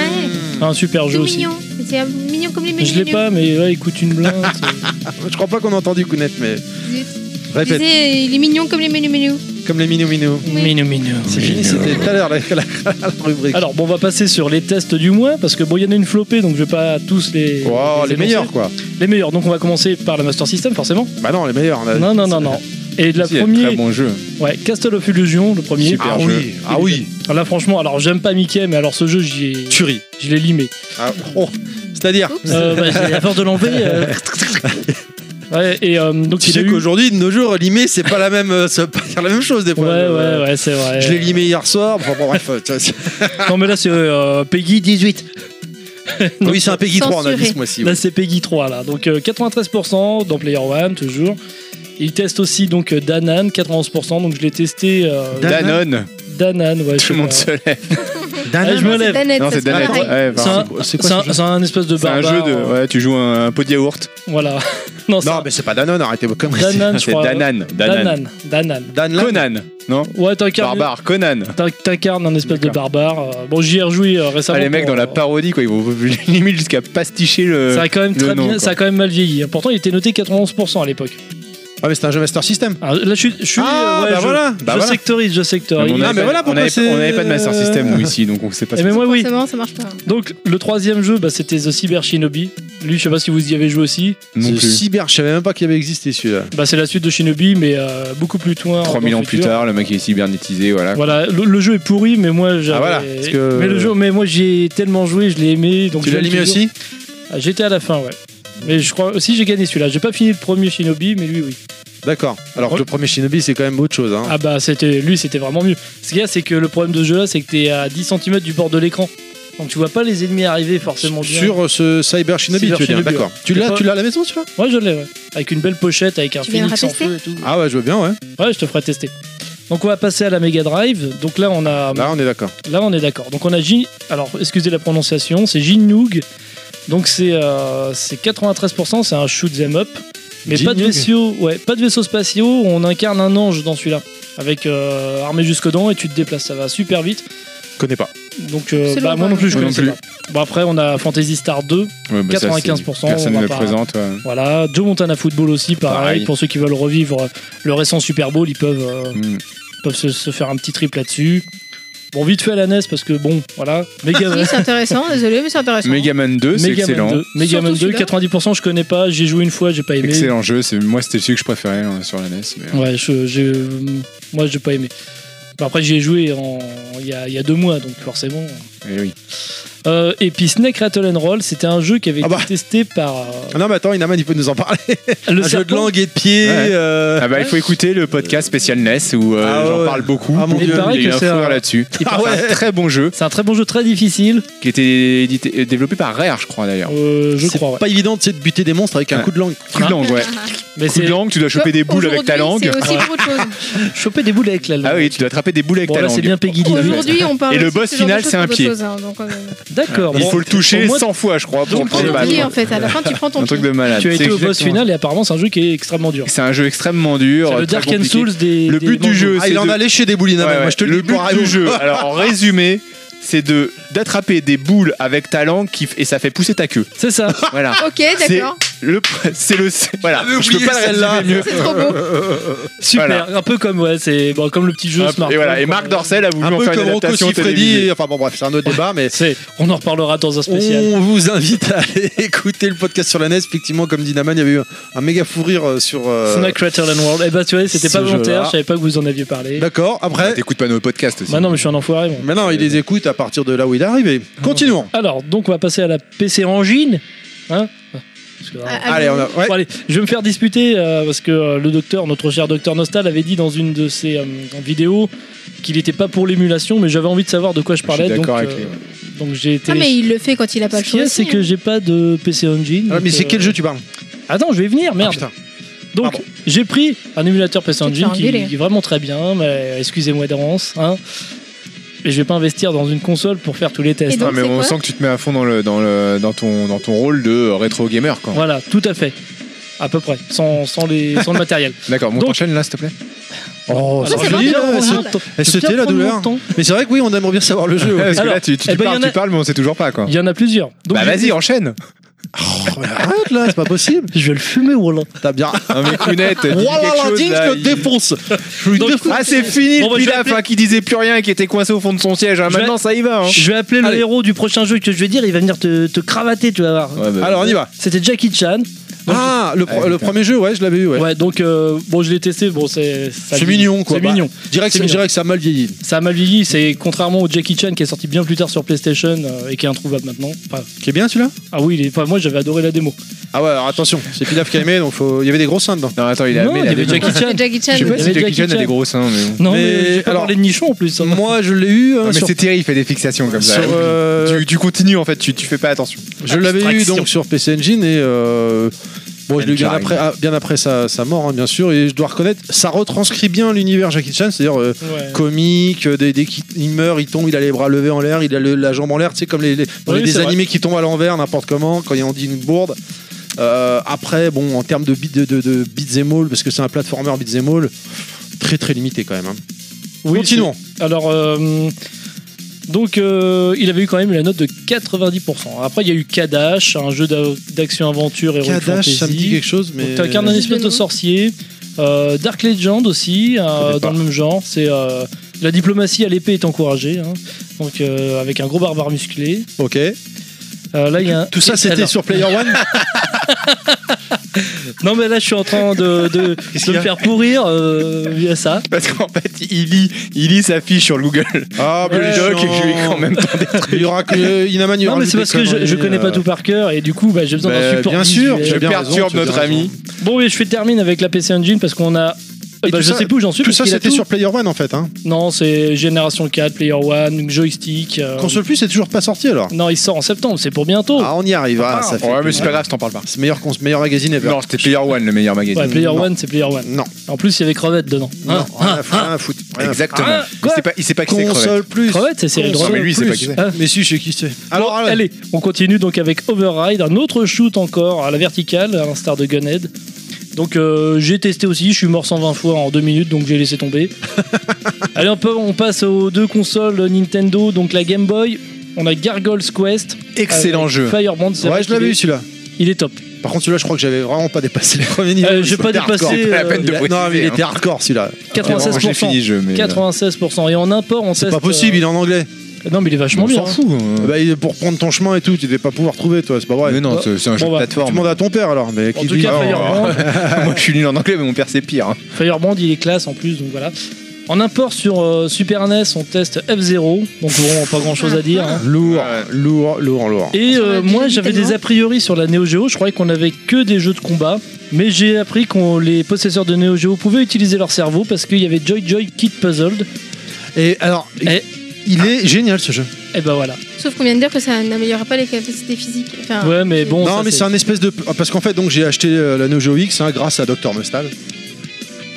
[SPEAKER 6] Ouais.
[SPEAKER 7] Un super jeu
[SPEAKER 6] Tout
[SPEAKER 7] aussi.
[SPEAKER 6] mignon. C'est mignon comme les menus.
[SPEAKER 7] Je l'ai pas, mais ouais, il coûte une blinde.
[SPEAKER 4] Je crois pas qu'on a entendu Kounet, mais répète.
[SPEAKER 6] il est mignon comme les menus menus.
[SPEAKER 4] Comme les minou minou.
[SPEAKER 6] Oui.
[SPEAKER 7] minou minou.
[SPEAKER 4] C'est fini, c'était tout à l'heure la, la- la rubrique.
[SPEAKER 7] Alors bon, on va passer sur les tests du mois parce que bon, il y en a une flopée, donc je vais pas tous les.
[SPEAKER 4] Wow, les
[SPEAKER 7] énoncer.
[SPEAKER 4] meilleurs quoi.
[SPEAKER 7] Les meilleurs. Donc on va commencer par la Master System forcément.
[SPEAKER 4] Bah non, les meilleurs. on a-
[SPEAKER 7] non non non non. Et la
[SPEAKER 5] Si, il y a de
[SPEAKER 7] première,
[SPEAKER 5] Très bon jeu.
[SPEAKER 7] ouais, Castle of Illusion, le premier.
[SPEAKER 5] Super.
[SPEAKER 4] Ah
[SPEAKER 5] Super
[SPEAKER 4] oui, ah oui.
[SPEAKER 7] Là, franchement, alors j'aime pas Mickey, mais alors ce jeu, j'y ai-
[SPEAKER 4] Tuerie.
[SPEAKER 7] je l'ai limé.
[SPEAKER 4] Ah, oh. C'est-à-dire,
[SPEAKER 7] Euh, bah, j'ai- à force de l'enlever. euh, Ouais, et euh, donc
[SPEAKER 4] tu
[SPEAKER 7] il a
[SPEAKER 4] sais
[SPEAKER 7] eu.
[SPEAKER 4] qu'aujourd'hui, de nos jours, limer, c'est pas la même. euh, Ça veut pas dire la même chose des
[SPEAKER 7] Ouais,
[SPEAKER 4] fois. Euh,
[SPEAKER 7] ouais, ouais, c'est vrai.
[SPEAKER 4] Je l'ai limé hier soir. Enfin, bon, bref. euh, tu vois, c'est-
[SPEAKER 7] Non, mais là, c'est euh, Peggy 18. Non,
[SPEAKER 4] oui, c'est un Peggy 3, on a dit
[SPEAKER 6] censuré.
[SPEAKER 4] ce mois-ci.
[SPEAKER 7] Là, c'est Peggy 3, là. Donc, euh, 93% dans Player One, toujours. Il teste aussi donc euh, Danan, 91%. Donc, je l'ai testé. euh,
[SPEAKER 4] Dan-
[SPEAKER 5] Danone,
[SPEAKER 7] Danan, ouais. je
[SPEAKER 5] tout
[SPEAKER 7] sais
[SPEAKER 5] le monde
[SPEAKER 7] pas.
[SPEAKER 5] se lève.
[SPEAKER 7] Ah, je me lève.
[SPEAKER 6] Danette,
[SPEAKER 5] Non,
[SPEAKER 6] ça,
[SPEAKER 5] c'est
[SPEAKER 6] pareil.
[SPEAKER 5] Danette. Ouais,
[SPEAKER 7] C'est
[SPEAKER 5] pardon.
[SPEAKER 7] un, c'est un- c'est un espèce de
[SPEAKER 5] C'est un
[SPEAKER 7] barbare.
[SPEAKER 5] jeu de.
[SPEAKER 7] euh, Ah,
[SPEAKER 5] Ouais, tu joues un, un pot de yaourt.
[SPEAKER 7] Voilà. Non, c'est
[SPEAKER 4] Non,
[SPEAKER 7] un-
[SPEAKER 4] mais c'est pas Danone, arrêtez vos conneries.
[SPEAKER 7] Danan, je
[SPEAKER 5] Ah, C'est
[SPEAKER 7] crois.
[SPEAKER 5] Danane. Danane.
[SPEAKER 7] Danan. Danan.
[SPEAKER 4] Danone.
[SPEAKER 5] Conan, non
[SPEAKER 7] Ouais, t'incarnes
[SPEAKER 5] Barbare, Conan.
[SPEAKER 7] t'in- t'incarnes un espèce de barbare. euh, Bon, j'y ai rejoué euh, récemment.
[SPEAKER 5] Ah, les mecs
[SPEAKER 7] pour,
[SPEAKER 5] dans la
[SPEAKER 7] euh,
[SPEAKER 5] parodie, quoi, ils vont limite jusqu'à pasticher le.
[SPEAKER 7] Ça a quand même
[SPEAKER 5] le
[SPEAKER 7] très
[SPEAKER 5] nom,
[SPEAKER 7] bien,
[SPEAKER 5] quoi.
[SPEAKER 7] ça a quand même mal vieilli. hein. Pourtant, il était noté 91% à l'époque.
[SPEAKER 4] Ah, mais c'est un jeu Master System.
[SPEAKER 7] Alors, Là, je suis, je suis,
[SPEAKER 4] Ah,
[SPEAKER 7] euh, ouais,
[SPEAKER 4] bah
[SPEAKER 7] je,
[SPEAKER 4] voilà,
[SPEAKER 7] je
[SPEAKER 4] bah voilà.
[SPEAKER 7] sectorise, je sectorise.
[SPEAKER 5] on avait
[SPEAKER 4] Ah, mais
[SPEAKER 5] pas-
[SPEAKER 4] voilà
[SPEAKER 5] on
[SPEAKER 4] pourquoi
[SPEAKER 5] avait,
[SPEAKER 4] c'est-
[SPEAKER 5] on avait pas de Master System, nous, ici, donc on sait pas
[SPEAKER 7] Et
[SPEAKER 5] ce
[SPEAKER 7] mais
[SPEAKER 5] que
[SPEAKER 7] Eh ben moi, oui.
[SPEAKER 6] Forcément, ça marche pas.
[SPEAKER 7] Donc, le troisième jeu, bah, c'était The Cyber Shinobi. Lui, je sais pas si vous y avez joué aussi.
[SPEAKER 5] c'est. Non
[SPEAKER 4] Ce
[SPEAKER 5] plus.
[SPEAKER 4] Cyber, je savais même pas qu'il avait existé celui-là.
[SPEAKER 7] Bah, c'est la suite de Shinobi, mais euh, beaucoup plus loin.
[SPEAKER 5] 3000
[SPEAKER 7] dans le
[SPEAKER 5] ans plus
[SPEAKER 7] futur.
[SPEAKER 5] tard, le mec il est cybernétisé, voilà.
[SPEAKER 7] Voilà, le, le jeu est pourri, mais moi, j'avais.
[SPEAKER 4] Ah, voilà, parce que-
[SPEAKER 7] Mais le jeu, mais moi, j'ai tellement joué, je l'ai aimé. Donc
[SPEAKER 4] Tu
[SPEAKER 7] je
[SPEAKER 4] l'as
[SPEAKER 7] l'aime
[SPEAKER 4] limé
[SPEAKER 7] toujours.
[SPEAKER 4] aussi
[SPEAKER 7] Ah, J'étais à la fin, ouais. Mais je crois aussi j'ai gagné celui-là. J'ai pas fini le premier Shinobi, mais lui oui.
[SPEAKER 4] D'accord. Alors que le premier Shinobi, c'est quand même autre chose. Hein.
[SPEAKER 7] Ah bah c'était lui c'était vraiment mieux. Ce qu'il y a c'est que le problème de ce jeu là c'est que t'es à 10 cm du bord de l'écran. Donc tu vois pas les ennemis arriver forcément bien.
[SPEAKER 4] sur euh, ce Cyber Shinobi,
[SPEAKER 7] Cyber
[SPEAKER 4] tu veux dire.
[SPEAKER 7] Shinobi,
[SPEAKER 4] D'accord.
[SPEAKER 7] ouais.
[SPEAKER 4] Tu
[SPEAKER 7] C'est
[SPEAKER 4] l'as,
[SPEAKER 7] pas-
[SPEAKER 4] tu l'as à la maison, tu vois
[SPEAKER 7] Ouais je l'ai ouais. Avec une belle pochette, avec un
[SPEAKER 6] Tu viens de
[SPEAKER 7] phoenix en
[SPEAKER 6] retester
[SPEAKER 7] feu et tout.
[SPEAKER 4] Ah ouais, je veux bien, ouais.
[SPEAKER 7] Ouais je te ferai tester. Donc on va passer à la Mega Drive. Donc là on a
[SPEAKER 4] Là, on est d'accord.
[SPEAKER 7] Là, on est d'accord. Donc, on a Jin. Alors, excusez la prononciation, c'est Jin Noog. Donc, c'est euh, c'est 93%, c'est un shoot them up. Mais
[SPEAKER 4] Jin
[SPEAKER 7] pas de,
[SPEAKER 4] Noog.
[SPEAKER 7] vaisseau, ouais, pas de vaisseaux spatiaux, on incarne un ange dans celui-là. Avec euh, armé jusqu'aux dents et tu te déplaces, ça va super vite.
[SPEAKER 4] Connais pas.
[SPEAKER 7] Donc, euh,
[SPEAKER 6] C'est
[SPEAKER 7] bah,
[SPEAKER 6] long,
[SPEAKER 7] moi non plus, je
[SPEAKER 5] Moi non plus.
[SPEAKER 7] connaissais pas. Bon, après, on a Fantasy Star 2,
[SPEAKER 5] Ouais, bah ça, c'est-
[SPEAKER 7] 95%,
[SPEAKER 5] Personne
[SPEAKER 7] on
[SPEAKER 5] ne
[SPEAKER 7] va
[SPEAKER 5] le
[SPEAKER 7] pas-
[SPEAKER 5] présente. ouais.
[SPEAKER 7] voilà. Joe Montana Football aussi, pareil.
[SPEAKER 5] Pareil.
[SPEAKER 7] Pour ceux qui veulent revivre euh, le récent Super Bowl, ils peuvent. euh,
[SPEAKER 5] Mm.
[SPEAKER 7] peuvent se, se faire un petit trip là-dessus. Bon, vite fait à la NES parce que bon, voilà. Mega,
[SPEAKER 6] Oui, c'est intéressant, désolé, mais c'est intéressant.
[SPEAKER 5] Megaman 2, c'est
[SPEAKER 7] Mega
[SPEAKER 5] excellent.
[SPEAKER 7] Man 2, Mega Man
[SPEAKER 6] Surtout
[SPEAKER 7] 2
[SPEAKER 6] celui-là.
[SPEAKER 7] 90% je connais pas, j'ai joué une fois, j'ai pas aimé.
[SPEAKER 5] Excellent jeu, c'est moi c'était celui que je préférais hein, sur la NES. mais, euh,
[SPEAKER 7] Ouais, je, j'ai- moi j'ai pas aimé. Bah, Après j'y ai joué en- il y a, il y a deux mois donc forcément.
[SPEAKER 5] eh oui.
[SPEAKER 7] Euh, et puis Snake Rattle and Roll, c'était un jeu qui avait
[SPEAKER 4] Ah bah.
[SPEAKER 7] été testé par euh,
[SPEAKER 4] Ah non, mais attends, Inaman, il peut nous en parler.
[SPEAKER 7] le
[SPEAKER 4] Un jeu de
[SPEAKER 7] serpent.
[SPEAKER 4] langue et de pied.
[SPEAKER 5] Ouais.
[SPEAKER 4] euh,
[SPEAKER 5] Ah bah il faut écouter le podcast spécial NES où euh,
[SPEAKER 4] Ah
[SPEAKER 5] j'en
[SPEAKER 4] ouais.
[SPEAKER 5] parle beaucoup.
[SPEAKER 4] Ah, mon
[SPEAKER 5] beaucoup,
[SPEAKER 7] Dieu. Il paraît
[SPEAKER 5] il y a eu
[SPEAKER 7] que
[SPEAKER 5] un
[SPEAKER 7] c'est
[SPEAKER 5] fou rire
[SPEAKER 7] un-
[SPEAKER 5] là-dessus.
[SPEAKER 7] Il
[SPEAKER 5] Ah
[SPEAKER 7] paraît-
[SPEAKER 5] ouais. un très bon jeu
[SPEAKER 7] C'est un très bon jeu très difficile,
[SPEAKER 5] qui était édité- euh, développé par Rare, je crois d'ailleurs.
[SPEAKER 7] euh, je
[SPEAKER 4] c'est
[SPEAKER 7] crois. ouais.
[SPEAKER 4] pas évident tu sais, de buter des monstres avec un
[SPEAKER 5] Ouais.
[SPEAKER 4] coup de langue.
[SPEAKER 5] Coup de langue, ouais. Coup
[SPEAKER 7] Mais
[SPEAKER 5] de
[SPEAKER 7] Ah. c'est
[SPEAKER 5] langue, tu dois choper des boules avec ta
[SPEAKER 6] Aujourd'hui,
[SPEAKER 5] langue.
[SPEAKER 6] C'est aussi
[SPEAKER 7] Ouais.
[SPEAKER 6] pour autre chose.
[SPEAKER 7] choper des boules avec la langue.
[SPEAKER 5] Ah oui, tu dois attraper des boules avec
[SPEAKER 7] Bon,
[SPEAKER 5] ta
[SPEAKER 7] là, c'est bien
[SPEAKER 5] langue.
[SPEAKER 7] Peggy Lee.
[SPEAKER 6] Aujourd'hui, on parle.
[SPEAKER 5] Et le
[SPEAKER 6] aussi de
[SPEAKER 5] boss
[SPEAKER 6] ce genre
[SPEAKER 5] final,
[SPEAKER 6] de choses
[SPEAKER 5] c'est un
[SPEAKER 6] pour autre
[SPEAKER 5] pied.
[SPEAKER 6] chose, hein, donc, euh,
[SPEAKER 7] D'accord.
[SPEAKER 5] Il
[SPEAKER 7] bon.
[SPEAKER 5] faut le toucher
[SPEAKER 7] Au moins,
[SPEAKER 5] 100 fois, je crois, pour prendre
[SPEAKER 7] Donc,
[SPEAKER 6] prends
[SPEAKER 5] le
[SPEAKER 6] ton
[SPEAKER 5] ballon.
[SPEAKER 6] pied en fait, à la fin tu prends ton
[SPEAKER 5] Un truc
[SPEAKER 6] pied.
[SPEAKER 5] de malade.
[SPEAKER 7] Tu as
[SPEAKER 5] C'est
[SPEAKER 7] été au boss
[SPEAKER 5] exactement-
[SPEAKER 7] final et apparemment c'est un jeu qui est extrêmement dur.
[SPEAKER 5] C'est un jeu extrêmement dur.
[SPEAKER 7] C'est le
[SPEAKER 5] très
[SPEAKER 7] Dark and
[SPEAKER 5] compliqué.
[SPEAKER 7] Souls des.
[SPEAKER 5] Le
[SPEAKER 7] des
[SPEAKER 5] but du
[SPEAKER 7] mangas.
[SPEAKER 5] jeu,
[SPEAKER 4] Ah,
[SPEAKER 5] Euh, c'est
[SPEAKER 4] il en
[SPEAKER 5] de-
[SPEAKER 4] a léché des boules, Inaman.
[SPEAKER 5] Ouais,
[SPEAKER 4] Moi,
[SPEAKER 5] ouais.
[SPEAKER 4] je te le
[SPEAKER 5] le
[SPEAKER 4] dis, Ah,
[SPEAKER 5] but
[SPEAKER 4] bravo.
[SPEAKER 5] du jeu, alors en résumé, c'est de d'attraper des boules avec ta langue qui f- et ça fait pousser ta queue.
[SPEAKER 7] C'est ça.
[SPEAKER 5] Voilà.
[SPEAKER 6] Ok,
[SPEAKER 7] Eh,
[SPEAKER 6] d'accord.
[SPEAKER 5] Le c'est le c'est- voilà. Je peux
[SPEAKER 4] oublié
[SPEAKER 5] pas le
[SPEAKER 4] celle-là.
[SPEAKER 5] résumer mieux.
[SPEAKER 6] C'est trop beau.
[SPEAKER 7] Super.
[SPEAKER 5] Voilà.
[SPEAKER 7] Un peu comme ouais, c'est bon, comme le petit jeu
[SPEAKER 5] Hop,
[SPEAKER 7] smartphone.
[SPEAKER 5] et voilà. Et Marc Dorcel a voulu
[SPEAKER 4] Un
[SPEAKER 5] en
[SPEAKER 4] peu
[SPEAKER 5] faire une
[SPEAKER 4] comme Rocco
[SPEAKER 5] adaptation
[SPEAKER 4] Siffredi.
[SPEAKER 5] télévisée.
[SPEAKER 4] et- Enfin bon, bref, c'est un autre débat, mais.
[SPEAKER 7] C'est. On en reparlera dans un spécial.
[SPEAKER 4] On vous invite à aller écouter le podcast sur la NES. Effectivement, comme dit Naman, il y avait eu un méga fou rire euh, sur. euh,
[SPEAKER 7] Snack Rattle and World. Eh ben tu vois, c'était
[SPEAKER 4] ce
[SPEAKER 7] pas volontaire.
[SPEAKER 4] jeu-là.
[SPEAKER 7] Je savais pas que vous en aviez parlé.
[SPEAKER 4] D'accord, après.
[SPEAKER 5] T'écoutes pas nos podcasts aussi.
[SPEAKER 7] Bah non, mais je suis un enfoiré. moi.
[SPEAKER 4] Maintenant, il les écoute à partir de là où il est arrivé. Continuons.
[SPEAKER 7] Alors donc on va passer à la PC Engine, hein Parce que, euh,
[SPEAKER 6] Ah,
[SPEAKER 4] Allez, on a. ouais.
[SPEAKER 7] Bon, allez, je vais me faire disputer euh, parce que euh, le docteur, notre cher docteur Nostal, avait dit dans une de ses euh, vidéos qu'il n'était pas pour l'émulation, mais j'avais envie de savoir de quoi je
[SPEAKER 5] Je
[SPEAKER 7] parlais.
[SPEAKER 5] suis d'accord
[SPEAKER 7] donc,
[SPEAKER 5] avec
[SPEAKER 7] euh,
[SPEAKER 5] lui. ouais.
[SPEAKER 7] donc j'ai été.
[SPEAKER 6] Ah, mais il le fait quand il a pas
[SPEAKER 7] Ce
[SPEAKER 6] le
[SPEAKER 7] qu'il y
[SPEAKER 6] choix.
[SPEAKER 7] a, c'est
[SPEAKER 6] aussi,
[SPEAKER 7] que
[SPEAKER 6] hein.
[SPEAKER 7] j'ai pas de PC Engine.
[SPEAKER 4] Ah,
[SPEAKER 7] donc,
[SPEAKER 4] mais c'est
[SPEAKER 7] euh,
[SPEAKER 4] quel jeu tu parles
[SPEAKER 7] Attends, je vais y venir,
[SPEAKER 4] Ah,
[SPEAKER 7] merde.
[SPEAKER 4] putain.
[SPEAKER 7] Donc,
[SPEAKER 4] Pardon.
[SPEAKER 7] j'ai pris un émulateur PC
[SPEAKER 6] Tu te fais
[SPEAKER 7] Engine qui,
[SPEAKER 6] engueuler.
[SPEAKER 7] qui est vraiment très bien, mais excusez-moi d'avance. Hein. Et je vais pas investir dans une console pour faire tous les tests.
[SPEAKER 6] Et donc,
[SPEAKER 5] Ah, mais
[SPEAKER 6] c'est
[SPEAKER 5] on
[SPEAKER 6] quoi
[SPEAKER 5] sent que tu te mets à fond dans le dans le dans ton dans ton rôle de euh, rétro gamer quoi.
[SPEAKER 7] Voilà, tout à fait. À peu près, sans, sans, les, sans le matériel.
[SPEAKER 5] D'accord. Bon,
[SPEAKER 7] Donc-
[SPEAKER 5] t'enchaînes là, s'il te plaît.
[SPEAKER 4] Oh,
[SPEAKER 6] ça va,
[SPEAKER 4] joli,
[SPEAKER 6] mais
[SPEAKER 4] là,
[SPEAKER 6] on
[SPEAKER 4] c'est-
[SPEAKER 6] regarde.
[SPEAKER 4] Eh,
[SPEAKER 7] Je
[SPEAKER 4] C'était
[SPEAKER 7] viens
[SPEAKER 4] la
[SPEAKER 7] prendre mon
[SPEAKER 4] douleur.
[SPEAKER 7] temps.
[SPEAKER 4] Mais c'est vrai que oui, on aimerait bien savoir le jeu.
[SPEAKER 5] Parce que
[SPEAKER 7] Alors,
[SPEAKER 5] là, tu, tu- tu
[SPEAKER 7] eh ben,
[SPEAKER 5] parles,
[SPEAKER 7] y en a-
[SPEAKER 5] tu parles, mais on sait toujours pas quoi.
[SPEAKER 7] Il y en a plusieurs. Donc,
[SPEAKER 5] bah
[SPEAKER 7] j'ai-
[SPEAKER 5] vas-y, enchaîne.
[SPEAKER 4] Oh, Mais arrête là, c'est pas possible.
[SPEAKER 7] Je vais le fumer, voilà.
[SPEAKER 4] T'as bien.
[SPEAKER 5] Non mais Kounet, dis quelque
[SPEAKER 4] Voilà,
[SPEAKER 5] chose,
[SPEAKER 4] Landing,
[SPEAKER 5] là,
[SPEAKER 4] je te
[SPEAKER 5] il-
[SPEAKER 4] défonce. Je lui
[SPEAKER 7] Donc,
[SPEAKER 4] défonce.
[SPEAKER 5] Ah c'est fini
[SPEAKER 7] Bon, bah,
[SPEAKER 5] le
[SPEAKER 7] je vais
[SPEAKER 5] pilaf
[SPEAKER 7] appeler-
[SPEAKER 5] hein, qui disait plus rien et qui était coincé au fond de son siège. hein.
[SPEAKER 7] Je vais-
[SPEAKER 5] Maintenant ça y va. hein.
[SPEAKER 7] Je vais appeler le
[SPEAKER 4] Allez.
[SPEAKER 7] héros du prochain jeu que je vais dire, il va venir te, te cravater, tu vas voir.
[SPEAKER 4] Alors, on y va.
[SPEAKER 7] C'était Jackie Chan. Donc,
[SPEAKER 4] bah. Ah, le, pro-
[SPEAKER 5] Ouais,
[SPEAKER 4] le
[SPEAKER 5] putain.
[SPEAKER 4] premier jeu, ouais, je l'avais eu, ouais.
[SPEAKER 7] Ouais, donc euh, bon, je l'ai testé. Bon, c'est ça-
[SPEAKER 4] C'est mignon, quoi.
[SPEAKER 7] C'est
[SPEAKER 4] Bah,
[SPEAKER 7] mignon.
[SPEAKER 4] Je dirais que
[SPEAKER 7] C'est
[SPEAKER 4] c'est- je dirais que ça a mal vieilli.
[SPEAKER 7] Ça a mal vieilli. C'est contrairement au Jackie Chan qui est sorti bien plus tard sur PlayStation euh, et qui est introuvable maintenant. Enfin,
[SPEAKER 4] Qui est bien celui-là
[SPEAKER 7] ah oui, il est- enfin, moi j'avais adoré la démo.
[SPEAKER 4] Ah ouais, alors attention, c'est Pilaf qui a aimé, donc faut... il y avait des hein. gros seins dedans.
[SPEAKER 5] Non attends, il a
[SPEAKER 7] non,
[SPEAKER 5] mais
[SPEAKER 7] il y
[SPEAKER 5] a
[SPEAKER 7] avait
[SPEAKER 5] des-
[SPEAKER 7] Jackie Chan.
[SPEAKER 6] C'est Jackie Chan.
[SPEAKER 5] Je sais pas
[SPEAKER 7] Il y
[SPEAKER 5] si
[SPEAKER 7] avait
[SPEAKER 5] Jackie
[SPEAKER 7] Jackie
[SPEAKER 5] Chan a
[SPEAKER 7] Chan.
[SPEAKER 5] des gros seins mais bon.
[SPEAKER 7] Non, mais,
[SPEAKER 4] Mais,
[SPEAKER 7] j'ai pas
[SPEAKER 4] alors-
[SPEAKER 7] parlé de nichon en plus. hein.
[SPEAKER 4] Moi, je l'ai eu. hein,
[SPEAKER 5] Non, mais
[SPEAKER 4] sur-
[SPEAKER 5] c'est terrible, il fait des fixations comme ça.
[SPEAKER 4] sur, euh,
[SPEAKER 5] Tu, tu continues en fait, tu, tu fais pas attention.
[SPEAKER 4] Je l'avais eu
[SPEAKER 7] Abstraction.
[SPEAKER 4] donc sur PC Engine et euh, bon, je l'ai eu bien
[SPEAKER 5] Engine.
[SPEAKER 4] après, ah, bien après sa, sa mort, hein, bien sûr. Et je dois reconnaître, ça retranscrit bien l'univers Jackie Chan, c'est-à-dire euh,
[SPEAKER 7] Ouais.
[SPEAKER 4] comique, euh, dès, dès qu'il meurt, il tombe, il a les bras levés en l'air, il a le- la jambe en l'air, tu sais, comme les, les, dans
[SPEAKER 7] Oui,
[SPEAKER 4] les
[SPEAKER 7] c'est
[SPEAKER 4] dessins
[SPEAKER 7] vrai.
[SPEAKER 4] animés qui tombent à l'envers, n'importe comment, quand il en dit une bourde. Euh, après, bon, en termes de, beat- de, de, de beats and all, parce que c'est un platformer beats and all, très très limité quand même. hein.
[SPEAKER 7] Oui,
[SPEAKER 4] Continuons.
[SPEAKER 7] c'est- Alors. euh, donc, euh, il avait eu quand même la note de 90%. Après, il y a eu Kadash, un jeu d'a- d'action-aventure et
[SPEAKER 4] Kadash, ça me dit quelque chose, mais.
[SPEAKER 7] Donc t'as Carnet espèce de sorcier, euh, Dark Legend aussi, euh,
[SPEAKER 5] connais pas.
[SPEAKER 7] dans le même genre. C'est euh, la diplomatie à l'épée est encouragée, hein. donc euh, avec un gros barbare musclé.
[SPEAKER 4] Ok.
[SPEAKER 7] Euh, là il y a un-
[SPEAKER 4] Tout ça, c'était
[SPEAKER 7] Alors,
[SPEAKER 4] sur Player One.
[SPEAKER 7] Ah, Non mais là je suis en train de, de, de
[SPEAKER 4] qu'il y
[SPEAKER 7] me
[SPEAKER 4] a
[SPEAKER 7] faire pourrir euh, via ça.
[SPEAKER 5] Parce qu'en fait, il lit, il lit sa fiche sur le Google
[SPEAKER 4] Ah,
[SPEAKER 5] le doc et que je lui écris en même temps.
[SPEAKER 4] Il y aura que euh, Inaman, il y aura
[SPEAKER 7] Non mais c'est
[SPEAKER 4] des
[SPEAKER 7] parce que je,
[SPEAKER 4] conneries,
[SPEAKER 7] je connais pas
[SPEAKER 4] euh,
[SPEAKER 7] tout par cœur et du coup bah, j'ai besoin d'un
[SPEAKER 4] bah,
[SPEAKER 7] support.
[SPEAKER 4] bien sûr,
[SPEAKER 7] visuel.
[SPEAKER 4] tu as
[SPEAKER 5] Je
[SPEAKER 4] bien
[SPEAKER 5] perturbe
[SPEAKER 4] raison, tu as
[SPEAKER 5] notre
[SPEAKER 4] bien
[SPEAKER 5] ami.
[SPEAKER 4] raison.
[SPEAKER 7] Bon, et je fais termine avec la PC Engine parce qu'on a.
[SPEAKER 4] Et
[SPEAKER 7] Bah,
[SPEAKER 4] tout
[SPEAKER 7] je
[SPEAKER 4] ça-
[SPEAKER 7] sais plus où j'en suis.
[SPEAKER 4] Tout
[SPEAKER 7] parce
[SPEAKER 4] ça,
[SPEAKER 7] qu'il a
[SPEAKER 4] c'était sur Player One en fait. Hein.
[SPEAKER 7] Non, c'est Génération 4, Player One, Joystick. euh,
[SPEAKER 4] Console Plus, c'est toujours pas sorti alors.
[SPEAKER 7] Non, il sort en septembre, c'est pour bientôt.
[SPEAKER 4] Ah, on y arrive. Ah, ça fait
[SPEAKER 5] Ouais, mais c'est pas grave, je t'en parle pas.
[SPEAKER 4] C'est meilleur, cons- meilleur magazine ever.
[SPEAKER 5] Non, c'était Player One, le meilleur magazine.
[SPEAKER 7] ouais, Player
[SPEAKER 4] non.
[SPEAKER 7] One, c'est Player One.
[SPEAKER 4] Non,
[SPEAKER 7] En plus, il y avait Crevette dedans.
[SPEAKER 4] non,
[SPEAKER 7] Hein,
[SPEAKER 4] rien
[SPEAKER 7] hein,
[SPEAKER 4] à foutre, rien à foutre, rien à
[SPEAKER 5] Ah, Exactement.
[SPEAKER 7] Ah,
[SPEAKER 5] il
[SPEAKER 7] quoi
[SPEAKER 5] sait pas, il sait pas qui c'est
[SPEAKER 4] foutre. Console Plus.
[SPEAKER 7] Crevette, c'est série de
[SPEAKER 4] Console
[SPEAKER 5] Ah, mais lui, il sait
[SPEAKER 4] Plus.
[SPEAKER 5] pas qui c'est.
[SPEAKER 7] Ah.
[SPEAKER 4] Mais si, je sais qui c'est.
[SPEAKER 7] Alors, allez. on continue donc avec Override, un autre shoot encore à la verticale, à l'instar de Gunhead. Donc euh, j'ai testé aussi, je suis mort 120 fois en 2 minutes, donc j'ai laissé tomber. allez, on, peut- on passe aux deux consoles Nintendo, donc la Game Boy. On a Gargoyle's Quest,
[SPEAKER 5] Excellent
[SPEAKER 7] avec
[SPEAKER 5] jeu.
[SPEAKER 7] Firebrand, c'est vrai
[SPEAKER 4] Ouais, je
[SPEAKER 7] qu'il
[SPEAKER 4] l'avais
[SPEAKER 7] est-
[SPEAKER 4] eu celui-là.
[SPEAKER 7] Il est top.
[SPEAKER 5] Ah,
[SPEAKER 4] Par contre, celui-là, je crois que j'avais vraiment pas dépassé les premiers niveaux.
[SPEAKER 7] Euh, j'ai pas
[SPEAKER 4] C'était
[SPEAKER 7] dépassé, euh,
[SPEAKER 4] hardcore.
[SPEAKER 7] C'est pas la peine
[SPEAKER 5] de
[SPEAKER 4] Il a- Non,
[SPEAKER 5] préciser,
[SPEAKER 4] mais il
[SPEAKER 5] hein.
[SPEAKER 4] était hardcore celui-là.
[SPEAKER 5] Moi, J'ai
[SPEAKER 7] 96%.
[SPEAKER 5] fini le jeu, mais.
[SPEAKER 7] 96% et en import on
[SPEAKER 4] C'est
[SPEAKER 7] teste,
[SPEAKER 4] pas possible, il est en anglais.
[SPEAKER 7] euh, Non mais il est vachement
[SPEAKER 5] On
[SPEAKER 7] bien.
[SPEAKER 5] s'en
[SPEAKER 7] hein.
[SPEAKER 5] fout. hein.
[SPEAKER 4] Bah, il- pour prendre ton chemin et tout, tu devais pas pouvoir trouver, toi, c'est pas vrai.
[SPEAKER 5] Mais non, c'est c'est un jeu
[SPEAKER 7] Bon,
[SPEAKER 5] de
[SPEAKER 7] bah,
[SPEAKER 4] Tu
[SPEAKER 5] plateforme.
[SPEAKER 4] demandes à ton père alors, mais qui
[SPEAKER 7] En
[SPEAKER 4] oh,
[SPEAKER 7] tout
[SPEAKER 4] lui-
[SPEAKER 7] cas
[SPEAKER 5] alors,
[SPEAKER 7] Firebrand,
[SPEAKER 5] Moi, je suis nul en anglais, mais mon père, c'est pire. hein.
[SPEAKER 7] Firebrand il est classe en plus donc voilà. En import sur euh, Super NES on teste F0 donc vraiment pas grand chose à dire. hein.
[SPEAKER 4] oh, Lourd,
[SPEAKER 5] Ouais.
[SPEAKER 4] lourd, lourd, lourd.
[SPEAKER 7] Et
[SPEAKER 6] Sur la
[SPEAKER 7] euh,
[SPEAKER 6] Game
[SPEAKER 7] moi
[SPEAKER 6] Boy,
[SPEAKER 7] j'avais des
[SPEAKER 6] tellement.
[SPEAKER 7] a priori sur la Neo Geo, je croyais qu'on avait que des jeux de combat, mais j'ai appris que les possesseurs de Neo Geo pouvaient utiliser leur cerveau parce qu'il y avait Joy Joy Kid Puzzled.
[SPEAKER 4] Et alors,
[SPEAKER 7] Et-
[SPEAKER 4] il est génial ce jeu.
[SPEAKER 7] Et ben voilà.
[SPEAKER 6] euh, Sauf qu'on vient de dire que ça n'améliorera pas les capacités physiques. Enfin,
[SPEAKER 7] Ouais mais bon.
[SPEAKER 4] non,
[SPEAKER 7] ça,
[SPEAKER 4] mais c'est un espèce de. ah, Parce qu'en fait, donc j'ai acheté euh, la Neo Geo X hein, grâce à Dr. Mustal.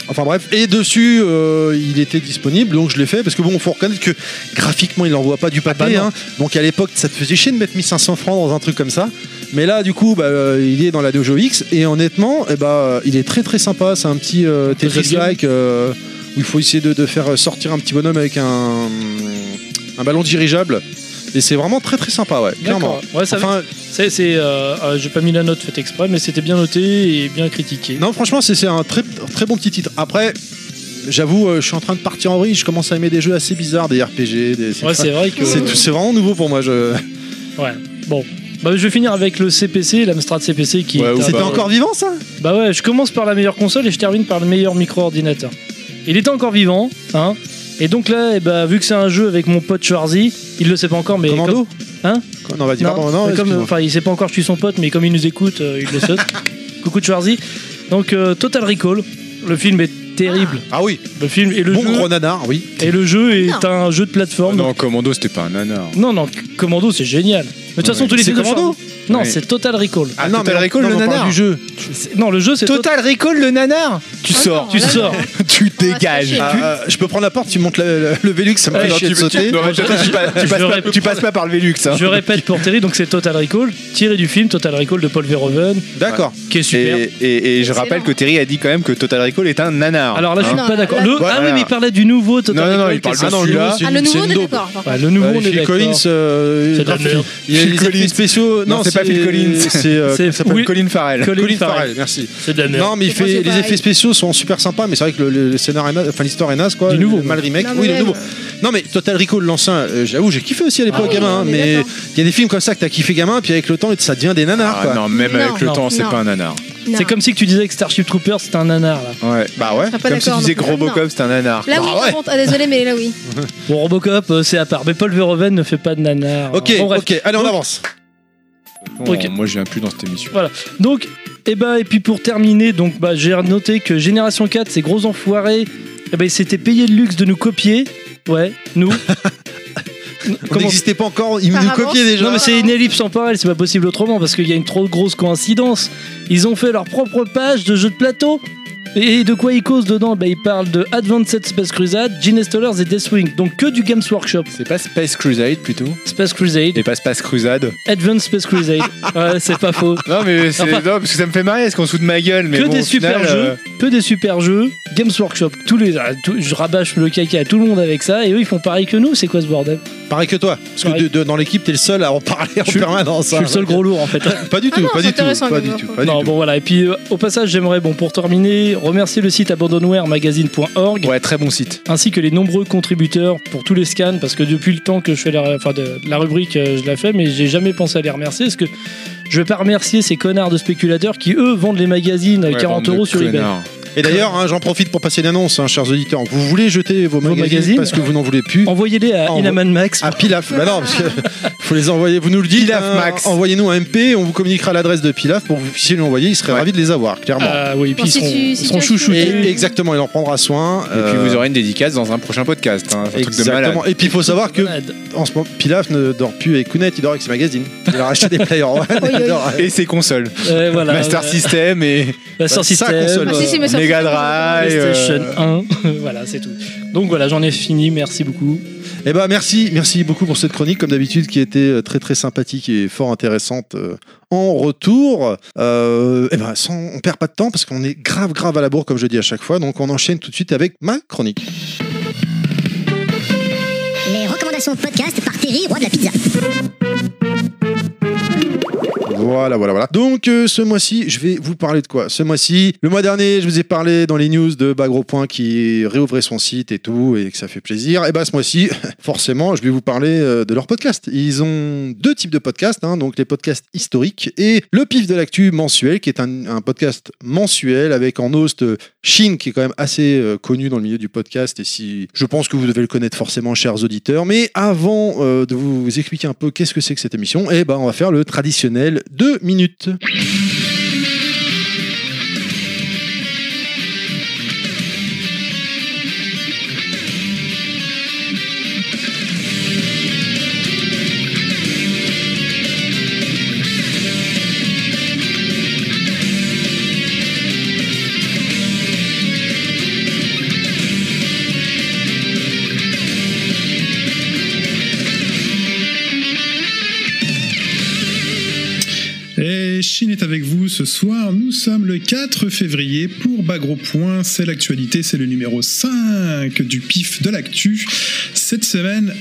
[SPEAKER 4] Enfin bref, et dessus, euh, il était disponible, donc je l'ai fait parce que bon, faut reconnaître que graphiquement, il n'envoie pas du papier.
[SPEAKER 7] Ah bah non.
[SPEAKER 4] hein. donc à l'époque, ça te faisait chier de mettre 1500 francs dans un truc comme ça. Mais là, du coup, bah, euh, il est dans la Neo Geo X et honnêtement, eh bah, il est très très sympa. C'est un petit euh,
[SPEAKER 7] Puzzle
[SPEAKER 4] Tetris-like euh, où il faut essayer de, de faire sortir un petit bonhomme avec un, un ballon dirigeable. Et c'est vraiment très très sympa, ouais, clairement.
[SPEAKER 7] D'accord. Ouais, ça
[SPEAKER 4] Enfin,
[SPEAKER 7] C'est, c'est, euh, euh, j'ai pas mis la note faite exprès, mais c'était bien noté et bien critiqué.
[SPEAKER 4] Non, franchement, c'est c'est un très, très bon petit titre. Après, j'avoue, euh, je suis en train de partir en vrille. Je commence à aimer des jeux assez bizarres, des RPG. Des...
[SPEAKER 7] Ouais, c'est vrai que. euh,
[SPEAKER 4] c'est tout- c'est vraiment nouveau pour moi. Je...
[SPEAKER 7] Ouais. Bon. Bah, je vais finir avec le CPC, l'Amstrad CPC qui. est un-
[SPEAKER 4] C'était encore vivant, ça
[SPEAKER 7] Bah ouais, je commence par la meilleure console et je termine par le meilleur micro-ordinateur. Il était encore vivant, hein. Et donc là, eh bah, vu que c'est un jeu avec mon pote Schwarzy, il le sait pas encore, mais.
[SPEAKER 4] Commando
[SPEAKER 7] Hein
[SPEAKER 4] Quoi, Non, vas-y,
[SPEAKER 7] Non,
[SPEAKER 4] pardon, non,
[SPEAKER 7] mais comme,
[SPEAKER 4] excuse-moi.
[SPEAKER 7] enfin, il sait pas encore que je suis son pote, mais comme il nous écoute, euh, il le saute. Coucou de Schwarzy. Donc, euh, Total Recall. Le film est terrible.
[SPEAKER 4] Ah oui,
[SPEAKER 7] Le film et le
[SPEAKER 4] bon
[SPEAKER 7] jeu.
[SPEAKER 4] gros nanar, oui.
[SPEAKER 7] Et le jeu est
[SPEAKER 6] Non.
[SPEAKER 7] un jeu de plateforme.
[SPEAKER 5] Ah Non, Commando, c'était pas un nanar.
[SPEAKER 7] Non, non, Commando, c'est génial. Mais de toute façon,
[SPEAKER 5] Ouais.
[SPEAKER 7] tous les
[SPEAKER 5] C'est
[SPEAKER 7] films de
[SPEAKER 5] Commando
[SPEAKER 7] Schwarzenegger- Non,
[SPEAKER 5] Oui.
[SPEAKER 7] c'est Total Recall.
[SPEAKER 5] Ah,
[SPEAKER 4] non,
[SPEAKER 5] Total
[SPEAKER 4] mais on-
[SPEAKER 5] Recall,
[SPEAKER 4] non,
[SPEAKER 5] le
[SPEAKER 4] on parle
[SPEAKER 5] nanar.
[SPEAKER 4] du jeu.
[SPEAKER 7] C'est- Non, le jeu, c'est Total.
[SPEAKER 5] Recall, le nanar Tu
[SPEAKER 6] Attends,
[SPEAKER 5] sors.
[SPEAKER 7] Tu
[SPEAKER 6] là,
[SPEAKER 7] sors.
[SPEAKER 5] Tu
[SPEAKER 6] va se
[SPEAKER 5] dégages.
[SPEAKER 6] fâcher.
[SPEAKER 4] Ah,
[SPEAKER 5] Tu-
[SPEAKER 4] euh, je peux prendre la porte, tu montes la- la- le Velux, ça me
[SPEAKER 7] Ouais,
[SPEAKER 4] fait
[SPEAKER 7] non,
[SPEAKER 4] chier de
[SPEAKER 5] tu- tu-
[SPEAKER 4] sauter.
[SPEAKER 5] non, mais attends, tu passes- tu passes
[SPEAKER 7] Je
[SPEAKER 5] pas-
[SPEAKER 7] répète-
[SPEAKER 5] Tu passes pas par le Velux. hein.
[SPEAKER 7] Je répète pour Terry, donc c'est Total Recall, tiré du film Total Recall de Paul Verhoeven,
[SPEAKER 4] D'accord.
[SPEAKER 7] qui est super.
[SPEAKER 5] Et, et- et je
[SPEAKER 6] Excellent.
[SPEAKER 5] rappelle que Terry a dit quand même que Total Recall est un nanar.
[SPEAKER 7] Alors là, je suis
[SPEAKER 6] Hein
[SPEAKER 7] pas d'accord. Le-
[SPEAKER 5] Ouais,
[SPEAKER 7] Ah oui,
[SPEAKER 5] voilà.
[SPEAKER 7] mais il parlait du nouveau Total
[SPEAKER 5] Non, non, non,
[SPEAKER 7] Recall.
[SPEAKER 5] il parle
[SPEAKER 7] qui est
[SPEAKER 5] pas
[SPEAKER 7] sorti-
[SPEAKER 5] celui-là.
[SPEAKER 4] c'est
[SPEAKER 6] Ah,
[SPEAKER 4] une- c'est
[SPEAKER 6] le nouveau, on
[SPEAKER 4] une
[SPEAKER 6] est
[SPEAKER 4] daube.
[SPEAKER 6] d'accord. par
[SPEAKER 7] Ouais,
[SPEAKER 6] contre.
[SPEAKER 7] le nouveau,
[SPEAKER 4] Ouais,
[SPEAKER 7] on est
[SPEAKER 4] bah, Phil
[SPEAKER 7] d'accord.
[SPEAKER 4] Collins, euh,
[SPEAKER 7] C'est de la
[SPEAKER 4] graphique.
[SPEAKER 7] merde.
[SPEAKER 4] il y a
[SPEAKER 5] Phil
[SPEAKER 4] des effets
[SPEAKER 5] Collins.
[SPEAKER 4] spéciaux.
[SPEAKER 5] Non, c'est pas Phil Collins.
[SPEAKER 4] C'est euh,
[SPEAKER 7] C'est-
[SPEAKER 5] ça s'appelle
[SPEAKER 7] oui.
[SPEAKER 5] Colin Farrell.
[SPEAKER 7] Colin
[SPEAKER 4] Colin
[SPEAKER 7] Farrell.
[SPEAKER 4] Farrell, merci.
[SPEAKER 7] C'est de la merde.
[SPEAKER 4] Non, mais il
[SPEAKER 6] C'est pas- c'est
[SPEAKER 4] fait, les
[SPEAKER 6] pareil.
[SPEAKER 4] effets spéciaux sont super sympas, mais c'est vrai que le, le- le scénar est naze, enfin l'histoire est naze, quoi.
[SPEAKER 7] Du nouveau.
[SPEAKER 4] Le- Mal remake.
[SPEAKER 6] Non, mais
[SPEAKER 4] oui, le
[SPEAKER 6] même, euh,
[SPEAKER 4] nouveau. Non, mais Total Recall, l'ancien, euh, j'avoue, j'ai kiffé aussi à l'époque,
[SPEAKER 6] Ah oui,
[SPEAKER 4] gamin. hein,
[SPEAKER 6] on est
[SPEAKER 4] mais
[SPEAKER 6] d'accord.
[SPEAKER 4] il y a des films comme ça que t'as kiffé, gamin, puis avec le temps, ça devient des nanars,
[SPEAKER 5] Ah
[SPEAKER 4] quoi.
[SPEAKER 5] non, même
[SPEAKER 6] Non,
[SPEAKER 5] avec le
[SPEAKER 7] non,
[SPEAKER 5] temps, c'est
[SPEAKER 6] non.
[SPEAKER 5] pas un nanar.
[SPEAKER 6] Non.
[SPEAKER 7] C'est comme si que tu disais que Starship Trooper c'était un nanar là.
[SPEAKER 5] Ouais. Bah ouais.
[SPEAKER 6] serais pas
[SPEAKER 5] Comme si tu
[SPEAKER 6] d'accord
[SPEAKER 5] disais
[SPEAKER 6] non
[SPEAKER 5] que
[SPEAKER 6] plus.
[SPEAKER 5] Robocop, c'est un nanar. Bah
[SPEAKER 6] Là oui,
[SPEAKER 4] Ah
[SPEAKER 6] par
[SPEAKER 4] ouais.
[SPEAKER 6] contre, ah, désolé, mais là oui.
[SPEAKER 7] Bon, Robocop euh, c'est à part, mais Paul Verhoeven ne fait pas de nanar.
[SPEAKER 4] Ok,
[SPEAKER 7] Bon, bref.
[SPEAKER 4] ok, allez, on avance.
[SPEAKER 5] Bon,
[SPEAKER 7] Ok.
[SPEAKER 5] Oh, Moi, je viens plus dans cette émission.
[SPEAKER 7] Donc, et bah, et puis pour terminer, donc bah, j'ai noté que Génération 4, ces gros enfoirés, eh ben ils s'étaient payés le luxe de nous copier. Ouais, nous.
[SPEAKER 4] On
[SPEAKER 7] Comment-
[SPEAKER 4] n'existait pas encore, ils
[SPEAKER 6] Par
[SPEAKER 4] nous
[SPEAKER 6] avance.
[SPEAKER 4] copiaient déjà.
[SPEAKER 7] non mais c'est une ellipse en parallèle, c'est pas possible autrement parce qu'il y a une trop grosse coïncidence. Ils ont fait leur propre page de jeu de plateau. Et de quoi ils causent dedans bah, Ils parlent de Advanced Space Crusade, Gene Stollers et Deathwing. Donc que du Games Workshop.
[SPEAKER 5] C'est pas Space Crusade plutôt
[SPEAKER 7] Space Crusade,
[SPEAKER 5] Et pas Space Crusade
[SPEAKER 7] Advanced Space Crusade. ouais, c'est pas faux.
[SPEAKER 5] Non, mais c'est.
[SPEAKER 7] Enfin-
[SPEAKER 5] non, parce que ça me fait marrer, parce qu'on se fout de ma gueule. Mais
[SPEAKER 7] que
[SPEAKER 5] bon,
[SPEAKER 7] des
[SPEAKER 5] au final,
[SPEAKER 7] super
[SPEAKER 5] euh,
[SPEAKER 7] jeux, que des super jeux, Games Workshop, tous les, ah, tout- je rabâche le caca à tout le monde avec ça, et eux ils font pareil que nous, c'est quoi ce bordel
[SPEAKER 4] Pareil que toi, parce que
[SPEAKER 7] Pareil.
[SPEAKER 4] de- de- dans l'équipe, t'es le seul à en parler en
[SPEAKER 7] Je suis-
[SPEAKER 4] permanence. hein.
[SPEAKER 7] Je suis le seul gros lourd en fait.
[SPEAKER 4] Pas du
[SPEAKER 6] Ah
[SPEAKER 4] tout,
[SPEAKER 6] non,
[SPEAKER 4] pas
[SPEAKER 6] c'est
[SPEAKER 4] du tout,
[SPEAKER 6] intéressant,
[SPEAKER 4] pas
[SPEAKER 6] Game
[SPEAKER 4] du
[SPEAKER 6] of
[SPEAKER 4] tout,
[SPEAKER 6] Thrones.
[SPEAKER 4] pas du
[SPEAKER 7] non,
[SPEAKER 4] tout.
[SPEAKER 7] bon voilà, et puis euh, au passage j'aimerais, bon pour terminer, remercier le site abandonwaremagazine.org
[SPEAKER 5] euh, Ouais, très bon site.
[SPEAKER 7] ainsi que les nombreux contributeurs pour tous les scans, parce que depuis le temps que je fais la, enfin, de- la rubrique, euh, je la fais, mais j'ai jamais pensé à les remercier, parce que je vais pas remercier ces connards de spéculateurs qui eux vendent les magazines à
[SPEAKER 5] Ouais,
[SPEAKER 7] 40
[SPEAKER 5] bande de
[SPEAKER 7] Euh, euros sur eBay.
[SPEAKER 5] connards.
[SPEAKER 4] Et d'ailleurs, hein, j'en profite pour passer une annonce, hein, chers auditeurs. Vous voulez jeter vos, magazines,
[SPEAKER 7] magazines
[SPEAKER 4] parce que vous n'en voulez plus
[SPEAKER 7] Envoyez-les à
[SPEAKER 4] Envoie-
[SPEAKER 7] Inaman Max.
[SPEAKER 5] Ah,
[SPEAKER 4] à Pilaf. Bah non, parce que faut les envoyer. Vous nous le dites.
[SPEAKER 5] Pilaf
[SPEAKER 4] hein,
[SPEAKER 5] Max.
[SPEAKER 4] Envoyez-nous un MP, on vous communiquera l'adresse de Pilaf pour que vous puissiez lui envoyer. Il serait ravi de les avoir, clairement.
[SPEAKER 7] Ah oui, puis
[SPEAKER 6] Bon,
[SPEAKER 7] ils
[SPEAKER 6] si
[SPEAKER 7] seront,
[SPEAKER 6] tu-
[SPEAKER 7] ils
[SPEAKER 6] si
[SPEAKER 7] seront
[SPEAKER 6] tu as
[SPEAKER 7] chouchous.
[SPEAKER 6] trouvé-
[SPEAKER 4] Et exactement, il en prendra soin.
[SPEAKER 5] Et puis
[SPEAKER 4] euh,
[SPEAKER 5] vous aurez une dédicace dans un prochain podcast. hein, un truc de malade.
[SPEAKER 4] Exactement. Et puis il faut savoir que en ce moment, Pilaf ne dort plus avec Kounet, il dort avec ses magazines. Il a racheté des Player One.
[SPEAKER 6] Oui,
[SPEAKER 4] il
[SPEAKER 6] oui.
[SPEAKER 4] dort avec-
[SPEAKER 5] Et ses consoles.
[SPEAKER 7] Euh, voilà,
[SPEAKER 5] Master
[SPEAKER 7] ouais.
[SPEAKER 5] System et
[SPEAKER 7] Master
[SPEAKER 4] Bah, ça,
[SPEAKER 7] System,
[SPEAKER 4] console.
[SPEAKER 6] Ah,
[SPEAKER 7] euh,
[SPEAKER 6] si, si, mais ça-
[SPEAKER 5] Mega Drive. euh,
[SPEAKER 7] PlayStation 1. voilà, c'est tout. Donc voilà, j'en ai fini. Merci beaucoup.
[SPEAKER 4] Eh ben merci, merci beaucoup pour cette chronique comme d'habitude qui était euh, très très sympathique et fort intéressante. euh, En retour, euh, eh ben sans, on perd pas de temps parce qu'on est grave grave à la bourre comme je dis à chaque fois, donc on enchaîne tout de suite avec ma chronique.
[SPEAKER 1] Les recommandations podcast par Terry, roi de la pizza.
[SPEAKER 4] Voilà, voilà, voilà. Donc, euh, ce mois-ci, je vais vous parler de quoi Ce mois-ci, le mois dernier, je vous ai parlé dans les news de Bagro Point qui réouvrait son site et tout, et que ça fait plaisir. Et bah, ce mois-ci, forcément, je vais vous parler euh, de leur podcast. Ils ont deux types de podcasts, hein, donc les podcasts historiques et le pif de l'actu mensuel, qui est un, un podcast mensuel avec en host euh, Shin, qui est quand même assez euh, connu dans le milieu du podcast, et si je pense que vous devez le connaître forcément, chers auditeurs. Mais avant euh, de vous expliquer un peu qu'est-ce que c'est que cette émission, eh ben, on va faire le traditionnel 2 minutes.
[SPEAKER 11] Et Chine est avec vous ce soir. Nous sommes le 4 février pour Bagro Point. C'est l'actualité, c'est le numéro 5 du pif de l'actu. Cette semaine,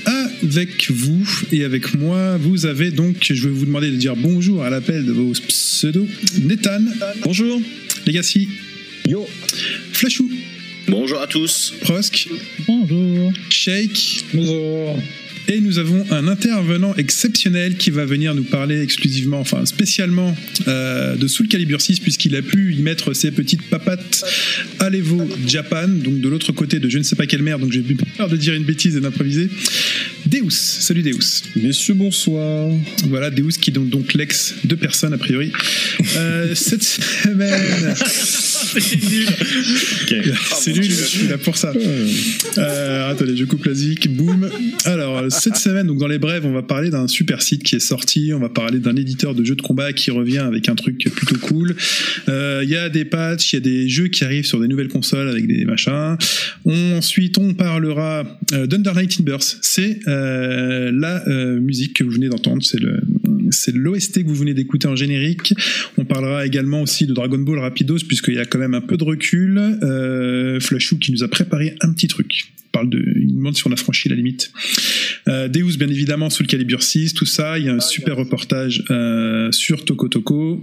[SPEAKER 11] avec vous et avec moi, vous avez donc, je vais vous demander de dire bonjour à l'appel de vos pseudos. Nathan, bonjour. Legacy, yo. Flashou,
[SPEAKER 12] Bonjour à tous.
[SPEAKER 11] Prosk,
[SPEAKER 13] Bonjour.
[SPEAKER 11] Shake. Et nous avons un intervenant exceptionnel qui va venir nous parler exclusivement, enfin spécialement, euh, de Soul Calibur 6, puisqu'il a pu y mettre ses petites papates à l'Evo Japan, donc de l'autre côté de je ne sais pas quelle mer, donc j'ai peur de dire une bêtise et d'improviser. Deus, salut Deus.
[SPEAKER 13] Messieurs, bonsoir.
[SPEAKER 11] Voilà, Deus qui est donc, donc l'ex de personne a priori. Euh, cette semaine. C'est nul, je suis là pour
[SPEAKER 13] Ah,
[SPEAKER 11] ça. Euh, attendez, je coupe la zik, boum. Alors, euh, cette semaine, donc dans les brèves, on va parler d'un super site qui est sorti, on va parler d'un éditeur de jeux de combat qui revient avec un truc plutôt cool. Euh, Il y a des patchs, il y a des jeux qui arrivent sur des nouvelles consoles avec des machins. On- ensuite, on parlera euh, d'Under 19 Burst. C'est euh, la euh, musique que vous venez d'entendre, c'est le... C'est l'OST que vous venez d'écouter en générique. On parlera également aussi de Dragon Ball Rapidos, puisqu'il y a quand même un peu de recul. Euh, Flashou qui nous a préparé un petit truc. Il Parle de, il demande si on a franchi la limite. Euh, Deus, bien évidemment, sous le calibre 6, tout ça. Ah, Il y a un super reportage euh, sur Toko Toko.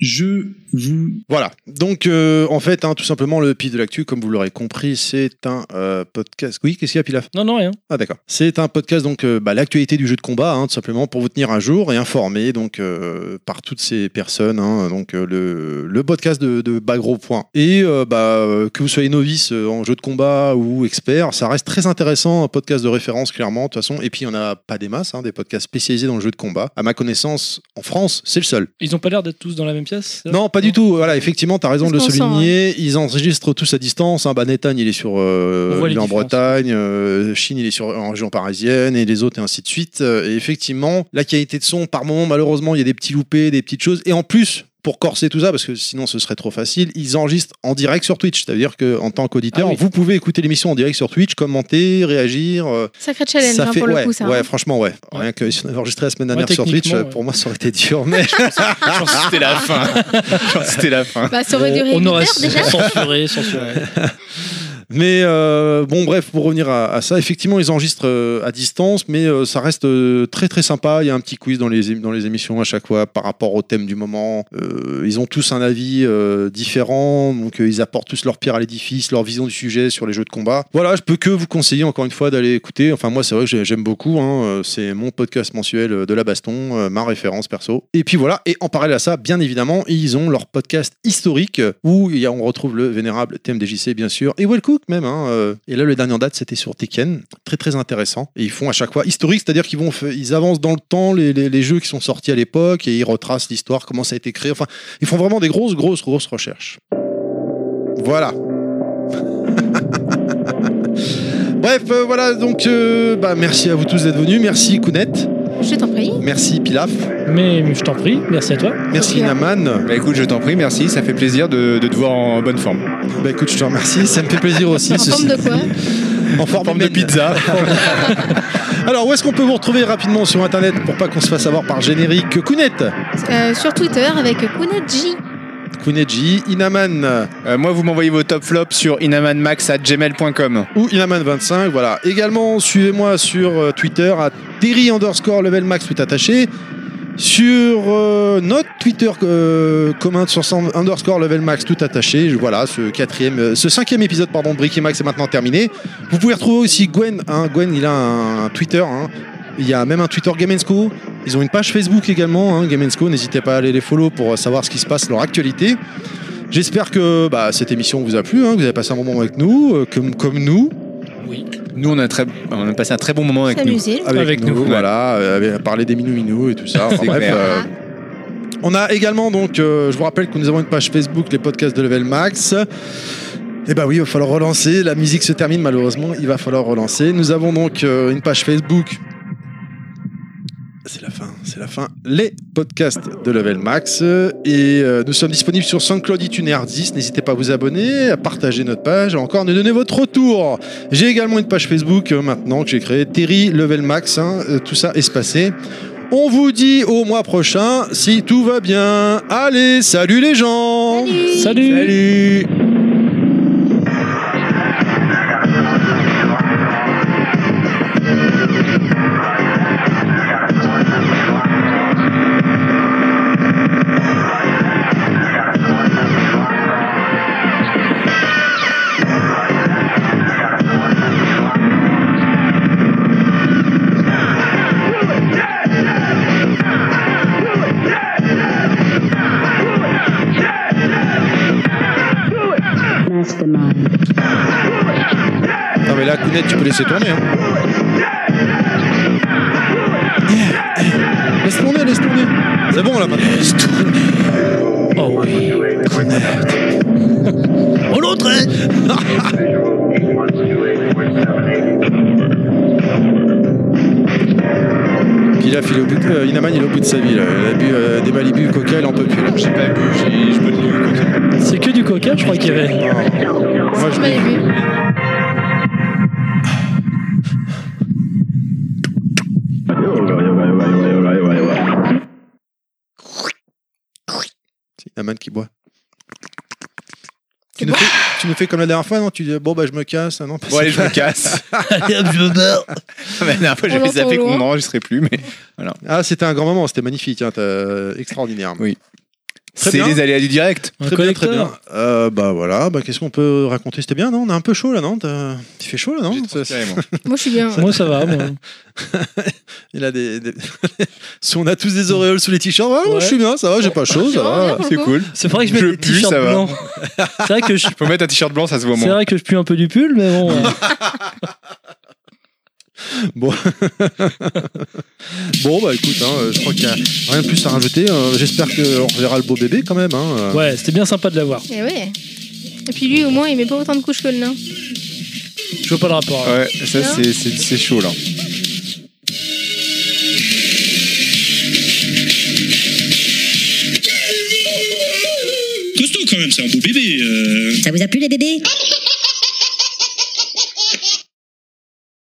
[SPEAKER 11] Je vous
[SPEAKER 4] Voilà. Donc, euh, en fait, hein, tout simplement, le pif de l'actu, comme vous l'aurez compris, c'est un euh, podcast. Oui, qu'est-ce qu'il y a, Pilaf
[SPEAKER 7] Non, non, rien.
[SPEAKER 4] Ah d'accord. C'est un podcast donc euh, bah, l'actualité du jeu de combat hein, tout simplement pour vous tenir à jour et informer donc euh, par toutes ces personnes hein, donc euh, le, le podcast de, de Bagro Point et euh, bah, euh, que vous soyez novice euh, en jeu de combat ou expert ça reste très intéressant un podcast de référence clairement de toute façon et puis il y en a pas des masses hein, des podcasts spécialisés dans le jeu de combat à ma connaissance en France c'est le seul.
[SPEAKER 7] Ils ont pas l'air d'être tous dans la même pièce ça Euh,
[SPEAKER 4] Non, pas du tout. Voilà, effectivement, tu as raison de le
[SPEAKER 6] Qu'est-ce qu'on sent,
[SPEAKER 7] hein
[SPEAKER 4] souligner. Ils enregistrent tous à distance. Hein. Bah, Nathan, il est sur, euh,
[SPEAKER 7] On voit
[SPEAKER 4] il est
[SPEAKER 7] les
[SPEAKER 4] en
[SPEAKER 7] différences.
[SPEAKER 4] Bretagne. euh, Chine, il est sur en région parisienne et les autres et ainsi de suite. Euh, Et effectivement, la qualité de son, par moment, malheureusement, il y a des petits loupés, des petites choses. Et en plus. Pour corser tout ça, parce que sinon ce serait trop facile, ils enregistrent en direct sur Twitch. C'est-à-dire qu'en tant qu'auditeur,
[SPEAKER 7] Ah oui.
[SPEAKER 4] vous pouvez écouter l'émission en direct sur Twitch, commenter, réagir. euh,
[SPEAKER 6] Sacré challenge
[SPEAKER 4] ça
[SPEAKER 6] hein,
[SPEAKER 4] fait,
[SPEAKER 6] pour
[SPEAKER 4] ouais,
[SPEAKER 6] le coup, ça.
[SPEAKER 4] ouais,
[SPEAKER 6] hein.
[SPEAKER 4] franchement, ouais. Rien que si on avait enregistré la semaine dernière sur Twitch,
[SPEAKER 7] techniquement,
[SPEAKER 4] euh,
[SPEAKER 7] ouais.
[SPEAKER 4] pour moi, ça aurait été dur. Mais
[SPEAKER 5] je pense que c'était la fin. Je pense que c'était la fin.
[SPEAKER 7] Euh,
[SPEAKER 6] Bah, ça aurait
[SPEAKER 7] On-
[SPEAKER 6] duré
[SPEAKER 7] on
[SPEAKER 6] une
[SPEAKER 7] aurait
[SPEAKER 6] heure déjà.
[SPEAKER 7] censuré, censuré.
[SPEAKER 4] Mais euh, bon, bref, pour revenir à, à ça, effectivement, ils enregistrent euh, à distance, mais euh, ça reste euh, très très sympa. Il y a un petit quiz dans les, ém- dans les émissions à chaque fois par rapport au thème du moment. Euh, ils ont tous un avis euh, différent, donc euh, ils apportent tous leur pierre à l'édifice, leur vision du sujet sur les jeux de combat. Voilà, je peux que vous conseiller encore une fois d'aller écouter. Enfin, moi, c'est vrai que j'ai- j'aime beaucoup. hein. Euh, C'est mon podcast mensuel euh, de la baston, euh, ma référence perso. Et puis voilà, et en parallèle à ça, bien évidemment, ils ont leur podcast historique euh, où il y a- on retrouve le vénérable TMDJC, bien sûr, et Wellcook même. hein, euh. Et là, le dernier en date, c'était sur Tekken. Très, très intéressant. Et ils font à chaque fois historique, c'est-à-dire qu'ils vont, f- ils avancent dans le temps les, les- les jeux qui sont sortis à l'époque et ils retracent l'histoire, comment ça a été créé. Enfin, ils font vraiment des grosses, grosses, grosses recherches. Voilà. Bref, euh, voilà, donc euh, bah, merci à vous tous d'être venus. Merci Kounette,
[SPEAKER 6] Je t'en prie.
[SPEAKER 4] merci Pilaf,
[SPEAKER 7] Mais je t'en prie, merci à toi.
[SPEAKER 4] merci
[SPEAKER 6] Ok.
[SPEAKER 4] Naman.
[SPEAKER 5] Bah écoute, je t'en prie, merci, ça fait plaisir de, de te voir en bonne forme.
[SPEAKER 4] Bah écoute, je te remercie, ça me fait plaisir aussi.
[SPEAKER 6] En
[SPEAKER 4] ceci
[SPEAKER 6] forme de quoi
[SPEAKER 4] En forme,
[SPEAKER 5] Forme de
[SPEAKER 4] humaine.
[SPEAKER 5] pizza.
[SPEAKER 4] Alors, où est-ce qu'on peut vous retrouver rapidement sur internet pour pas qu'on se fasse avoir par le générique Kounet
[SPEAKER 6] Euh, Sur Twitter avec Kunaji.
[SPEAKER 4] Kouneji, Inaman
[SPEAKER 5] Euh, moi, vous m'envoyez vos top flops sur inamanmax@gmail.com.
[SPEAKER 4] ou Inaman25, voilà. Également, suivez-moi sur euh, Twitter à Terry underscore level max tout attaché. Sur euh, notre Twitter euh, commun sur cent- underscore level max tout attaché, Je- voilà, ce quatrième, euh, ce cinquième épisode pardon, de Brick et Max est maintenant terminé. Vous pouvez retrouver aussi Gwen, hein, Gwen il a un, Twitter, hein. il y a même un Twitter Game Sco. Ils ont une page Facebook également, hein, Game Sco. N'hésitez pas à aller les follow pour euh, savoir ce qui se passe, leur actualité. J'espère que bah, cette émission vous a plu, hein, que vous avez passé un moment avec nous, euh, comme, comme nous.
[SPEAKER 5] Nous, on a, très, on a passé un très bon moment avec nous.
[SPEAKER 6] S'amuser.
[SPEAKER 4] Avec,
[SPEAKER 7] Avec
[SPEAKER 4] nous,
[SPEAKER 7] nous.
[SPEAKER 4] voilà, euh, parler des minous minous et tout ça. Enfin,
[SPEAKER 5] C'est
[SPEAKER 4] bref,
[SPEAKER 5] clair.
[SPEAKER 4] euh, on a également donc, euh, je vous rappelle que nous avons une page Facebook, les podcasts de Level Max. Eh ben oui, il va falloir relancer. La musique se termine malheureusement, il va falloir relancer. Nous avons donc euh, une page Facebook. C'est la fin, c'est la fin. Les podcasts de Level Max. euh, Et euh, nous sommes disponibles sur SoundCloud iTunes et Hardis. N'hésitez pas à vous abonner, à partager notre page, à encore nous donner votre retour. J'ai également une page Facebook euh, maintenant que j'ai créée, Terry Level Max, hein, euh, tout ça espacé. On vous dit au mois prochain si tout va bien. Allez, salut les gens
[SPEAKER 7] Salut.
[SPEAKER 4] Salut
[SPEAKER 3] Mastermind.
[SPEAKER 4] Non mais là, Kounet, tu peux laisser tourner. Hein. Eh, eh, Laisse tourner, laisse tourner. C'est bon là maintenant. Laisse tourner.
[SPEAKER 7] Oh oui.
[SPEAKER 4] Oh l'autre hein Puis là, il est au bout de- euh, Inaman, il est au bout de sa vie. Là. Il a bu euh, des Malibu, coca, il en peut plus. Là.
[SPEAKER 5] J'ai pas bu, j'ai- je peux te le conseiller.
[SPEAKER 7] C'est que du coca, je crois qu'il y avait.
[SPEAKER 4] Moi,
[SPEAKER 6] Je m'en ai vu.
[SPEAKER 4] C'est Inaman qui boit. Tu nous, fais, tu nous fais comme la dernière fois, non Tu dis bon bah je me casse, ah, non parce
[SPEAKER 5] Bon, allez, je
[SPEAKER 4] que-
[SPEAKER 5] me casse. La dernière fois,
[SPEAKER 6] On
[SPEAKER 5] j'avais
[SPEAKER 6] l'entend
[SPEAKER 5] zappé
[SPEAKER 6] loin.
[SPEAKER 5] qu'on n'enregistrait plus, mais
[SPEAKER 4] Ah c'était un grand moment, c'était magnifique, hein, t'as- euh, extraordinaire.
[SPEAKER 5] Oui.
[SPEAKER 4] Très
[SPEAKER 5] c'est
[SPEAKER 4] bien.
[SPEAKER 5] les aléas du direct.
[SPEAKER 7] Un
[SPEAKER 4] Très bien, très
[SPEAKER 7] collecteur.
[SPEAKER 4] bien. Euh, bah voilà, bah, qu'est-ce qu'on peut raconter C'était bien, non On a un peu chaud là, non T'as- Il fait chaud là, non
[SPEAKER 5] J'ai transpiré, moi.
[SPEAKER 6] Moi, je suis bien.
[SPEAKER 7] Moi ça va. Moi.
[SPEAKER 4] Il a des, des- Si on a tous des auréoles sous les t-shirts, ouais,
[SPEAKER 7] Ouais.
[SPEAKER 4] je suis bien, ça va, j'ai pas chaud, ça va.
[SPEAKER 5] C'est cool.
[SPEAKER 7] C'est vrai que je
[SPEAKER 5] Je
[SPEAKER 7] mets des
[SPEAKER 5] pue,
[SPEAKER 7] t-shirts
[SPEAKER 5] ça va.
[SPEAKER 7] blancs. C'est vrai que je
[SPEAKER 5] Faut mettre un t-shirt blanc, ça se voit
[SPEAKER 7] c'est
[SPEAKER 5] moins.
[SPEAKER 7] vrai que je pue un peu du pull, mais bon. euh,
[SPEAKER 4] Bon, bah écoute, hein, euh, je crois qu'il y a rien de plus à rajouter. euh, J'espère qu'on reverra le beau bébé quand même. hein, euh.
[SPEAKER 7] Ouais, c'était bien sympa de l'avoir.
[SPEAKER 6] Et Eh ouais. Et puis lui, au moins, il met pas autant de couches que le nain.
[SPEAKER 7] Je vois pas le rapport. hein.
[SPEAKER 5] Ouais, ça,
[SPEAKER 6] Non.
[SPEAKER 5] c'est- c'est c'est chaud, là.
[SPEAKER 13] Costaud quand même, c'est un beau bébé. euh.
[SPEAKER 1] Ça vous a plu les bébés